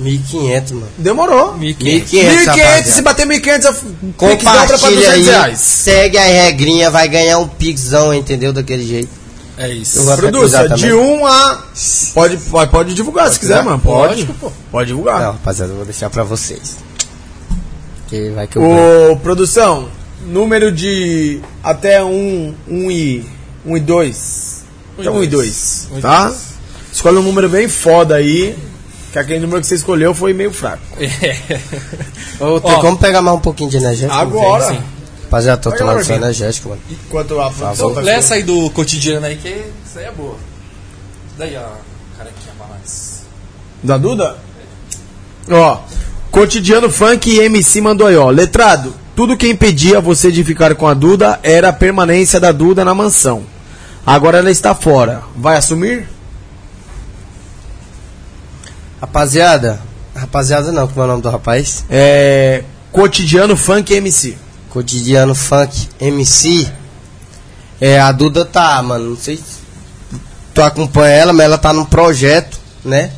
Speaker 3: 1.500, mano.
Speaker 1: Demorou.
Speaker 2: 1500.
Speaker 1: 1.500,
Speaker 3: 1.500, rapaziada.
Speaker 1: se bater 1.500, a f- Pix dobra pra
Speaker 3: Compartilha
Speaker 1: 200
Speaker 3: aí,
Speaker 1: reais.
Speaker 3: segue a regrinha, vai ganhar um pixão, entendeu? Daquele jeito.
Speaker 2: É isso. [laughs]
Speaker 3: Eu vou-
Speaker 1: Produça,
Speaker 3: Exatamente.
Speaker 1: de 1 a. Pode, pode, pode divulgar se quiser,
Speaker 3: divulgar? É,
Speaker 1: mano. Pode.
Speaker 2: Lógico, pô.
Speaker 1: Pode divulgar.
Speaker 3: Não, rapaziada, eu vou deixar pra vocês. Que vai que eu ganho.
Speaker 1: Ô, produção, número de até 1 um, um e 1 um e 2.
Speaker 2: Um e
Speaker 1: Então 1 um e
Speaker 2: dois.
Speaker 1: 2,
Speaker 2: Um e
Speaker 1: tá?
Speaker 2: dois.
Speaker 1: Escolhe um número bem foda aí, que aquele número que você escolheu foi meio fraco.
Speaker 2: É.
Speaker 3: Ô, tem
Speaker 2: ó.
Speaker 3: como pegar mais um pouquinho de energético?
Speaker 1: Agora,
Speaker 2: sim.
Speaker 3: Rapaziada, tô
Speaker 1: Pega
Speaker 3: tomando
Speaker 1: lá,
Speaker 3: só
Speaker 1: Marquinhos.
Speaker 3: energético, mano.
Speaker 1: enquanto a produção
Speaker 3: favor.
Speaker 1: tá
Speaker 2: Então, Lê essa aí do cotidiano aí, que isso aí é boa. Daí a carequinha pra nós.
Speaker 1: Da Duda? Ó, cotidiano funk e MC mandou aí, ó. Letrado, tudo que impedia você de ficar com a Duda era a permanência da Duda na mansão. Agora ela está fora. Vai assumir?
Speaker 3: Rapaziada, rapaziada não, como é o nome do rapaz?
Speaker 1: É. Cotidiano funk e MC.
Speaker 3: Cotidiano Funk MC. É, a Duda tá, mano, não sei se tu acompanha ela, mas ela tá num projeto, né?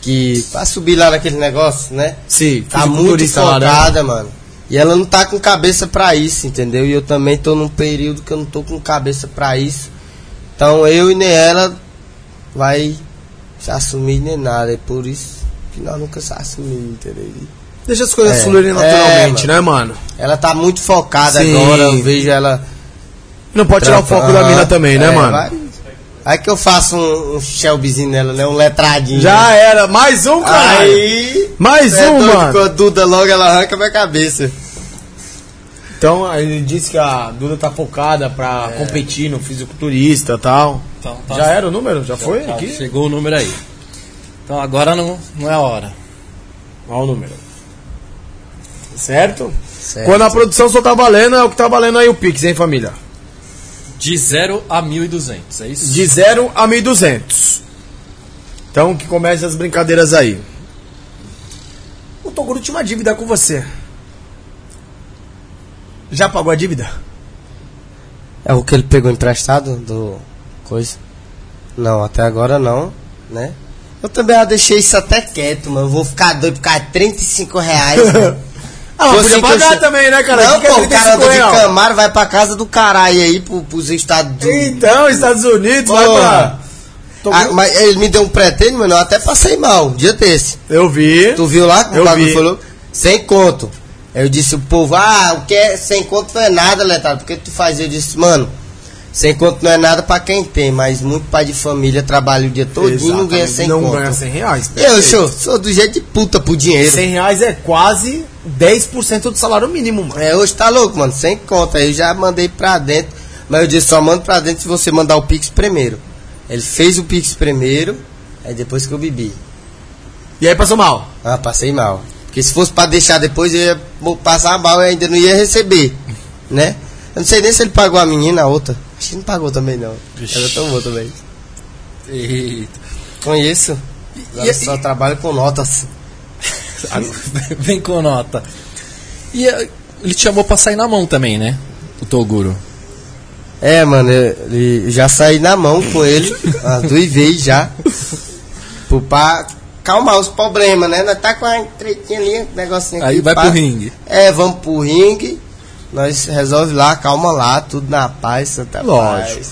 Speaker 3: Que pra subir lá naquele negócio, né?
Speaker 1: Sim,
Speaker 3: Tá muito
Speaker 1: fisiculturista lá, né?
Speaker 3: focada, mano. E ela não tá com cabeça pra isso, entendeu? E eu também tô num período que eu não tô com cabeça pra isso. Então eu e nem ela vai se assumir nem nada. É por isso que nós nunca se assumimos, entendeu?
Speaker 1: Deixa as coisas
Speaker 3: É.
Speaker 1: fluírem naturalmente,
Speaker 3: É,
Speaker 1: né, mano?
Speaker 3: Ela tá muito focada
Speaker 1: Sim.
Speaker 3: agora, eu vejo ela.
Speaker 1: Não pode tirar o foco da
Speaker 3: Aham.
Speaker 1: mina também, né,
Speaker 3: É,
Speaker 1: mano?
Speaker 3: Vai, vai que eu faço um, um Shelbyzinho nela, né? Um letradinho.
Speaker 1: Já era, mais um, cara.
Speaker 3: Aí.
Speaker 1: Mais
Speaker 3: é
Speaker 1: um,
Speaker 3: doido,
Speaker 1: mano.
Speaker 3: Com a Duda logo, ela arranca minha cabeça.
Speaker 1: Então, ele disse que a Duda tá focada pra competir no fisiculturista e tal.
Speaker 2: É. Então, tá-
Speaker 1: Já era o número? Já, foi?
Speaker 2: tá,
Speaker 1: aqui?
Speaker 2: Chegou o número aí. Então agora não, não é a hora.
Speaker 1: Olha o número. Certo? É.
Speaker 3: Certo.
Speaker 1: Quando a produção só tá valendo, é o que tá valendo aí o Pix, hein, família?
Speaker 2: De 0 a 1.200, é isso?
Speaker 1: De 0 a 1.200. Então, que comece as brincadeiras aí. O Toguro tinha uma dívida com você. Já pagou a dívida?
Speaker 3: É o que ele pegou emprestado do coisa? Não, até agora não, né? Eu também já deixei isso até quieto, mano. Eu vou ficar doido por causa de 35 reais, mano.
Speaker 1: Ah, mas
Speaker 3: Fosse
Speaker 1: podia
Speaker 3: que eu
Speaker 1: pagar
Speaker 3: che-
Speaker 1: também, né, [laughs] cara?
Speaker 3: Não,
Speaker 1: Que que é
Speaker 3: pô, o cara anda de
Speaker 1: 35 real?
Speaker 3: Camaro vai pra casa do caralho aí, pro, pros Estados Unidos.
Speaker 1: Então, Estados Unidos, vai pra.
Speaker 3: Porra.
Speaker 1: Tô-
Speaker 3: Ah, mas ele me deu um pretênio, mano, eu até passei mal, um dia desse.
Speaker 1: Eu vi.
Speaker 3: Tu viu lá que
Speaker 1: Eu
Speaker 3: o Fábio
Speaker 1: vi.
Speaker 3: falou? Sem conto. Eu disse o povo, ah, o que é sem conto não é nada, Letardo. Por que tu faz? Eu disse, mano, sem conto não é nada pra quem tem, mas muito pai de família trabalha o dia todo e não ganha
Speaker 1: Exatamente,
Speaker 3: sem
Speaker 1: não
Speaker 3: conto.
Speaker 1: ganha 100 reais.
Speaker 3: Eu
Speaker 1: perfeito.
Speaker 3: sou, sou do jeito de puta pro dinheiro.
Speaker 1: 100 reais é quase 10% do salário mínimo, mano.
Speaker 3: É, hoje tá louco, mano, sem conta. Aí eu já mandei pra dentro, mas eu disse, só mando pra dentro se você mandar o Pix primeiro. Ele fez o Pix primeiro, aí depois que eu bebi.
Speaker 1: E aí passou mal.
Speaker 3: Ah, passei mal. Porque se fosse pra deixar depois, eu ia mo- passar mal e ainda não ia receber, né? Eu não sei nem se ele pagou a menina, a outra. Acho que não pagou também, não.
Speaker 2: Vixe.
Speaker 3: Ela tomou também.
Speaker 2: Eita.
Speaker 3: Conheço. Agora
Speaker 2: E-
Speaker 3: eu só trabalho com notas.
Speaker 2: Agora- [laughs] Vem com nota. E eh, ele te chamou pra sair na mão também, né? O Toguro.
Speaker 3: É, mano, eu, eu já saí na mão com ele, as duas vezes já. Pro pra calmar os problemas, né? Nós tá com a tretinha ali, um negocinho
Speaker 2: Aí
Speaker 3: aqui,
Speaker 2: vai
Speaker 3: pá.
Speaker 2: pro ringue.
Speaker 3: É, vamos pro ringue. Nós resolve lá, calma lá, tudo na paz, Santa
Speaker 1: Lógico.
Speaker 3: Paz.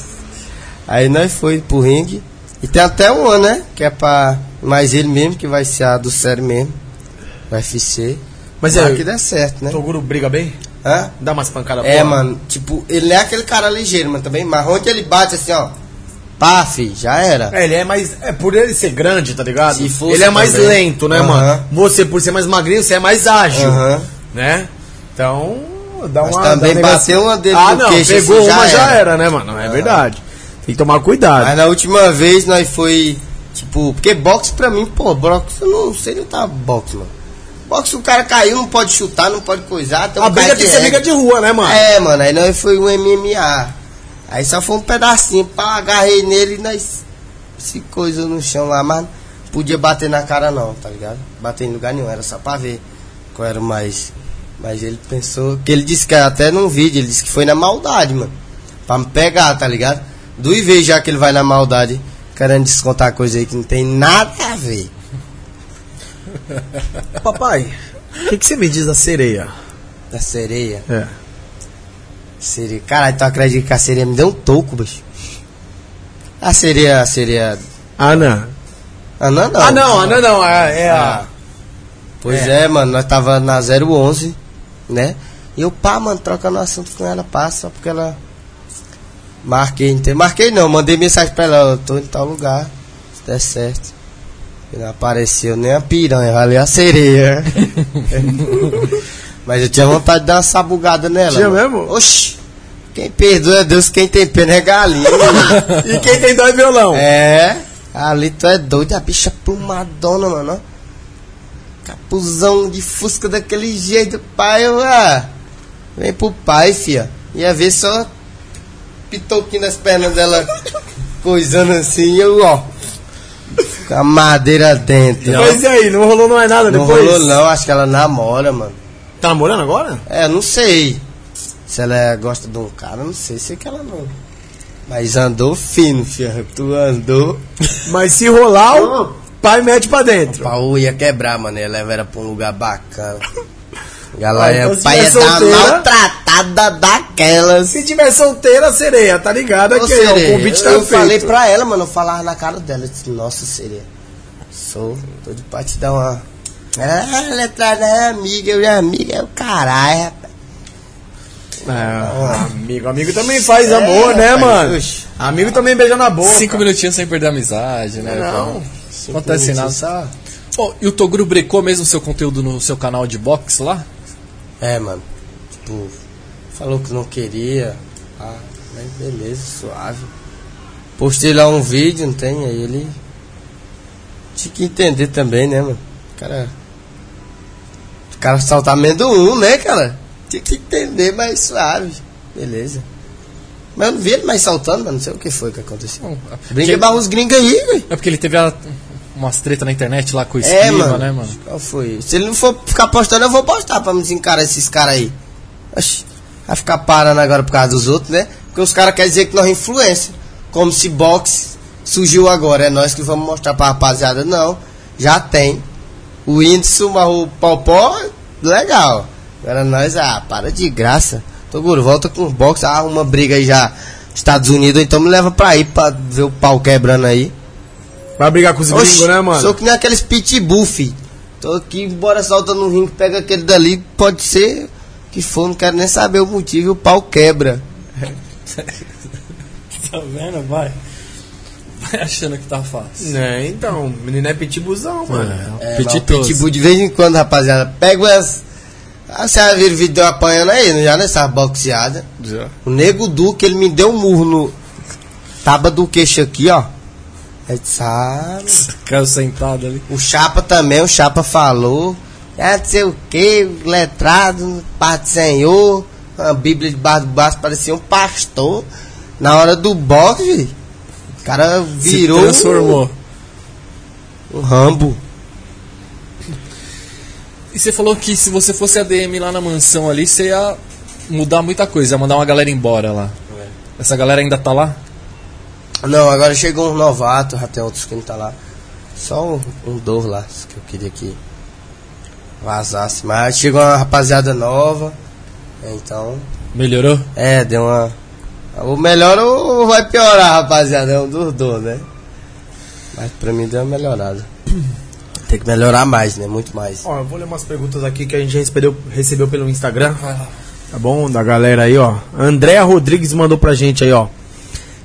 Speaker 3: Aí nós foi pro ringue. E tem até um ano, né? Que é pra. Mas ele mesmo, que vai ser a do sério mesmo. O UFC.
Speaker 1: Mas
Speaker 3: Tomara
Speaker 1: é-
Speaker 3: que der certo, né?
Speaker 1: Toguro briga bem?
Speaker 3: Hã?
Speaker 1: Dá umas pancadas
Speaker 3: É,
Speaker 1: boas?
Speaker 3: mano, tipo, ele não é aquele cara ligeiro, mano, também, mas onde ele bate assim, ó. Pá, fi, já era.
Speaker 1: É, ele é mais. É por ele ser grande, tá ligado?
Speaker 3: Se fosse
Speaker 1: ele é mais
Speaker 3: também.
Speaker 1: lento, né,
Speaker 3: Aham.
Speaker 1: mano? Você, por ser mais magrinho, você é mais ágil.
Speaker 3: Aham.
Speaker 1: Né? Então. Dá
Speaker 3: Mas
Speaker 1: uma.
Speaker 3: também
Speaker 1: dá um negócio-
Speaker 3: bateu uma dele
Speaker 1: Ah,
Speaker 3: no
Speaker 1: não.
Speaker 3: queixo,
Speaker 1: pegou
Speaker 3: assim, já
Speaker 1: uma, já
Speaker 3: era.
Speaker 1: era, né, mano? É verdade. Tem que tomar cuidado.
Speaker 3: Mas na última vez nós foi, tipo, porque boxe pra mim, pô, boxe, eu não sei lutar boxe, mano. Boxe o cara caiu, não pode chutar, não pode coisar. Então
Speaker 1: a
Speaker 3: o cara
Speaker 1: briga tem que ser
Speaker 3: regra.
Speaker 1: briga de rua, né, mano?
Speaker 3: É, mano, aí nós foi um MMA. Aí só foi um pedacinho, pá, agarrei nele e nós se coisou no chão lá, mas não podia bater na cara não, tá ligado? Bater em lugar nenhum, era só pra ver qual era o mais. Mas ele pensou, que ele disse que até num vídeo, ele disse que foi na maldade, mano. Pra me pegar, tá ligado? Duas vezes já que ele vai na maldade, querendo descontar coisa aí que não tem nada a ver.
Speaker 1: Papai, o que, que você me diz da sereia?
Speaker 3: Da sereia.
Speaker 1: É.
Speaker 3: Sereia. Caralho, tu acredita que a sereia me deu um toco, bicho? A sereia, a sereia.
Speaker 1: Ana.
Speaker 3: Anã não.
Speaker 1: Ah, não, Ana não. É, é a.
Speaker 3: Ah. Pois é. mano, nós tava na 011, né? E eu, pá, mano, trocando assunto com ela, passa, porque ela. Marquei, então. Marquei não, mandei mensagem pra ela, eu tô em tal lugar, se der certo. E não apareceu nem a piranha, valeu
Speaker 1: [laughs]
Speaker 3: a sereia. Mas eu tinha vontade de dar uma sabugada nela.
Speaker 1: Tinha
Speaker 3: mano.
Speaker 1: mesmo?
Speaker 3: Oxi! Quem perdoa é Deus, quem tem pena é
Speaker 1: [laughs]
Speaker 3: galinha.
Speaker 1: E quem tem dó é violão.
Speaker 3: É, ali tu é doido, a bicha plumadona, mano. ó. Capuzão de fusca daquele jeito, pai, eu, ah, Vem pro pai, fia. Ia ver só pitoquinho das pernas [laughs] dela coisando assim, eu, ó. Com a madeira dentro.
Speaker 1: Mas e aí, não rolou não é nada
Speaker 3: não
Speaker 1: depois?
Speaker 3: rolou não, acho que ela namora, mano.
Speaker 1: Tá namorando agora?
Speaker 3: É, não sei. Se ela gosta de um cara, não sei, sei que ela não. Mas andou fino, fia. Tu andou.
Speaker 1: Mas se rolar, o
Speaker 3: Não.
Speaker 1: pai mete pra dentro.
Speaker 3: pau ia quebrar, mano. Ia levar ela pra um
Speaker 1: [laughs]
Speaker 3: lugar bacana. E ela
Speaker 1: Ah,
Speaker 3: ia,
Speaker 1: então se
Speaker 3: pai,
Speaker 1: é
Speaker 3: ia
Speaker 1: solteira-
Speaker 3: dar maltratada daquelas.
Speaker 1: Se tiver solteira, sereia, tá ligada
Speaker 3: Ô,
Speaker 1: que aí, ó,
Speaker 3: sereia,
Speaker 1: o convite
Speaker 3: eu,
Speaker 1: tá
Speaker 3: eu
Speaker 1: feito.
Speaker 3: falei pra ela, mano. Eu falava na cara dela. Eu disse, nossa, sereia. Sou, tô de pra te dar uma. Ah, ela tá né, amiga, minha amiga é o caralho, rapaz.
Speaker 1: Ah, amigo, amigo também faz
Speaker 3: É,
Speaker 1: amor, né,
Speaker 3: rapaz,
Speaker 1: mano?
Speaker 3: oxe.
Speaker 1: Amigo também beija na boca.
Speaker 2: Cinco minutinhos sem perder a amizade, né?
Speaker 1: Não.
Speaker 2: pô? Acontece nada.
Speaker 3: Só-
Speaker 2: Pô, e o Toguro brecou mesmo seu conteúdo no seu canal de boxe lá?
Speaker 3: É, mano. Tipo, falou que não queria. Ah, mas beleza, suave. Postei lá um vídeo, não tem? Aí ele. Tinha que entender também, né, mano? O cara. O cara salta amendoim, né, cara? Tinha que entender, mas suave. Beleza. Mas eu não vi ele mais saltando, mano. Não sei o que foi que aconteceu.
Speaker 2: Não,
Speaker 3: Brinca barra os gringos aí, velho.
Speaker 2: É porque ele teve a- umas treta na internet lá com o
Speaker 3: É,
Speaker 2: esquiva,
Speaker 3: mano.
Speaker 2: né, mano?
Speaker 3: Qual foi? Se ele não for ficar postando, eu vou postar pra me desencarar esses caras aí. Oxi, vai ficar parando agora por causa dos outros, né? Porque os caras querem dizer que nós é influência. Como se boxe surgiu agora, é nós que vamos mostrar pra rapaziada. Não, já tem. O índice, mas o Popó, legal. Agora nós, ah, para de graça. Toguro, volta com o box, ah, uma briga aí já. Estados Unidos, então me leva pra aí pra ver o pau quebrando aí.
Speaker 1: Vai brigar com os gringos,
Speaker 3: Oxi,
Speaker 1: né, mano?
Speaker 3: Sou que nem aqueles pitbull, fi. Tô aqui, bora solta no ringue, pega aquele dali, pode ser que for, não quero nem saber o motivo, e o pau quebra.
Speaker 2: [laughs] Tá vendo? Vai. Vai achando que tá fácil. [laughs]
Speaker 1: É, então, menino é pitbullzão, mano.
Speaker 2: É,
Speaker 3: mas o
Speaker 2: apetitoso.
Speaker 3: pitbull de vez em quando, rapaziada, pega umas. Ah, você já viu o vídeo de eu apanhando aí, não já nessa boxeada. O nego Duque, ele me deu um murro no. Taba do queixo aqui, ó. Aí disse, ah, meu
Speaker 2: Caiu sentado ali.
Speaker 3: O Chapa também, o Chapa falou. Ah, não sei o que, letrado, parte do senhor, a Bíblia debaixo do braço parecia um pastor. Na hora do boxe, o cara virou
Speaker 2: Se transformou.
Speaker 3: um rambo.
Speaker 2: E você falou que se você fosse ADM lá na mansão ali, você ia mudar muita coisa, ia mandar uma galera embora lá.
Speaker 3: É.
Speaker 2: Essa galera ainda tá lá?
Speaker 3: Não, agora chegou um novato, já tem outros que não tá lá. Só um, um dor lá, isso que eu queria que vazasse. Mas chegou uma rapaziada nova, então
Speaker 2: Melhorou?
Speaker 3: É, deu uma. Ou melhor ou vai piorar, rapaziada. É um dos dois, né? Mas pra mim deu uma melhorada. Tem que melhorar mais, né? Muito mais.
Speaker 1: Ó, eu vou ler umas perguntas aqui que a gente recebeu, recebeu pelo Instagram. Tá bom? Da galera aí, ó. Andréa Rodrigues mandou pra gente aí, ó.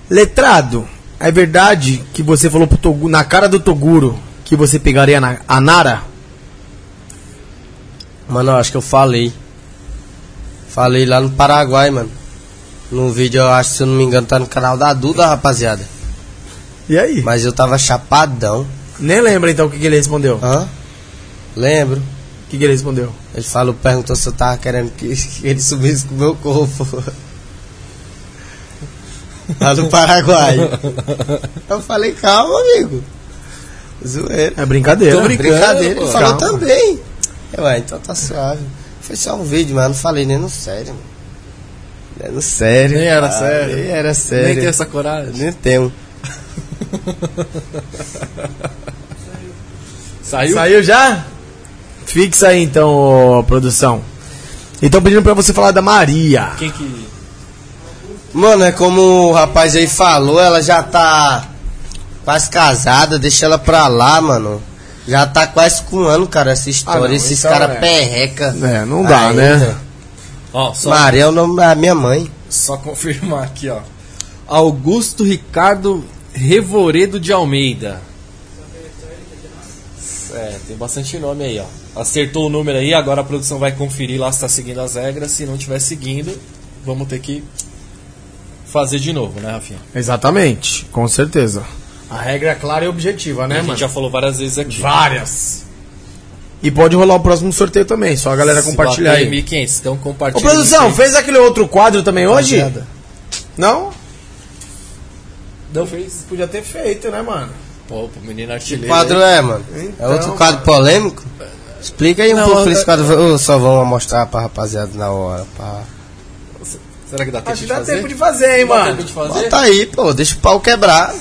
Speaker 1: Letrado, é verdade que você falou pro Togu- na cara do Toguro que você pegaria na, a Nara?
Speaker 3: Mano, eu acho que eu falei. Falei lá no Paraguai, mano. Num vídeo, eu acho, se eu não me engano, tá no canal da Duda, rapaziada.
Speaker 1: E aí?
Speaker 3: Mas eu tava chapadão.
Speaker 1: Nem lembra então o que, que ele respondeu. O
Speaker 3: Hã? Lembro.
Speaker 1: que, que ele respondeu?
Speaker 3: Ele falou, perguntou se eu tava querendo que, que ele subisse com o meu corpo. Lá no Paraguai. Eu falei, calma, amigo. Zoeira.
Speaker 1: É brincadeira.
Speaker 2: Tô brincando.
Speaker 3: Brincadeira. Ele
Speaker 2: pô.
Speaker 3: falou
Speaker 1: Calma.
Speaker 3: também. Eu, ah, então tá suave. Foi só um vídeo, mas eu não falei nem no sério, mano. Nem no sério.
Speaker 1: Nem era
Speaker 3: cara,
Speaker 1: sério.
Speaker 3: Nem era
Speaker 2: Nem
Speaker 3: sério.
Speaker 2: tem essa coragem.
Speaker 3: Nem um. tenho.
Speaker 2: Saiu?
Speaker 1: Saiu já? Fixa aí então, ô, produção. Então pedindo pra você falar da Maria.
Speaker 2: Quem que.
Speaker 3: Mano, é como o rapaz aí falou, ela já tá quase casada, deixa ela pra lá, mano. Já tá quase com um ano, cara, essa história.
Speaker 1: Ah, não,
Speaker 3: Esses
Speaker 1: então
Speaker 3: caras
Speaker 1: é.
Speaker 3: perreca.
Speaker 1: É, não dá, né?
Speaker 2: Ó, só,
Speaker 3: Maria é o nome da minha mãe.
Speaker 2: só confirmar aqui, ó. Augusto Ricardo Revoredo de Almeida. É, tem bastante nome aí, ó. Acertou o número aí, agora a produção vai conferir lá se tá seguindo as regras. Se não tiver seguindo, vamos ter que fazer de novo, né, Rafinha?
Speaker 1: Exatamente, com certeza. A regra é clara e objetiva,
Speaker 2: a gente já falou várias vezes aqui.
Speaker 1: Várias. E pode rolar o próximo sorteio também, só a galera
Speaker 2: Se
Speaker 1: compartilhar
Speaker 2: bater
Speaker 1: aí.
Speaker 2: 1500, então
Speaker 1: Ô
Speaker 2: compartilha.
Speaker 1: produção,
Speaker 2: 1500.
Speaker 1: fez aquele outro quadro também hoje? Não?
Speaker 2: Não fez.
Speaker 1: Podia ter feito, né, mano?
Speaker 2: Pô, pro menino
Speaker 3: Que
Speaker 2: artilheiro.
Speaker 3: quadro é, mano?
Speaker 1: Então,
Speaker 3: é outro quadro polêmico? Explica aí um
Speaker 2: Não,
Speaker 3: pouco
Speaker 2: eu-
Speaker 3: pra esse quadro. Eu só vou mostrar pra rapaziada na hora. Pá.
Speaker 2: Será que dá tempo
Speaker 1: Acho que
Speaker 2: de
Speaker 1: dá
Speaker 2: fazer?
Speaker 1: tempo de fazer, hein,
Speaker 2: Dá
Speaker 1: mano?
Speaker 2: tempo de fazer?
Speaker 3: Bota aí, pô, deixa o pau quebrar.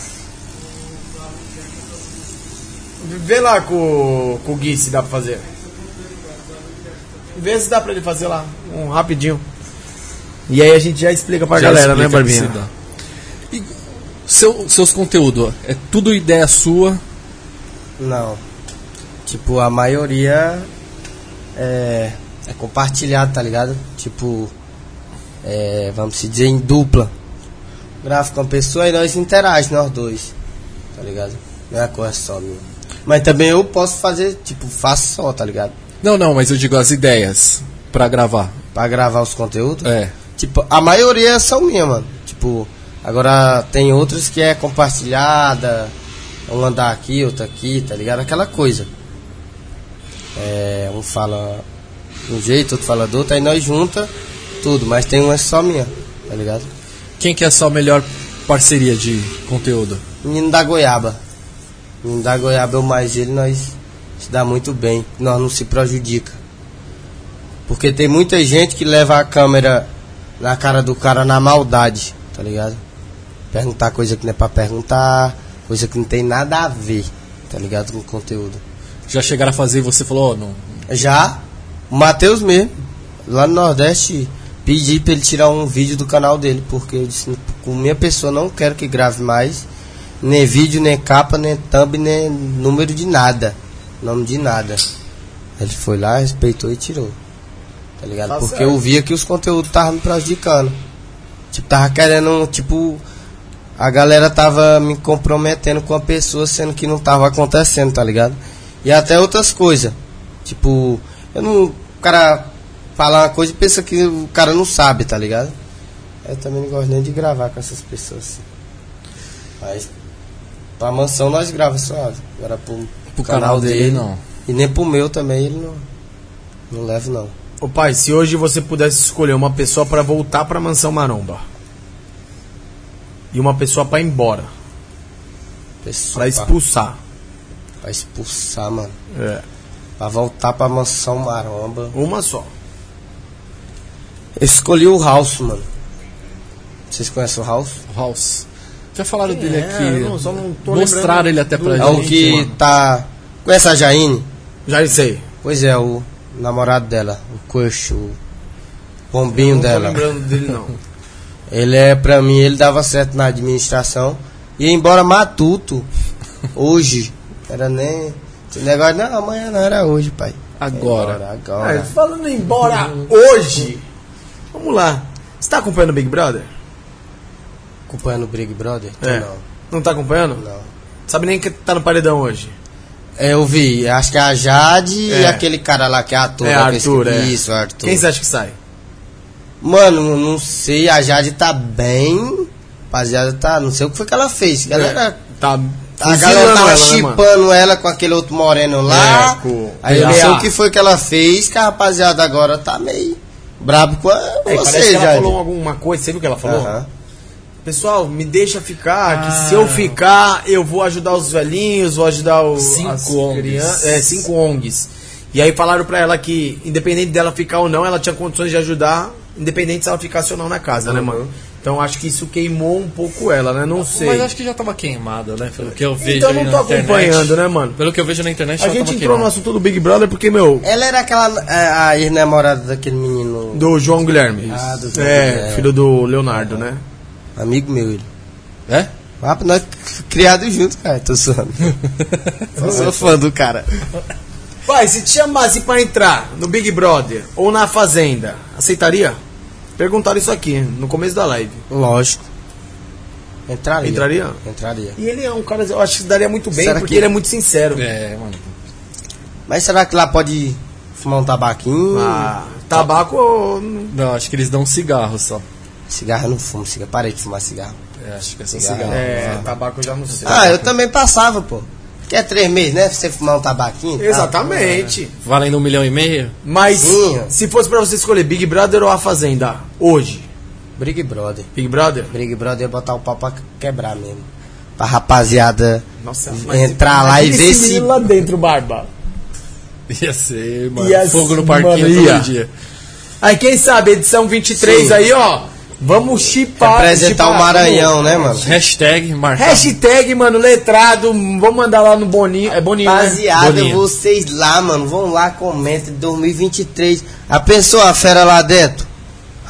Speaker 1: Vê lá com, com o Gui se dá pra fazer. Vê se dá pra ele fazer lá, um rapidinho. E aí a gente já explica pra
Speaker 2: Já
Speaker 1: galera, né,
Speaker 2: explica que
Speaker 1: Barbinha?
Speaker 2: se dá. E seu- seus conteúdos, ó, é tudo ideia sua.
Speaker 3: Não. Tipo, a maioria é, é compartilhado, tá ligado? Tipo, é, vamos se dizer em dupla. Gravo com a pessoa e nós interagimos, nós dois. Tá ligado? Não é uma coisa só, meu. Mas também eu posso fazer, tipo, faço só, tá ligado?
Speaker 2: Não, não, mas eu digo as ideias pra gravar.
Speaker 3: Pra gravar os conteúdos.
Speaker 2: É.
Speaker 3: Tipo, a maioria são minha, mano. Tipo, agora tem outros que é compartilhada, um andar aqui, outro aqui, tá ligado? Aquela coisa. É, um fala de um jeito, outro fala do outro, aí nós junta tudo, mas tem uma só minha, tá ligado?
Speaker 2: Quem que é a sua melhor parceria de conteúdo?
Speaker 3: Menino da Goiaba. Menino da Goiaba, eu mais ele, nós se dá muito bem. Nós não se prejudica. Porque tem muita gente que leva a câmera na cara do cara na maldade, tá ligado? Perguntar coisa que não é pra perguntar, Coisa que não tem nada a ver, tá ligado? Com o conteúdo.
Speaker 2: Já chegaram a fazer e você falou, ó, não.
Speaker 3: Já, o Matheus mesmo, lá no Nordeste, pedi pra ele tirar um vídeo do canal dele, porque eu disse, com minha pessoa não quero que grave mais, nem vídeo, nem capa, nem thumb, nem número de nada, nome de nada. Ele foi lá, respeitou e tirou. Tá ligado?
Speaker 1: Tá
Speaker 3: porque
Speaker 1: certo.
Speaker 3: eu via que os conteúdos estavam me prejudicando. Tipo, tava querendo, tipo, a galera tava me comprometendo com a pessoa, sendo que não tava acontecendo, tá ligado? E até outras coisas. Tipo, eu não. O cara fala uma coisa e pensa que o cara não sabe, tá ligado? Eu também não gosto nem de gravar com essas pessoas assim. Mas pra mansão nós gravamos suave. Agora pro,
Speaker 2: Pro canal dele, não.
Speaker 3: E nem pro meu também ele não. Não leva não.
Speaker 1: Ô pai, se hoje você pudesse escolher uma pessoa pra voltar pra Mansão Maromba e uma pessoa pra ir embora,
Speaker 3: Pessoa
Speaker 1: pra expulsar.
Speaker 3: pra expulsar, mano.
Speaker 1: É.
Speaker 3: Pra voltar pra mansão maromba.
Speaker 1: Uma só.
Speaker 3: Eu escolhi o House, mano. Vocês conhecem o House?
Speaker 2: House. Já falaram
Speaker 1: Quem
Speaker 2: dele
Speaker 1: é?
Speaker 2: aqui.
Speaker 1: Eu não- só não tô lembrando
Speaker 2: Mostraram ele até pra
Speaker 1: do-
Speaker 3: É
Speaker 2: gente.
Speaker 3: o que
Speaker 2: mano.
Speaker 3: tá. Conhece a Jaine?
Speaker 1: Já sei.
Speaker 3: Pois é, o namorado dela, o Cush, o bombinho
Speaker 1: não tô
Speaker 3: dela.
Speaker 1: lembrando dele, não.
Speaker 2: [laughs]
Speaker 3: Ele é, pra mim, ele dava certo na administração. E embora matuto,
Speaker 1: [laughs]
Speaker 3: hoje, era nem. Esse negócio, não, amanhã não era hoje, pai.
Speaker 2: Agora.
Speaker 3: Agora,
Speaker 1: Ah,
Speaker 3: agora.
Speaker 1: falando em embora hoje, vamos lá. Você tá acompanhando o Big Brother?
Speaker 3: Acompanhando o Big Brother? Não,
Speaker 1: Não tá acompanhando?
Speaker 3: não.
Speaker 1: Sabe nem que tá no paredão hoje.
Speaker 3: É, Eu vi, acho que é a Jade e
Speaker 1: É.
Speaker 3: aquele cara lá que é ator.
Speaker 1: é
Speaker 3: né, que eu
Speaker 1: Arthur, é.
Speaker 3: esqueci- Isso, Arthur.
Speaker 1: Quem você acha que sai?
Speaker 3: Mano, não sei, a Jade tá bem. Rapaziada, tá. Não sei o que foi que ela fez.
Speaker 2: é
Speaker 3: Galera,
Speaker 1: Tá.
Speaker 3: a galera
Speaker 1: fuzilando
Speaker 3: tava
Speaker 1: ela, né, mano?
Speaker 3: chipando ela com aquele outro moreno lá.
Speaker 1: É, com-
Speaker 3: Aí eu não
Speaker 1: PA.
Speaker 3: sei o que foi que ela fez, que a rapaziada agora tá meio brabo com a,
Speaker 1: É, e parece
Speaker 3: você,
Speaker 1: que ela
Speaker 3: Jade.
Speaker 1: falou alguma coisa, você viu o que ela falou?
Speaker 3: Aham.
Speaker 1: Pessoal, me deixa ficar,
Speaker 2: Ah.
Speaker 1: que se eu ficar, eu vou ajudar os velhinhos, vou ajudar os
Speaker 2: Cinco ONGs.
Speaker 1: É, cinco ONGs. E aí falaram pra ela que, independente dela ficar ou não, ela tinha condições de ajudar, independente se ela ficasse ou não na casa, né, mano? Então acho que isso queimou um pouco ela, né? Não sei.
Speaker 2: Uhum. Mas acho que já tava queimada, né? Pelo que eu vejo
Speaker 1: Então
Speaker 2: aí
Speaker 1: eu não
Speaker 2: na
Speaker 1: tô
Speaker 2: internet.
Speaker 1: acompanhando, né, mano?
Speaker 2: Pelo que eu vejo na internet,
Speaker 1: A
Speaker 2: já
Speaker 1: gente
Speaker 2: tava
Speaker 1: entrou no
Speaker 2: queimada.
Speaker 1: assunto do Big Brother porque, meu,
Speaker 3: Ela era aquela. é, A, a ex-namorada daquele menino.
Speaker 1: do João Guilherme.
Speaker 3: Ah, do João
Speaker 1: é,
Speaker 3: Guilherme.
Speaker 1: filho do Leonardo, né?
Speaker 3: Amigo meu, ele.
Speaker 2: É?
Speaker 3: Ah, nós criados juntos, cara.
Speaker 1: [laughs]
Speaker 3: Tô suando. Só sou fã do cara.
Speaker 1: Pai, se te chamasse pra entrar no Big Brother ou na Fazenda, aceitaria? Perguntaram isso aqui no começo da live.
Speaker 3: Lógico. Entraria.
Speaker 1: Entraria?
Speaker 3: Entraria.
Speaker 1: E ele é um cara, eu acho que daria muito bem,
Speaker 3: Será
Speaker 1: porque
Speaker 3: que-
Speaker 1: ele é muito sincero.
Speaker 2: É, mano.
Speaker 3: Mas será que lá pode fumar um tabaquinho?
Speaker 1: Ah, tabaco. hum,
Speaker 2: Não, acho que eles dão um cigarro só.
Speaker 3: Cigarro eu não fumo, cigarro. Parei de fumar cigarro.
Speaker 2: É, acho que é só
Speaker 3: Cigarro.
Speaker 2: cigarro.
Speaker 1: É, tabaco eu já não sei.
Speaker 3: Ah, eu também passava, pô. Que é três meses, né? Pra você fumar um tabaquinho? É.
Speaker 1: Exatamente.
Speaker 2: Valendo um milhão e meio? [laughs]
Speaker 1: Mas
Speaker 3: Sim.
Speaker 1: se fosse pra você escolher Big Brother ou a Fazenda hoje,
Speaker 3: Ah, Big Brother.
Speaker 1: Big Brother?
Speaker 3: Big Brother é botar o pau pra quebrar mesmo. Pra rapaziada
Speaker 1: Nossa,
Speaker 3: entrar lá e ver se.
Speaker 1: lá dentro, barba.
Speaker 2: Ia ser, mano.
Speaker 1: Ia
Speaker 2: Fogo no
Speaker 1: ser,
Speaker 2: parquinho
Speaker 1: mano, ia.
Speaker 2: todo dia.
Speaker 1: Aí quem sabe, edição 23
Speaker 3: Sim.
Speaker 1: aí, ó. Vamos chipar.
Speaker 3: Representar o
Speaker 1: chipar,
Speaker 3: Maranhão, né, mano?
Speaker 2: Hashtag marcar.
Speaker 1: Hashtag, mano, letrado. Vamos mandar lá no Boninho. É Boninho, né?
Speaker 3: Rapaziada,
Speaker 2: Boninho.
Speaker 3: vocês lá, mano, vão lá, comentem 2023. A pessoa a fera lá dentro.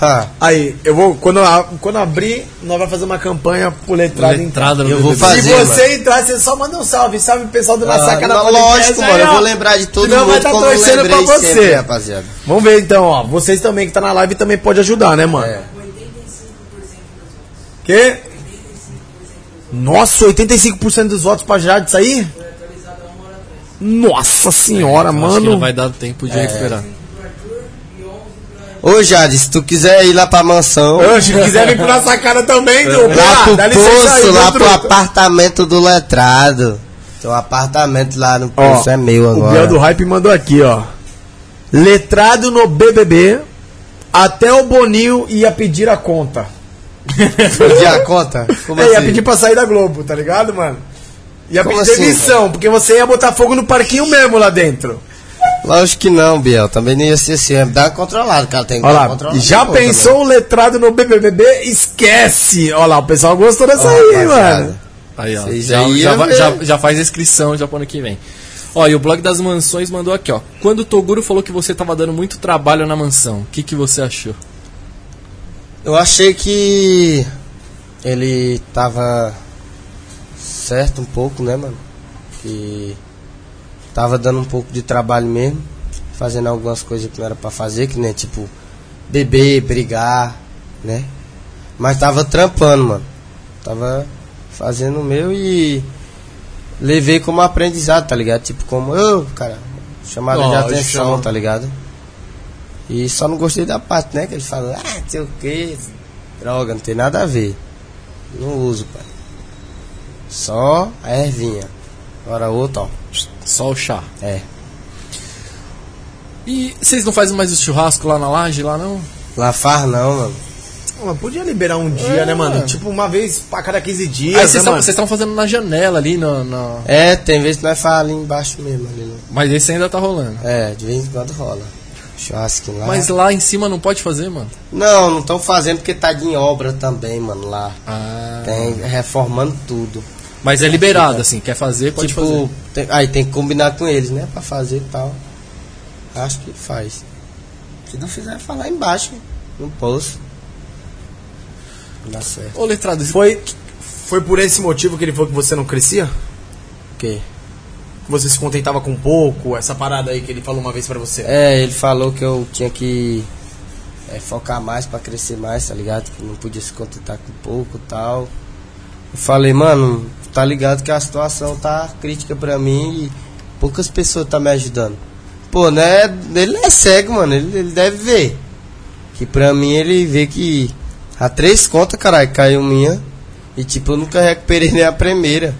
Speaker 3: Ah,
Speaker 1: Aí, eu vou. Quando, eu a- quando eu abrir, nós vamos fazer uma campanha pro letrado entrar.
Speaker 2: Letrada no
Speaker 3: Eu
Speaker 2: BBB.
Speaker 3: né? vou fazer.
Speaker 1: Se você entrar, você só manda um salve. Salve, pessoal do Na Sacada
Speaker 3: ah,
Speaker 1: Podcast
Speaker 3: lógico,
Speaker 1: aí,
Speaker 3: mano. Eu
Speaker 1: ó.
Speaker 3: vou lembrar de todo
Speaker 1: Senão
Speaker 3: mundo
Speaker 1: vai tá
Speaker 3: como eu
Speaker 1: torcendo pra
Speaker 3: lembrei
Speaker 1: você.
Speaker 3: sempre, rapaziada.
Speaker 1: Vamos ver então, ó. Vocês também que tá na live também pode ajudar, né, mano?
Speaker 3: É.
Speaker 1: Que? Nossa, 85% dos votos pra Jade sair? Nossa
Speaker 3: É,
Speaker 1: senhora,
Speaker 2: Acho que
Speaker 1: mano. É.
Speaker 2: não vai dar tempo de recuperar.
Speaker 3: Ô Jade, se tu quiser ir lá pra mansão,
Speaker 1: Ô, Se quiser vir pra sacada também, Dudu.
Speaker 3: lá pro poço, lá pro
Speaker 1: papai.
Speaker 3: apartamento do letrado. Tem um apartamento lá no
Speaker 1: Ó,
Speaker 3: poço, é meu
Speaker 1: O Biel
Speaker 3: agora. [laughs]
Speaker 1: do Hype mandou aqui, ó. Letrado no BBB, até o Boninho ia pedir a conta.
Speaker 3: Pedir a conta? Como
Speaker 1: É, ia
Speaker 3: assim?
Speaker 1: pedir pra sair da Globo, tá ligado, mano? Ia
Speaker 3: Como
Speaker 1: pedir
Speaker 3: assim,
Speaker 1: demissão, porque você ia botar fogo no parquinho mesmo lá dentro.
Speaker 3: Lógico que não, Biel. Também não ia ser assim. é, Dá uma controlada, cara. Tem que
Speaker 1: Olha
Speaker 3: dar uma
Speaker 1: lá,
Speaker 3: controlada
Speaker 1: já
Speaker 3: na coisa,
Speaker 1: pensou o letrado no BBB? Esquece! Olha lá, o pessoal gostou dessa
Speaker 3: Ó,
Speaker 1: aí,
Speaker 3: rapaziada.
Speaker 1: mano.
Speaker 2: Aí, ó.
Speaker 3: Vocês
Speaker 2: Já,
Speaker 3: aí
Speaker 2: já
Speaker 3: ia
Speaker 2: vai-
Speaker 3: ver.
Speaker 2: já- já faz a inscrição já pro ano que vem. Ó, e o blog das mansões mandou aqui, ó. Quando o Toguro falou que você tava dando muito trabalho na mansão, o que, que você achou?
Speaker 3: Eu achei que ele tava certo um pouco, né, mano? Que tava dando um pouco de trabalho mesmo, fazendo algumas coisas que não era pra fazer, que nem tipo beber, brigar, né? Mas tava trampando, mano. Tava fazendo o meu e levei como aprendizado, tá ligado? Tipo como eu, cara, chamada de
Speaker 1: Lógico.
Speaker 3: atenção, tá ligado? E só não gostei da parte, né? Que ele falou, ah, não sei o que, droga, não tem nada a ver. Não uso, pai. Só a ervinha. Agora outra, ó.
Speaker 2: Só o chá.
Speaker 3: É.
Speaker 2: E vocês não fazem mais o churrasco lá na laje, lá não?
Speaker 3: Lá faz não, mano.
Speaker 1: Pô, mas podia liberar um dia, né, mano? Tipo, uma vez pra cada 15 dias.
Speaker 2: Aí
Speaker 1: né,
Speaker 2: Ah, vocês
Speaker 1: mano?
Speaker 2: estão fazendo na janela ali, na, na-
Speaker 3: É, tem vezes que nós faz ali embaixo mesmo. Ali no...
Speaker 2: mas esse ainda tá rolando.
Speaker 3: É, de vez em quando rola. Churrasquinho lá.
Speaker 2: Mas lá em cima não pode fazer, mano.
Speaker 3: Não, não estão fazendo porque tá de obra também, mano, lá.
Speaker 2: Ah.
Speaker 3: Tem reformando tudo.
Speaker 2: Mas é liberado, assim, quer fazer, pode
Speaker 3: tipo,
Speaker 2: fazer.
Speaker 3: tem- aí tem que combinar com eles, né? Pra fazer e tal. Acho que faz. Se não fizer, falar embaixo, no post. Dá certo.
Speaker 2: Ô, letrado, esse-
Speaker 1: Foi, foi por esse motivo que ele falou que você não crescia?
Speaker 3: O quê?
Speaker 1: Que você se contentava com pouco? Essa parada aí que ele falou uma vez pra você.
Speaker 3: É, ele falou que eu tinha que é, focar mais pra crescer mais, tá ligado? Que não podia se contentar com pouco e tal. Eu falei, mano, tá ligado que a situação tá crítica pra mim e poucas pessoas tá me ajudando. Pô, né? Ele não é cego, mano, ele, ele deve ver. Que pra mim ele vê que há três contas, caralho, caiu minha. E tipo, eu nunca recuperei [laughs] nem a primeira.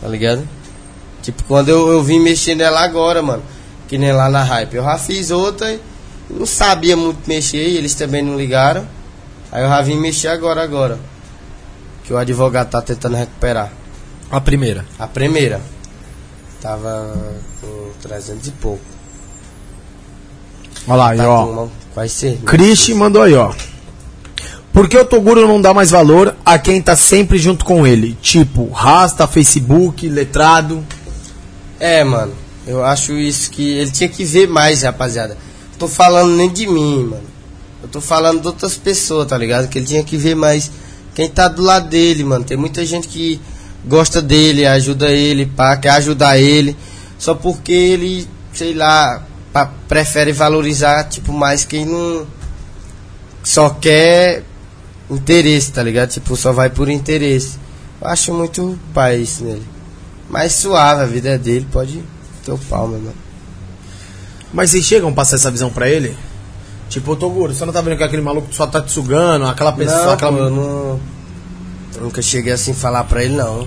Speaker 3: Tá ligado? Tipo, quando eu, eu vim mexer nela agora, mano. Que nem lá na hype. Eu já fiz outra e não sabia muito mexer. E eles também não ligaram. Aí eu já vim mexer agora, agora. Que o advogado tá tentando recuperar.
Speaker 2: a primeira.
Speaker 3: A primeira. Tava com 300 e pouco.
Speaker 1: Olha lá, aí,
Speaker 3: Tá
Speaker 1: ó.
Speaker 3: com uma- quase ser. né?
Speaker 1: Christian mandou aí, ó. Por que o Toguro não dá mais valor a quem tá sempre junto com ele? Tipo, Rasta, Facebook, Letrado.
Speaker 3: É, mano. Eu acho isso que ele tinha que ver mais, rapaziada. Tô falando nem de mim, mano. Eu tô falando de outras pessoas, tá ligado? Que ele tinha que ver mais quem tá do lado dele, mano. Tem muita gente que gosta dele, ajuda ele, pá, quer ajudar ele. Só porque ele, sei lá, pa- prefere valorizar, tipo, mais quem não. Só quer interesse, tá ligado? Tipo, só vai por interesse. Eu acho muito pai isso nele. Mas suave, a vida é dele, pode ter o pau, meu mano.
Speaker 1: Mas vocês chegam a passar essa visão pra ele? Tipo, ô Toguro, você não tá vendo que aquele maluco só tá te sugando, aquela pessoa,
Speaker 3: Não,
Speaker 1: aquela.
Speaker 3: pô, eu não. eu nunca cheguei assim a falar pra ele, não.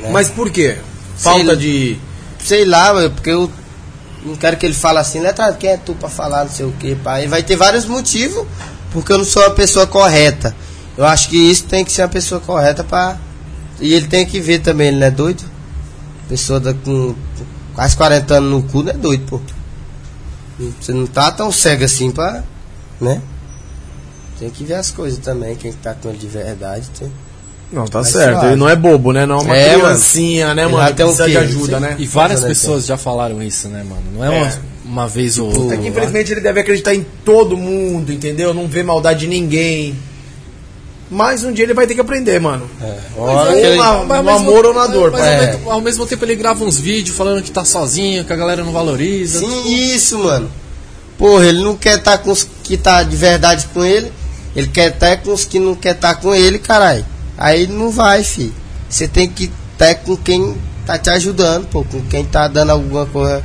Speaker 3: né?
Speaker 1: Mas por quê? Falta
Speaker 3: Sei-
Speaker 1: de.
Speaker 3: sei lá, mano, porque eu não quero que ele fale assim, letra, quem é tu pra falar, não sei o que, pá. E vai ter vários motivos, porque eu não sou a pessoa correta. Eu acho que isso tem que ser a pessoa correta pra. E ele tem que ver também, ele não é doido? Pessoa da- com quase 40 anos no cu não é doido, pô. Você não tá tão cego assim pra. né? Tem que ver as coisas também, quem tá com ele de verdade. Tem...
Speaker 1: Não, tá
Speaker 3: Mas
Speaker 1: certo.
Speaker 3: suave.
Speaker 1: Ele não é bobo, né? Não é uma
Speaker 3: É, mano.
Speaker 1: criancinha, né,
Speaker 3: Ele
Speaker 1: mano?
Speaker 3: lá
Speaker 1: Que
Speaker 3: tem o
Speaker 1: precisa de
Speaker 3: quê?
Speaker 1: ajuda,
Speaker 3: Sei.
Speaker 1: né?
Speaker 2: E várias
Speaker 3: Quantos anos
Speaker 2: pessoas já falaram isso, né, mano? Não é,
Speaker 1: É.
Speaker 2: Uma, uma vez ou outra.
Speaker 1: É que infelizmente ele deve acreditar em todo mundo, entendeu? Não vê maldade em ninguém. Mas um dia ele vai ter que aprender, mano.
Speaker 3: É, Hora
Speaker 1: Ou
Speaker 3: que ele- um
Speaker 1: na-
Speaker 2: Mas ao
Speaker 1: no
Speaker 2: mesmo-
Speaker 1: amor ou na dor,
Speaker 2: mas
Speaker 1: pai.
Speaker 2: ao
Speaker 3: é.
Speaker 2: mesmo- Ao mesmo tempo ele grava uns vídeos falando que tá sozinho, que a galera não valoriza.
Speaker 3: Sim, isso, mano. Porra, ele não quer estar com os que tá de verdade com ele. Ele quer estar com os que não quer estar com ele, caralho. Aí não vai, fi. Você tem que estar com quem tá te ajudando, pô. Com quem tá dando alguma coisa.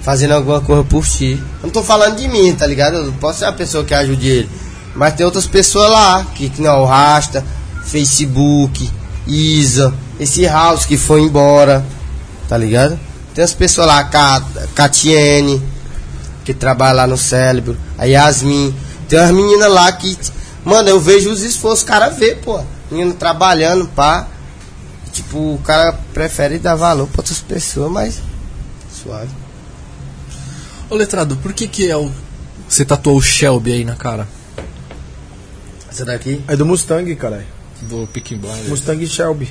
Speaker 3: Fazendo alguma coisa por ti. Eu não tô falando de mim, tá ligado? Eu posso ser a pessoa que ajude ele. Mas tem outras pessoas lá, que, que não, o Rasta, Facebook, Isa, esse House que foi embora. Tá ligado? Tem as pessoas lá, a Ca- Catiene, que trabalha lá no cérebro, a Yasmin. Tem umas meninas lá que. Mano, eu vejo os esforços, o cara vê, pô. Menino trabalhando, pá. Tipo, o cara prefere dar valor pra outras pessoas, mas. Suave.
Speaker 2: Ô letrado, por que que é o. Você tatuou o Shelby aí na cara?
Speaker 3: Essa daqui?
Speaker 1: É do Mustang, caralho.
Speaker 2: Do Picking Blind.
Speaker 1: Mustang Shelby.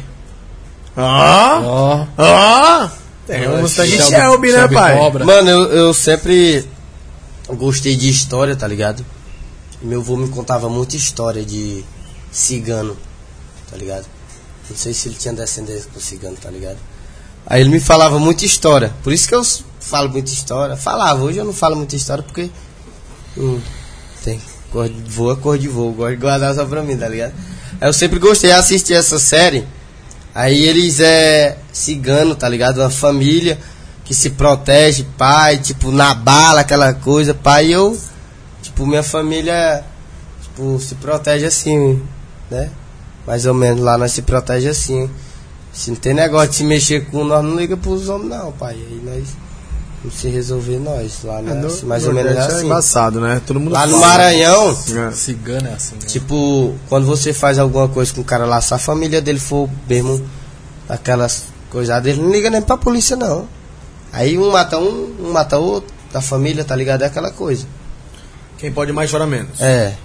Speaker 1: Ó,
Speaker 2: Ó.
Speaker 1: ó. Ah? É um Mustang
Speaker 2: Shelby-
Speaker 1: Shelby, né,
Speaker 2: Shelby
Speaker 1: pai?
Speaker 2: Cobra.
Speaker 3: Mano, eu, eu sempre gostei de história, tá ligado? Meu avô me contava muita história de cigano, tá ligado? Não sei se ele tinha descendência com cigano, tá ligado? Aí ele me falava muita história. Por isso que eu s- falo muita história. Falava, hoje eu não falo muita história porque. Hum, tem. Cor de voo é cor de voo. Gosto de guardar só pra mim, tá ligado? Aí eu sempre gostei de assistir essa série. Aí eles é cigano, tá ligado? Uma família que se protege, pai, tipo, na bala, aquela coisa, pai. E eu, tipo, minha família, tipo, se protege assim, né? Mais ou menos lá nós se protege assim. Se não tem negócio de se mexer com nós, não liga pros homens, não, pai. Aí nós. Não se resolver nós lá, né? mais ou menos é
Speaker 1: Nordeste
Speaker 3: assim.
Speaker 1: embaçado, né? Todo mundo
Speaker 3: Lá no
Speaker 1: fala.
Speaker 3: Maranhão,
Speaker 1: É.
Speaker 2: Cigano é assim. né?
Speaker 3: tipo, quando você faz alguma coisa com o cara lá, se a família dele for mesmo aquelas coisadas, ele não liga nem pra polícia, não. Aí um mata um, um mata outro, da família, tá ligado? É aquela coisa.
Speaker 1: Quem pode mais chora menos.
Speaker 3: É.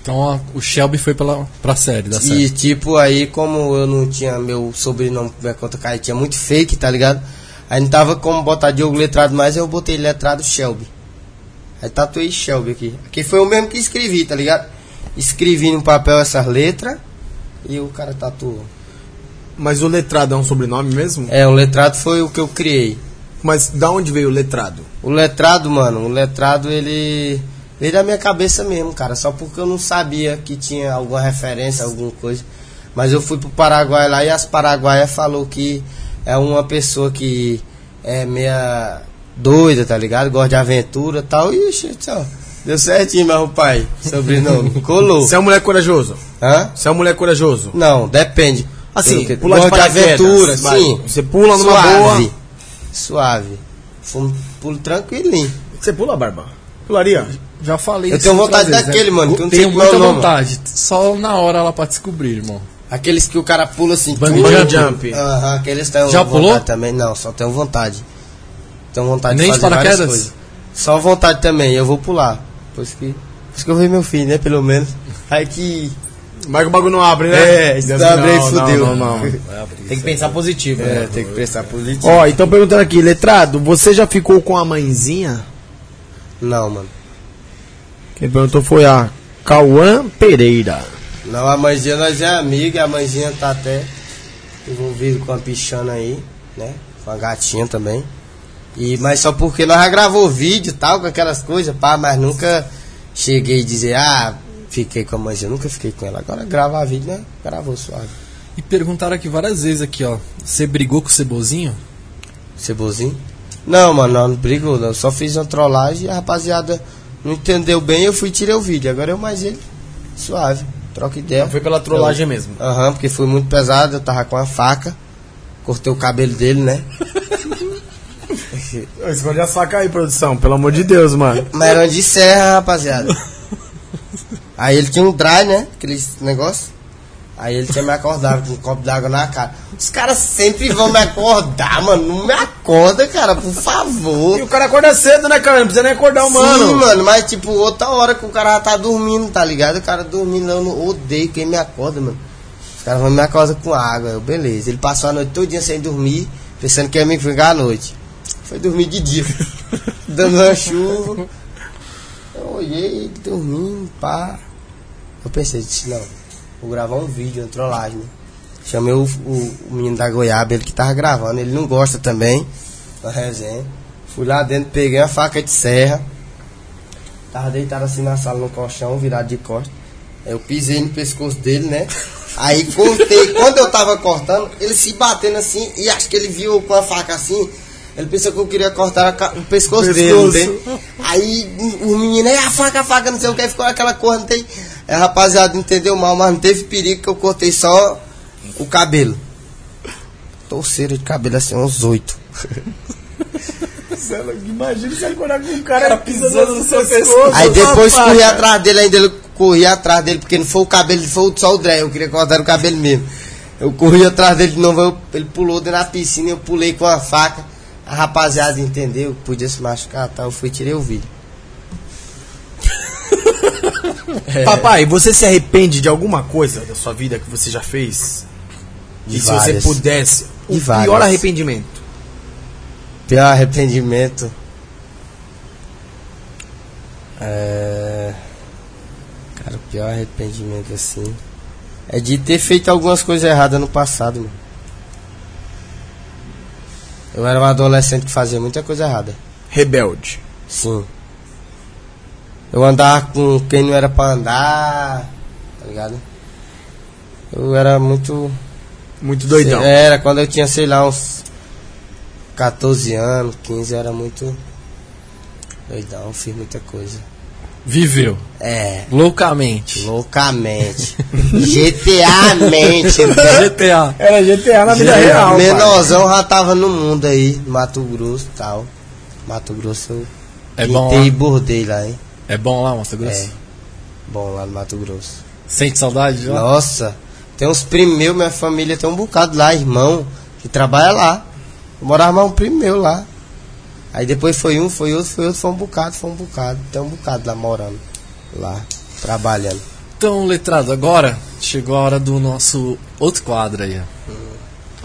Speaker 2: Então ó, o Shelby foi pela, pra série da série.
Speaker 3: E tipo, aí como eu não tinha meu sobrenome minha conta cair, tinha muito fake, tá ligado? Aí não tava como botar Diogo Letrado mais, eu botei Letrado Shelby. Aí tatuei Shelby aqui. Aqui foi o mesmo que escrevi, tá ligado? Escrevi no papel essas letras e o cara tatuou.
Speaker 1: Mas o letrado é um sobrenome mesmo?
Speaker 3: É, o letrado foi o que eu criei.
Speaker 1: Mas da onde veio o letrado?
Speaker 3: O letrado, mano, o letrado ele veio da minha cabeça mesmo, cara. Só porque eu não sabia que tinha alguma referência, alguma coisa. Mas eu fui pro Paraguai lá e as paraguaias falou que é uma pessoa que é meia doida, tá ligado? Gosta de aventura e tal. E gente, ó, deu certinho, mas o pai,
Speaker 1: [laughs]
Speaker 3: sobrenome, colou.
Speaker 1: Você é um moleque corajoso?
Speaker 3: Hã?
Speaker 1: Você é um moleque corajoso?
Speaker 3: Não, depende.
Speaker 1: Assim,
Speaker 3: Pelo que-
Speaker 1: pular de
Speaker 3: gosta de
Speaker 1: paraquedas,
Speaker 3: aventura,
Speaker 1: vai.
Speaker 3: sim.
Speaker 1: Você pula numa
Speaker 3: Suave.
Speaker 1: boa.
Speaker 3: Suave. Fumo, pulo tranquilinho.
Speaker 1: Você pula, Barba? Pularia?
Speaker 2: Já falei
Speaker 3: Eu
Speaker 2: isso
Speaker 3: tenho
Speaker 2: outras né?
Speaker 3: vontade daquele, mano, que eu não
Speaker 2: tenho
Speaker 3: sei qual é o
Speaker 2: muita
Speaker 3: nome.
Speaker 2: vontade. Só na hora lá pra descobrir, irmão.
Speaker 3: Aqueles que o cara pula assim,
Speaker 2: Bungee
Speaker 3: pula.
Speaker 2: jump.
Speaker 3: Aham, aqueles têm
Speaker 2: Já
Speaker 3: vontade
Speaker 2: pulou?
Speaker 3: também. Não, só tenho vontade. Tenho vontade
Speaker 2: Nem
Speaker 3: de
Speaker 2: de
Speaker 3: fazer várias
Speaker 2: paraquedas?
Speaker 3: coisas. Só vontade também, eu vou pular. Por isso que, por isso que eu vi meu filho, né? Pelo menos. Aí que.
Speaker 1: Mas que o bagulho não abre, né?
Speaker 3: É, isso
Speaker 1: Deus,
Speaker 3: tá abre aí
Speaker 1: não, não, Não,
Speaker 3: fudeu.
Speaker 1: não,
Speaker 2: Tem que pensar positivo,
Speaker 3: É, tem que pensar positivo.
Speaker 1: Ó, então perguntando aqui, letrado, você já ficou com a mãezinha?
Speaker 3: Não, mano.
Speaker 1: Quem perguntou foi a Cauã Pereira.
Speaker 3: Não, a mãezinha nós é amiga, a mãezinha tá até envolvida com a pichana aí, né? Com a gatinha também. E, mas só porque nós já gravou vídeo e tal, com aquelas coisas, pá, mas nunca cheguei a dizer, ah, fiquei com a mãezinha, nunca fiquei com ela. Agora gravar vídeo, né? Gravou suave.
Speaker 2: E perguntaram aqui várias vezes aqui, ó. Você brigou com o Cebozinho?
Speaker 3: Cebozinho? Não, mano, não, não brigou, não. Só fiz uma trollagem e a rapaziada não entendeu bem, eu fui e tirei o vídeo. Agora eu mais ele, suave, troca ideia.
Speaker 1: Foi pela trollagem mesmo.
Speaker 3: Aham, porque foi muito pesado, eu tava com a faca. Cortei o cabelo dele, né?
Speaker 1: Escolhe a faca aí, produção, pelo amor de Deus, mano.
Speaker 3: Mas era de
Speaker 1: [laughs]
Speaker 3: serra, rapaziada. Aí ele tinha um dry, né? Aqueles negócio. Aí ele tinha me acordado com um copo d'água na cara. Os caras sempre vão me acordar, mano. Não me acorda, cara, por favor.
Speaker 1: E o cara acorda cedo, né, cara? Não precisa nem acordar, o
Speaker 3: Sim,
Speaker 1: mano.
Speaker 3: mano, mas tipo, outra hora que o cara já tá dormindo, tá ligado? O cara dormindo, eu não odeio quem me acorda, mano. Os caras vão me acorda com água, eu, beleza. Ele passou a noite todinha sem dormir, pensando que ia me vingar à noite. Foi dormir de dia, [laughs] dando uma chuva. Eu olhei, ele dormindo, pá. Eu pensei, disse, não, vou gravar um vídeo, uma trollagem, né? Chamei o, o- o menino da goiaba, ele que tava gravando, ele não gosta também, da resenha. Fui lá dentro, peguei uma faca de serra, tava deitado assim na sala, no colchão, virado de costas. Aí Eu pisei no pescoço dele, né? Aí cortei, quando eu tava cortando, ele se batendo assim, e acho que ele viu eu com a faca assim, ele pensou que eu queria cortar a ca- o pescoço, dele,
Speaker 1: Pescoço.
Speaker 3: entende? Aí o- o menino, é a faca, a faca, não sei o que, ficou aquela cor, não tem. É, rapaziada, entendeu mal, mas não teve perigo que eu cortei só o cabelo. Torceira de cabelo assim, uns oito.
Speaker 1: Imagina você acordar com o cara pisando no seu pescoço.
Speaker 3: Aí depois corri atrás dele, ainda ele corri atrás dele, porque não foi o cabelo, foi só o dré, eu queria cortar o cabelo mesmo. Eu corri atrás dele de novo, eu- ele pulou dentro da piscina, eu pulei com a faca. A rapaziada entendeu, podia se machucar tal, eu fui e tirei o vídeo.
Speaker 2: É.
Speaker 1: Papai, você se arrepende de alguma coisa da sua vida que você já fez?
Speaker 3: De
Speaker 1: e se
Speaker 3: várias.
Speaker 1: você pudesse, o
Speaker 3: E várias.
Speaker 1: pior arrependimento?
Speaker 3: Pior arrependimento. É... Cara, o pior arrependimento assim. É de ter feito algumas coisas erradas no passado, mano. Eu era um adolescente que fazia muita coisa errada.
Speaker 1: Rebelde.
Speaker 3: Sim. Eu andava com quem não era pra andar. Tá ligado? Eu era muito
Speaker 1: Muito doidão.
Speaker 2: é.
Speaker 3: era, quando eu tinha, sei lá, uns 14 anos, 15, eu era muito doidão, fiz muita coisa.
Speaker 2: Viveu.
Speaker 3: É,
Speaker 2: Loucamente. [laughs]
Speaker 3: loucamente. GTA
Speaker 2: [laughs]
Speaker 3: mente, né?
Speaker 2: GTA.
Speaker 1: Era GTA na
Speaker 2: É
Speaker 1: vida
Speaker 3: Já-
Speaker 1: real.
Speaker 3: Menorzão já tava no mundo aí, Mato Grosso e tal. Mato Grosso eu
Speaker 2: É bom
Speaker 3: pintei e
Speaker 2: lá.
Speaker 3: bordei lá, hein?
Speaker 2: É bom lá, Mato Grosso?
Speaker 3: É. Bom lá no Mato Grosso.
Speaker 2: Sente saudade de lá?
Speaker 3: Nossa, tem uns primos meus, minha família tem um bocado lá, irmão, que trabalha lá. Eu morava mais um primo meu lá. Aí depois foi um, foi outro, foi outro, foi um bocado, foi um bocado. Tem um bocado lá morando, lá, trabalhando.
Speaker 2: Então, letrado, agora chegou a hora do nosso outro quadro aí. ó.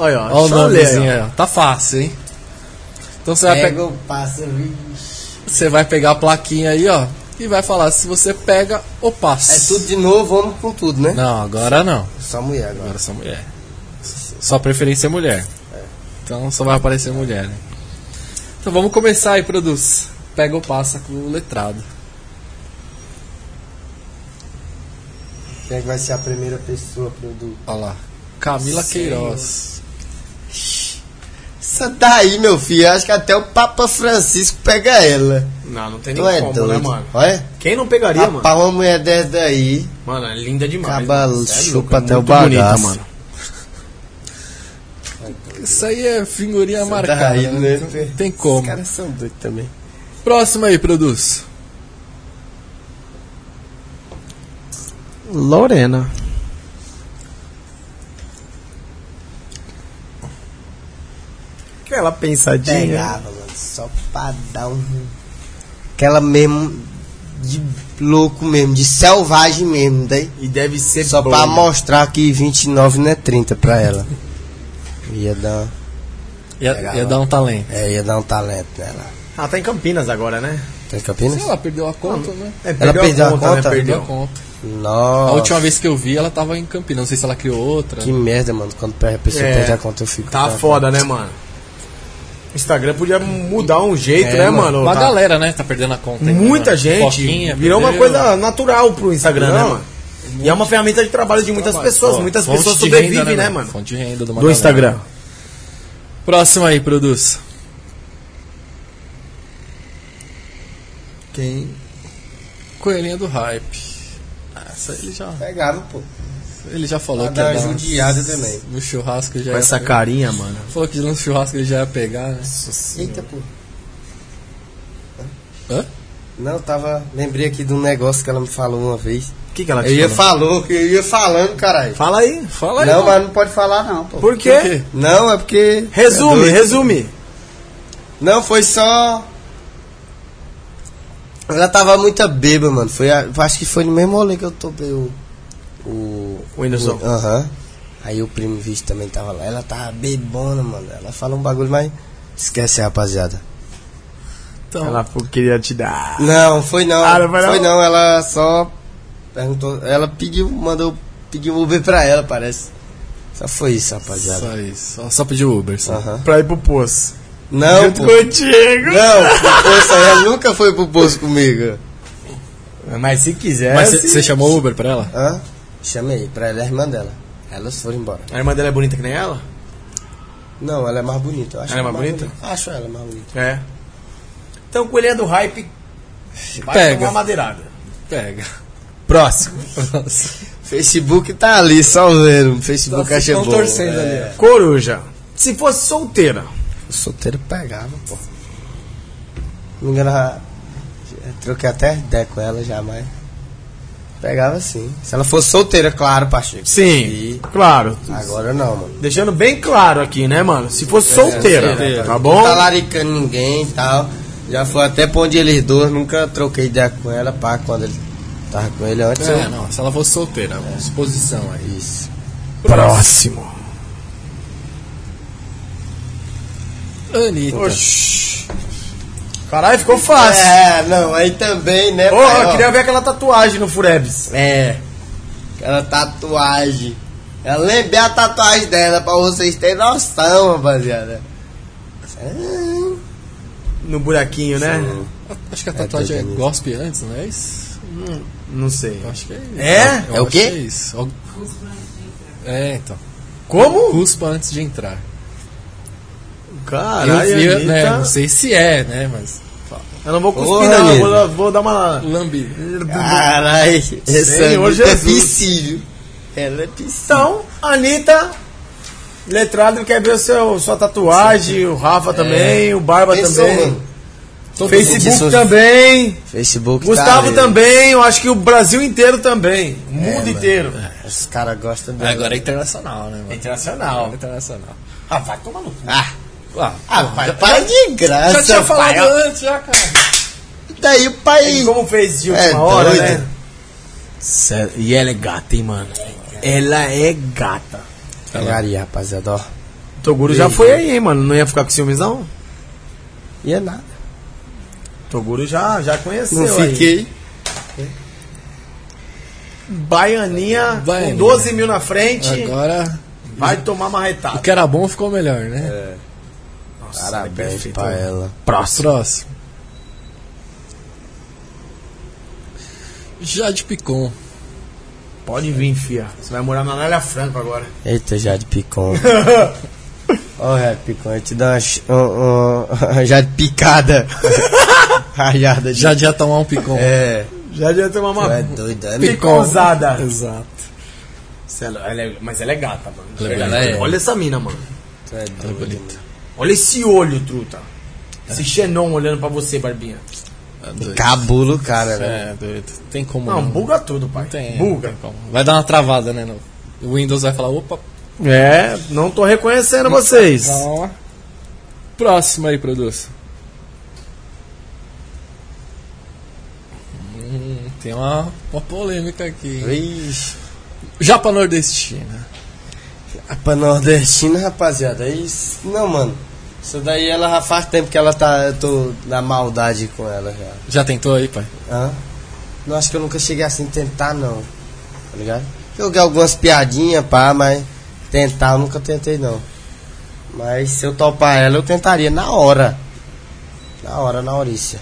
Speaker 1: Olha, ó,
Speaker 2: Olha o
Speaker 1: só ler,
Speaker 2: nomezinho aí, ó. Tá fácil, hein? Então você vai, pe-
Speaker 3: Pega o pássaro, vixe.
Speaker 2: você vai pegar a plaquinha aí, ó, e vai falar se você pega ou passa.
Speaker 3: É tudo de novo, vamos com tudo, né?
Speaker 2: Não, agora não.
Speaker 3: Só mulher agora.
Speaker 2: Agora só mulher. Só preferência é mulher. Então só vai aparecer mulher, né? Então vamos começar aí, produz. Pega ou passa com o letrado.
Speaker 3: Quem é que vai ser a primeira pessoa pro do.
Speaker 2: Olha lá. Camila
Speaker 3: Senhor.
Speaker 2: Queiroz.
Speaker 3: Essa daí, meu filho, acho que até o Papa Francisco pega ela.
Speaker 5: Não, não tem nem
Speaker 3: Tu é
Speaker 5: como,
Speaker 3: doido.
Speaker 5: né, mano?
Speaker 3: Olha,
Speaker 1: Quem não pegaria, mano?
Speaker 3: rapaz, uma mulher dessa daí.
Speaker 5: Mano, é linda demais.
Speaker 3: Acaba
Speaker 5: mano. Cê é
Speaker 3: chupa
Speaker 5: louco, é
Speaker 3: até
Speaker 5: muito
Speaker 3: o
Speaker 5: bonita,
Speaker 3: bagaço.
Speaker 2: Isso aí é figurinha marcada.
Speaker 3: daí,
Speaker 2: né?
Speaker 3: né?
Speaker 2: Não Tem, como.
Speaker 3: Os caras são doidos também.
Speaker 2: Próximo aí, produz.
Speaker 1: Lorena. Aquela pensadinha.
Speaker 3: Pegava, mano, só pra dar um. Aquela mesmo. De louco mesmo, de selvagem mesmo, daí.
Speaker 1: E deve
Speaker 2: É
Speaker 1: ser
Speaker 3: Só
Speaker 1: boa.
Speaker 2: né?
Speaker 3: pra mostrar que 29 não é 30 pra ela. Ia dar,
Speaker 2: Ia,
Speaker 3: Pegava.
Speaker 2: ia dar um talento.
Speaker 3: é, ia dar um talento nela.
Speaker 1: Ela tá em Campinas agora, né?
Speaker 3: Tá em Campinas?
Speaker 2: Sei lá, perdeu a conta, né?
Speaker 1: É,
Speaker 3: perdeu a
Speaker 2: Perdeu a
Speaker 3: conta?
Speaker 1: Perdeu.
Speaker 2: conta. A
Speaker 3: Nossa.
Speaker 2: última vez que eu vi, ela tava em Campinas. Não sei se ela criou outra.
Speaker 3: Que merda, mano. Quando a pessoa
Speaker 1: É.
Speaker 3: perde a conta, eu fico.
Speaker 1: Tá
Speaker 3: com a-
Speaker 1: foda, né, mano? Instagram podia mudar um jeito,
Speaker 3: É,
Speaker 1: né,
Speaker 3: mano.
Speaker 1: mano?
Speaker 2: Uma
Speaker 1: Tá-
Speaker 2: galera, né? Tá perdendo a conta. ainda,
Speaker 1: Muita
Speaker 2: né?
Speaker 1: gente.
Speaker 2: Foquinha,
Speaker 1: virou uma
Speaker 2: perdeu.
Speaker 1: coisa natural pro Instagram, né,
Speaker 3: Não.
Speaker 1: mano? E é uma ferramenta de trabalho de muitas pessoas.
Speaker 2: Ó,
Speaker 1: Muitas
Speaker 2: fonte
Speaker 1: pessoas
Speaker 2: de renda,
Speaker 1: sobrevivem, né, mano? né,
Speaker 2: Fonte de renda do
Speaker 1: Do Instagram.
Speaker 2: Próximo aí, produz.
Speaker 1: Quem?
Speaker 2: Coelhinha do hype. Ah, Essa ele já,
Speaker 3: Pegava, pô.
Speaker 2: ele já falou
Speaker 3: Pra
Speaker 2: que
Speaker 3: dar
Speaker 2: ia
Speaker 3: uma
Speaker 2: uns-
Speaker 3: judiada também.
Speaker 2: No churrasco já
Speaker 1: Com
Speaker 2: ia
Speaker 1: essa
Speaker 2: pegar.
Speaker 1: carinha, mano.
Speaker 2: Falou que no churrasco ele já ia pegar, né?
Speaker 3: Eita, pô.
Speaker 2: Hã?
Speaker 3: Não, tava. Lembrei aqui de um negócio que ela me falou uma vez.
Speaker 1: O que, que ela te
Speaker 3: Eu ia
Speaker 1: falou?
Speaker 3: falou, que eu ia falando, caralho.
Speaker 1: Fala aí.
Speaker 2: Fala aí.
Speaker 3: Não,
Speaker 2: mano.
Speaker 3: mas não pode falar não, pô.
Speaker 1: Por
Speaker 2: Por
Speaker 1: quê?
Speaker 2: quê?
Speaker 3: Não, é porque. é
Speaker 1: Resume,
Speaker 3: doido.
Speaker 1: resume.
Speaker 3: Não, foi só. Ela tava muito bêbada, mano. Foi a- Acho que foi no mesmo rolê que eu topei o. O.
Speaker 1: O Whindersson.
Speaker 3: o- Aham. Aí o primo Vício também tava lá. Ela tava bebona, mano. Ela fala um bagulho, mas. Esquece, rapaziada.
Speaker 2: Então,
Speaker 1: Ela queria te dar.
Speaker 3: Não, foi não.
Speaker 1: Ah, não foi não?
Speaker 3: foi não, ela só. Perguntou. Ela pediu, mandou. Pediu um Uber pra ela, parece. Só foi isso, rapaziada.
Speaker 2: só isso. Só, só pediu Uber, só.
Speaker 3: Aham.
Speaker 1: Pra ir pro poço.
Speaker 3: Não,
Speaker 1: Junto
Speaker 3: pô.
Speaker 1: contigo.
Speaker 3: Não, pro poço, ela nunca foi pro poço comigo.
Speaker 1: Mas se quiser.
Speaker 2: Mas
Speaker 1: se-
Speaker 2: você chamou Uber pra ela?
Speaker 3: Hã? Chamei pra ela, é a irmã dela. Elas foram embora.
Speaker 1: A irmã dela é bonita que nem ela?
Speaker 3: Não, ela é mais bonita. eu acho
Speaker 1: Ela é mais bonita?
Speaker 3: Acho ela mais bonita.
Speaker 1: É. Então, coelhinha do hype. Vai
Speaker 2: Pega.
Speaker 1: tomar uma madeirada.
Speaker 2: Pega.
Speaker 1: Próximo.
Speaker 3: [laughs] Facebook tá ali, só vendo.
Speaker 1: Então,
Speaker 3: Facebook
Speaker 2: Tá,
Speaker 3: acha
Speaker 2: ficam
Speaker 3: bom.
Speaker 2: torcendo
Speaker 3: é.
Speaker 2: ali,
Speaker 1: Coruja. Se fosse solteira.
Speaker 3: O solteiro pegava, pô. Não me engano, ela- eu troquei até ideia com ela jamais. Pegava sim. Se ela fosse solteira, claro, Pacheco.
Speaker 1: Sim.
Speaker 3: E
Speaker 1: Claro.
Speaker 3: agora não, mano.
Speaker 1: Deixando bem claro aqui, né, mano? Se fosse solteira,
Speaker 3: solteira,
Speaker 1: tá bom?
Speaker 3: Não É, tá laricando ninguém e tal. Já foi até pra onde eles dois, nunca troquei ideia com ela, pá, quando ele tava com ele antes.
Speaker 2: É,
Speaker 3: eu-
Speaker 2: não. Se ela fosse solteira, é. suposição aí.
Speaker 3: Isso.
Speaker 1: Próximo.
Speaker 2: Anitta.
Speaker 1: Oxi. Caralho, ficou fácil.
Speaker 3: É, não, aí também, né?
Speaker 1: Porra,
Speaker 3: pai,
Speaker 1: eu
Speaker 3: ó.
Speaker 1: queria ver aquela tatuagem no Furebs.
Speaker 3: É. Aquela tatuagem. Eu lembrei a tatuagem dela pra vocês terem noção, rapaziada. Ah,
Speaker 1: No buraquinho, né?
Speaker 2: Acho que a tatuagem é,
Speaker 3: Anitta.
Speaker 2: gospe antes, não é isso?
Speaker 1: Não sei.
Speaker 2: Eu acho que é isso.
Speaker 1: É?
Speaker 2: Eu
Speaker 3: É o
Speaker 2: acho
Speaker 3: quê?
Speaker 2: que É, isso. Al- É, então.
Speaker 1: Como?
Speaker 2: Cuspa antes de entrar.
Speaker 1: Caralho,
Speaker 2: eu, eu, né,
Speaker 1: Anitta.
Speaker 2: não sei se é, né? Mas.
Speaker 1: Eu não vou cuspir,
Speaker 3: Porra,
Speaker 1: não. Eu
Speaker 3: Anitta.
Speaker 1: Vou, vou dar uma.
Speaker 2: Lambi.
Speaker 3: Caralho, essa
Speaker 1: Senhor
Speaker 3: Anitta Ah, é
Speaker 1: Jesus.
Speaker 3: piscílio. Ela é piscílio.
Speaker 1: Então, Anitta, letrado, quer ver o seu, sua tatuagem, o Rafa também,
Speaker 3: É.
Speaker 1: o Barba
Speaker 3: Pensou,
Speaker 1: também.
Speaker 3: mano?
Speaker 2: Todo
Speaker 1: Facebook
Speaker 3: Isso-
Speaker 1: também.
Speaker 3: Facebook
Speaker 1: Gustavo
Speaker 3: tá,
Speaker 1: também, eu acho que o Brasil inteiro também. O mundo
Speaker 3: mano.
Speaker 1: inteiro.
Speaker 3: é, Os caras gostam
Speaker 2: mundo-
Speaker 3: dela.
Speaker 2: Agora é internacional, né, mano?
Speaker 1: internacional.
Speaker 2: É internacional.
Speaker 1: Ah, vai tomar no cu.
Speaker 3: Ah,
Speaker 2: Ah,
Speaker 3: ah pai, para de graça.
Speaker 2: já tinha falado
Speaker 3: pai, ó.
Speaker 2: antes, já, cara.
Speaker 3: Daí o pai.
Speaker 1: E como fez de última
Speaker 3: É
Speaker 1: hora,
Speaker 3: doido.
Speaker 1: né? Sério, E ela é gata, hein, mano? Ela é gata.
Speaker 3: Pegaria, rapaziada, ó.
Speaker 1: Toguro já foi aí, hein, mano? Não ia ficar com ciúmes, não?
Speaker 3: E é nada.
Speaker 1: Toguro já, já conheceu
Speaker 3: Não
Speaker 1: aí.
Speaker 3: fiquei.
Speaker 1: Baianinha,
Speaker 2: Baianinha.
Speaker 1: com 12 mil na frente,
Speaker 2: Agora.
Speaker 1: vai tomar
Speaker 2: O
Speaker 1: marretada.
Speaker 2: que era bom ficou melhor,
Speaker 3: É.
Speaker 2: né?
Speaker 1: Nossa, ela é
Speaker 3: Parabéns
Speaker 1: perfeita,
Speaker 3: pra
Speaker 1: mano.
Speaker 3: ela.
Speaker 1: Próximo.
Speaker 2: Próximo. Jade Picon.
Speaker 1: Pode vir, fia. Você vai morar na Lélia Franco agora.
Speaker 3: Eita, Jade Picon. Ó, Jade Picon, eu te dou uma, ch- um- um- [laughs] Jade Picada. Rajada de...
Speaker 2: Jade ia tomar um Picon.
Speaker 3: É,
Speaker 1: Já adianta tomar
Speaker 3: tu
Speaker 1: uma
Speaker 3: é doido, é
Speaker 1: piconzada.
Speaker 2: Exato.
Speaker 1: Cê- ela é- mas ela é gata, mano.
Speaker 2: Ela é
Speaker 1: Ela é-
Speaker 2: bonita.
Speaker 1: Olha essa mina, mano.
Speaker 3: Tu é doido.
Speaker 2: Ela é bonita.
Speaker 1: Olha esse olho, truta. Esse Xenon olhando pra você, Barbinha.
Speaker 2: É doido.
Speaker 3: Cabulo, cara, né?
Speaker 2: É, doido. Tem como.
Speaker 1: Não, buga tudo, pai.
Speaker 2: Tem.
Speaker 1: Buga.
Speaker 2: tem como. Vai dar uma travada, né? no- O Windows vai falar, opa,
Speaker 1: É, não tô reconhecendo vocês.
Speaker 2: calma. Próximo aí, produção. Hum, tem uma, uma polêmica aqui. hein?
Speaker 3: Ixi.
Speaker 2: Japa nordestina.
Speaker 3: Ah, Pra nordestina, rapaziada, é isso... Não, mano. Isso daí ela já faz tempo que ela tá... Eu tô na maldade com ela já.
Speaker 2: Já tentou aí, pai?
Speaker 3: Hã? Não acho que eu nunca cheguei assim a tentar, não. Tá ligado? Joguei algumas piadinhas, pá, mas tentar eu nunca tentei, não. Mas se eu topar ela, eu tentaria na hora. Na hora, na horícia.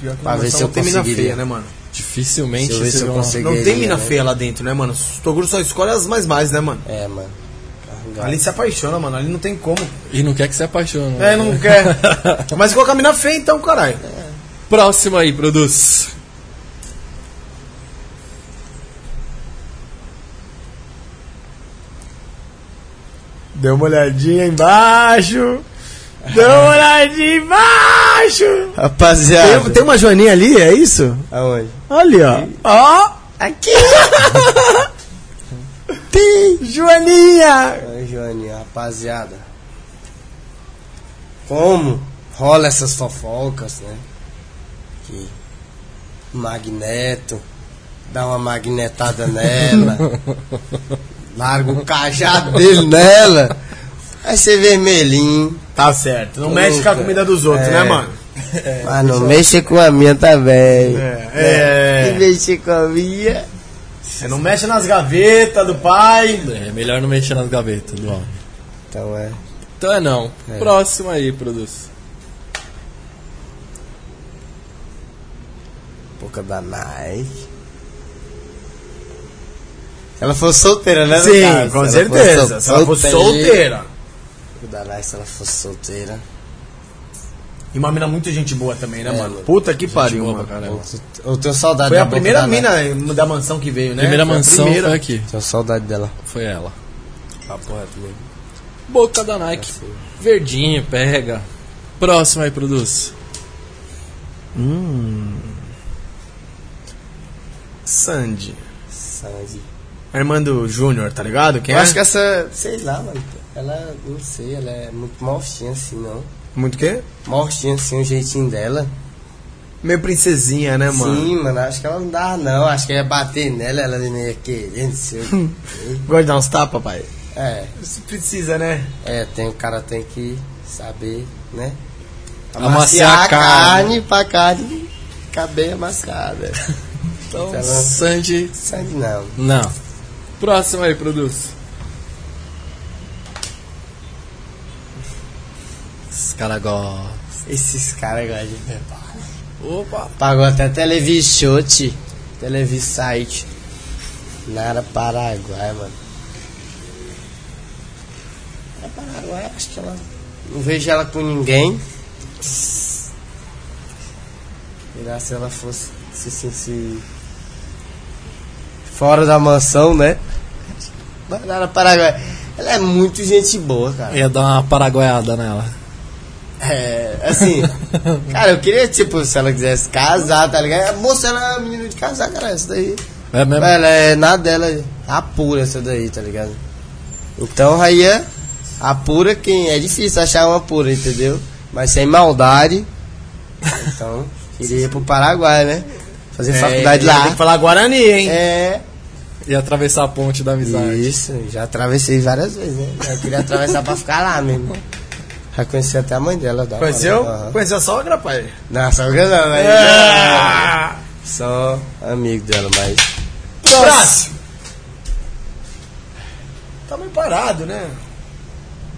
Speaker 1: Pior que
Speaker 3: Pra ver
Speaker 1: só
Speaker 3: se eu
Speaker 1: não tem mina
Speaker 3: conseguiria.
Speaker 1: feia, né, mano?
Speaker 2: Dificilmente
Speaker 3: Deixa eu ver
Speaker 2: você
Speaker 3: se eu
Speaker 2: vê uma-
Speaker 3: consigo.
Speaker 1: Não tem mina
Speaker 3: Pegueirinha, né?
Speaker 1: feia lá dentro, né, mano? O Toguro só escolhe as mais mais, né, mano?
Speaker 3: É, mano. Carregado.
Speaker 1: Tá. Ali se apaixona, mano. Ali não tem como.
Speaker 2: E não quer que se apaixone. né?
Speaker 1: É, não quer. [laughs] Mas coloca a mina feia então, caralho.
Speaker 2: Próximo aí, produz.
Speaker 1: Deu uma olhadinha embaixo. Deu uma olhadinha embaixo.
Speaker 3: Rapaziada.
Speaker 1: Tem, tem uma joaninha ali, é isso?
Speaker 3: Aonde?
Speaker 1: Ali, ó. Ó! [laughs]
Speaker 3: Aqui!
Speaker 1: Pi, Joaninha!
Speaker 3: Ai, Joaninha, rapaziada. Como rola essas fofocas, né? Que Magneto dá uma
Speaker 1: [laughs]
Speaker 3: magnetada nela, larga o cajado dele nela, vai ser vermelhinho.
Speaker 1: Tá certo. Não
Speaker 3: Puta.
Speaker 1: mexe com a comida dos outros,
Speaker 3: É.
Speaker 1: né, mano?
Speaker 3: mas Ah, não mexe com a minha também.
Speaker 1: É.
Speaker 3: Se mexer com a minha.
Speaker 1: Você não mexe nas gavetas do pai.
Speaker 2: É melhor não mexer nas gavetas do homem.
Speaker 3: Então é.
Speaker 2: Então é não.
Speaker 3: É.
Speaker 2: Próximo aí, produz.
Speaker 3: Boca da Nike. Ela foi solteira, né? no caso?
Speaker 1: Sim, com
Speaker 3: Se
Speaker 1: certeza. Se ela fosse solteira.
Speaker 3: Boca da Nike, se ela fosse solteira.
Speaker 1: E uma mina muito gente boa também, né,
Speaker 3: É,
Speaker 1: mano?
Speaker 3: mano.
Speaker 1: Puta que pariu,
Speaker 2: boa
Speaker 1: mano.
Speaker 2: pra
Speaker 3: Eu, eu tenho saudade
Speaker 1: Foi
Speaker 3: da
Speaker 1: a
Speaker 3: Boca
Speaker 1: primeira
Speaker 3: da Nike.
Speaker 1: mina da mansão que veio, né?
Speaker 2: né? Primeira
Speaker 1: Foi a
Speaker 2: mansão
Speaker 1: primeira. Ah, é
Speaker 2: foi aqui.
Speaker 3: Tenho saudade dela.
Speaker 2: Foi ela.
Speaker 3: Papo reto mesmo.
Speaker 2: Boca da Nike. Verdinho, pega. Próximo aí, produz.
Speaker 1: Sandy.
Speaker 3: Saudade.
Speaker 1: A irmã do Júnior, tá ligado? Quem
Speaker 3: Eu
Speaker 1: é?
Speaker 3: acho que essa. Sei lá, mano. Ela, não sei, ela é muito mortinha assim, não.
Speaker 1: Muito o quê?
Speaker 3: Mortinha assim, o jeitinho dela.
Speaker 1: Meio princesinha, né, mano?
Speaker 3: Sim, É, mano, acho que ela não dá, não. Acho que ia bater nela, ela nem ia querer, não sei. [laughs] o quê.
Speaker 1: Gosta de dar uns tapas, pai?
Speaker 3: é.
Speaker 1: Você precisa, né?
Speaker 3: É, tem, o cara tem que saber né?
Speaker 2: Amaciar a carne.
Speaker 3: carne pra carne ficar bem amassada.
Speaker 2: [laughs] Então,
Speaker 3: Sei lá.
Speaker 2: Sandy.
Speaker 3: Sangue não.
Speaker 2: Não. Próximo aí, produz. Os caras gostam.
Speaker 3: Esses caras gostam de beber.
Speaker 2: Opa!
Speaker 3: Pagou até Televishote, Televisite. Nara Paraguai, mano. É Paraguai, acho que ela. Não vejo ela com ninguém. Será se ela fosse. Se, se, se- Fora da mansão, né? Mas Nara Paraguai. Ela é muito gente boa, cara.
Speaker 2: Ia dar uma paraguaiada nela.
Speaker 3: É,
Speaker 1: [laughs]
Speaker 3: assim, cara, eu queria, tipo, se ela quisesse casar, tá ligado? A moça era a menina de casar, cara, essa daí.
Speaker 2: É mesmo?
Speaker 3: Ela é nada dela, a pura essa daí, tá ligado? Então aí é a pura quem. É difícil achar uma pura, entendeu? Mas sem maldade.
Speaker 1: [laughs]
Speaker 3: Então, queria ir pro Paraguai, né? Fazer faculdade
Speaker 1: É, Tem
Speaker 3: lá.
Speaker 1: que falar Guarani, hein?
Speaker 3: É.
Speaker 2: Ia atravessar a ponte da amizade.
Speaker 3: Isso, já atravessei várias vezes, né? Eu queria atravessar pra ficar lá
Speaker 1: [laughs]
Speaker 3: mesmo. Já conheci até a mãe dela. da hora.
Speaker 1: Conheceu?
Speaker 3: Aham.
Speaker 1: Conheceu a sogra, pai?
Speaker 3: Não, só que não,
Speaker 1: É.
Speaker 3: mas.
Speaker 1: Ah!
Speaker 3: Só amigo dela, mas.
Speaker 1: Próximo! Tá meio parado, né?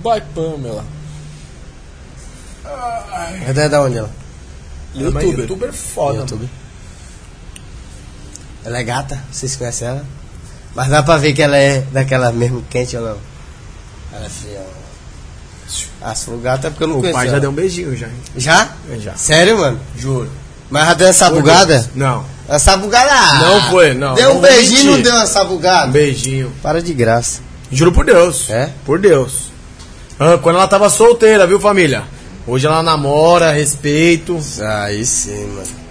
Speaker 2: Vai, Pamela.
Speaker 3: Ela é da onde ela?
Speaker 1: Ela é uma
Speaker 2: Youtuber.
Speaker 1: Youtuber foda,
Speaker 3: YouTube. Ela é gata, vocês conhecem ela? Mas dá pra ver que ela é daquela mesmo quente ou não? Ela é fria. Ah, se for gata é porque eu não
Speaker 1: mano. O
Speaker 3: conheço.
Speaker 1: pai já
Speaker 3: ela.
Speaker 1: deu um beijinho já, hein? É,
Speaker 3: Já?
Speaker 1: Já.
Speaker 3: Sério, mano?
Speaker 1: Juro.
Speaker 3: Mas já deu uma sabugada?
Speaker 1: Não.
Speaker 3: Uma sabugada!
Speaker 1: Não foi, não.
Speaker 3: ah! Deu
Speaker 1: Não
Speaker 3: um
Speaker 1: vou
Speaker 3: beijinho e não
Speaker 1: mentir.
Speaker 3: deu uma
Speaker 1: Um
Speaker 3: sabugada?
Speaker 1: beijinho.
Speaker 3: Para de graça.
Speaker 1: Juro por Deus.
Speaker 3: É?
Speaker 1: Por Deus. Ah, quando ela tava solteira, viu, família? Hoje ela namora, respeito.
Speaker 3: Aí sim, mano.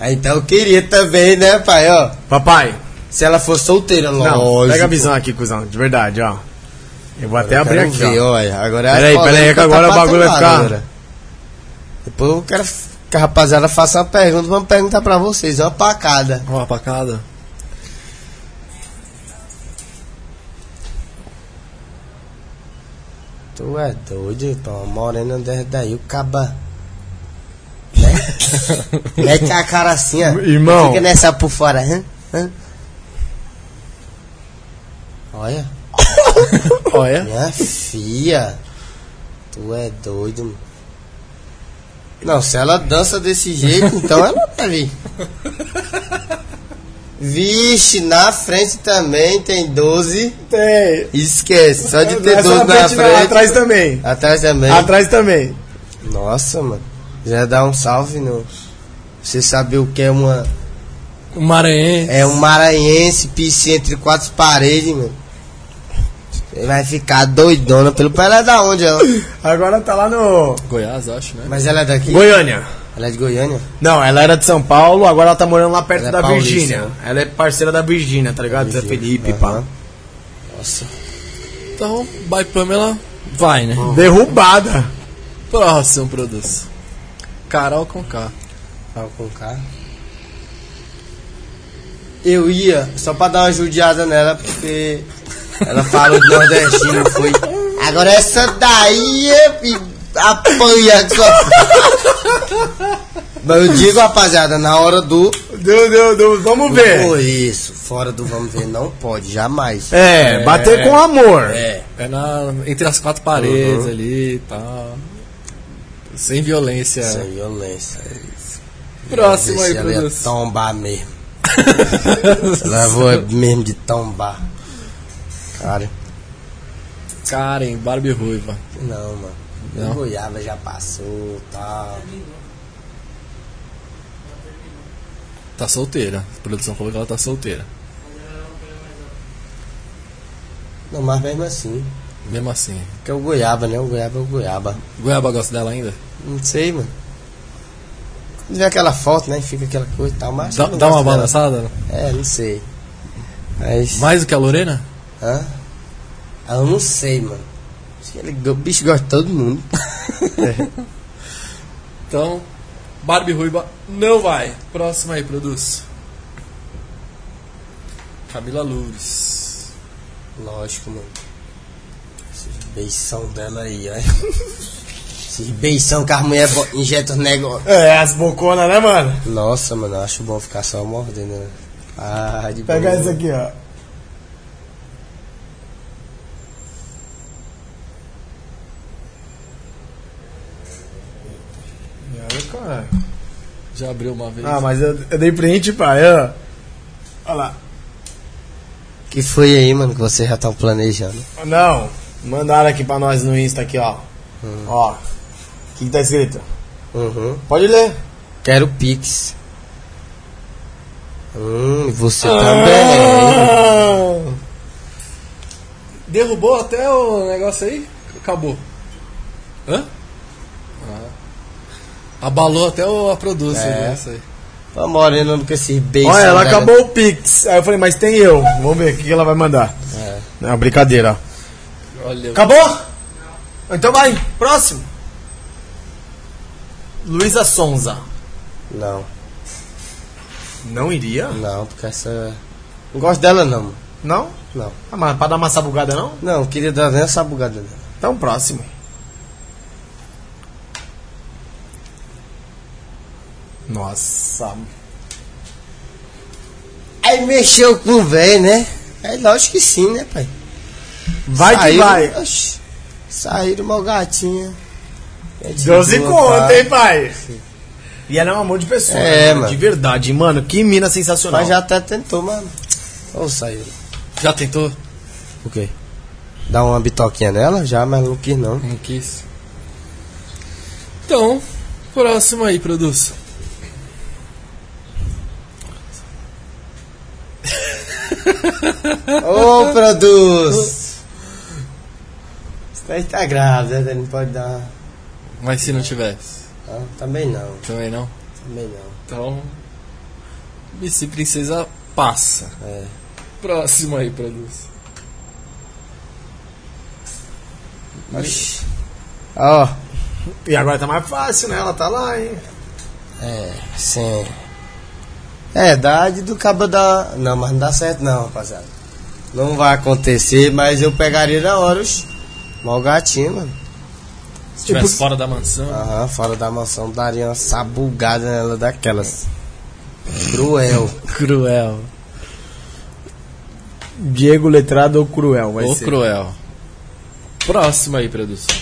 Speaker 3: Ah, então eu queria também, né, pai? Ó.
Speaker 1: Papai,
Speaker 3: Se ela for solteira,
Speaker 1: não,
Speaker 3: lógico.
Speaker 1: pega a visão aqui, cuzão, de verdade, ó. Eu vou até
Speaker 3: Eu
Speaker 1: abrir
Speaker 3: quero
Speaker 1: aqui,
Speaker 3: ver,
Speaker 1: ó.
Speaker 3: olha. Agora é a
Speaker 1: Peraí,
Speaker 3: polêmica
Speaker 1: peraí, que
Speaker 3: tá
Speaker 1: agora o bagulho vai
Speaker 3: patolada
Speaker 1: ficar-
Speaker 3: agora. Depois eu quero f- que a rapaziada faça uma pergunta, vamos perguntar pra vocês. Uma pacada.
Speaker 2: Ó, a pacada.
Speaker 3: Tu é doido, pô. Morena dessa daí, o caba. Né? Mete [laughs] a cara assim, ó.
Speaker 1: É. Irmão.
Speaker 3: Fica nessa por fora, hã? Hã? Olha.
Speaker 2: Olha.
Speaker 3: Minha filha, É, tu é doido. mano. Não, se ela dança desse jeito, então ela deve. ir. Vixe, na frente também tem 12.
Speaker 1: Tem.
Speaker 3: Esquece, só de ter
Speaker 1: Essa
Speaker 3: 12 na
Speaker 1: frente, não,
Speaker 3: frente.
Speaker 1: atrás também.
Speaker 3: Atrás também.
Speaker 1: Atrás também.
Speaker 3: Nossa, mano. Já dá um salve no. Você sabe o que é uma.
Speaker 2: O Maranhense.
Speaker 3: É um maranhense, pisse entre quatro paredes, mano. Você vai ficar doidona pelo. Ela é da onde ela?
Speaker 1: Agora tá lá no.
Speaker 2: Goiás, acho, né?
Speaker 3: Mas ela é daqui?
Speaker 1: Goiânia.
Speaker 3: Ela é de Goiânia?
Speaker 1: Não, ela era de São Paulo, agora ela tá morando lá perto
Speaker 3: Ela é
Speaker 1: da
Speaker 3: paulista,
Speaker 1: Virgínia.
Speaker 3: né?
Speaker 1: Ela é parceira da Virgínia, tá ligado? Zé Felipe, pá.
Speaker 3: Aham. Nossa.
Speaker 2: Então, vai, Pamela. Vai, né?
Speaker 1: Uhum. Derrubada.
Speaker 2: Próximo, produz. Carol com K.
Speaker 3: Fala com o cara. Eu ia só pra dar uma judiada nela, porque ela falou de nordestino, foi. Agora essa daí é fi- apanha só." Mas eu digo, rapaziada, na hora do.
Speaker 1: Deu, deu, deu. Vamos ver.
Speaker 3: Por isso, fora do vamos ver, não pode, jamais.
Speaker 1: É, bater com amor.
Speaker 3: É.
Speaker 2: É na, entre as quatro paredes ali e tal. Sem violência.
Speaker 3: Sem violência.
Speaker 2: É. Próximo aí,
Speaker 3: Esse É ela ia
Speaker 2: produz. [laughs]
Speaker 3: tombar mesmo. ela vai mesmo de tombar. Cara.
Speaker 2: Karen, Barbie Ruiva.
Speaker 3: Não, mano.
Speaker 2: Não?
Speaker 3: O Goiaba já passou e tal.
Speaker 2: Tá solteira. A produção falou que ela tá solteira.
Speaker 3: Não, mas mesmo assim.
Speaker 2: Mesmo assim.
Speaker 3: Porque é o Goiaba, né? O Goiaba é o Goiaba.
Speaker 2: Goiaba gosta dela ainda?
Speaker 3: Não sei, mano. Não vê aquela foto, né? Fica aquela coisa e tal, mas.
Speaker 2: Dá,
Speaker 3: eu não
Speaker 2: dá uma
Speaker 3: gosto dela.
Speaker 2: balançada?
Speaker 3: É, não sei. Mas.
Speaker 2: Mais do que a Lorena?
Speaker 3: Hã? Ah, eu não sei, mano. Acho que ele go- O bicho gosta de todo
Speaker 2: [laughs]
Speaker 3: mundo.
Speaker 2: Então, Barbie Ruiva não vai. Próxima aí, produz. Camila Loures.
Speaker 3: [laughs] Lógico, mano. Esse beição dela aí, ó. E beição que as mulheres bo- injetam os negócios.
Speaker 1: É, as boconas, né, mano?
Speaker 3: Nossa, mano, eu acho bom ficar só mordendo, né? Ah, de
Speaker 1: Pegar
Speaker 2: Uhum.
Speaker 3: boa.
Speaker 1: isso aqui, ó. E aí, caralho.
Speaker 2: Já abriu uma vez.
Speaker 1: Ah, mas eu, eu dei print, pai. ó. Olha lá.
Speaker 3: Que foi aí, mano, que vocês já estão planejando?
Speaker 1: Não, mandaram aqui pra nós no Insta aqui, ó.
Speaker 2: Hum.
Speaker 1: Ó. O que, que tá escrito?
Speaker 3: Uhum.
Speaker 1: Pode ler.
Speaker 3: Quero Pix. Hum, e você
Speaker 1: Ah. [laughs]
Speaker 3: também.
Speaker 2: Derrubou até o negócio aí? Acabou. Hã? Ah. Abalou até o, a produção.
Speaker 3: É.
Speaker 2: né, isso aí. né?
Speaker 3: Tá morando com esse beijo.
Speaker 1: Olha, ela acabou o Pix. Aí eu falei, mas tem eu. Vamos ver o que, que ela vai mandar.
Speaker 3: É.
Speaker 1: Não, brincadeira, ó.
Speaker 2: Olha.
Speaker 1: Acabou? Então vai, próximo. Luísa Sonza.
Speaker 3: Não,
Speaker 1: Não iria?
Speaker 3: não, porque essa. Não gosto dela, não, mano.
Speaker 1: Não?
Speaker 3: Não.
Speaker 1: Ah, mas pra dar uma sabugada não?
Speaker 3: Não, queria dar nem essa bugada, não.
Speaker 1: Então próximo. Nossa.
Speaker 3: Aí mexeu com o velho, né? É lógico que sim, né, pai?
Speaker 1: Vai que
Speaker 3: Saíram-
Speaker 1: vai.
Speaker 3: Oxi, Saíram mal gatinha. É de
Speaker 1: Deus e
Speaker 3: boa,
Speaker 1: conta,
Speaker 3: pai.
Speaker 1: hein, pai? E ela é um amor de pessoa.
Speaker 3: É,
Speaker 1: né,
Speaker 3: mano.
Speaker 1: De verdade, mano. Que mina sensacional.
Speaker 3: Mas já até tentou, mano. Ou saiu.
Speaker 2: Já tentou?
Speaker 3: O quê? Dar uma bitoquinha nela já, mas não quis não.
Speaker 2: Não quis. Então, próximo aí, produção.
Speaker 3: [laughs] Ô, produz! Você tá- tá grávida, né? Não pode dar.
Speaker 2: Mas se não tivesse?
Speaker 3: Ah, também não,
Speaker 2: Também não?
Speaker 3: também não.
Speaker 2: Então, Miss Princesa passa.
Speaker 3: É.
Speaker 2: Próximo aí, produção.
Speaker 3: Oxi. Ó,
Speaker 1: E agora tá mais fácil, né? Ela tá lá, hein?
Speaker 3: é, sim. É, idade do cabo da. Não, mas não dá certo não, rapaziada. Não vai acontecer, mas eu pegaria na hora, oxi. Mal gatinho, mano.
Speaker 2: Se estivesse fora da mansão.
Speaker 3: Aham, fora da mansão daria uma sabugada nela daquelas. Cruel.
Speaker 2: Cruel.
Speaker 1: Diego Letrado ou Cruel, vai
Speaker 2: Ou
Speaker 1: ser.
Speaker 2: cruel. Próximo aí, produção.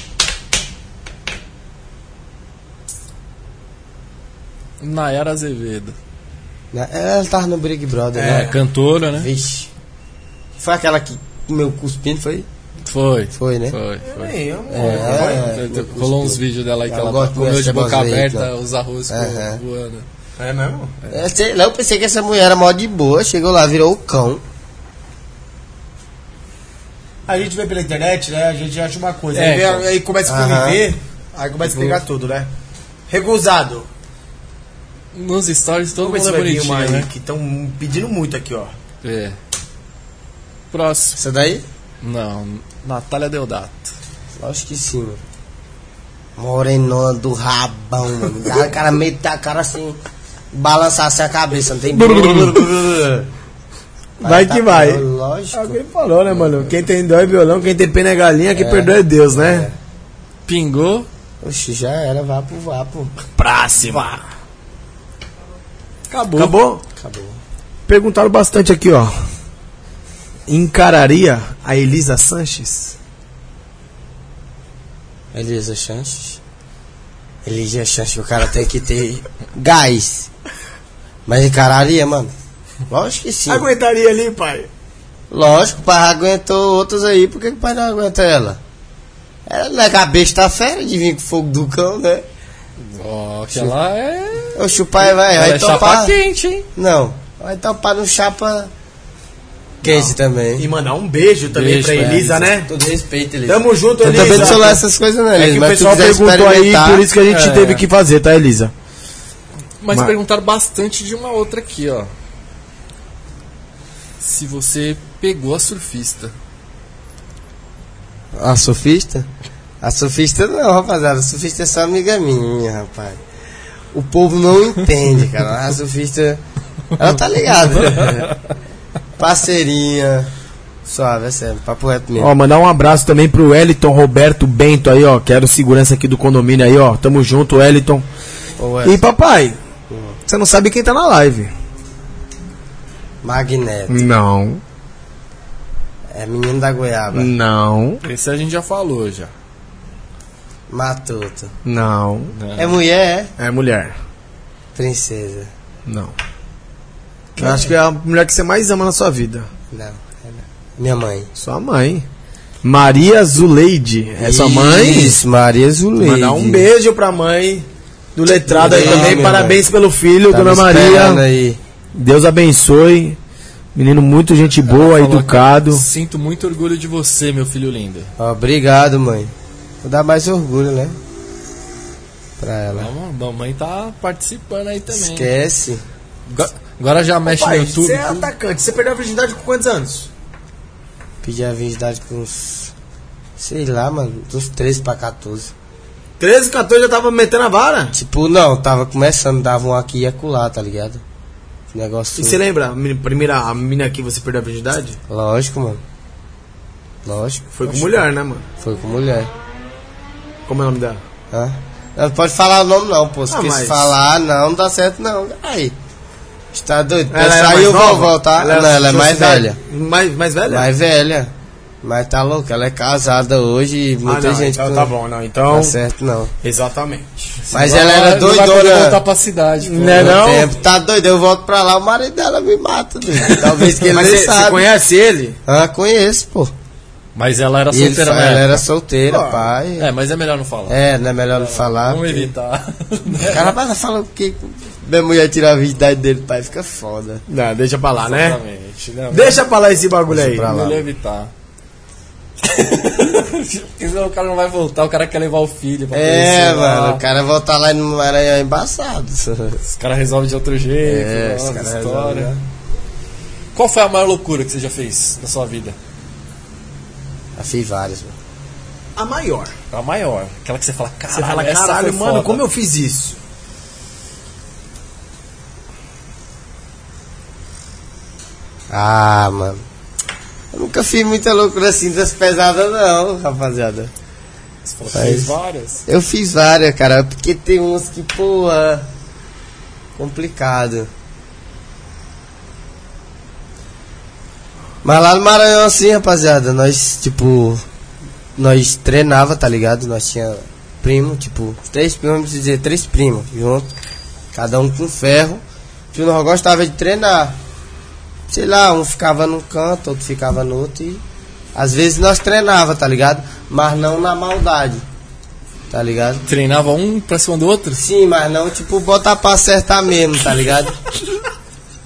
Speaker 2: Nayara Azevedo.
Speaker 3: Né? Ela tava no Big Brother,
Speaker 2: É,
Speaker 3: né?
Speaker 2: cantora, né?
Speaker 3: Vixe. Foi aquela que comeu cuspindo, foi?
Speaker 2: Foi. Foi,
Speaker 3: Foi, né?
Speaker 2: foi. foi.
Speaker 1: Ei, amor.
Speaker 3: É, é,
Speaker 2: Colou uns vídeos dela aí que
Speaker 3: Ela
Speaker 2: ela,
Speaker 3: gosta de
Speaker 2: comeu de
Speaker 3: mexer
Speaker 2: boca
Speaker 3: bastante,
Speaker 2: aberta,
Speaker 3: ó.
Speaker 2: os arroz
Speaker 3: Aham.
Speaker 2: voando.
Speaker 1: É mesmo?
Speaker 3: É, sei lá, eu pensei que essa mulher era mó de boa, chegou lá, virou o cão.
Speaker 1: A gente vê pela internet, né? A gente acha uma coisa.
Speaker 2: É,
Speaker 1: aí, vê-
Speaker 2: cara.
Speaker 1: aí começa a
Speaker 3: Aham.
Speaker 1: conviver, aí começa a explicar tudo, né? Recusado.
Speaker 2: Nos stories todo
Speaker 1: Vamos ver
Speaker 2: mundo
Speaker 1: se
Speaker 2: é
Speaker 1: vai vir
Speaker 2: bonitinho,
Speaker 1: uma aí
Speaker 2: né?
Speaker 1: que estão pedindo muito aqui, ó.
Speaker 2: É. Próximo.
Speaker 3: Essa daí?
Speaker 2: Não, Natália Deodato.
Speaker 3: Lógico que sim, mano. Morenona do rabão, mano. Dá a cara meio tá a cara assim, balançasse a cabeça, não tem
Speaker 1: [laughs] Vai que vai.
Speaker 3: Tá Lógico.
Speaker 1: falou, né, mano? Quem tem dó é violão, quem tem pena é galinha, quem perdoa é Deus, né?
Speaker 2: Pingou.
Speaker 3: Oxi, já era, vá pro vá pro.
Speaker 1: É. Próxima.
Speaker 2: Acabou.
Speaker 1: Acabou?
Speaker 3: Acabou.
Speaker 1: Perguntaram bastante aqui, ó. Encararia a Elisa Sanches?
Speaker 3: Elisa Chanches. Elisa Chanches, o cara tem que ter gás. Mas encararia, mano. Lógico que
Speaker 1: Hum.
Speaker 3: sim.
Speaker 1: Aguentaria ali, pai.
Speaker 3: Lógico, o pai aguentou outros aí, por que que o pai não aguenta ela? Ela não é cabeça tá fera de vir com fogo do cão, né?
Speaker 2: Ó, que ela é.
Speaker 3: Oxe, o pai vai,
Speaker 2: Ela
Speaker 3: vai
Speaker 2: é chapa
Speaker 3: topar.
Speaker 2: quente, hein?
Speaker 3: Não, vai topar no chapa quente
Speaker 1: E
Speaker 3: também.
Speaker 1: mandar um beijo também
Speaker 2: Beijo
Speaker 1: pra
Speaker 2: pra
Speaker 1: Elisa,
Speaker 2: Elisa.
Speaker 1: né?
Speaker 3: Todo respeito, Elisa.
Speaker 1: Tamo junto,
Speaker 3: Eu
Speaker 1: Elisa.
Speaker 3: também não sou lá essas coisas, né,
Speaker 1: É
Speaker 3: Elisa?
Speaker 1: que o
Speaker 3: Mas tu
Speaker 1: pessoal
Speaker 3: quiser
Speaker 1: perguntou aí,
Speaker 3: experimentar,
Speaker 1: por isso que a gente
Speaker 3: é.
Speaker 1: teve que fazer, tá, Elisa?
Speaker 2: Mas,
Speaker 1: Mas-
Speaker 2: perguntaram bastante de uma outra aqui, ó. Se você pegou a surfista.
Speaker 3: A surfista? A surfista não, rapaziada. A surfista é só amiga minha, rapaz. O povo não entende, cara. A surfista. Ela tá ligada. né? Parceirinha. Suave, é sério, papo reto mesmo.
Speaker 1: Ó, mandar um abraço também pro Eliton Roberto Bento aí, ó. Que era o segurança aqui do condomínio aí, ó. Tamo junto, Eliton.
Speaker 3: Ô, Wes,
Speaker 1: E papai, você não sabe quem tá na live.
Speaker 3: Magneto,
Speaker 1: Não,
Speaker 3: é menino da goiaba,
Speaker 1: Hum. não,
Speaker 2: Esse a gente já falou já.
Speaker 3: matuto.
Speaker 1: não.
Speaker 3: É mulher, é?
Speaker 1: É mulher.
Speaker 3: Princesa.
Speaker 1: Não. Eu acho que é a mulher que você mais ama na sua vida.
Speaker 3: Não, é não. Minha mãe.
Speaker 1: Sua mãe. Maria Zuleide. É sua mãe?
Speaker 3: Isso, Maria Zuleide.
Speaker 1: Mandar um beijo pra mãe do letrado aí
Speaker 3: Legal,
Speaker 1: também.
Speaker 3: meu
Speaker 1: Parabéns pelo filho,
Speaker 3: Tá me
Speaker 1: dona
Speaker 3: esperando
Speaker 1: Maria.
Speaker 3: Aí.
Speaker 1: Deus abençoe. Menino muito gente boa,
Speaker 2: Falou aqui,
Speaker 1: educado.
Speaker 2: Sinto muito orgulho de você, meu filho lindo.
Speaker 3: Obrigado, mãe. Vou dar mais orgulho, né? Pra ela.
Speaker 2: A mamãe tá participando aí também.
Speaker 3: Esquece.
Speaker 2: Agora- Agora já mexe
Speaker 1: Pai,
Speaker 2: no YouTube.
Speaker 1: você é
Speaker 2: tudo.
Speaker 1: atacante. Você perdeu a virgindade com quantos anos?
Speaker 3: Pedi a virgindade com uns. Sei lá, mano. Dos 13 pra 14.
Speaker 1: 13, 14 já tava metendo a vara?
Speaker 3: Tipo, não, tava começando, dava um aqui e acolá, tá ligado? Esse Negócio.
Speaker 1: E você lembra a meni- primeira a menina que você perdeu a virgindade?
Speaker 3: Lógico, mano. Lógico.
Speaker 1: Foi com mulher, né, mano?
Speaker 3: Foi com mulher.
Speaker 1: Como é o nome dela?
Speaker 3: Hã? Não pode falar o nome não, pô. Se
Speaker 1: Ah,
Speaker 3: quis
Speaker 1: mas-
Speaker 3: falar, não, não dá certo não. Aí. Você tá doido?
Speaker 1: Ela era
Speaker 3: Pensa aí
Speaker 1: é mais
Speaker 3: eu vou
Speaker 1: nova?
Speaker 3: voltar.
Speaker 1: era
Speaker 3: não, ela é
Speaker 1: sua
Speaker 3: mais
Speaker 1: cidade-
Speaker 3: velha.
Speaker 1: Mais, mais velha?
Speaker 3: Mais velha. Mas tá louca, ela é casada hoje e
Speaker 1: Ah,
Speaker 3: muita
Speaker 1: não,
Speaker 3: gente.
Speaker 1: então
Speaker 3: com-
Speaker 1: tá bom, não.
Speaker 3: Não
Speaker 1: Então,
Speaker 3: dá certo não.
Speaker 1: exatamente.
Speaker 3: Mas
Speaker 2: Agora
Speaker 3: ela era
Speaker 2: não é vai poder voltar
Speaker 3: doidona.
Speaker 2: pra cidade. pô.
Speaker 1: Né, não?
Speaker 3: Tempo. Tá doido, eu volto pra lá, o marido dela me mata, doido.
Speaker 1: [laughs]
Speaker 3: Talvez que ele
Speaker 1: Mas
Speaker 3: nem
Speaker 1: você- você
Speaker 3: sabe.
Speaker 1: conhece Tá ele?
Speaker 3: Ah, conheço, pô.
Speaker 2: Mas ela era
Speaker 3: E ele
Speaker 2: solteira,
Speaker 3: fa-
Speaker 2: né?
Speaker 3: ela era solteira,
Speaker 1: Ah,
Speaker 3: pai.
Speaker 2: É, mas é melhor não falar.
Speaker 3: É, não é melhor não falar.
Speaker 2: Vamos
Speaker 3: porque-
Speaker 2: evitar.
Speaker 3: O cara vai falar o que minha mulher tirar a virgindade dele, pai, fica foda.
Speaker 1: Não, deixa pra lá, né?
Speaker 2: Exatamente. Não,
Speaker 1: Deixa pra lá esse bagulho aí.
Speaker 3: pra lá.
Speaker 2: Melhor evitar. [laughs] Porque senão o cara não vai voltar, o cara quer levar o filho. pra
Speaker 3: É,
Speaker 2: aparecer lá.
Speaker 3: mano, o cara voltar lá e não era é embaçado. [laughs]
Speaker 2: Os caras resolvem de outro jeito.
Speaker 3: É,
Speaker 2: nossa,
Speaker 3: os caras
Speaker 2: história.
Speaker 3: resolvem,
Speaker 2: Qual foi a maior loucura que você já fez na sua vida?
Speaker 3: Já fiz vários, Assim, mano.
Speaker 1: A maior.
Speaker 2: A maior. Aquela que você fala, caralho,
Speaker 1: Você fala,
Speaker 2: essa
Speaker 1: caralho,
Speaker 2: foi
Speaker 1: mano,
Speaker 2: foda."
Speaker 1: como eu fiz isso?
Speaker 3: Ah, mano. Eu nunca fiz muita loucura assim das pesadas, não, rapaziada.
Speaker 2: Você falou, fez
Speaker 3: Faz.
Speaker 2: várias.
Speaker 3: Eu fiz várias, cara, porque tem uns que, porra. Complicado. Mas lá no Maranhão, assim, rapaziada, nós, tipo. Nós treinava, tá ligado? Nós tinha primo, tipo, três primos, vamos dizer, três primos junto. Cada um com ferro. Que nós gostava de treinar. Sei lá, um ficava num canto, outro ficava no outro e. Às vezes nós treinava, tá ligado? Mas não na maldade. Tá ligado?
Speaker 2: Treinava um pra cima do outro?
Speaker 3: Sim, mas não tipo botar pra acertar mesmo, tá ligado?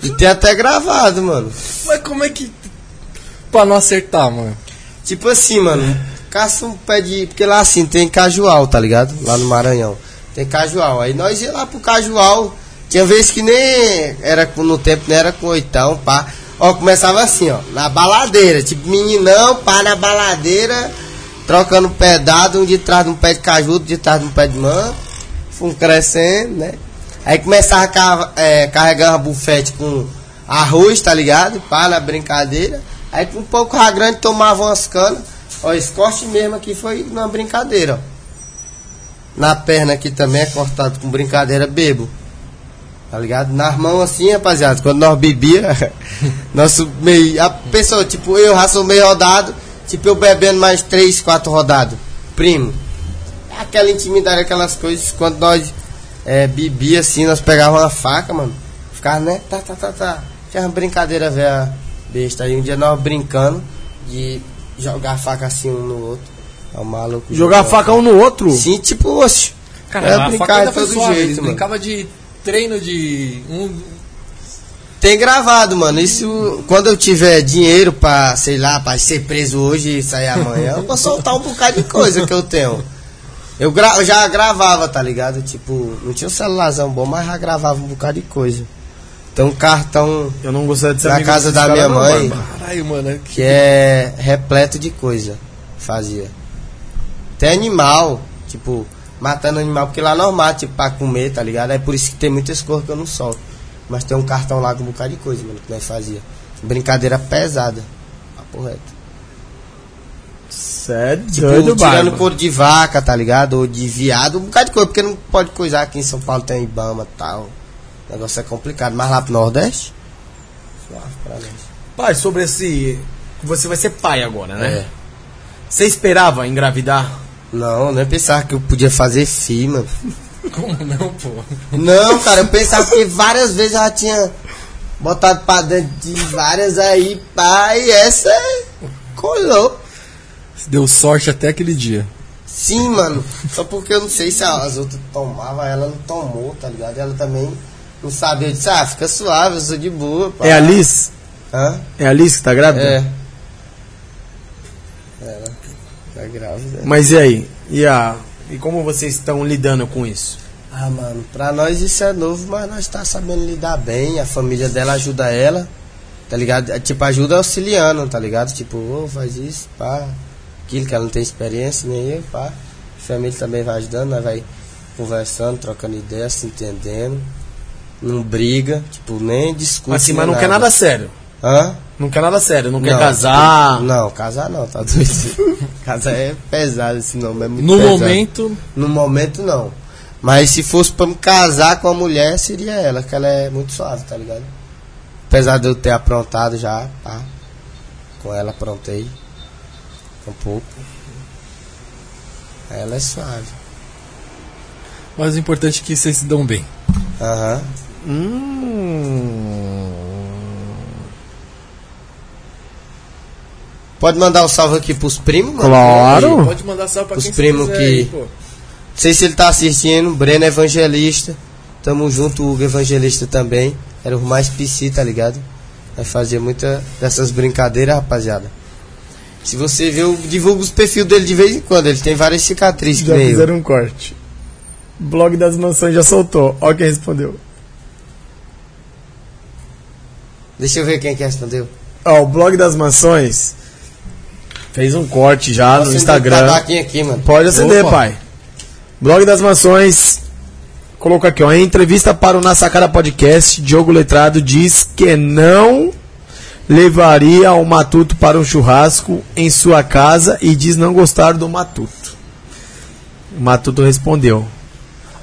Speaker 3: E tem até gravado, mano.
Speaker 2: Mas como é que. Pra não acertar, mano.
Speaker 3: Tipo assim, mano, caça um pé de. Porque lá assim tem cajual, tá ligado? Lá no Maranhão. Tem cajual. Aí nós ia lá pro cajual. Tinha vez que nem era com, no tempo, nem era com oitão, pá. Ó, começava assim, ó, na baladeira. Tipo, meninão, pá, na baladeira, trocando pedado, um de trás de um pé de caju, outro de trás de um pé de manga. Fomos crescendo, né? Aí começava a car é, carregar uma bufete com arroz, tá ligado? Pá, na brincadeira. Aí com um pouco a grande tomava umas canas. Ó, esse corte mesmo aqui foi numa brincadeira, ó. Na perna aqui também é cortado com brincadeira, bebo. Tá ligado? Nas mãos assim, rapaziada, quando nós bebia, [laughs] nosso meio. A pessoa, tipo, eu já sou meio rodado, tipo, eu bebendo mais três, quatro rodados. Primo. é Aquela intimidade, aquelas coisas, quando nós é, bebia assim, nós pegávamos uma faca, mano. Ficava, né? Tá, tá, tá, tá. Tinha uma brincadeira, velha besta. Aí um dia nós brincando de jogar a faca assim um no outro. É um maluco.
Speaker 1: Jogar a
Speaker 3: jogou.
Speaker 1: faca um no outro?
Speaker 3: Sim, tipo, oxe.
Speaker 2: Cara,
Speaker 3: Era
Speaker 2: a
Speaker 3: brincar
Speaker 2: faca ainda
Speaker 3: de
Speaker 2: É foi
Speaker 3: todo
Speaker 2: suave. né?
Speaker 3: jeito,
Speaker 2: eles
Speaker 3: mano.
Speaker 2: brincavam de treino de. Um,
Speaker 3: Tem gravado, mano. Isso quando eu tiver dinheiro pra, sei lá, pra ser preso hoje e sair amanhã, eu vou soltar um bocado de coisa que eu tenho. Eu, gra- eu já gravava, tá ligado? Tipo, não tinha um celularzão bom, mas já gravava um bocado de coisa. Tem um cartão
Speaker 1: Eu não gostaria de ser
Speaker 3: Na
Speaker 1: amigo
Speaker 3: casa
Speaker 1: desses
Speaker 3: da
Speaker 1: caras
Speaker 3: minha
Speaker 1: não,
Speaker 3: mãe.
Speaker 1: barba.
Speaker 2: Caralho, mano. é que-
Speaker 3: que é repleto de coisa. Fazia. Até animal, tipo, matando animal, porque lá nós mata, tipo, pra comer, tá ligado? É por isso que tem muitas coisas que eu não solto. Mas tem um cartão lá com um bocado de coisa, mano, que nós fazia. Brincadeira pesada. papo reto.
Speaker 1: Cê é
Speaker 3: Tipo,
Speaker 1: doido,
Speaker 3: tirando
Speaker 1: barba.
Speaker 3: couro de vaca, tá ligado? Ou de viado, um bocado de coisa, porque não pode coisar aqui em São Paulo tem Ibama e tal. O negócio é complicado. Mas lá pro Nordeste? Suave pra nós.
Speaker 1: Pai, sobre esse. Você vai ser pai agora, né?
Speaker 3: É.
Speaker 1: Você esperava engravidar?
Speaker 3: Não, nem pensava que eu podia fazer filho, mano.
Speaker 2: [laughs] Como não, pô?
Speaker 3: Não, cara, eu pensava que várias vezes eu já tinha botado pra dentro de várias aí, pá, e essa colou.
Speaker 2: Deu sorte até aquele dia.
Speaker 3: Sim, mano. Só porque eu não sei se as outras tomavam, ela não tomou, tá ligado? Ela também não sabia. Eu disse, ah, fica suave, eu sou de boa, pá.
Speaker 1: É a Liz?
Speaker 3: Hã?
Speaker 1: É a Liz que tá grávida?
Speaker 3: É. Ela tá grávida.
Speaker 1: Mas e aí? E, a... e como vocês estão lidando com isso?
Speaker 3: Ah, mano, pra nós isso é novo, mas nós tá sabendo lidar bem. A família dela ajuda ela, tá ligado? É, Tipo, ajuda auxiliando, tá ligado? Tipo, ô, faz isso, pá. Aquilo que ela não tem experiência, nem eu, pá. A família também vai ajudando, nós vai conversando, trocando ideias, se entendendo. Não briga, tipo, nem discute.
Speaker 1: assim,
Speaker 3: nem
Speaker 1: mas não quer nada sério.
Speaker 3: Hã?
Speaker 1: Não quer nada sério, não, quer
Speaker 3: Não,
Speaker 1: casar.
Speaker 3: tipo, Não, casar não, tá doido. [laughs] casar é pesado esse nome, é muito
Speaker 2: No
Speaker 3: pesado.
Speaker 2: momento,
Speaker 3: No momento não. Mas se fosse pra me casar com a mulher, seria ela, que ela é muito suave, tá ligado? Apesar de eu ter aprontado já, tá? Com ela aprontei. Um pouco. Ela é suave.
Speaker 2: mas o importante é que vocês se dão bem.
Speaker 3: Aham.
Speaker 1: Hum.
Speaker 3: Pode mandar um salve aqui pros primos, mano?
Speaker 1: Claro.
Speaker 3: Não
Speaker 2: Pode mandar salve pra
Speaker 3: Os
Speaker 2: quem você
Speaker 3: primo
Speaker 2: quiser
Speaker 3: que-
Speaker 2: aí, pô.
Speaker 3: sei se ele tá assistindo, Breno Evangelista. Tamo junto, Hugo é Evangelista também. Era o mais PC, tá ligado? Vai fazer muita dessas brincadeiras, rapaziada. Se você vê, eu divulgo os perfis dele de vez em quando. Ele tem várias cicatrizes que
Speaker 1: Já
Speaker 3: nem eu.
Speaker 1: fizeram um corte. Blog das mansões já soltou. Ó quem respondeu.
Speaker 3: Deixa eu ver quem que respondeu.
Speaker 1: Ó, o blog das mansões fez um corte já no
Speaker 3: Acendeu
Speaker 1: Instagram.
Speaker 3: o tabaquinho aqui, mano.
Speaker 1: Pode acender,
Speaker 2: Opa.
Speaker 1: pai. Blog das Mansões. Colocou aqui, ó. Em entrevista para o Na Sacada Podcast, Diogo Letrado diz que não levaria o Matuto para um churrasco em sua casa e diz não gostar do Matuto. O Matuto respondeu: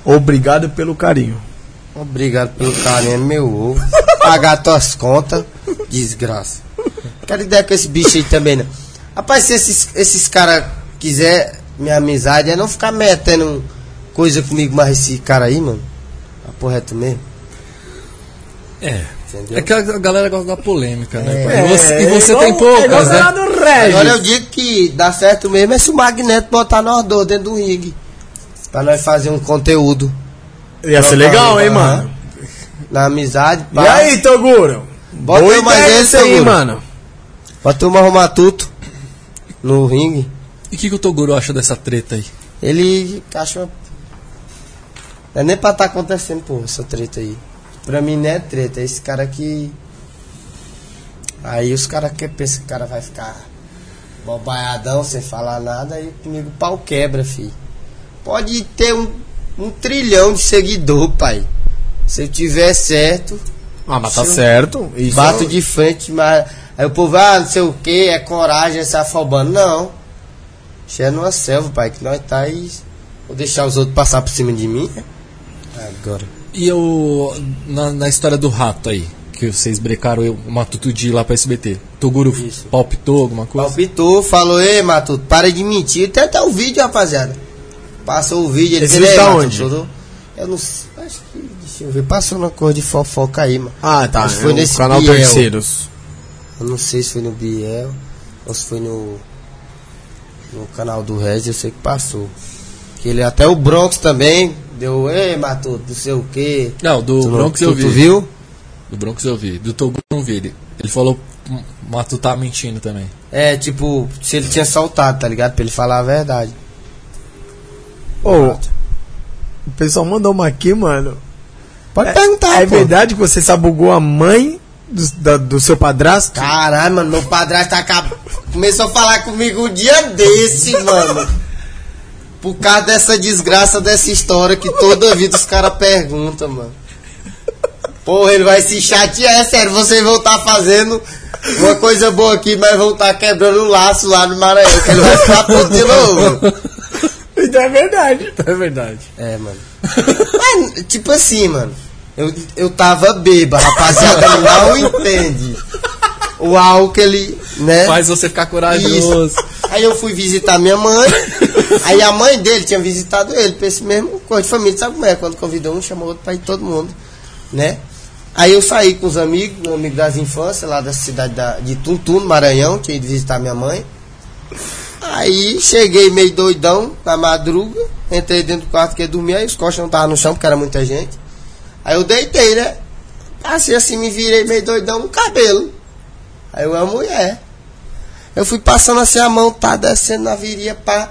Speaker 1: Obrigado pelo carinho.
Speaker 3: Obrigado pelo carinho, é meu ovo. Pagar tuas contas, desgraça. Quero ideia com esse bicho aí também, não. Rapaz, se esses, esses caras quiser minha amizade, é não ficar metendo coisa comigo, mas esse cara aí, mano. A porra é tu mesmo,
Speaker 2: É. É
Speaker 3: entendeu?
Speaker 2: que a a galera gosta da polêmica, né? pai?
Speaker 1: É,
Speaker 2: e você, e você
Speaker 1: igual- é
Speaker 2: tem poucas,
Speaker 1: igual lá
Speaker 2: né?
Speaker 1: do Regis.
Speaker 3: Agora eu digo que dá certo mesmo é se o Magneto botar nós dois dentro do ringue. Pra nós fazer um conteúdo.
Speaker 1: Ia ser legal, hein, mano?
Speaker 3: Na amizade,
Speaker 1: E aí, Toguro?
Speaker 3: Tá. Bota
Speaker 1: Boa
Speaker 3: mais
Speaker 1: ideia
Speaker 3: esse,
Speaker 1: isso aí,
Speaker 3: Toguro.
Speaker 1: mano.
Speaker 3: Pra turma arrumar tudo no ringue.
Speaker 2: E o que, que o Toguro acha dessa treta aí?
Speaker 3: Ele acha uma... Não é nem pra tá acontecendo, pô, essa treta aí. Pra mim não é treta, é esse cara que. Aí os caras que pensam que o cara vai ficar bobaiadão sem falar nada, aí comigo o pau quebra, fi. Pode ter um, um trilhão de seguidor, pai. Se eu tiver certo,
Speaker 1: Ah, mas tá
Speaker 3: Sim.
Speaker 1: certo. Isso é um
Speaker 3: bato de frente, mas. Aí o povo, ah, não sei o que, é coragem, é se afobando. Não. Isso é numa selva, pai, que nós tá aí. Vou deixar os outros passar por cima de mim. Agora.
Speaker 2: E o. Na, na história do rato aí, que vocês brecaram eu, o Matuto de ir lá pra SBT. Toguro
Speaker 3: Isso.
Speaker 2: palpitou alguma coisa?
Speaker 3: Palpitou, falou, ei, Matuto, para de mentir. Tem até o vídeo, rapaziada. Passou o vídeo, ele
Speaker 1: Esse
Speaker 3: fez,
Speaker 1: vídeo
Speaker 3: "Ei,
Speaker 1: tá
Speaker 3: Matuto,
Speaker 1: onde?"
Speaker 3: tudo?" Eu não sei, acho que, deixa eu ver, passou uma coisa de fofoca aí, mano.
Speaker 1: Ah, tá.
Speaker 3: Acho que foi
Speaker 1: é o
Speaker 3: nesse
Speaker 1: canal
Speaker 3: Biel.
Speaker 1: Terceiros.
Speaker 3: Eu não sei se foi no Biel ou se foi no no canal do Regis, eu sei que passou. Que ele até o Bronx também deu, ei, Matuto, não sei o quê.
Speaker 2: Não, do
Speaker 3: Tu não-
Speaker 2: Bronx
Speaker 3: tu-
Speaker 2: eu vi.
Speaker 3: Tu viu?
Speaker 2: Do Bronx eu vi. Do Toguro eu não vi. Ele, ele falou, "Hum, Matuto tá mentindo também.
Speaker 3: É, tipo, se ele tinha saltado, tá ligado? Pra ele falar a verdade.
Speaker 1: Ô, o pessoal mandou uma aqui, mano.
Speaker 3: Pode
Speaker 1: É-
Speaker 3: perguntar,
Speaker 1: É
Speaker 3: pô.
Speaker 1: verdade que você sabugou a mãe do, da- do seu padrasto?
Speaker 3: Caralho, mano, meu padrasto tá acab- começou a falar comigo um dia desse, mano. Por causa dessa desgraça, dessa história que toda vida os caras perguntam, mano. Porra, ele vai se chatear, é sério, vocês vão estar fazendo uma coisa boa aqui, mas vão estar quebrando um laço lá no Maranhão, que ele vai ficar puto de novo.
Speaker 1: [laughs] Então é verdade.
Speaker 2: É verdade.
Speaker 3: É, mano. Mas, tipo assim, mano, eu, eu tava bêbado, rapaziada, não entende. O álcool, ele, né?
Speaker 2: Faz você ficar corajoso.
Speaker 3: Isso. Aí eu fui visitar minha mãe. Aí a mãe dele tinha visitado ele, pra esse mesmo coisa de família. Sabe como é? Quando convidou um, chamou outro pra ir todo mundo, né? Aí eu saí com os amigos, um amigo das infâncias, lá da cidade da- de Tuntum, no Maranhão, tinha ido visitar minha mãe. Aí cheguei meio doidão na madruga, entrei dentro do quarto que ia dormir, aí os colchões não tava no chão, porque era muita gente. Aí eu deitei, né? Passei assim, me virei meio doidão no cabelo. Aí eu, é mulher. Eu fui passando assim a mão, tá descendo na viria, pá.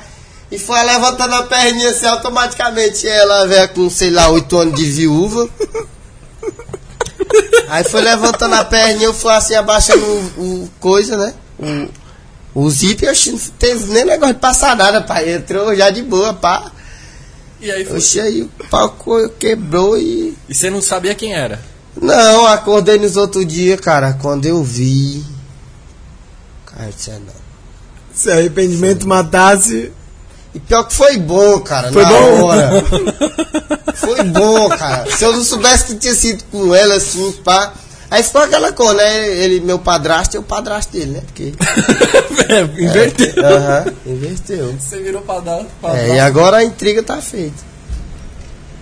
Speaker 3: E foi levantando a perninha assim, automaticamente. Ela, velho, com sei lá, oito anos de viúva. Aí foi levantando a perninha, eu fui assim, abaixando o, o coisa, né? O, o zip, eu acho que não teve nem negócio de passar nada, pai. Entrou já de boa, pá.
Speaker 2: E aí foi.
Speaker 3: Oxi, aí o pau co- quebrou e.
Speaker 2: E você não sabia quem era.
Speaker 3: Não, acordei nos outros dias, cara. Quando eu vi. Cara, isso é não.
Speaker 1: Se arrependimento matasse.
Speaker 3: E pior que foi bom, cara.
Speaker 1: Foi
Speaker 3: na
Speaker 1: bom?
Speaker 3: hora.
Speaker 1: [laughs]
Speaker 3: foi bom, cara. Se eu não soubesse que tinha sido com ela, assim, pá. Aí ficou aquela coisa, né? Ele, meu padrasto, eu padrasto dele, né? Porque.
Speaker 2: [laughs] é, inverteu.
Speaker 3: Aham, inverteu.
Speaker 2: Você virou pra dar. Pra
Speaker 3: É,
Speaker 2: dar.
Speaker 3: e agora a intriga tá feita.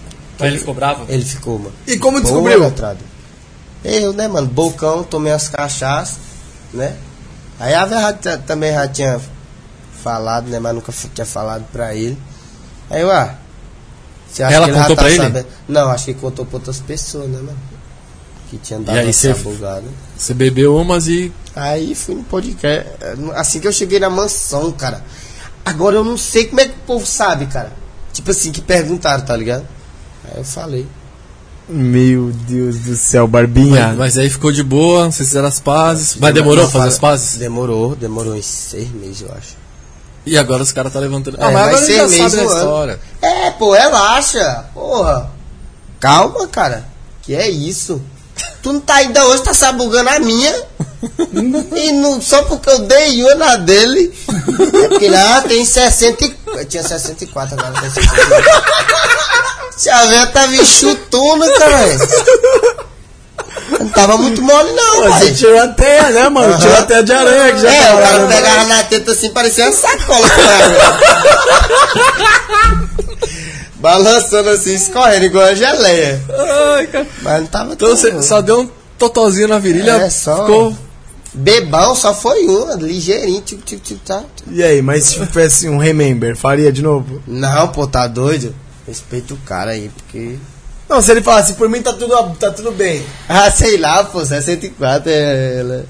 Speaker 2: Aí Então ele ficou bravo?
Speaker 3: Ele ficou, mano.
Speaker 1: E
Speaker 2: [laughs]
Speaker 1: como
Speaker 3: Boa,
Speaker 1: descobriu?
Speaker 3: letrado. Eu, né, mano? Bocão, tomei as cachaças, né? Aí a Vera ta- também já tinha falado, né? Mas nunca f- tinha falado pra ele. Aí eu, ah. Você acha
Speaker 2: Ela
Speaker 3: já tá
Speaker 2: contou pra ele?
Speaker 3: Não, acho que contou pra outras pessoas, né, mano? Que tinha dado
Speaker 2: E aí
Speaker 3: essa
Speaker 2: você-
Speaker 3: bugada.
Speaker 2: Você bebeu umas e.
Speaker 3: Aí fui no podcast. Assim que eu cheguei na mansão, cara. Agora eu não sei como é que o povo sabe, cara. Tipo assim, que perguntaram, tá ligado? Aí eu falei.
Speaker 1: Meu Deus do céu, Barbinha.
Speaker 2: Mas, mas aí ficou de boa, vocês fizeram as pazes. Mas demorou
Speaker 3: Não,
Speaker 2: fazer as
Speaker 3: fala-
Speaker 2: pazes?
Speaker 3: Demorou, demorou uns seis meses, eu acho.
Speaker 2: E agora os caras tá levantando.
Speaker 3: É,
Speaker 2: Ah, mas
Speaker 3: vai
Speaker 2: agora ele
Speaker 3: ser
Speaker 2: já
Speaker 3: mesmo
Speaker 2: sabe da
Speaker 3: ano.
Speaker 2: história.
Speaker 3: É, pô, relaxa. Porra. Calma, cara. Que é isso? Tu não tá ainda hoje, tá sabugando a minha. e não, só porque eu dei uma na dele. É porque lá tem 60 e... Eu tinha 64, agora tem 64. Tia velha tá me chutando, cara. Não tava muito mole, não,
Speaker 1: Você
Speaker 3: pai.
Speaker 1: tirou a teia, né, mano?
Speaker 3: Aham.
Speaker 1: Tirou a teia de aranha que já
Speaker 3: É,
Speaker 1: tava
Speaker 3: o cara
Speaker 1: lá. né?
Speaker 2: né?
Speaker 3: pegava na teta assim, parecia uma sacola. cara. Balançando assim, escorrendo igual a geleia.
Speaker 2: Ai, cara.
Speaker 3: Mas não tava
Speaker 2: Então
Speaker 3: tão
Speaker 2: você
Speaker 3: ruim.
Speaker 2: só deu um totozinho na virilha.
Speaker 3: É, só-
Speaker 2: Ficou.
Speaker 3: Bebão só foi uma, ligeirinho, tipo, tipo, tipo, tá.
Speaker 1: E aí, mas se tivesse um remember, faria de novo?
Speaker 3: Não, pô, tá doido? Respeita o cara aí, porque.
Speaker 1: Não, se ele falasse, por mim tá tudo, tá tudo bem.
Speaker 3: Ah, sei lá, pô, 64 é. Ela...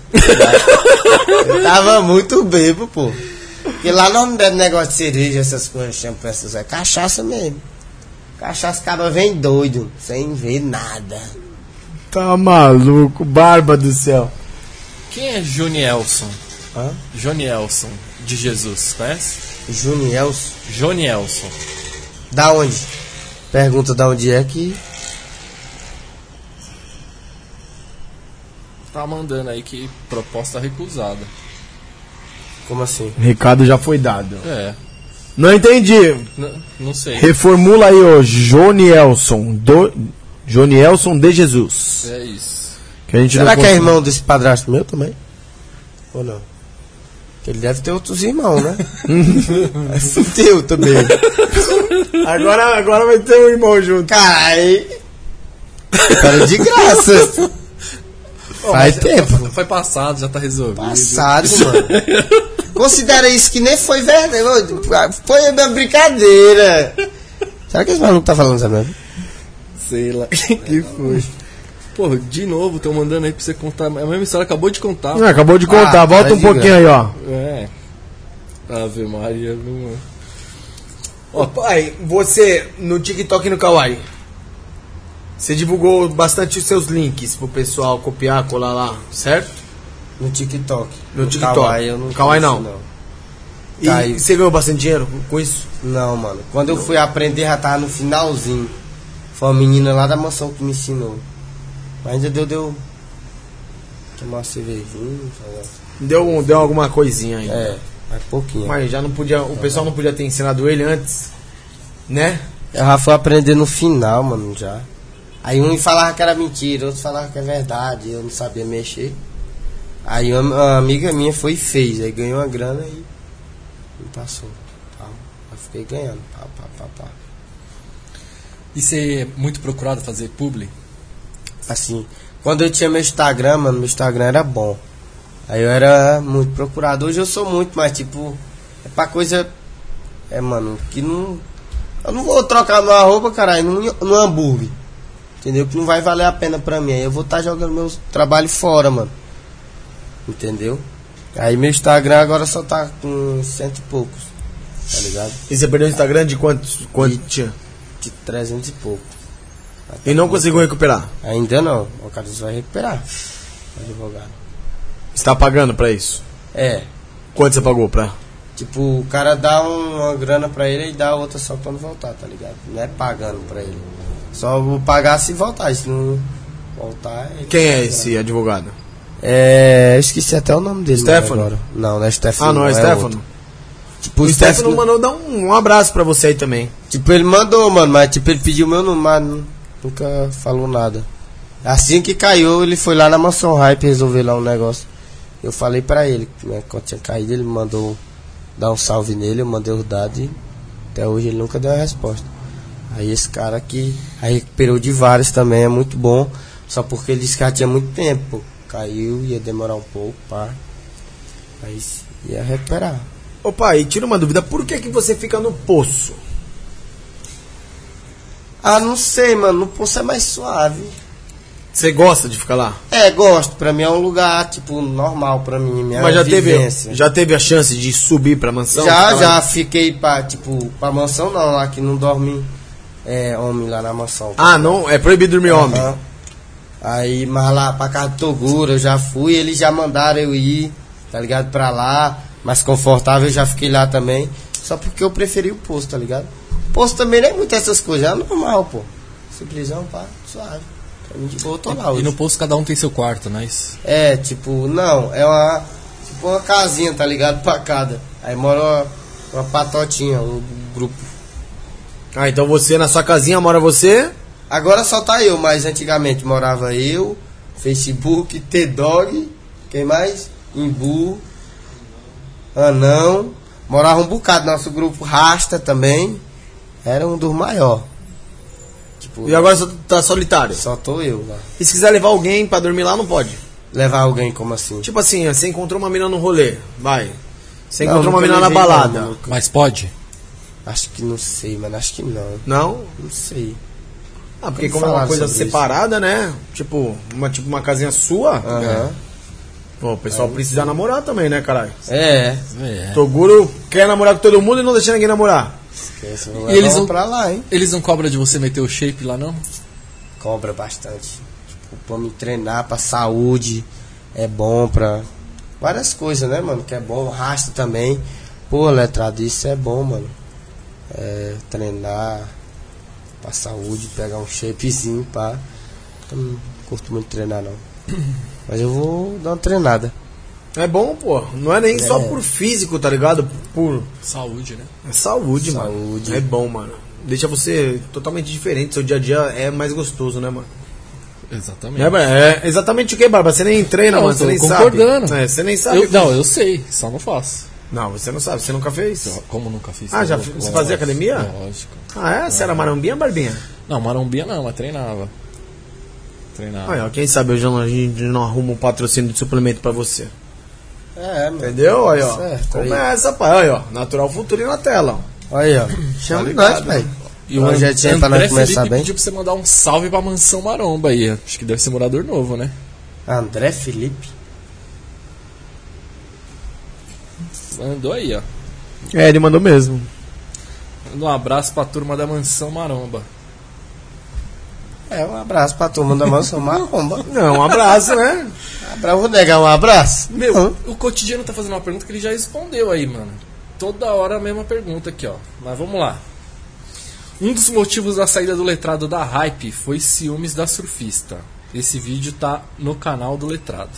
Speaker 3: Eu tava muito bebo, pô. Porque lá nós não bebe negócio de cereja, essas coisas, shampoo, essas coisas. É cachaça mesmo. Cachaça acaba vem doido, sem ver nada.
Speaker 1: Tá maluco, barba do céu.
Speaker 2: Quem é Jonielson?
Speaker 3: Hã?
Speaker 2: Jonielson de Jesus, conhece?
Speaker 3: Juniels,
Speaker 2: Jonielson.
Speaker 3: da onde? Pergunta da onde é que.
Speaker 2: Tá mandando aí que proposta recusada.
Speaker 3: Como assim?
Speaker 1: Recado já foi dado.
Speaker 2: É.
Speaker 1: Não entendi.
Speaker 2: n- Não sei.
Speaker 1: Reformula aí, ó. Jonielson. Do... Jonielson de Jesus.
Speaker 2: É isso.
Speaker 1: Que a gente
Speaker 3: Será
Speaker 1: não
Speaker 3: que é
Speaker 1: consegue-
Speaker 3: irmão desse padrasto meu também? Ou não? Ele deve ter outros
Speaker 1: [laughs]
Speaker 3: irmãos, né? É Fudeu também.
Speaker 1: Agora, agora vai ter um irmão junto.
Speaker 3: Carai! Cara é de graça!
Speaker 1: é
Speaker 3: Faz
Speaker 2: é,
Speaker 3: tempo.
Speaker 2: Foi passado, já tá resolvido.
Speaker 3: Passado, mano. Considera isso que nem foi verdade. Ah, Foi uma brincadeira. Será que esse maluco tá falando isso mesmo?
Speaker 2: Sei lá. [laughs] que foi? Pô, de novo, tô mandando aí pra você contar. É a mesma história, acabou de contar.
Speaker 1: Ah, acabou de contar,
Speaker 3: Ah,
Speaker 1: volta
Speaker 3: cara
Speaker 1: um
Speaker 3: de
Speaker 1: pouquinho aí, ó.
Speaker 2: É. Ave Maria, não.
Speaker 1: Ô pai, você no TikTok e no Kawaii, você divulgou bastante os seus links pro pessoal copiar, colar lá, certo?
Speaker 3: No TikTok.
Speaker 1: No TikTok.
Speaker 3: Kawaii eu não.
Speaker 1: Kawaii não.
Speaker 3: conheço,
Speaker 1: E
Speaker 3: Tá aí.
Speaker 1: você ganhou bastante dinheiro com isso?
Speaker 3: Não, mano. Quando eu fui aprender, já tava no finalzinho. Foi uma menina lá da mansão que me ensinou. Mas ainda deu, deu. Tomar uma cervejinha, fazer-
Speaker 1: Deu, um- deu alguma coisinha aí.
Speaker 3: É, mas pouquinho.
Speaker 1: Mas já não podia. O pessoal não podia ter ensinado ele antes. Né?
Speaker 3: O Rafa aprender no final, mano, já. Aí um falava que era mentira, outro falava que é verdade, eu não sabia mexer. Aí uma, uma amiga minha foi e fez, aí ganhou uma grana e, e passou. Pau. Eu fiquei ganhando, pá, pá, pá, pá.
Speaker 2: E ser muito procurado fazer publi?
Speaker 3: Assim, quando eu tinha meu Instagram, mano, meu Instagram era bom. Aí eu era muito procurado. Hoje eu sou muito, mas tipo, é pra coisa. É, mano, que não. Eu não vou trocar meu arroba, caralho, num, num hambúrguer. Entendeu? Que não vai valer a pena pra mim. Aí eu vou estar jogando meu trabalho fora, mano. Entendeu? Aí meu Instagram agora só tá com cento e poucos. Tá ligado?
Speaker 1: E você perdeu o Instagram de quantos? quantos tinha?
Speaker 3: De trezentos e pouco.
Speaker 1: E não conseguiu recuperar.
Speaker 3: Ainda não. O cara vai recuperar. Advogado.
Speaker 1: Você tá pagando pra isso?
Speaker 3: É,
Speaker 1: Quanto você pagou pra?
Speaker 3: Tipo, o cara dá um- uma grana pra ele e dá outra só quando voltar, tá ligado? Não é pagando pra ele. Só vou pagar se voltar, se não voltar. ele-
Speaker 1: Quem é esse advogado?
Speaker 3: É, eu esqueci até o nome dele.
Speaker 1: Stefano?
Speaker 3: agora. Não, não é Stefano.
Speaker 1: Ah, não, é
Speaker 3: outro.
Speaker 1: Stefano.
Speaker 3: Tipo,
Speaker 1: O
Speaker 3: o
Speaker 1: Stefano
Speaker 3: Stefano,
Speaker 1: mandou dar um, um abraço pra você aí também.
Speaker 3: Tipo, ele mandou, mano, mas tipo, ele pediu meu número, mas nu- nunca falou nada. Assim que caiu, ele foi lá na Mansão Hype resolver lá um negócio. Eu falei pra ele, né, quando tinha caído, ele mandou dar um salve nele, eu mandei o dado e até hoje ele nunca deu a resposta. Aí esse cara aqui, aí recuperou de vários também, é muito bom, só porque ele disse que já tinha muito tempo. Caiu, ia demorar um pouco, pá. Aí se- ia recuperar.
Speaker 1: Ô pai, tira uma dúvida, por que que você fica no poço?
Speaker 3: Ah, não sei, mano, no poço é mais suave.
Speaker 1: Você gosta de ficar lá?
Speaker 3: É, gosto. Pra mim é um lugar, tipo, normal pra mim. Minha
Speaker 1: Mas já
Speaker 3: É vivência.
Speaker 1: teve, já teve a chance de subir pra mansão?
Speaker 3: já,
Speaker 1: Ficar
Speaker 3: já
Speaker 1: lá?
Speaker 3: fiquei pra, tipo, pra mansão não, lá que não dorme é, homem lá na mansão.
Speaker 1: Ah, não? É proibido dormir homem.
Speaker 3: Aham. Aí, mas lá pra casa do Toguro eu já fui, eles já mandaram eu ir, tá ligado? Pra lá, mais confortável, eu já fiquei lá também. Só porque eu preferi o posto, tá ligado? Posto também não é muito essas coisas, é normal, pô. Simplesão, pá, suave. Pra mim de boa, eu tô lá hoje.
Speaker 2: E no posto cada um tem seu quarto, não é isso?
Speaker 3: É, tipo, não, é uma. Tipo uma casinha, tá ligado? [laughs] Pra cada. Aí mora uma, uma patotinha, um grupo.
Speaker 1: Ah, então você, na sua casinha, mora você?
Speaker 3: Agora só tá eu, mas antigamente morava eu, Facebook, T-Dog, quem mais? Imbu, Anão. Morava um bocado, nosso grupo Rasta também. Era um dos maiores. Tipo,
Speaker 1: E agora você tá solitário.
Speaker 3: só tô eu lá.
Speaker 1: E se quiser levar alguém pra dormir lá, não pode.
Speaker 3: Levar alguém como assim?
Speaker 1: Tipo assim, você encontrou uma mina no rolê, vai. Você
Speaker 3: Não,
Speaker 1: encontrou uma
Speaker 3: nunca
Speaker 1: mina na
Speaker 3: levei, não,
Speaker 1: balada. Não?
Speaker 3: mano.
Speaker 2: Mas pode?
Speaker 3: Acho que não sei, mano, acho que não. Não sei.
Speaker 1: Ah, porque
Speaker 3: Vamos
Speaker 1: como é uma
Speaker 3: falar
Speaker 1: coisa
Speaker 3: sobre isso.
Speaker 1: separada, né? Tipo, uma, tipo uma casinha sua.
Speaker 3: Aham.
Speaker 1: Pô, o pessoal precisa namorar também, né, caralho?
Speaker 3: É.
Speaker 2: É.
Speaker 1: Toguro quer namorar com todo mundo e não deixa ninguém namorar.
Speaker 3: E
Speaker 2: eles
Speaker 3: eles
Speaker 2: não-
Speaker 3: vão pra lá, hein?
Speaker 2: Eles não cobram de você meter o shape lá, não?
Speaker 3: Cobra bastante. Tipo, pra me treinar, pra saúde. É bom pra. Várias coisas, né, mano? Que é bom. Rasta também. Pô, letrado, isso é bom, mano. É, treinar. Pra saúde, pegar um shapezinho, pá. Eu não curto muito treinar, [coughs] não. Mas eu vou dar uma treinada.
Speaker 1: É bom, pô. Não é nem só por físico, tá ligado? Por
Speaker 2: Saúde, né?
Speaker 1: é saúde,
Speaker 3: Saúde.
Speaker 1: mano. É bom, mano. Deixa você totalmente diferente. Seu dia a dia é mais gostoso, né, mano?
Speaker 2: Exatamente.
Speaker 1: É, é exatamente o que, Barba? Você nem treina,
Speaker 2: Não,
Speaker 1: mano. Você
Speaker 2: tô
Speaker 1: nem
Speaker 2: concordando.
Speaker 1: sabe. É, você nem sabe.
Speaker 2: Eu- não, eu sei, só não faço.
Speaker 1: Não, você não sabe. Você nunca fez?
Speaker 2: Então, Como nunca fiz.
Speaker 1: Ah, já
Speaker 2: eu-
Speaker 1: fi-
Speaker 2: eu-
Speaker 1: você fazia academia?
Speaker 2: Lógico.
Speaker 1: Ah, é? Você era marambinha, Barbinha?
Speaker 2: Não, marombinha não, mas treinava. Treinava.
Speaker 1: Aí, ó, quem sabe hoje não- a gente não arruma um patrocínio de suplemento pra você.
Speaker 3: É, mano.
Speaker 1: Entendeu? Aí, ó.
Speaker 3: Certo, aí.
Speaker 1: Começa, pai. Aí, ó. Natural Futuro na tela, ó. Tá né?
Speaker 3: Aí, ó. Tá Chama nós, velho.
Speaker 2: E
Speaker 3: Hoje é dia pra nós começar
Speaker 2: Felipe
Speaker 3: bem.
Speaker 2: pediu pra você mandar um salve pra Mansão Maromba aí. Acho que deve ser morador novo, né?
Speaker 3: André Felipe.
Speaker 2: Mandou aí, ó.
Speaker 1: É, ele mandou mesmo.
Speaker 2: Manda um abraço pra turma da Mansão Maromba.
Speaker 3: É, um abraço pra turma da mansão [laughs] maromba.
Speaker 1: Não, um abraço, [laughs] né?
Speaker 3: Pra vou negar um abraço?
Speaker 2: Meu,
Speaker 3: Não.
Speaker 2: o cotidiano tá fazendo uma pergunta que ele já respondeu aí, mano. Toda hora a mesma pergunta aqui, ó. Mas vamos lá. Um dos motivos da saída do letrado da hype foi ciúmes da surfista. Esse vídeo tá no canal do Letrado.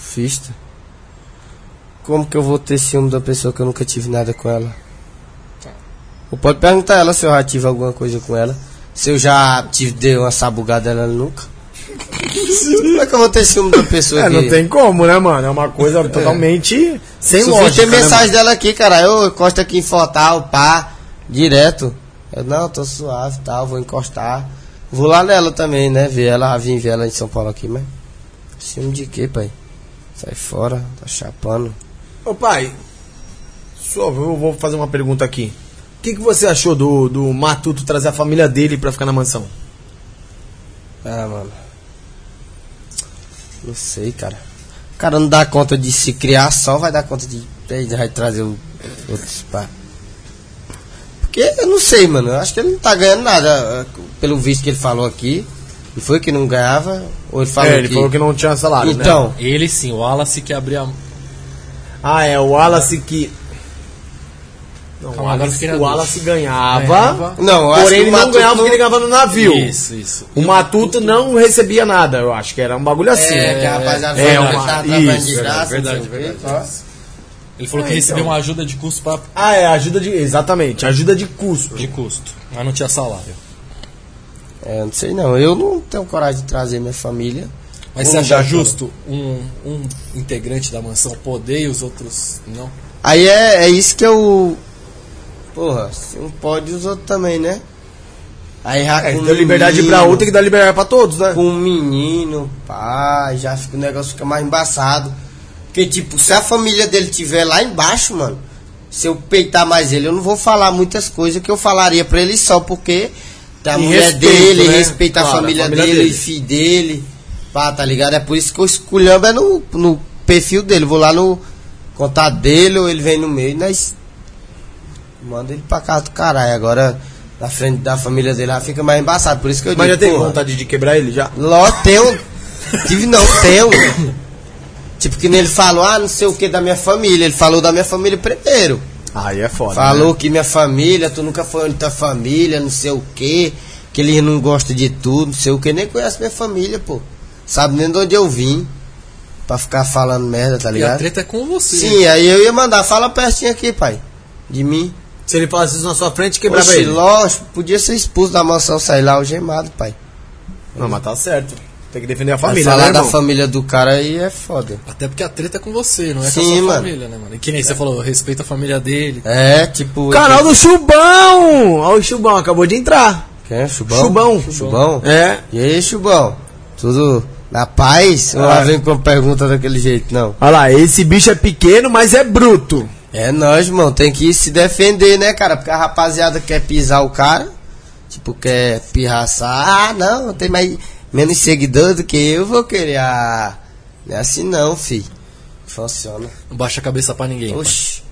Speaker 3: Fista. Como que eu vou ter ciúme de uma pessoa que eu nunca tive nada com ela? Ou pode perguntar a ela se eu já tive alguma coisa com ela. Se eu já tive, dei uma sabugada nela nunca. Como é que eu vou ter ciúme de uma pessoa
Speaker 1: É,
Speaker 3: que...
Speaker 1: não tem como, né, mano? É uma coisa totalmente sem
Speaker 3: Sofia
Speaker 1: lógica.
Speaker 3: tem
Speaker 1: né,
Speaker 3: mensagem dela aqui, cara. Eu encosto aqui em Fotal, pá, direto. Eu, não, tô suave tal, vou encostar. Vou lá nela também, né? Ver ela, vim ver ela em São Paulo aqui, mas. Ciúme de quê, pai? Sai fora, tá chapando.
Speaker 1: mano? Ô, pai, só eu vou fazer uma pergunta aqui. O que, que você achou do, do Matuto trazer a família dele pra ficar na mansão?
Speaker 3: Ah, mano. Não sei, cara. O cara não dá conta de se criar, só vai dar conta de. Ele vai trazer o- outros pá. Porque eu não sei, mano. Eu acho que ele não tá ganhando nada. eh, Pelo visto que ele falou aqui. E foi que não ganhava. Ou ele falou
Speaker 1: é, ele falou que não tinha salário, né?
Speaker 3: Então,
Speaker 2: Ele sim, o Wallace que abriu a.
Speaker 1: Ah, é, o Wallace que. Não, o
Speaker 2: Calma, Então, agora eu
Speaker 1: Wallace,
Speaker 2: fiquei na
Speaker 1: o
Speaker 2: dúvida.
Speaker 1: Wallace ganhava.
Speaker 2: Ganhava.
Speaker 3: Não, eu acho
Speaker 1: porém
Speaker 3: que o
Speaker 1: ele não
Speaker 3: Matuto
Speaker 1: ganhava porque
Speaker 3: não-
Speaker 1: ele ganhava no navio.
Speaker 2: Isso, isso.
Speaker 1: O Matuto não recebia nada, eu acho que era um bagulho assim.
Speaker 3: é, que a rapaziada
Speaker 1: é,
Speaker 3: falou que
Speaker 1: uma-
Speaker 3: tava trabalhando
Speaker 1: isso, é,
Speaker 3: de graça.
Speaker 2: verdade,
Speaker 3: não sei o quê,
Speaker 2: verdade.
Speaker 3: tá?
Speaker 2: Ele falou
Speaker 1: Ah,
Speaker 2: que recebeu
Speaker 1: então.
Speaker 2: uma ajuda de custo pra,
Speaker 1: Ah, é, ajuda de. Exatamente, ajuda de custo.
Speaker 2: de custo, mas não tinha salário.
Speaker 1: Tá
Speaker 3: É, eu não sei não. Eu não tenho coragem de trazer minha família.
Speaker 2: Mas
Speaker 1: Um
Speaker 3: Ou
Speaker 2: você
Speaker 3: não
Speaker 2: acha
Speaker 3: dá, cara.
Speaker 2: justo um, um integrante da mansão poder e os outros não?
Speaker 3: Aí é, é isso que eu. Porra, se um pode os outros também, né? Aí já
Speaker 1: É,
Speaker 3: com
Speaker 1: deu liberdade pra
Speaker 3: menino,
Speaker 1: um, tem que dar liberdade pra todos, né?
Speaker 3: Com um menino, pá, já fica, o negócio fica mais embaçado. Porque, tipo, se a família dele tiver lá embaixo, mano, se eu peitar mais ele, eu não vou falar muitas coisas que eu falaria pra ele só porque da
Speaker 1: E
Speaker 3: mulher
Speaker 1: respeito,
Speaker 3: dele,
Speaker 1: né?
Speaker 3: respeita
Speaker 1: Claro,
Speaker 3: a família,
Speaker 1: a família
Speaker 3: dele,
Speaker 1: dele.
Speaker 3: e filho dele, pá, tá ligado? É por isso que eu esculhambo é no, no perfil dele, vou lá no contato dele ou ele vem no meio, nós manda ele pra casa do caralho. Agora, na frente da família dele, lá fica mais embaçado, por isso que eu
Speaker 1: Mas já teve
Speaker 3: porra,
Speaker 1: vontade de quebrar ele já?
Speaker 3: Ló, tenho. Tive não, tenho. Tipo, que nem ele falou, ah, não sei o que da minha família. Ele falou da minha família primeiro.
Speaker 1: Aí é foda.
Speaker 3: falou
Speaker 1: né?
Speaker 3: que minha família, tu nunca foi onde tua família, não sei o que. Que eles não gostam de tudo, não sei o que. Nem conhece minha família, pô. Sabe nem de onde eu vim. Pra ficar falando merda, tá
Speaker 2: E a
Speaker 3: ligado?
Speaker 2: treta é com você.
Speaker 3: Sim, aí eu ia mandar, fala pertinho aqui, pai. De mim.
Speaker 1: Se ele falasse isso na sua frente, quebrava
Speaker 3: Oxe,
Speaker 1: ele.
Speaker 3: lógico, podia ser expulso da mansão, sair lá algemado, pai.
Speaker 1: Não, mas tá certo. Tem que defender a
Speaker 3: Mas
Speaker 1: família,
Speaker 3: falar
Speaker 1: né,
Speaker 3: da
Speaker 1: irmão?
Speaker 3: família do cara aí é foda.
Speaker 2: Até porque a treta é com você, não é com
Speaker 3: Sim,
Speaker 2: a sua
Speaker 3: mano.
Speaker 2: família, né, mano? E que nem você falou, respeita a família dele.
Speaker 3: É, tipo.
Speaker 1: Canal do Chubão! Olha o Chubão, acabou de entrar.
Speaker 3: Quem é? Chubão?
Speaker 1: Chubão.
Speaker 3: Chubão?
Speaker 1: É.
Speaker 3: E aí, Chubão? Tudo na paz? Ou
Speaker 1: Ah.
Speaker 3: ela vem com uma pergunta daquele jeito, não?
Speaker 1: Olha lá, esse bicho é pequeno, mas é bruto.
Speaker 3: É nós, mano. Tem que se defender, né, cara? Porque a rapaziada quer pisar o cara. Tipo, quer pirraçar. Ah, não, tem mais, menos seguidor do que eu. Vou querer. Ah, não é assim não, fi. Funciona.
Speaker 2: Não baixa a cabeça pra ninguém.
Speaker 3: Oxi.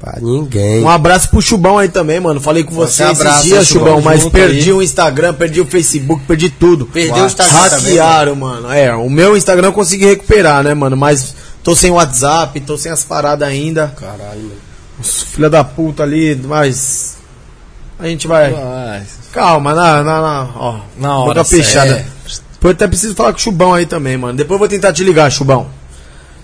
Speaker 3: Pra ninguém.
Speaker 1: Um abraço pro Chubão aí também, mano. Falei com
Speaker 3: Forte
Speaker 1: você
Speaker 3: abraço,
Speaker 1: esses dias, Chubão,
Speaker 3: Chubão,
Speaker 1: mas
Speaker 3: junto
Speaker 1: perdi
Speaker 3: aí.
Speaker 1: o Instagram, perdi o Facebook, perdi tudo.
Speaker 3: Perdeu o Instagram
Speaker 1: Hackearam, mano. É, o meu Instagram eu consegui recuperar, né, mano? Mas tô sem WhatsApp, tô sem as paradas ainda.
Speaker 3: Caralho, mano.
Speaker 1: Os filha da puta ali, mas. A gente vai.
Speaker 2: Vai.
Speaker 1: Calma, na, na, na, ó,
Speaker 2: Na
Speaker 1: boca
Speaker 2: hora,
Speaker 1: fechada.
Speaker 2: é.
Speaker 1: Eu até preciso falar com o Chubão aí também, mano. Depois eu vou tentar te ligar, Chubão.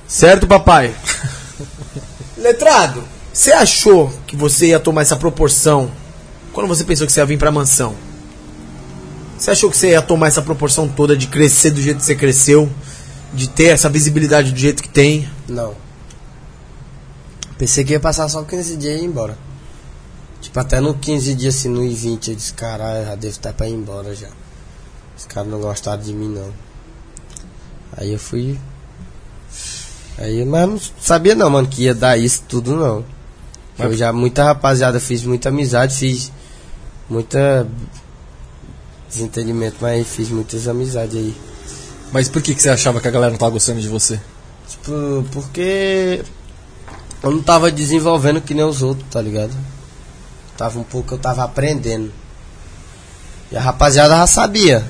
Speaker 1: Certo, papai? [laughs] Letrado, você achou que você ia tomar essa proporção quando você pensou que você ia vir pra mansão? Você achou que você ia tomar essa proporção toda de crescer do jeito que você cresceu? De ter essa visibilidade do jeito que tem?
Speaker 3: Não. Pensei que ia passar só 15 dias e ir embora. Tipo, até no 15 dias, assim, no 20, eu disse, caralho, já devo estar pra ir embora já. Os caras não gostaram de mim, não. Aí eu fui. Aí, mas não sabia não, mano, que ia dar isso tudo, não. Eu já, muita rapaziada, fiz muita amizade, fiz muita. Desentendimento, mas fiz muitas amizades aí.
Speaker 2: Mas por que, que você achava que a galera não tava gostando de você?
Speaker 3: Tipo, porque eu não tava desenvolvendo que nem os outros, tá ligado? Tava um pouco, eu tava aprendendo. E a rapaziada já sabia.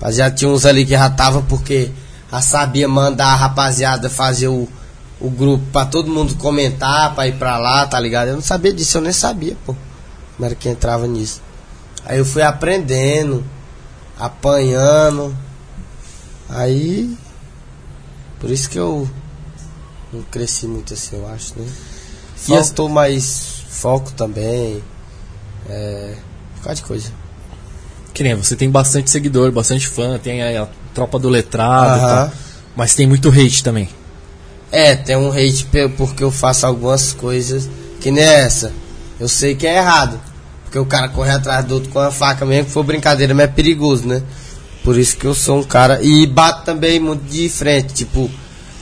Speaker 3: Rapaziada, tinha uns ali que já tava porque já sabia mandar a rapaziada fazer o, o grupo pra todo mundo comentar, pra ir pra lá, tá ligado? Eu não sabia disso, eu nem sabia, pô. Como era que entrava nisso. Aí eu fui aprendendo, apanhando. Aí. Por isso que eu não cresci muito assim, eu acho, né? E eu tô mais foco também. É. Por causa de coisa.
Speaker 2: Que nem você tem bastante seguidor, bastante fã, tem aí a tropa do letrado e
Speaker 3: Aham.
Speaker 2: tal. Mas tem muito hate também.
Speaker 3: É, tem um hate pe- porque eu faço algumas coisas que nem essa. Eu sei que é errado. Porque o cara corre atrás do outro com a faca mesmo, que for brincadeira, mas é perigoso, né? Por isso que eu sou um cara. E bato também muito de frente, tipo,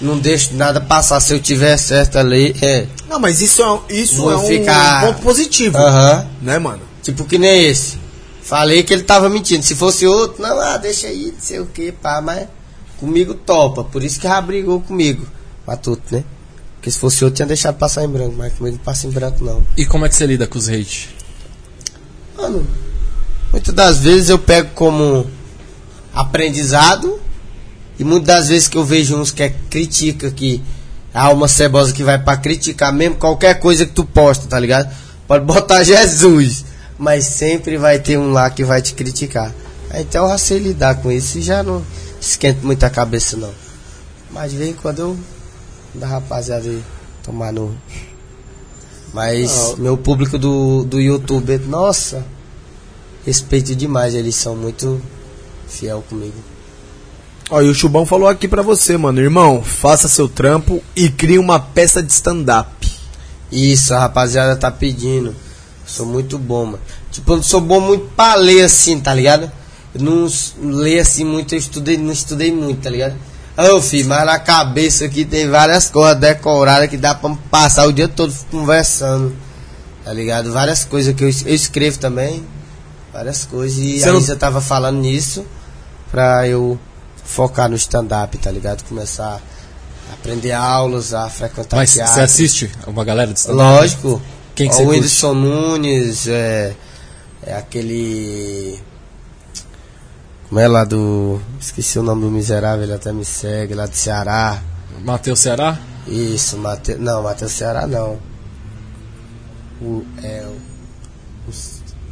Speaker 3: não deixo nada passar. Se eu tiver certo a lei, é.
Speaker 1: Não, mas isso é, isso
Speaker 3: Vou
Speaker 1: é um
Speaker 3: ficar-
Speaker 1: ponto positivo.
Speaker 3: Aham.
Speaker 1: Né, mano?
Speaker 3: Tipo que nem esse. Falei que ele tava mentindo. Se fosse outro, não, ah, deixa aí, não sei o que, pá, mas comigo topa. Por isso que ela brigou comigo. Matuto, né? Porque se fosse outro, tinha deixado passar em branco, mas comigo não passa em branco, não.
Speaker 2: E como é que você lida com os hate?
Speaker 3: Mano, muitas das vezes eu pego como aprendizado e muitas das vezes que eu vejo uns que é critica que a alma cebosa que vai pra criticar mesmo qualquer coisa que tu posta, tá ligado? Pode botar [laughs] Jesus, mas sempre vai ter um lá que vai te criticar. Aí, Então eu já sei lidar com isso e já não esquento muito a cabeça não. Mas de vez em quando eu da rapaziada aí tomar no mas meu público do, do YouTube, nossa, respeito demais, eles são muito fiel comigo.
Speaker 1: Ó, e o Chubão falou aqui pra você, mano. Irmão, faça seu trampo e crie uma peça de stand-up.
Speaker 3: Isso, a rapaziada tá pedindo. Sou muito bom, mano. Tipo, eu não sou bom muito pra ler assim, tá ligado? Eu não s- leio assim muito, eu estudei, não estudei muito, tá ligado? Ô, filho, mas na cabeça aqui tem várias coisas decoradas que dá pra me passar o dia todo conversando, tá ligado? Várias coisas que eu, es- eu escrevo também, várias coisas. E
Speaker 1: Você
Speaker 3: a
Speaker 1: não-
Speaker 3: Isa tava falando nisso pra eu focar no stand-up, tá ligado? Começar a aprender aulas, a
Speaker 1: Tá
Speaker 3: frequentar
Speaker 2: Mas
Speaker 3: teatro.
Speaker 2: você assiste uma galera de stand-up?
Speaker 3: Lógico.
Speaker 2: Quem que
Speaker 3: Ó,
Speaker 2: você
Speaker 3: o
Speaker 2: curte?
Speaker 3: Whindersson Nunes, é, é aquele. Como é lá do. Esqueci o nome do miserável, ele até me segue, lá do Ceará.
Speaker 2: Matheus Ceará?
Speaker 3: Isso, Mate... Não, Matheus Ceará não. O. É. O.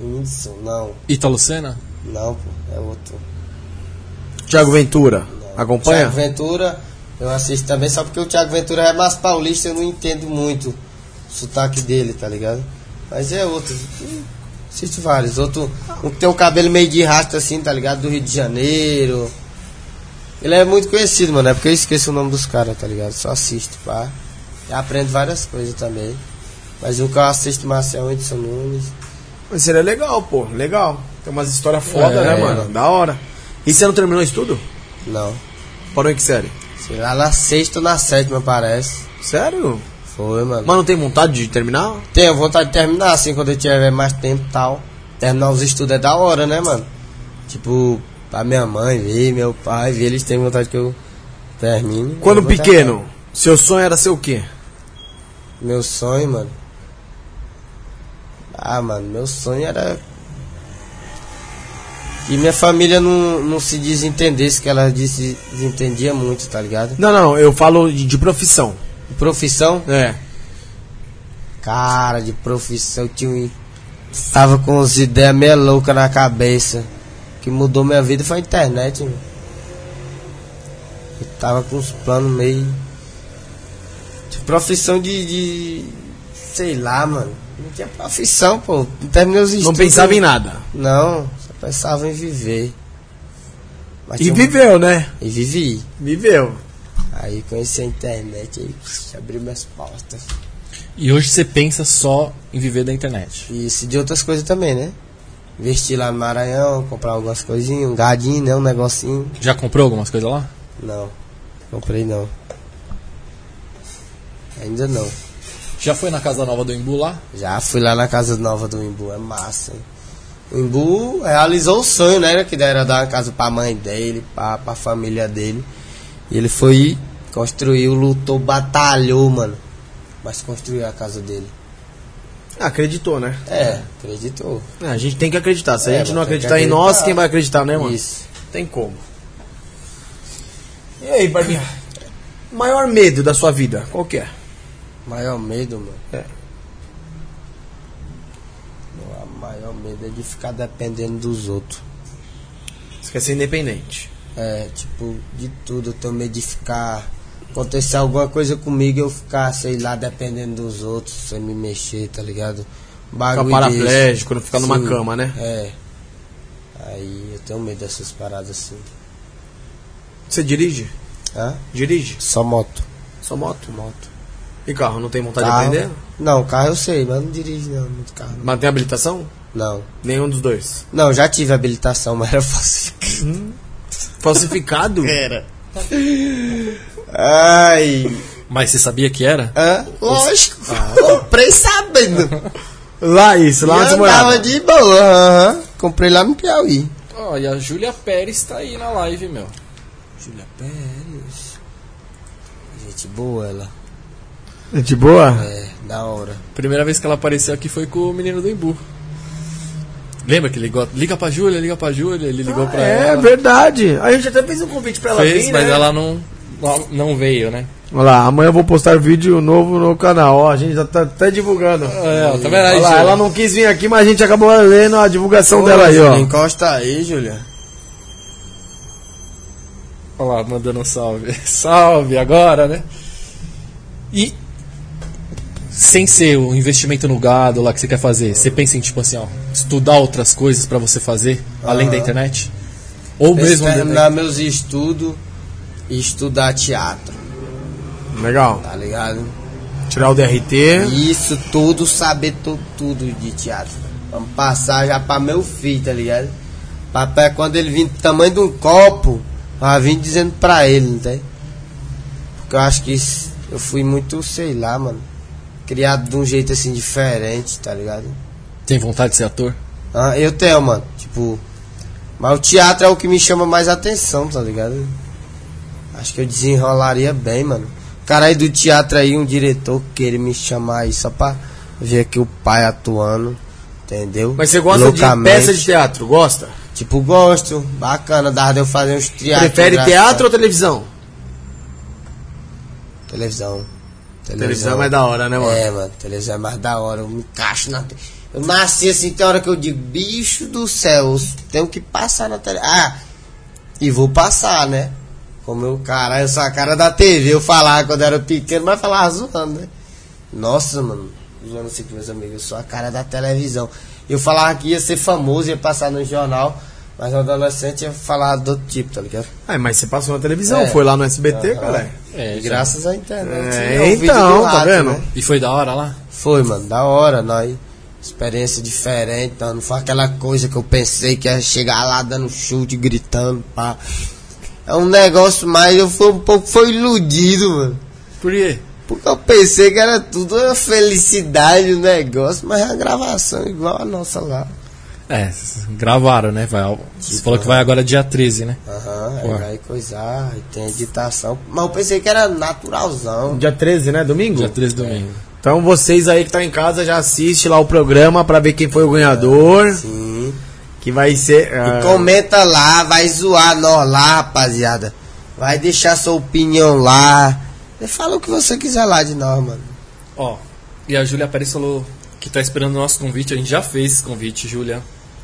Speaker 3: o Whindersson, não.
Speaker 2: Ítalo Senna?
Speaker 3: Não, pô, é outro.
Speaker 1: Tiago Ventura, acompanha?
Speaker 3: Thiago Ventura, eu assisto também, só porque o Thiago Ventura é mais paulista, eu não entendo muito o sotaque dele, tá ligado? Mas é outro. hum, Assisto vários. Outro, um que tem o cabelo meio de rasta assim, tá ligado? Do Rio de Janeiro. Ele é muito conhecido, mano, é porque eu esqueço o nome dos caras, tá ligado? Só assisto, pá. E aprendo várias coisas também. Mas o que eu assisto mais é o Edson Nunes.
Speaker 1: Mas seria legal, pô. Legal. Tem umas histórias foda,
Speaker 3: É,
Speaker 1: né,
Speaker 3: é.
Speaker 1: mano? Da hora. E você não terminou o estudo?
Speaker 3: Não.
Speaker 1: Parou em que série?
Speaker 3: Sei lá, na sexta ou na sétima, parece.
Speaker 1: Sério?
Speaker 3: Foi, mano.
Speaker 1: Mas não tem vontade de terminar?
Speaker 3: Tenho vontade de terminar, assim, quando eu tiver mais tempo e tal. Terminar os estudos é da hora, né, mano? Tipo, pra minha mãe ver, meu pai ver, eles têm vontade que eu termine.
Speaker 1: Quando
Speaker 3: Eu vou
Speaker 1: pequeno,
Speaker 3: terminar.
Speaker 1: seu sonho era ser o quê?
Speaker 3: Meu sonho, mano. Ah, mano, meu sonho era. Que minha família não, não se desentendesse, que ela disse- desentendia muito, tá ligado?
Speaker 1: Não, não, eu falo de, de profissão.
Speaker 3: Profissão,
Speaker 1: É.
Speaker 3: Cara, de profissão, tinha um... Tava com umas ideias meio loucas na cabeça. que mudou minha vida foi a internet, meu. Eu tava com uns planos meio. De profissão de. de- Sei lá, mano. Não tinha profissão, pô. Não terminei os
Speaker 1: Não
Speaker 3: estudos. né?
Speaker 1: pensava em nada.
Speaker 3: Não, só pensava em viver. Mas
Speaker 1: E
Speaker 3: tinha um-
Speaker 1: viveu, né?
Speaker 3: E vivi.
Speaker 1: Viveu.
Speaker 3: Aí conheci a internet, aí pss, abriu minhas portas.
Speaker 2: E hoje você pensa só em viver da internet.
Speaker 3: Isso, de outras coisas também, né? Investir lá no Maranhão, comprar algumas coisinhas, um gadinho, né? Um negocinho.
Speaker 2: Já comprou algumas coisas lá?
Speaker 3: Não, comprei não. Ainda não.
Speaker 2: Já foi na casa nova do Embu lá?
Speaker 3: Já fui lá na casa nova do Imbu, é massa, hein? O Imbu realizou o sonho, né? Que era dar uma casa pra mãe dele, pra, pra família dele. E ele foi, construiu, lutou, batalhou, mano. Mas construiu a casa dele.
Speaker 1: Acreditou, né?
Speaker 3: É, acreditou.
Speaker 1: É, a gente tem que acreditar. Se a
Speaker 3: É,
Speaker 1: gente não
Speaker 3: mas tem que
Speaker 1: acreditar em nós,
Speaker 3: acreditar.
Speaker 1: quem vai acreditar, né, mano?
Speaker 3: Isso.
Speaker 1: Tem como. E aí, Barbinha? Maior medo da sua vida? Qual que é?
Speaker 3: Maior medo, mano.
Speaker 1: É.
Speaker 3: Meu O maior medo é de ficar dependendo dos outros.
Speaker 1: Você quer ser independente.
Speaker 3: É, tipo, de tudo. Eu tenho medo de ficar. Acontecer alguma coisa comigo, eu ficar, sei lá, dependendo dos outros, sem me mexer, tá ligado?
Speaker 1: Ficar
Speaker 3: Bagulho desse.
Speaker 1: paraplégico, não ficar numa
Speaker 3: Sim,
Speaker 1: cama, né?
Speaker 3: É. Aí eu tenho medo dessas paradas assim.
Speaker 1: Você dirige?
Speaker 3: Hã?
Speaker 1: Dirige?
Speaker 3: Só moto.
Speaker 1: Só moto?
Speaker 3: Moto.
Speaker 1: E carro, não tem vontade
Speaker 3: Carro?
Speaker 1: de aprender?
Speaker 3: Não, carro eu sei, mas não dirijo não, muito carro. não.
Speaker 1: Mas tem habilitação?
Speaker 3: Não.
Speaker 1: Nenhum dos dois.
Speaker 3: Não, já tive habilitação, [laughs] mas era falsificado.
Speaker 1: [laughs] Falsificado?
Speaker 3: Era. Ai.
Speaker 2: Mas você sabia que era?
Speaker 3: Hã? Lógico. Comprei sabendo.
Speaker 1: Lá isso, lá
Speaker 3: Lá
Speaker 1: onde você
Speaker 3: andava
Speaker 1: morava.
Speaker 3: de boa. aham. Comprei lá no Piauí.
Speaker 2: Ó, e a Júlia Pérez tá aí na live, meu.
Speaker 3: Júlia Pérez. Gente boa ela.
Speaker 1: De boa?
Speaker 3: É, da hora.
Speaker 2: Primeira vez que ela apareceu aqui foi com o menino do Embu. Lembra que ligou? Liga pra Júlia, liga pra Júlia, ele ligou pra
Speaker 1: é,
Speaker 2: ela.
Speaker 1: verdade. A gente até fez um convite pra ela
Speaker 2: Fez,
Speaker 1: vir,
Speaker 2: mas
Speaker 1: né?
Speaker 2: ela não, não- não veio, né?
Speaker 1: Olha lá, amanhã eu vou postar vídeo novo no canal. Ó, a gente já tá até divulgando.
Speaker 2: É, ó, tá vendo aí,
Speaker 1: Olha lá,
Speaker 2: Júlia?
Speaker 1: ela não quis vir aqui, mas a gente acabou lendo a divulgação Então dela aí,
Speaker 3: Júlia,
Speaker 1: ó.
Speaker 3: Encosta aí, Júlia.
Speaker 2: Olha lá, mandando um salve. [laughs] Salve agora, né? E sem ser o investimento no gado lá que você quer fazer, você pensa em tipo assim, ó, estudar outras coisas pra você fazer além da internet? Ou
Speaker 3: Penso
Speaker 2: mesmo né,
Speaker 3: em terminar é meus estudos e estudar teatro,
Speaker 1: Legal.
Speaker 3: tá ligado?
Speaker 1: Tirar o DRT.
Speaker 3: Isso tudo, saber tudo, tudo de teatro. Vamos passar já pra meu filho, tá ligado? Papai, quando ele vir do tamanho de um copo, vai vir dizendo pra ele, não tem? Porque eu acho que isso- eu fui muito, sei lá, mano. Criado de um jeito assim diferente, tá ligado?
Speaker 2: tem vontade de ser ator?
Speaker 3: Ah, eu tenho, mano. Tipo. Mas o teatro é o que me chama mais atenção, tá ligado? Acho que eu desenrolaria bem, mano. O cara aí do teatro aí, um diretor querer me chamar aí só pra ver aqui o pai atuando. Entendeu?
Speaker 1: Mas você gosta de
Speaker 3: Loucamente.
Speaker 1: peça de teatro? Gosta?
Speaker 3: Tipo, gosto. Bacana, dava de eu fazer uns teatros.
Speaker 1: Prefere
Speaker 3: engraçados.
Speaker 1: teatro ou televisão?
Speaker 3: Televisão.
Speaker 1: Televisão é mais da hora, né, mano?
Speaker 3: É, mano, televisão é mais da hora. Eu me encaixo na. te- Eu nasci assim, tem hora que eu digo, bicho do céu, eu tenho que passar na televisão. Ah, e vou passar, né? Como eu, caralho, eu sou a cara da TV. Eu falava quando era pequeno, mas falava zoando, né? Nossa, mano, zoando assim com meus amigos, eu sou a cara da televisão. Eu falava que ia ser famoso, ia passar no jornal, mas no adolescente ia falar do outro tipo, tá ligado?
Speaker 1: Ah, mas você passou na televisão,
Speaker 3: É.
Speaker 1: foi lá no SBT,
Speaker 3: Aham.
Speaker 1: cara.
Speaker 2: É,
Speaker 3: E
Speaker 2: já.
Speaker 3: graças à internet.
Speaker 1: É,
Speaker 3: né? O vídeo
Speaker 1: então,
Speaker 3: do
Speaker 1: tá vendo?
Speaker 2: E foi da hora lá?
Speaker 3: Foi, mano, da hora, nós. Experiência diferente, nós não foi aquela coisa que eu pensei que ia chegar lá dando chute, gritando, pá. É um negócio mais, eu fui um pouco, foi iludido, mano.
Speaker 2: Por quê?
Speaker 3: Porque eu pensei que era tudo uma felicidade o negócio, mas é uma gravação igual a nossa lá.
Speaker 2: É, s- gravaram, né? Vai, ao- você falou que vai agora dia 13, né?
Speaker 3: Aham,
Speaker 2: Ué.
Speaker 3: aí vai coisar, aí tem editação. Mas eu pensei que era naturalzão.
Speaker 1: Dia 13, né? Domingo?
Speaker 2: Dia 13 domingo.
Speaker 1: Então vocês aí que estão em casa já assiste lá o programa pra ver quem foi o ganhador.
Speaker 3: Sim.
Speaker 1: Que vai ser. ah,
Speaker 3: E [laughs] comenta lá, vai zoar nós lá, rapaziada. Vai deixar sua opinião lá. E Fala o que você quiser lá de nós, mano.
Speaker 2: Ó, e a Júlia Pérez falou que tá esperando o nosso convite. A gente já fez esse convite, Júlia.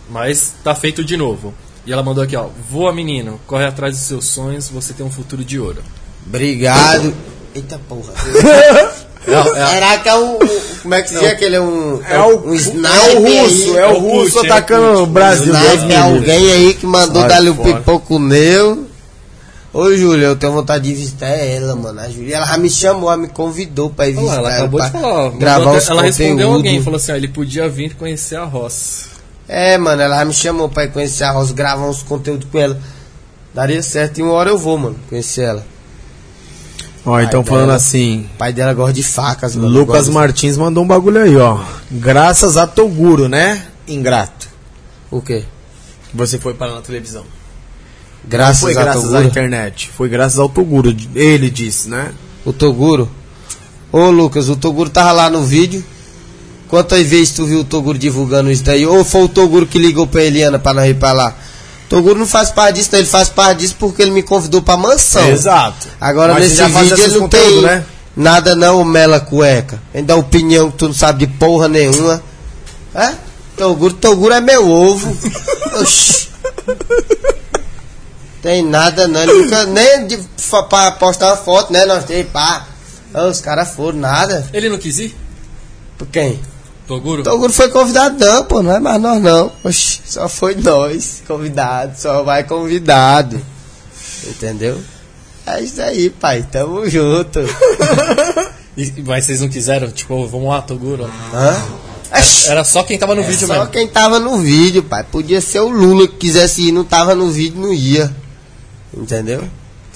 Speaker 2: Mas tá feito de novo. E ela mandou aqui, ó. Voa, menino. Corre atrás dos seus sonhos. Você tem um futuro de ouro.
Speaker 3: Obrigado. Eita porra. Será que é um. um- Como é que se diz aquele? É um.
Speaker 1: É o, é
Speaker 3: um
Speaker 1: o russo,
Speaker 3: aí?
Speaker 1: é
Speaker 2: É
Speaker 1: o
Speaker 2: o
Speaker 1: russo
Speaker 2: Putin, é o
Speaker 1: atacando o
Speaker 2: Putin.
Speaker 1: Brasil. Deus
Speaker 3: Sniper
Speaker 1: me
Speaker 3: é
Speaker 1: livre.
Speaker 3: alguém aí que mandou
Speaker 1: Sai
Speaker 3: dar-lhe um
Speaker 1: fora.
Speaker 3: pipoco meu. Ô, Júlia, eu tenho vontade de visitar ela, mano. A Júlia, ela já me chamou, ela me convidou pra ir
Speaker 2: Olha lá,
Speaker 3: visitar
Speaker 2: ela acabou
Speaker 3: É, pra
Speaker 2: de falar. ó, mandou
Speaker 3: gravar
Speaker 2: até-
Speaker 3: os
Speaker 2: ela respondeu
Speaker 3: conteúdos.
Speaker 2: alguém. Falou assim, ó. Ele podia vir conhecer a roça.
Speaker 3: É, mano, ela já me chamou pra ir conhecer a Rosa, gravar uns conteúdos com ela. Daria certo, em uma hora eu vou, mano, conhecer ela.
Speaker 1: Ó, então
Speaker 3: Ai,
Speaker 1: falando
Speaker 3: dela.
Speaker 1: assim.
Speaker 3: O pai dela gosta de facas, mano.
Speaker 1: Lucas
Speaker 3: gosta de-
Speaker 1: Martins mandou um bagulho aí, ó. Graças a Toguro, né? Ingrato.
Speaker 3: O quê?
Speaker 1: Você foi parar na televisão.
Speaker 3: Graças,
Speaker 1: Foi
Speaker 3: a
Speaker 1: graças à
Speaker 3: Toguro.
Speaker 1: internet. Foi graças ao Toguro, d- ele disse, né?
Speaker 3: O Toguro. Ô, Lucas, o Toguro tava lá no vídeo. Quantas vezes tu viu o Toguro divulgando isso daí? Ou foi o Toguro que ligou pra Eliana pra nós ir pra lá? Toguro não faz parte disso, não. Ele faz parte disso porque ele me convidou pra mansão.
Speaker 1: Exato.
Speaker 3: Então, Agora
Speaker 1: Mas você
Speaker 3: nesse
Speaker 1: já faz
Speaker 3: vídeo
Speaker 1: esses
Speaker 3: ele não
Speaker 1: conteúdo,
Speaker 3: tem
Speaker 1: né?
Speaker 3: nada não, ô mela cueca. Ainda opinião que tu não sabe de porra nenhuma. É? Toguro, Toguro é
Speaker 1: [laughs]
Speaker 3: meu ovo. Oxi. Tem nada, não. Ele nunca, nem de, fa- pra postar uma foto, né? Nós tem, pá. Ah, os caras foram, nada.
Speaker 2: Ele não quis ir?
Speaker 3: Por quem?
Speaker 2: Toguro?
Speaker 3: Toguro foi convidado, não, pô, não é mais nós, não. Oxi, só foi nós convidado, só vai convidado. Entendeu? É isso aí, pai, tamo junto.
Speaker 2: E- mas vocês não quiseram? Tipo, "Ô, vamos lá, Toguro.
Speaker 3: Hã? Oxi.
Speaker 2: Era só quem tava no vídeo
Speaker 3: É Só
Speaker 2: mesmo.
Speaker 3: quem tava no vídeo, pai. Podia ser o Lula que quisesse ir, não tava no vídeo, não ia. Entendeu?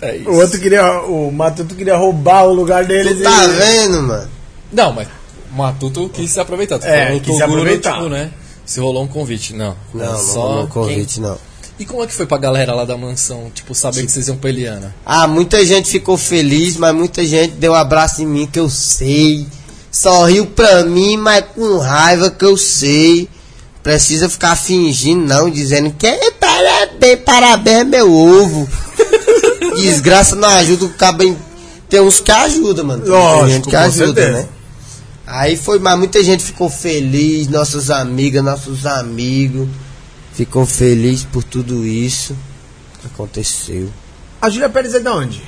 Speaker 2: É isso.
Speaker 1: O outro queria. O Matuto queria roubar o lugar dele.
Speaker 3: Tu tá
Speaker 1: e-
Speaker 3: vendo, mano?
Speaker 2: Não, mas o Matuto quis se aproveitar. Tô
Speaker 1: É,
Speaker 2: falando, o
Speaker 1: quis se
Speaker 2: Toguro,
Speaker 1: aproveitar.
Speaker 2: tipo, né? Se rolou um convite. Não.
Speaker 3: Não, não
Speaker 2: só
Speaker 3: rolou convite,
Speaker 2: quem-
Speaker 3: não.
Speaker 2: E como é que foi pra galera lá da mansão, tipo, saber que vocês iam pra Eliana?
Speaker 3: Ah, muita gente ficou feliz, mas muita gente deu abraço em mim que eu sei. Sorriu pra mim, mas com raiva que eu sei. Precisa ficar fingindo, não, dizendo que é parabéns, parabéns,
Speaker 1: [laughs]
Speaker 3: meu ovo. Desgraça não ajuda o cabra. em- Tem uns que ajudam, mano. Tem
Speaker 1: Lógico,
Speaker 3: gente que
Speaker 1: com
Speaker 3: ajuda,
Speaker 1: certeza.
Speaker 3: né? Aí foi, mas muita gente ficou feliz, nossas amigas, nossos amigos. Ficou feliz por tudo isso. que Aconteceu.
Speaker 1: A Júlia Pérez é da onde?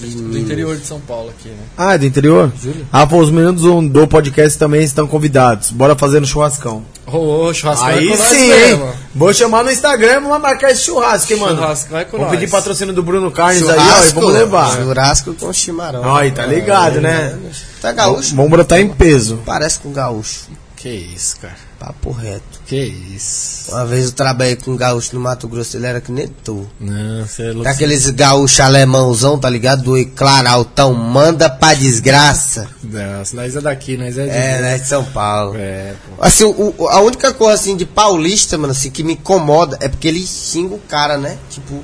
Speaker 2: Do interior de São Paulo aqui, né?
Speaker 1: Ah, é do interior?
Speaker 2: Júlia.
Speaker 1: Ah, pô, os meninos do- do podcast também estão convidados. Bora fazer no churrascão.
Speaker 2: Ô, ô, churrasco é
Speaker 1: Aí
Speaker 2: com nós
Speaker 1: sim,
Speaker 2: mesmo.
Speaker 1: hein? Vou chamar no Instagram, vamos marcar esse churrasco, hein, mano?
Speaker 2: Churrasco, vai com
Speaker 1: Vou
Speaker 2: nós.
Speaker 1: pedir patrocínio do Bruno Carnes aí, ó, e vamos levar.
Speaker 3: Churrasco com chimarrão.
Speaker 1: Aí, tá ligado, né?
Speaker 3: Tá gaúcho?
Speaker 1: Vamos brotar em peso.
Speaker 3: Parece com gaúcho.
Speaker 2: Que isso, cara.
Speaker 3: Papo reto.
Speaker 2: Que isso.
Speaker 3: Uma vez eu trabalhei com um gaúcho no Mato Grosso, ele era que nem tu.
Speaker 2: Não, você é louco.
Speaker 3: Daqueles gaúchos alemãozão, tá ligado? Do Claro Altão, manda pra desgraça.
Speaker 2: Não, se nós é daqui, nós é de...
Speaker 3: É, né? De São Paulo.
Speaker 2: É, pô.
Speaker 3: Assim, o- o- a única coisa assim de paulista, mano, assim, que me incomoda é porque ele xinga o cara, né? Tipo,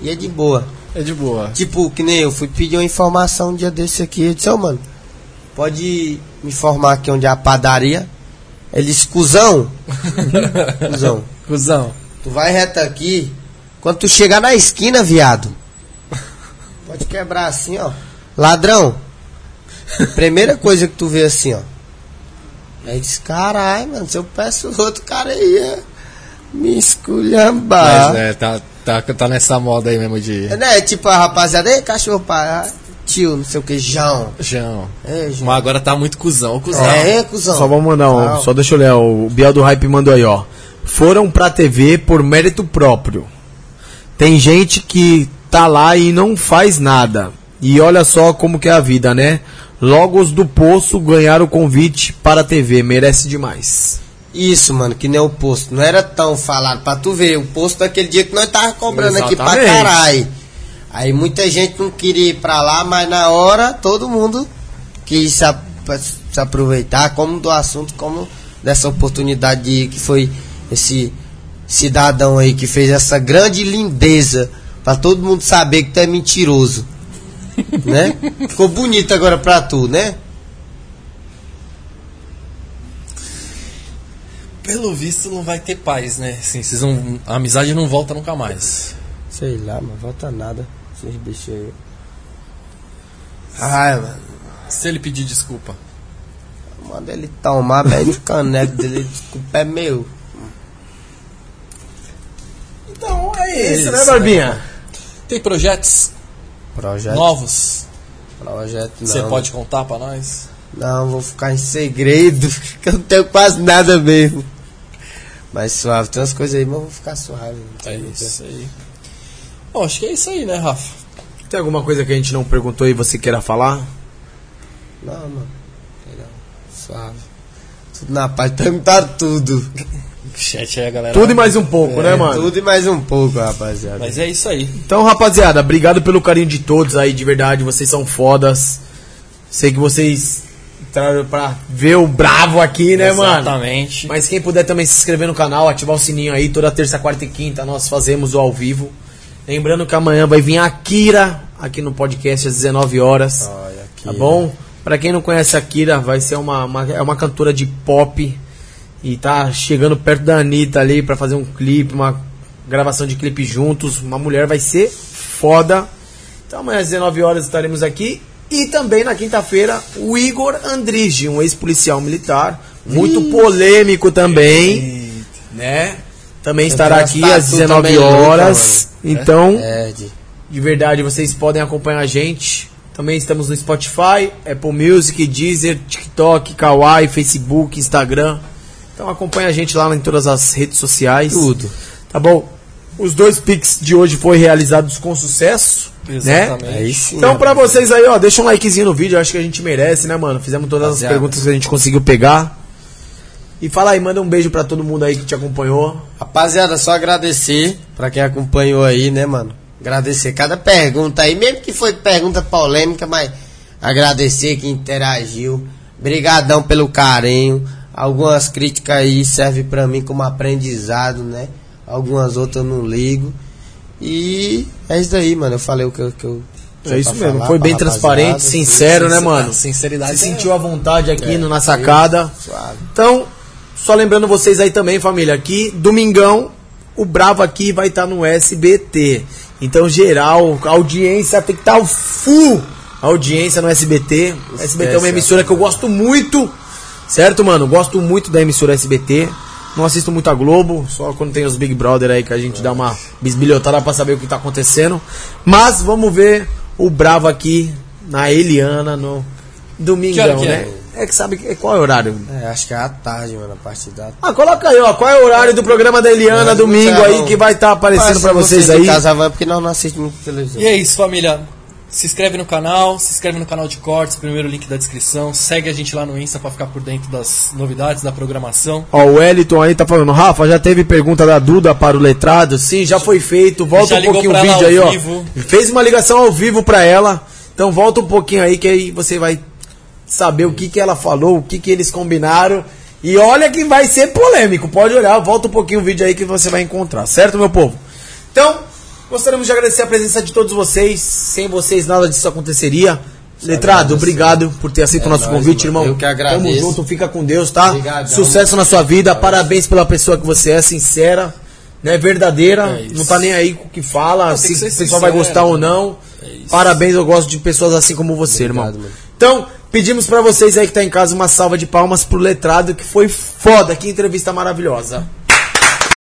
Speaker 3: e é de boa.
Speaker 2: É de boa.
Speaker 3: Tipo, que nem eu fui pedir uma informação um dia desse aqui. Eu disse, ô mano, pode me informar aqui onde é a padaria? Ele disse, cuzão, cuzão,
Speaker 2: [laughs] Cusão.
Speaker 3: tu vai reto aqui, quando tu chegar na esquina, viado, pode quebrar assim, ó. Ladrão, primeira coisa que tu vê assim, ó. Aí eu disse, caralho, mano, se eu peço outro cara ia me esculhambar.
Speaker 2: Mas, é, tá, tá, tá nessa moda aí mesmo de...
Speaker 3: É, né? Tipo a rapaziada, ei, cachorro, pá, ah, tio, não sei o que, João.
Speaker 2: Jão.
Speaker 3: É, João.
Speaker 2: Mas agora tá muito cuzão, cuzão.
Speaker 3: É, é, cuzão.
Speaker 1: Só vamos mandar um,
Speaker 3: Tal.
Speaker 1: só deixa eu ler, o Biel do Hype mandou aí, ó. Foram pra TV por mérito próprio. Tem gente que tá lá e não faz nada. E olha só como que é a vida, né? Logo os do Poço ganharam o convite para a TV, merece demais.
Speaker 3: Isso, mano, que nem o posto. Não era tão falado pra tu ver. O posto daquele dia que nós tava cobrando aqui pra
Speaker 1: Exatamente.
Speaker 3: caralho. Aí muita gente não queria ir pra lá, mas na hora todo mundo quis se, ap- se aproveitar, como do assunto, como dessa oportunidade de- que foi esse cidadão aí que fez essa grande lindeza pra todo mundo saber que tu é mentiroso. [laughs] né? Ficou bonito agora pra tu, né?
Speaker 2: Pelo visto não vai ter paz, né? Assim, vocês não, a amizade não volta nunca mais.
Speaker 3: Sei lá, mano, volta nada. Esses bichos aí. Ai, mano.
Speaker 2: Se ele pedir desculpa.
Speaker 3: Manda ele tomar, velho, de caneco dele. [laughs] Desculpa, é meu.
Speaker 1: Então é
Speaker 2: isso, né,
Speaker 1: Barbinha?
Speaker 2: Tem projetos
Speaker 3: Projeto.
Speaker 2: novos?
Speaker 3: Projeto não.
Speaker 2: Você
Speaker 1: né?
Speaker 2: pode contar pra nós?
Speaker 3: Não, vou ficar em segredo. [laughs] Que eu não tenho quase nada mesmo. Mas suave, tem umas coisas aí, mas eu vou ficar suave.
Speaker 2: É
Speaker 3: não tem muita-
Speaker 2: isso aí. Bom, acho que é isso aí, né, Rafa?
Speaker 1: Tem alguma coisa que a gente não perguntou e você queira falar?
Speaker 3: Não, mano. Legal. Suave. Tudo na paz. Perguntaram tudo.
Speaker 2: Chat aí, galera.
Speaker 1: Tudo e mais um pouco, né, mano?
Speaker 3: Tudo e mais um pouco, rapaziada.
Speaker 2: Mas é isso aí.
Speaker 1: Então, rapaziada, obrigado pelo carinho de todos aí, de verdade. Vocês são fodas. Sei que vocês entraram pra ver o bravo aqui, né, mano?
Speaker 2: Exatamente.
Speaker 1: Mas quem puder também se inscrever no canal, ativar o sininho aí, toda terça, quarta e quinta nós fazemos o ao vivo. Lembrando que amanhã vai vir a Kira aqui no podcast às 19 horas.
Speaker 3: Olha,
Speaker 1: Tá
Speaker 3: Kira.
Speaker 1: bom? Pra quem não conhece a Kira, vai ser uma, uma- é uma cantora de pop e tá chegando perto da Anitta ali pra fazer um clipe, uma gravação de clipe juntos. Uma mulher vai ser foda. Então amanhã às 19 horas estaremos aqui. E também na quinta-feira, o Igor Andrige, um ex-policial militar, muito polêmico também, né? Também estará
Speaker 3: umas
Speaker 1: aqui
Speaker 3: tatu
Speaker 1: às 19
Speaker 3: também, É?
Speaker 1: horas. Então,
Speaker 3: Perde.
Speaker 1: de verdade, vocês podem acompanhar a gente. Também estamos no Spotify, Apple Music, Deezer, TikTok, Kawaii, Facebook, Instagram. Então acompanha a gente lá em todas as redes sociais.
Speaker 3: Tudo.
Speaker 1: Tá bom? Os dois Pix de hoje foram realizados com sucesso. Né?
Speaker 3: Aí sim.
Speaker 1: Então, pra
Speaker 3: rapaz.
Speaker 1: vocês aí, ó, deixa um likezinho no vídeo, eu acho que a gente merece, né, mano? Fizemos todas
Speaker 3: Rapaziada.
Speaker 1: as perguntas que a gente conseguiu pegar. E fala aí, manda um beijo pra todo mundo aí que te acompanhou.
Speaker 3: Rapaziada, só agradecer pra quem acompanhou aí, né, mano? Agradecer cada pergunta aí, mesmo que foi pergunta polêmica, mas agradecer que interagiu. Brigadão pelo carinho. Algumas críticas aí servem pra mim como aprendizado, né? Algumas outras eu não ligo. E é isso aí, mano. Eu falei o que eu. que eu
Speaker 1: É isso
Speaker 3: pra
Speaker 1: mesmo,
Speaker 3: falar
Speaker 1: foi
Speaker 3: pra
Speaker 1: bem
Speaker 3: rapaziada,
Speaker 1: transparente,
Speaker 3: foi
Speaker 1: sincero, né,
Speaker 3: sincero,
Speaker 1: mano?
Speaker 2: Sinceridade.
Speaker 1: Se sentiu à vontade aqui
Speaker 3: É,
Speaker 1: no na sacada.
Speaker 3: Suave.
Speaker 1: Então, só lembrando vocês aí também, família, que domingão o Bravo aqui vai estar no SBT. Então, geral, a audiência tem que estar tá full a audiência no SBT. SBT é uma emissora que eu gosto muito, certo, mano? Gosto muito da emissora SBT. Não assisto muito a Globo, só quando tem os Big Brother aí que a gente dá uma bisbilhotada pra saber o que tá acontecendo. Mas vamos ver o Bravo aqui na Eliana no
Speaker 2: Que hora
Speaker 1: domingão,
Speaker 2: que
Speaker 1: né? É que sabe que- qual é o horário?
Speaker 3: É, acho que é à tarde, mano, a partir da
Speaker 1: Ah, coloca aí, ó. Qual é o horário do programa da Eliana
Speaker 3: Mas
Speaker 1: domingo
Speaker 3: não.
Speaker 1: aí que vai estar aparecendo
Speaker 3: Parece
Speaker 1: pra
Speaker 3: que
Speaker 1: vocês
Speaker 3: de
Speaker 1: aí?
Speaker 3: Casa vai porque nós não assistimos muito televisão.
Speaker 2: E é isso, família. Se inscreve no canal, se inscreve no canal de cortes, primeiro link da descrição. Segue a gente lá no Insta pra ficar por dentro das novidades da programação.
Speaker 1: Ó, o Wellington aí tá falando, Rafa, já teve pergunta da Duda para o letrado? Sim, já foi feito. Volta
Speaker 2: Já
Speaker 1: um
Speaker 2: ligou
Speaker 1: pouquinho o
Speaker 2: pra ela
Speaker 1: vídeo
Speaker 2: ao
Speaker 1: aí, ó.
Speaker 2: vivo.
Speaker 1: Fez uma ligação ao vivo pra ela. Então volta um pouquinho aí que aí você vai saber o que que ela falou, o que que eles combinaram. E olha que vai ser polêmico. Pode olhar, volta um pouquinho o vídeo aí que você vai encontrar, certo, meu povo? Então, gostaríamos de agradecer a presença de todos vocês. Sem vocês nada disso aconteceria. Letrado, obrigado por ter aceito o nosso
Speaker 3: É nóis,
Speaker 1: convite,
Speaker 3: mano.
Speaker 1: irmão.
Speaker 3: Eu que agradeço.
Speaker 1: Tamo junto, fica com Deus, tá?
Speaker 3: Obrigadão.
Speaker 1: Sucesso na sua
Speaker 2: É
Speaker 1: vida, parabéns pela pessoa que você é, sincera, né? Verdadeira,
Speaker 2: É isso.
Speaker 1: não tá nem aí com o que fala,
Speaker 2: Não, tem
Speaker 1: se
Speaker 2: que
Speaker 1: o
Speaker 2: ser
Speaker 1: pessoal
Speaker 2: sincero, né?
Speaker 1: vai
Speaker 2: É
Speaker 1: gostar ou não.
Speaker 2: isso.
Speaker 1: parabéns, eu gosto de pessoas assim como você,
Speaker 3: Obrigado,
Speaker 1: irmão.
Speaker 3: mano.
Speaker 1: Então, pedimos pra vocês aí que tá em casa uma salva de palmas pro letrado, que foi foda, que entrevista maravilhosa.